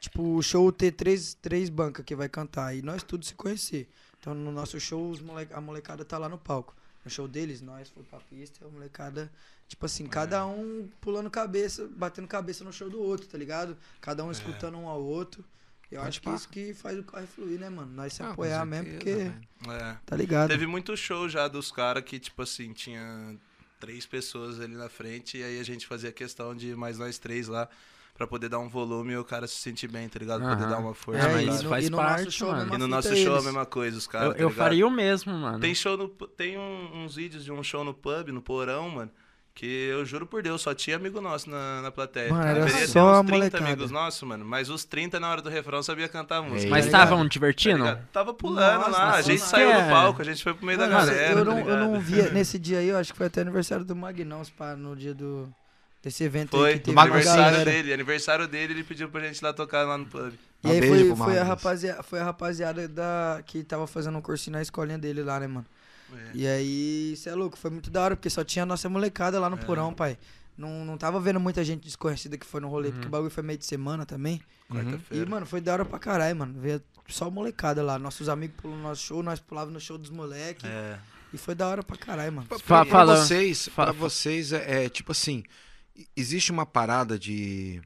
S4: tipo, o show ter três, três bancas que vai cantar e nós tudo se conhecer. Então, no nosso show, os mole- a molecada tá lá no palco. No show deles, nós foi pra pista, a molecada, tipo assim,
S1: É.
S4: cada um pulando cabeça, batendo cabeça no show do outro, tá ligado? Cada um escutando um ao outro. Eu
S1: É. Pode
S4: acho que
S1: pá.
S4: isso que faz o carro fluir, né, mano? Nós se
S1: Ah, com
S4: apoiar mesmo,
S1: certeza,
S4: porque,
S1: velho.
S3: É.
S4: tá ligado?
S3: Teve muito show já dos caras que, tipo assim, tinha três pessoas ali na frente e aí a gente fazia questão de mais nós três lá pra poder dar um volume e o cara se sentir bem, tá ligado? Poder
S2: Aham.
S3: dar uma
S4: É,
S3: força.
S2: Ah,
S3: tá
S2: mas
S4: e
S3: ligado?
S2: isso faz
S4: e nosso
S2: parte,
S4: show, a
S2: mano.
S3: e
S4: mesma
S3: no
S4: fita
S3: nosso
S4: é
S3: show é a
S4: eles.
S3: mesma coisa, os caras.
S2: Eu,
S3: tá
S2: eu
S3: ligado?
S2: faria o mesmo,
S4: um,
S2: mano.
S4: né?
S3: Tem show no pu- tem um- uns vídeos de um show no pub, no porão, mano, que eu juro por Deus, só tinha amigo nosso na, na plateia.
S4: Mano, era
S3: Deveria ter
S4: só
S3: uns
S4: a
S3: 30
S4: molecada.
S3: amigos nossos, mano, mas os 30 na hora do refrão sabia cantar a música.
S2: Mas
S3: tá ligado?
S2: estavam
S3: Tá
S2: divertindo?
S3: ligado? Tava pulando
S4: Nossa,
S3: lá, a
S4: nossa,
S3: gente
S2: nossa.
S3: saiu
S2: É.
S3: do palco, a gente foi pro meio da
S4: Mano,
S3: galera. tá
S4: eu, não, eu
S3: ligado?
S4: não via nesse dia aí, eu acho que foi até aniversário do Magnão, pá, no dia do desse evento aí
S3: Foi,
S4: que teve
S1: Magno
S4: uma
S3: aniversário
S4: galera. Uhum.
S3: dele, aniversário dele, ele pediu pra gente ir lá tocar lá no pub.
S4: E aí
S1: Um beijo
S4: foi,
S1: pro
S4: foi, a
S1: Magnus.
S4: rapaziada, foi a rapaziada da, que tava fazendo um cursinho na escolinha dele lá, né, mano?
S3: É.
S4: E aí, cê é louco, foi muito da hora, porque só tinha a nossa molecada
S3: É.
S4: lá no porão, pai. Não, não tava vendo muita gente desconhecida que foi no rolê,
S1: Uhum.
S4: porque o bagulho foi meio de semana também. E,
S3: Quarta-feira.
S4: mano, foi da hora pra caralho, mano. Ver só molecada lá. Nossos amigos pulam no nosso show, nós pulávamos no show dos moleques.
S3: É.
S4: E foi da hora pra caralho, mano.
S1: Pra,
S2: Fa-
S1: pra
S2: fala-
S1: vocês,
S2: fa-
S1: pra vocês é, é, tipo assim, e- existe uma parada de.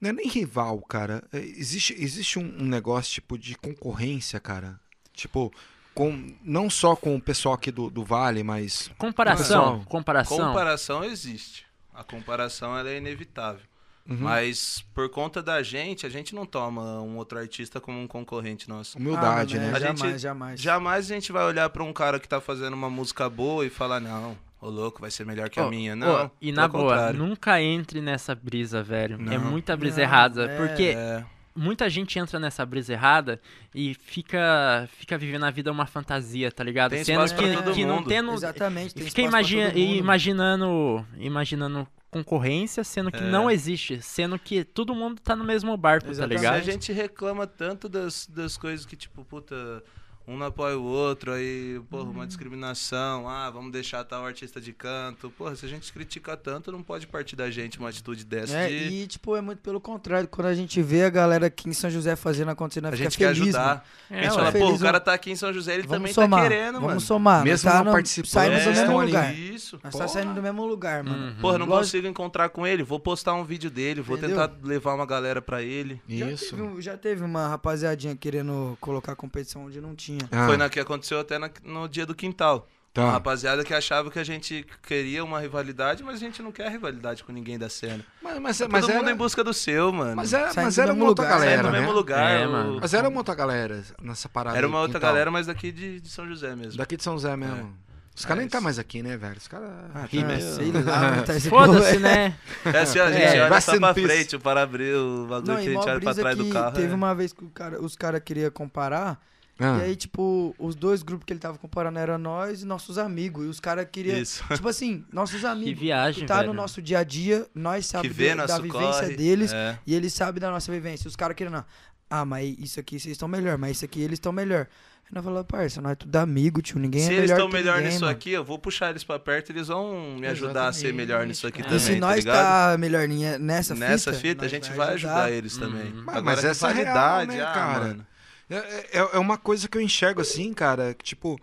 S1: Não é nem rival, cara. É, existe existe um, um negócio tipo de concorrência, cara. Tipo, com, não só com o pessoal aqui do, do Vale, mas.
S2: Comparação,
S1: Mano,
S2: comparação.
S3: Comparação existe. A comparação ela é inevitável.
S1: Uhum.
S3: Mas por conta da gente, a gente não toma um outro artista como um concorrente nosso.
S1: Humildade,
S4: Ah, mano,
S1: né?
S4: é,
S3: A gente-
S4: Jamais, jamais.
S3: Jamais a gente vai olhar pra um cara que tá fazendo uma música boa e falar, não, ô louco, vai ser melhor que
S2: Ó,
S3: a minha.
S2: ó,
S3: Não.
S2: e na
S3: pelo
S2: boa,
S3: contrário.
S2: nunca entre nessa brisa, velho. É
S3: Não.
S2: muita brisa
S4: Não,
S2: errada.
S4: é.
S2: Porque
S3: É,
S2: muita gente entra nessa brisa errada e fica, fica vivendo a vida uma fantasia, tá ligado?
S3: Tem
S2: Sendo
S3: espaço
S2: que,
S4: pra todo
S2: que não
S3: mundo.
S2: tendo.
S4: Exatamente.
S2: E
S4: Tem
S2: fica
S4: espaço pra
S2: imagi-
S4: todo mundo.
S2: imaginando, imaginando concorrência, sendo que
S3: É.
S2: não existe, sendo que todo mundo tá no mesmo barco,
S4: Exatamente.
S2: tá
S3: Se a
S2: ligado?
S3: gente reclama tanto das, das coisas que, tipo, puta, um não apoia o outro, aí, porra,
S4: Uhum.
S3: uma discriminação, ah, vamos deixar tal artista de canto. Porra, se a gente critica tanto, não pode partir da gente uma atitude dessa
S4: É,
S3: de.
S4: e, tipo, é muito pelo contrário. Quando a gente vê a galera aqui em São José fazendo acontecer, nós
S3: A
S4: fica
S3: gente quer
S4: feliz,
S3: ajudar.
S4: mano.
S2: É,
S3: a gente
S2: ué.
S3: fala,
S4: ué.
S3: pô, o
S4: Feliz,
S3: cara
S4: ó.
S3: tá aqui em São José, ele
S4: Vamos
S3: também
S4: somar.
S3: tá querendo,
S4: Vamos
S3: mano. É,
S4: somar. nós
S1: Mesmo
S4: tá
S1: não
S4: no-
S1: participando,
S4: Saímos
S3: né?
S1: eles
S4: do
S1: estão
S4: mesmo
S1: ali.
S4: lugar.
S3: Isso.
S4: Nós tá saindo do mesmo lugar, mano.
S3: Porra, não
S4: Lógico-
S3: consigo encontrar com ele, vou postar um vídeo dele, vou
S4: Entendeu?
S3: tentar levar uma galera pra ele.
S4: Já
S1: Isso.
S4: teve um- Já teve uma rapaziadinha querendo colocar competição onde não tinha.
S1: Ah,
S3: Foi na que aconteceu até na- no dia do quintal. Uma
S1: tá.
S3: rapaziada que achava que a gente queria uma rivalidade, mas a gente não quer rivalidade com ninguém da cena.
S1: Mas, mas,
S3: Todo
S1: mas
S3: mundo
S1: era,
S3: em busca do seu, mano.
S1: mas era,
S4: Saindo
S1: mas
S4: do
S1: era
S4: mesmo
S1: uma outra
S4: lugar,
S3: Sai
S1: galera,
S3: do
S1: né?
S3: mesmo lugar.
S2: É,
S3: o-
S2: mano.
S1: Mas era uma outra galera nessa parada.
S3: Era
S1: aí,
S3: uma outra É.
S1: então.
S3: galera, mas daqui de, de São José mesmo.
S1: Daqui de São José mesmo. Os caras nem tá mais aqui, né, velho? Os caras.
S3: tá.
S4: Ah, sei lá
S2: [LAUGHS]
S4: onde tá esse
S2: Foda-se,
S4: povo.
S2: né?
S4: [LAUGHS]
S3: É assim, ó, a gente
S1: [LAUGHS] É, vai
S3: olha
S1: ser
S3: só
S1: no
S3: pra
S1: piso.
S3: frente, o para-brisa, o bagulho
S4: Não,
S3: que a
S4: e mó
S3: gente olha pra
S4: brisa
S3: trás do
S4: que
S3: carro.
S4: teve
S3: é.
S4: uma vez que o cara- os caras queriam comparar,
S1: Ah.
S4: e aí, tipo, os dois grupos que ele tava comparando eram nós e nossos amigos, e os caras queriam,
S3: Isso.
S4: tipo assim, nossos
S2: Que
S4: amigos,
S2: viagem,
S4: que tá
S2: velho.
S4: no nosso dia a dia, nós
S3: Que
S4: sabemos
S3: vê
S4: da, da
S3: nosso
S4: vivência
S3: corre,
S4: deles,
S3: é.
S4: e eles sabem da nossa vivência, os caras querendo, ah, mas isso aqui vocês estão melhor, mas isso aqui eles estão melhor. Aí nós falamos, parça, nós é tudo amigo, tio, ninguém
S3: Se
S4: é
S3: eles
S4: melhor
S3: estão
S4: que
S3: melhor
S4: ninguém,
S3: nisso
S4: mano.
S3: aqui, eu vou puxar eles pra perto, eles vão me ajudar a ser melhor nisso aqui
S4: E
S3: também,
S4: Então,
S3: tá
S4: se nós
S3: ligado?
S4: tá melhor ninha- nessa fita,
S3: Nessa fita, a
S4: nós
S3: gente vai ajudar, eles também.
S1: Mas-
S3: Agora,
S1: mas essa é a real,
S3: rivalidade,
S1: né,
S3: ah,
S1: cara?
S3: mano.
S1: É, é, é uma coisa que eu enxergo assim, cara, que tipo.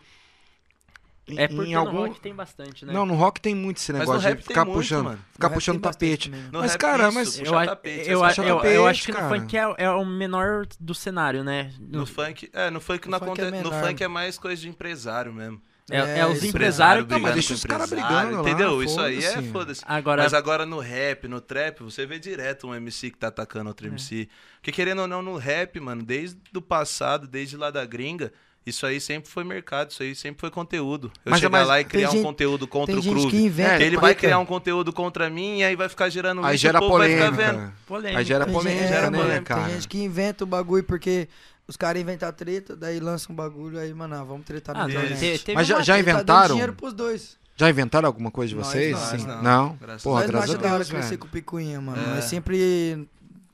S1: em-
S2: É porque
S1: em
S2: no
S1: algum...
S2: rock tem bastante, né?
S1: Não, no rock tem muito esse
S3: Mas
S1: negócio
S3: no
S1: de
S3: rap tem
S1: ficar
S3: muito,
S1: puxando,
S3: mano.
S1: ficar
S4: No rap
S1: puxando
S4: tem bastante
S1: tapete.
S4: mesmo.
S3: No
S1: Mas,
S3: rap,
S1: cara,
S3: isso,
S1: mas-
S2: eu,
S3: puxar
S2: a-
S3: tapete,
S2: eu,
S3: essa-
S2: a-
S1: puxar
S2: eu- eu acho que
S1: tapete,
S2: no
S1: cara.
S2: funk é, é o menor do cenário, né?
S3: No funk, é, no funk não
S4: funk é
S3: acontece. no
S4: menor.
S3: funk é mais coisa de empresário mesmo.
S2: É,
S4: É,
S2: é os
S4: isso
S2: empresários que
S1: mesmo. Não, mas
S3: brigando
S1: deixa
S3: com
S1: os caras
S3: empresário,
S1: brigando lá,
S3: Entendeu? Isso aí é
S1: foda-se.
S3: foda-se.
S2: Agora-
S3: Mas agora no rap, no trap, você vê direto um MC que tá atacando
S1: É.
S3: outro MC. Porque querendo ou não, no rap, mano, desde do passado, desde lá da gringa, isso aí sempre foi mercado, isso aí sempre foi conteúdo. Eu
S1: Mas é
S3: chegar
S1: mais-
S3: lá e criar um
S4: gente-
S3: conteúdo contra
S4: tem
S3: o
S4: gente
S3: Groove.
S4: que inventa
S3: ele vai
S4: treta.
S3: criar um conteúdo contra mim e aí vai ficar gerando
S1: É, Aí
S3: isso,
S1: gera
S3: o povo vai ficar vendo.
S1: polêmica.
S2: polêmica.
S1: Aí gera
S4: Tem gente-
S1: polêmica,
S4: é,
S1: né,
S4: mano,
S1: cara?
S4: Tem gente que inventa o bagulho porque os caras inventam treta, daí lançam um bagulho, aí, mano, ah, vamos tretar na
S2: Ah, não,
S4: internet.
S2: te- teve
S1: Mas já-
S2: uma-
S1: já
S4: Ele Tá dando
S1: inventaram?
S4: dinheiro pros dois.
S1: Já inventaram alguma coisa de
S4: Nós
S1: vocês?
S4: não,
S1: Sim.
S3: não.
S1: não.
S3: Graças
S1: Porra,
S3: a
S4: Nós não
S1: graças a
S4: acha da hora
S1: Deus,
S4: crescer
S1: velho.
S4: com o picuinha, mano.
S3: É.
S4: Mas sempre.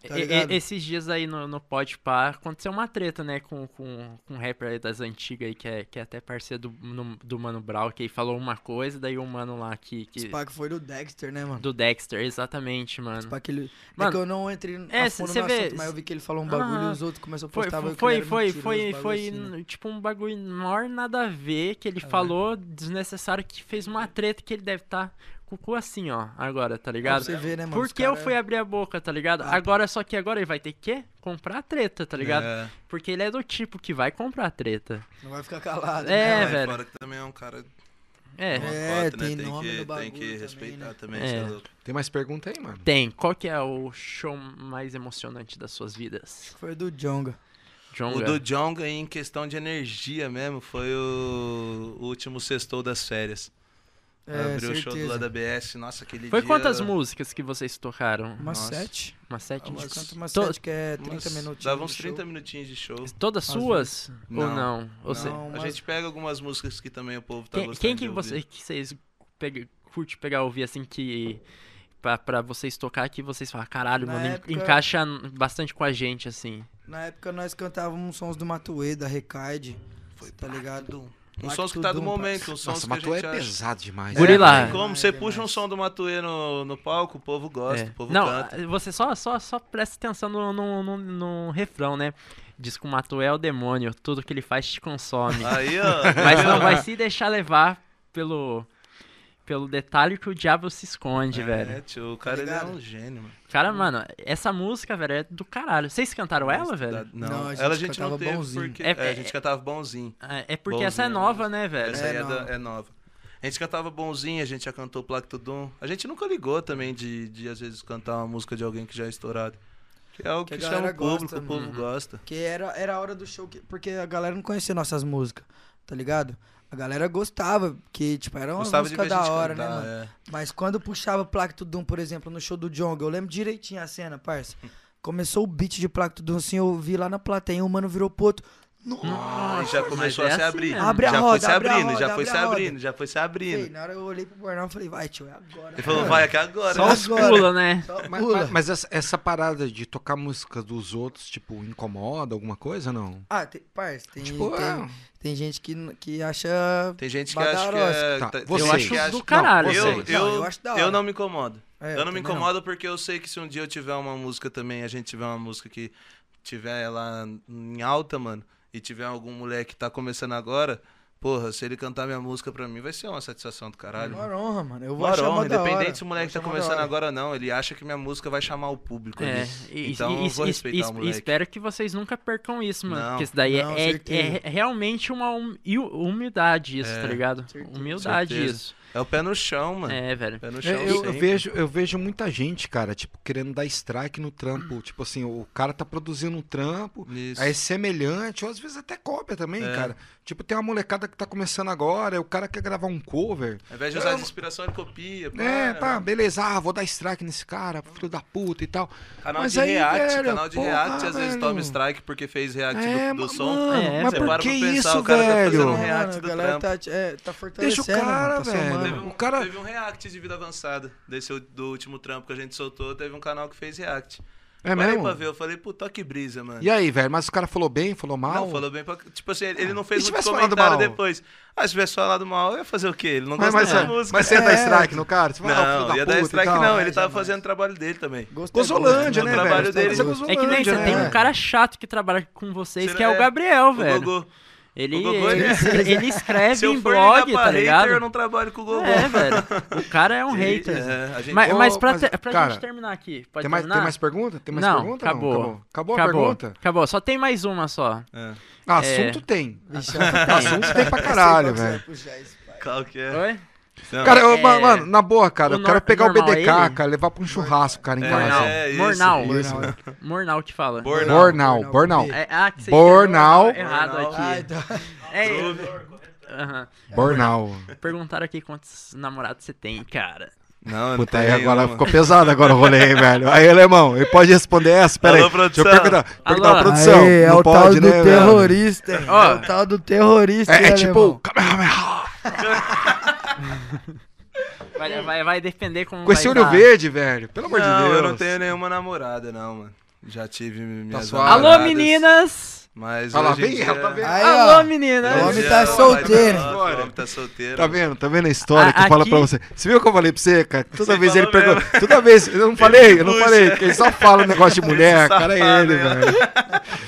S4: Tá
S2: E- e-
S4: ligado?
S2: esses dias aí no, no Pode Pá, aconteceu uma treta, né, com, com, com um rapper aí das antigas aí, que é, que é até parceiro do, no- do Mano Brown, que aí falou uma coisa, daí o mano lá que... que
S4: Esse pack foi do Dexter, né, mano?
S2: do Dexter, exatamente, mano.
S4: Esse pack, ele...
S2: Mano,
S4: é que eu não entrei
S2: é,
S4: a fundo
S2: cê
S4: no
S2: vê-
S4: assunto, mas eu vi que ele falou um bagulho
S2: Ah,
S4: e os outros começaram a
S2: Foi,
S4: postar bagulho que
S2: foi,
S4: era
S2: foi,
S4: mentira,
S2: foi,
S4: uns bagulho
S2: foi,
S4: assim, né? É,
S2: n- tipo um bagulho maior nada a ver, que ele falou desnecessário, que fez uma treta que ele deve estar tá com o cu assim, ó, agora, tá
S4: Pra
S2: ligado?
S4: você ver, né, mano? os
S2: Porque eu
S4: cara-
S2: fui abrir a boca, tá ligado?
S4: Ah.
S2: Agora, só que agora ele vai ter que comprar treta, tá ligado?
S3: É.
S2: Porque ele é do tipo que vai comprar treta.
S4: Não vai ficar calado.
S2: É,
S4: né?
S3: É,
S2: velho.
S3: Fora que também é um cara de
S2: É.
S3: uma
S4: É,
S3: cota,
S4: tem
S3: né? Tem
S4: nome
S3: que,
S4: no bagulho
S3: tem que
S4: também,
S3: respeitar
S4: né?
S3: também,
S2: É.
S3: cê é louco.
S1: Tem mais pergunta aí, mano?
S2: Tem. Qual que é o show mais emocionante das suas vidas?
S4: Foi do Jonga.
S2: Jonga.
S3: O do Jonga, em questão de energia mesmo, foi o, o último sextou das férias.
S4: É,
S3: Abriu o show do
S4: certeza.
S3: lado da BS. Nossa, aquele
S2: Foi
S3: dia...
S2: quantas músicas que vocês tocaram?
S4: Umas
S3: Nossa.
S4: sete.
S2: Umas sete?
S4: A gente canta umas
S2: To-
S4: sete, que é 30
S3: Umas-
S4: minutinhos.
S3: Dava
S4: de
S3: uns
S4: show.
S3: 30 minutinhos de show.
S2: Todas
S4: Às
S2: suas? Ou
S3: Não.
S2: não? Ou se-
S3: Não,
S4: mas-
S3: A gente pega algumas músicas que também o povo tá
S2: Quem,
S3: gostando
S2: quem que,
S3: de ouvir.
S2: você, que vocês pega, curte pegar ouvir assim que. Pra, pra vocês tocar que vocês falam, caralho,
S4: Na
S2: mano, en-
S4: época-
S2: encaixa bastante com a gente, assim.
S4: Na época nós cantávamos sons do Matuê, da Recaide. Foi, tá ligado?
S3: Um sons que tá do
S4: Lactudum,
S3: momento, um
S1: Nossa,
S3: sons que a
S1: Matuê
S3: gente
S1: é
S3: acha.
S1: pesado demais.
S2: É, Guri lá.
S3: tem como?
S4: Demais,
S3: Você puxa um
S4: demais.
S3: som do Matuê no, no palco, o povo gosta,
S2: É.
S3: o povo
S2: não, [LAUGHS]
S3: canta.
S2: você só, só, só presta atenção no, no, no, no refrão, né? Diz que o Matuê é o demônio, tudo que ele faz te consome.
S3: Aí, ó.
S2: Mas não vai se deixar levar pelo, pelo detalhe que o diabo se esconde,
S3: É,
S2: velho. Tá
S3: tio, o cara ele é
S4: ligado?
S3: um gênio, mano.
S2: Cara, mano, essa música, velho, é do caralho. Vocês cantaram ela,
S3: Da-
S2: velho?
S3: Não,
S4: Não, a gente
S3: ela a gente
S4: cantava
S3: não teve
S4: bonzinho.
S3: porque...
S2: É,
S3: É, a
S2: é-
S3: gente cantava bonzinho.
S2: Ah, É porque essa é
S3: tá Bonzinho,
S2: nova, né, velho?
S3: Essa aí é,
S4: É,
S3: da-
S4: não.
S3: é nova. A gente cantava bonzinho, a gente já cantou Plactodum. A gente nunca ligou também de, de, às vezes, cantar uma música de alguém que já é estourado. Que é o
S4: Que
S3: que,
S4: a
S3: chama o
S4: galera
S3: público,
S4: gosta, né? Uhum.
S3: o povo gosta.
S4: Porque era, era a hora do show, que, porque a galera não conhecia nossas músicas, tá ligado? A galera gostava, que, tipo, era uma
S3: Gostava de ver
S4: música
S3: a
S4: da
S3: gente
S4: hora, né,
S3: cantar,
S4: mano?
S3: é.
S4: Mas quando puxava Plactodum, por exemplo, no show do Jonga, eu lembro direitinho a cena, parça.
S3: [LAUGHS]
S4: Começou o beat de Plactodum, assim, eu vi lá na plateia, um mano virou pro outro. Nossa!
S3: Aí
S2: Nossa,
S3: já
S2: mas
S3: começou
S2: é
S3: a se
S2: assim
S3: abrir.
S2: mesmo.
S4: Abre a
S3: já
S4: roda,
S3: foi se
S4: abre a
S3: abrindo,
S4: roda,
S3: já foi
S4: abre
S3: se
S4: a roda. né?
S3: abrindo, já foi se
S4: Ei,
S3: abrindo.
S4: na hora eu olhei pro Bornal e falei, vai, tio, é agora.
S3: Ele falou, vai, é que é agora.
S2: Só
S3: né?
S2: os pula, né?
S4: Só
S1: Mas,
S4: pula.
S1: mas- mas essa, essa parada de tocar música dos outros, tipo, incomoda alguma coisa, não?
S4: Ah, tem, parça, tem,
S1: Tipo,
S4: tem,
S1: ah,
S4: tem gente que, n- que acha...
S3: Tem gente que acha que é...
S1: Badarosca.
S3: tá-
S1: Vocês.
S3: tem gente que
S2: Eu acho
S3: acha-
S2: do caralho,
S1: Não,
S3: Eu,
S1: vocês.
S3: eu,
S4: Não, eu acho da hora.
S3: eu não me incomodo.
S4: É,
S3: eu não me
S4: também não.
S3: incomodo porque eu sei que se um dia eu tiver uma música também, a gente tiver uma música que tiver ela em alta, mano, e tiver algum moleque que tá começando agora, porra, se ele cantar minha música pra mim, vai ser uma satisfação do caralho. mano.
S4: Moronha, mano. Eu vou achar
S3: Moron,
S4: uma da hora.
S3: independente se o moleque
S4: Vou
S3: tá
S4: achar uma da
S3: começando
S4: hora.
S3: agora ou não, ele acha que minha música vai chamar o público
S2: É,
S3: ali.
S2: e,
S3: Então
S2: e-
S3: eu vou
S2: e-
S3: respeitar
S2: e-
S3: o
S2: e
S3: moleque.
S2: espero que vocês nunca percam isso, mano.
S3: Não,
S2: porque isso daí é-
S4: não,
S2: é,
S4: certeza.
S2: é realmente uma hum- e humildade, isso, tá ligado?
S4: Certeza.
S2: Humildade,
S3: Certeza.
S2: isso.
S3: É o pé no chão, mano.
S2: É, velho.
S3: Pé no chão.
S1: Eu, eu
S3: sempre.
S1: vejo, eu vejo muita gente, cara, tipo, querendo dar strike no trampo. Tipo assim, o cara tá produzindo um trampo,
S3: Hum. Isso. É.
S1: aí é semelhante, ou às vezes até cópia também, cara. Tipo, tem uma molecada que tá começando agora, aí o cara quer gravar um cover.
S3: Ao invés de usar as inspiração, ele copia. pá.
S1: É, pá, beleza, ah, vou dar strike nesse cara, filho da puta e tal.
S3: Canal
S1: Mas
S3: de
S1: aí,
S3: react,
S1: velho,
S3: canal de
S1: porra,
S3: react, às vezes
S1: velho.
S3: toma strike porque fez react
S1: É,
S3: tipo, do, do
S1: ma-
S3: som. né?
S1: mano,
S2: É,
S1: mas
S3: você
S1: por
S3: para
S1: que
S3: pra pensar,
S1: isso,
S3: o cara tá fazendo um
S1: velho?
S3: react
S4: mano, a
S3: do
S4: galera
S3: trampo.
S4: tá, é, tá fortalecendo,
S1: cara,
S4: mano, tá
S1: velho.
S4: somando.
S3: Teve
S1: O
S3: um,
S1: cara-
S3: teve um react de vida avançada desse u- do último trampo que a gente soltou. Teve um canal que fez react.
S1: É
S3: Parei
S1: mesmo?
S3: pra ver, eu falei, puta que brisa, mano.
S1: E aí, velho, mas o cara falou bem, falou mal?
S3: Não, falou bem pra. Tipo assim, ele não
S1: E
S3: fez
S1: se
S3: muito
S1: tivesse falado
S3: comentário
S1: mal?
S3: depois. Ah, se tivesse falado mal, eu ia fazer o quê? Ele não
S1: mas,
S3: gostou
S1: mas,
S3: da
S1: mas,
S3: música.
S1: você ia dar
S4: É.
S1: strike no cara? Você fala, ah, filho
S3: Não, ia dar
S1: puta e
S3: strike
S1: tal.
S3: não, ele tava
S4: jamais.
S3: fazendo o trabalho dele também.
S4: Gostei,
S1: Gozolândia,
S3: O
S1: né, velho?
S3: trabalho deles é
S1: Gozolândia,
S2: É que nem você
S1: né?
S2: tem um cara chato que trabalha com vocês,
S3: Você
S2: que é o
S3: é-
S2: Gabriel,
S3: O
S2: velho.
S3: Gogô.
S2: Ele,
S3: O Gogô,
S2: [LAUGHS] ele,
S3: ele-
S2: ele escreve
S3: Se eu
S2: em
S3: for ligar
S2: blog,
S3: pra
S2: tá
S3: hater,
S2: ligado?
S3: eu não trabalho com o Gogô.
S2: É, velho. O cara é um
S3: Ele-
S2: hater.
S3: é, a gente-
S2: Mas,
S1: Ô,
S2: mas pra,
S1: mas,
S2: te- pra
S1: cara,
S2: gente terminar aqui, pode
S1: Tem mais,
S2: terminar?
S1: tem mais pergunta? Tem mais
S2: não,
S1: pergunta? ou
S2: acabou.
S1: Não, acabou. Acabou a
S2: Acabou.
S1: pergunta?
S2: Acabou. Só tem mais uma
S3: [LAUGHS]
S2: só.
S3: É.
S1: Ah,
S2: É.
S1: assunto tem.
S4: Vixe,
S1: Assunto tem
S2: [LAUGHS]
S1: pra caralho, velho.
S3: Qual que é?
S2: Oi?
S3: Não.
S1: Cara, eu-
S2: É.
S1: ma- mano, na boa, cara,
S2: O
S1: eu quero
S2: nor-
S1: pegar o
S2: normal
S1: BDK,
S2: é ele?
S1: cara, levar pra um churrasco, cara, em
S3: É,
S1: casa.
S3: é isso.
S2: Mornal.
S1: Isso.
S2: Mornal que fala.
S3: Bornal.
S1: Bornal, Bornal.
S2: [LAUGHS] É, ah, que você
S1: Bornal.
S2: escreveu Errado
S3: Bornal.
S4: Ai,
S2: aqui.
S4: tá.
S2: É, Aham.
S1: Bornal.
S2: Perguntaram aqui quantos namorados você tem, cara.
S3: Não, eu não
S1: Puta, aí
S3: tenho,
S1: agora
S3: mano.
S1: ficou pesado agora o rolê, hein, velho. Aí, alemão, ele pode responder essa, peraí.
S3: Alô,
S1: Deixa eu
S3: produção.
S1: perguntar, perguntar
S2: Alô.
S1: pra produção.
S4: Aê, é
S1: Não
S4: o tal
S1: pode,
S4: do
S1: né, velho?
S4: terrorista.
S2: Ó.
S4: É o tal do terrorista.
S1: É, é
S4: né,
S1: tipo,
S4: alemão?
S1: Kamehameha.
S2: Vai, vai, vai depender como
S1: com esse
S2: vai
S1: olho
S2: dar.
S1: verde, velho. Pelo amor de
S3: Não,
S1: Deus.
S3: eu não tenho nenhuma namorada, não, mano. Já tive minhas
S1: Tá suave.
S3: namoradas,
S2: Alô, meninas!
S3: Mas
S1: Olha lá,
S3: hoje em
S1: vem
S3: dia-
S1: ela, tá vendo?
S4: Aí,
S2: Alô,
S4: ó.
S2: meninas!
S4: O
S3: hoje em
S4: homem
S3: dia
S4: tá
S3: ela vai pra
S4: solteiro.
S3: lá, O homem tá solteiro.
S1: Tá vendo? Tá vendo a história
S2: A-
S1: que eu falo
S2: aqui-
S1: pra você? Você viu o que eu falei pra você, cara? Toda
S3: Você
S1: vez ele
S3: falou
S1: pergunta. Toda vez. Eu não falei, eu não
S3: puxa.
S1: falei. Ele só fala um negócio de mulher, cara, é ele,
S3: safado, hein?
S1: velho.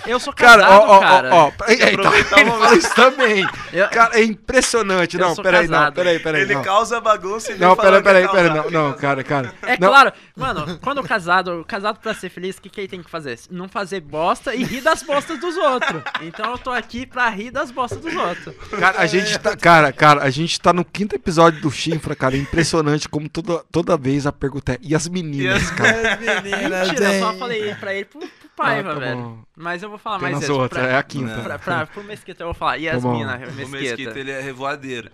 S2: Eu sou Tá casado,
S1: Cara, ó, ó,
S2: cara.
S1: ó, ó. Eita,
S3: aproveitar o
S1: ele fala isso também.
S2: Eu-
S1: Cara, é impressionante.
S2: Eu
S1: Não,
S2: sou
S1: peraí, não,
S2: casado.
S1: peraí, peraí.
S3: Ele
S1: não.
S3: causa bagunça e vem
S1: Não, peraí,
S3: falando que é
S1: peraí, peraí,
S3: casado.
S1: não, não, cara, cara.
S2: É
S1: não,
S2: claro, mano, quando eu casado, casado pra ser feliz, o que, que ele tem que fazer? Não fazer bosta e rir das bostas dos outros. Então eu tô aqui pra rir das bostas dos outros.
S1: Cara, a gente tá, cara, cara, a gente tá no quinto episódio do Chinfra, cara. É impressionante como toda, toda vez a pergunta é: e as meninas, cara?
S4: As meninas,
S2: Mentira, eu só
S4: hein?
S2: falei pra ele pro, pro
S1: Ah,
S2: Paiva,
S1: tá
S2: velho.
S1: bom.
S2: Mas eu vou falar
S1: Tem
S2: mais
S1: nas
S2: vezes.
S1: outras,
S2: pra,
S1: é a quinta. Tá
S2: pra, pra- pro Mesquita eu vou falar. E as
S1: bom.
S2: mina,
S3: O
S2: Mesquita.
S3: Mesquita, ele é revoadeiro.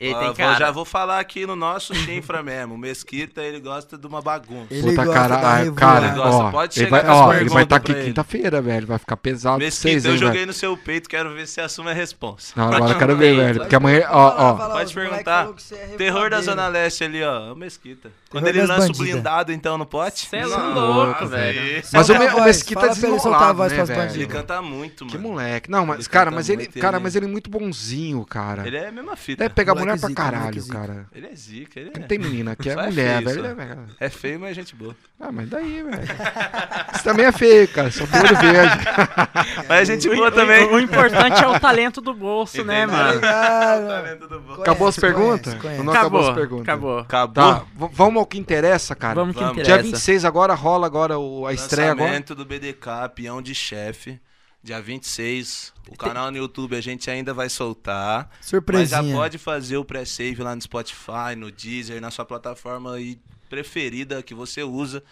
S2: Ele
S3: Ó,
S2: tem
S3: vou-
S2: cara.
S3: Já vou falar aqui no nosso chinfra mesmo. O Mesquita, ele gosta de uma bagunça.
S4: Ele
S1: Puta,
S4: gosta
S1: cara,
S4: da
S1: ah,
S4: revoada.
S1: cara,
S3: Ele gosta,
S1: ó,
S3: pode
S1: ele
S3: chegar
S1: vai,
S3: com as
S1: ó, ele vai
S3: perguntas
S1: estar aqui
S3: pra ele.
S1: quinta-feira, velho, vai ficar pesado pra
S3: Mesquita,
S1: vocês,
S3: eu
S1: hein,
S3: joguei
S1: velho.
S3: no seu peito, quero ver se assume a responsa.
S1: Não, agora eu quero ver, velho, porque amanhã, ó, ó,
S4: Fala,
S3: Pode
S4: os moleque
S3: perguntar.
S4: falou que você é
S3: Terror da
S4: revoadeiro.
S3: Zona Leste ali, ó. É o Mesquita. Quando
S4: Terror
S3: ele
S4: das
S3: lança o
S4: bandidas.
S3: blindado, então, não pode?
S2: Você é
S3: Não.
S2: louco,
S3: Nossa,
S2: velho.
S3: isso.
S1: mas o,
S4: Solta
S1: Me-
S4: a
S1: o
S4: voz,
S1: Mesquita é
S4: fala pra ele soltar a
S1: desenrolado,
S4: voz
S1: né,
S4: pras
S3: Ele
S1: velho?
S4: bandidas.
S3: canta muito, mano.
S1: Que moleque. Não, mas,
S3: Ele
S1: cara,
S3: canta
S1: mas ele,
S3: tá muito,
S1: cara,
S3: ele-
S1: mas ele é muito bonzinho, cara.
S3: Ele é a mesma fita.
S1: Deve pegar
S4: Moleque
S1: mulher pra
S4: zica, moleque
S1: caralho,
S4: zica.
S1: cara.
S3: Ele é zica, ele
S1: Que Não
S3: é.
S1: tem menina, que é
S3: Só é
S1: mulher,
S3: feio,
S1: velho.
S3: só.
S1: ele é-
S3: É feio, mas é gente boa.
S1: Ah, mas daí, velho. Isso também é feio, cara. Só tem olho
S3: [LAUGHS]
S1: verde.
S3: Mas é gente boa
S2: O-
S3: também.
S2: O, o importante é o talento do bolso, né,
S3: Entendeu?
S2: mano?
S4: Ah,
S3: Talento do bom.
S1: Acabou as
S4: Conhece,
S1: perguntas?
S4: conhece,
S1: Ou não acabou,
S2: Acabou,
S1: as perguntas?
S2: acabou.
S3: Acabou.
S1: Tá, v- vamos ao que interessa, cara.
S2: Vamos que
S3: vamos.
S1: Dia
S2: interessa.
S1: 26 agora rola agora o- a estreia agora.
S3: Lançamento do BDK, peão de chefe. Dia 26. O canal no YouTube a gente ainda vai soltar. Mas já
S4: Surpresinha.
S3: pode fazer o pré-save lá no Spotify, no Deezer, na sua plataforma aí preferida que você usa.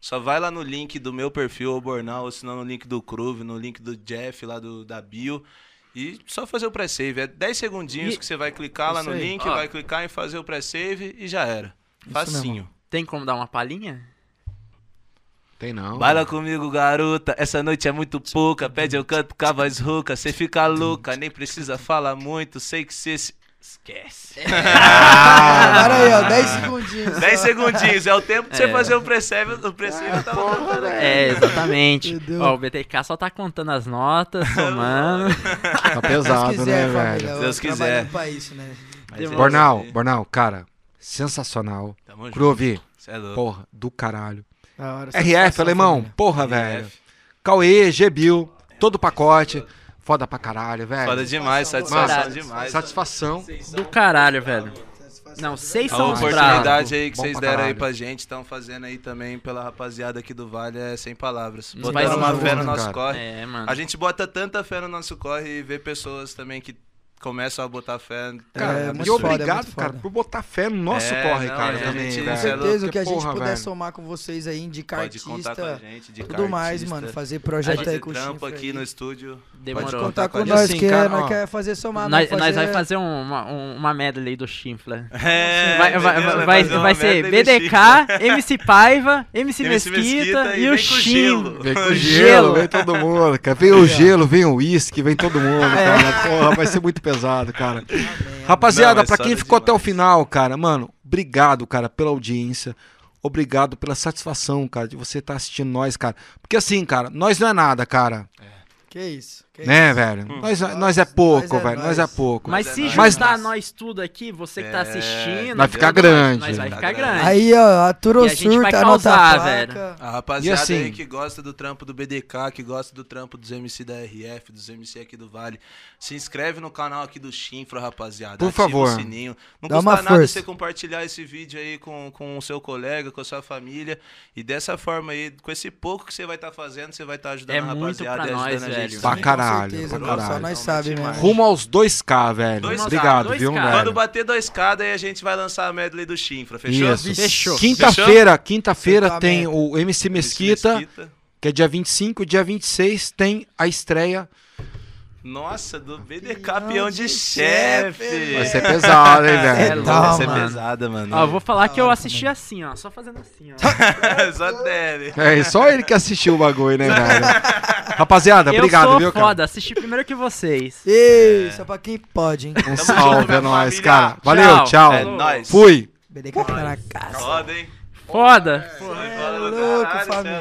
S3: Só vai lá no link do meu perfil, ou Bornal, ou se não no link do Cruve, no link do Jeff lá do, da Bio. E só fazer o pré-save. É 10 segundinhos
S2: E-
S3: que você vai clicar lá
S4: Isso
S3: no
S4: aí.
S3: link,
S2: Ó.
S3: vai clicar em fazer o pré-save e já era.
S4: Isso
S3: Facinho.
S2: Tem como dar uma palhinha?
S1: Tem não.
S3: Baila comigo, garota. Essa noite é muito pouca. Pede eu canto com a voz rouca. Cê fica louca, nem precisa falar muito. Sei que cê se... esquece.
S4: Ah, para aí, ó, 10 segundinhos.
S3: 10 segundinhos, é o tempo de você
S2: É.
S3: fazer o pré-save. O pré-save eu tava contando aqui.
S2: É, exatamente.
S4: Entendeu?
S2: Ó, o BTK só tá contando as notas, somando.
S3: [LAUGHS]
S1: Tá
S4: Se
S1: pesado,
S4: quiser,
S1: né,
S4: família.
S1: velho?
S3: Deus
S4: eu trabalho
S3: quiser.
S4: pra isso, né?
S3: Mas é isso
S1: Bornal,
S3: aí.
S1: Bornal, cara, sensacional.
S3: Tamo junto.
S1: Groove,
S3: Cê é louco.
S1: porra, do caralho.
S4: Da hora,
S1: RF,
S4: satisfação,
S1: alemão,
S4: família.
S1: porra, velho. Cauê, Gbil, todo o pacote. Foda pra caralho, velho.
S3: Foda demais, satisfação
S1: Mano,
S3: demais.
S1: Satisfação.
S2: Do caralho, velho. Não, seis
S1: Tá
S3: A
S2: são
S1: oportunidade-
S2: os bravos.
S3: Então, oportunidade aí que
S1: Bom
S3: vocês
S1: pra
S3: deram aí
S1: caralho.
S3: pra gente, estão fazendo aí também pela rapaziada aqui do Vale, é sem palavras.
S2: Não vai
S3: Botando uma
S1: ser
S3: fé
S1: justo,
S3: no nosso
S1: um cara. É.
S3: corre.
S2: É, mano.
S3: A gente bota tanta fé no nosso corre e vê pessoas também que começam a botar fé.
S1: Cara,
S4: É,
S1: e
S4: muito foda, é
S1: obrigado,
S4: muito
S1: cara,
S4: foda.
S1: por botar fé no nosso
S3: É,
S1: corre,
S3: não,
S1: cara,
S3: é,
S1: também,
S3: gente,
S1: velho.
S3: isso
S4: Com
S3: é louco,
S4: certeza, o que a
S1: Porque,
S4: gente
S1: porra,
S4: puder
S1: velho.
S4: somar com vocês aí, indicar
S3: Pode contar com a
S4: artista,
S3: gente, de
S4: tudo mais, mano. Fazer projeto aí com o
S3: o trampo
S4: Chifre
S3: aqui
S4: aí.
S3: no estúdio.
S4: Pode
S2: Demorou.
S4: contar com
S1: E
S4: nós,
S1: assim,
S4: que é,
S1: cara,
S4: nós
S1: ó,
S4: quer fazer somar,
S2: Nós,
S4: não
S2: nós
S4: fazer...
S2: vai fazer um- uma, um- uma medley do Chinfla.
S3: É,
S2: vai vai,
S3: entendeu?
S2: vai, vai,
S3: fazer uma
S2: vai ser
S3: merda e mexer.
S2: BDK, MC Paiva, MC,
S3: MC
S2: Mesquita,
S3: Mesquita e
S2: e
S3: vem com
S2: o Chin.
S3: gelo.
S1: Vem com
S2: O
S1: gelo,
S2: [LAUGHS] gelo.
S1: vem todo mundo, cara. Vem o gelo, vem o uísque, vem todo mundo, cara. Porra, vai ser muito pesado, cara. Rapaziada,
S3: Não, é
S1: pra quem
S3: sólido
S1: ficou até o
S3: demais.
S1: final, cara, mano, obrigado, cara, pela audiência. Obrigado pela satisfação, cara, de você estar assistindo nós, cara. Porque assim, cara, nós não é nada, cara.
S4: Que isso, que
S1: Né,
S4: É isso.
S1: velho? Nós,
S4: Nós-
S1: nós é
S4: nós
S1: pouco,
S4: é
S1: velho. Nós é
S4: nós.
S1: pouco.
S2: Mas se
S3: Mas-
S2: juntar nós tudo aqui, você que tá
S3: É,
S2: assistindo.
S1: vai ficar
S2: tudo mais,
S1: grande.
S2: Nós vai ficar
S3: Vai
S2: grande.
S4: Aí, ó,
S2: E
S4: a
S2: a gente vai
S4: Turossurta, anota a
S2: causar,
S4: placa.
S3: A rapaziada
S1: E assim-
S3: aí que gosta do trampo do BDK, que gosta do trampo dos MC da RF, dos MC aqui do Vale, se inscreve no canal aqui do Chinfra, rapaziada.
S1: Por
S3: Ativa
S1: favor.
S3: O sininho. Não
S4: Dá
S3: custa
S4: uma
S3: nada
S4: força.
S3: você compartilhar esse vídeo aí com, com o seu colega, com a sua família. E dessa forma aí, com esse pouco que você vai estar fazendo, você vai estar ajudando
S2: É
S3: a
S2: muito
S3: rapaziada
S2: pra
S3: e
S2: nós,
S3: ajudando a
S2: velho.
S3: gente.
S1: Pra
S3: também.
S1: caralho,
S4: certeza,
S1: pra
S4: mano, só
S1: caralho.
S4: nós sabe
S3: Realmente
S4: mesmo.
S1: Rumo aos 2K, velho.
S3: 2K,
S1: obrigado,
S2: 2K.
S1: viu,
S2: Mano,
S1: velho?
S3: Quando bater 2K, daí a gente vai lançar a medley do Chinfra, fechou?
S1: Isso.
S2: Fechou.
S1: Quinta-feira, quinta-feira
S4: Sentou a
S1: tem
S4: meta.
S1: o MC Mesquita, que é dia 25, dia 26 tem a estreia.
S3: Nossa, do BDK
S4: Peão
S3: campeão
S4: de
S3: de chefe.
S1: Vai ser pesado, hein,
S2: [LAUGHS] É
S1: velho?
S2: louco. Tá,
S3: Vai ser
S4: mano.
S3: pesada, mano.
S2: Ó, eu [LAUGHS] vou falar
S1: Ah,
S2: que eu
S1: tá
S2: assisti assim, ó. Só fazendo assim, ó.
S3: Só deve.
S1: É, só ele que assistiu o bagulho, né,
S2: [LAUGHS]
S1: velho? Rapaziada,
S2: eu
S1: [LAUGHS] obrigado,
S2: sou
S1: viu, cara?
S2: foda, assisti primeiro que vocês.
S4: Ei, só pra quem pode, hein?
S1: Um
S3: Tamo junto,
S1: salve, é
S3: minha
S1: nóis,
S3: família.
S1: cara. Valeu,
S2: Tchau.
S1: tchau.
S3: É nóis.
S1: Fui.
S4: BDK tá na casa.
S3: Foda, hein?
S2: Foda.
S3: Foda,
S4: é louco,
S3: caralho, cê é
S4: família.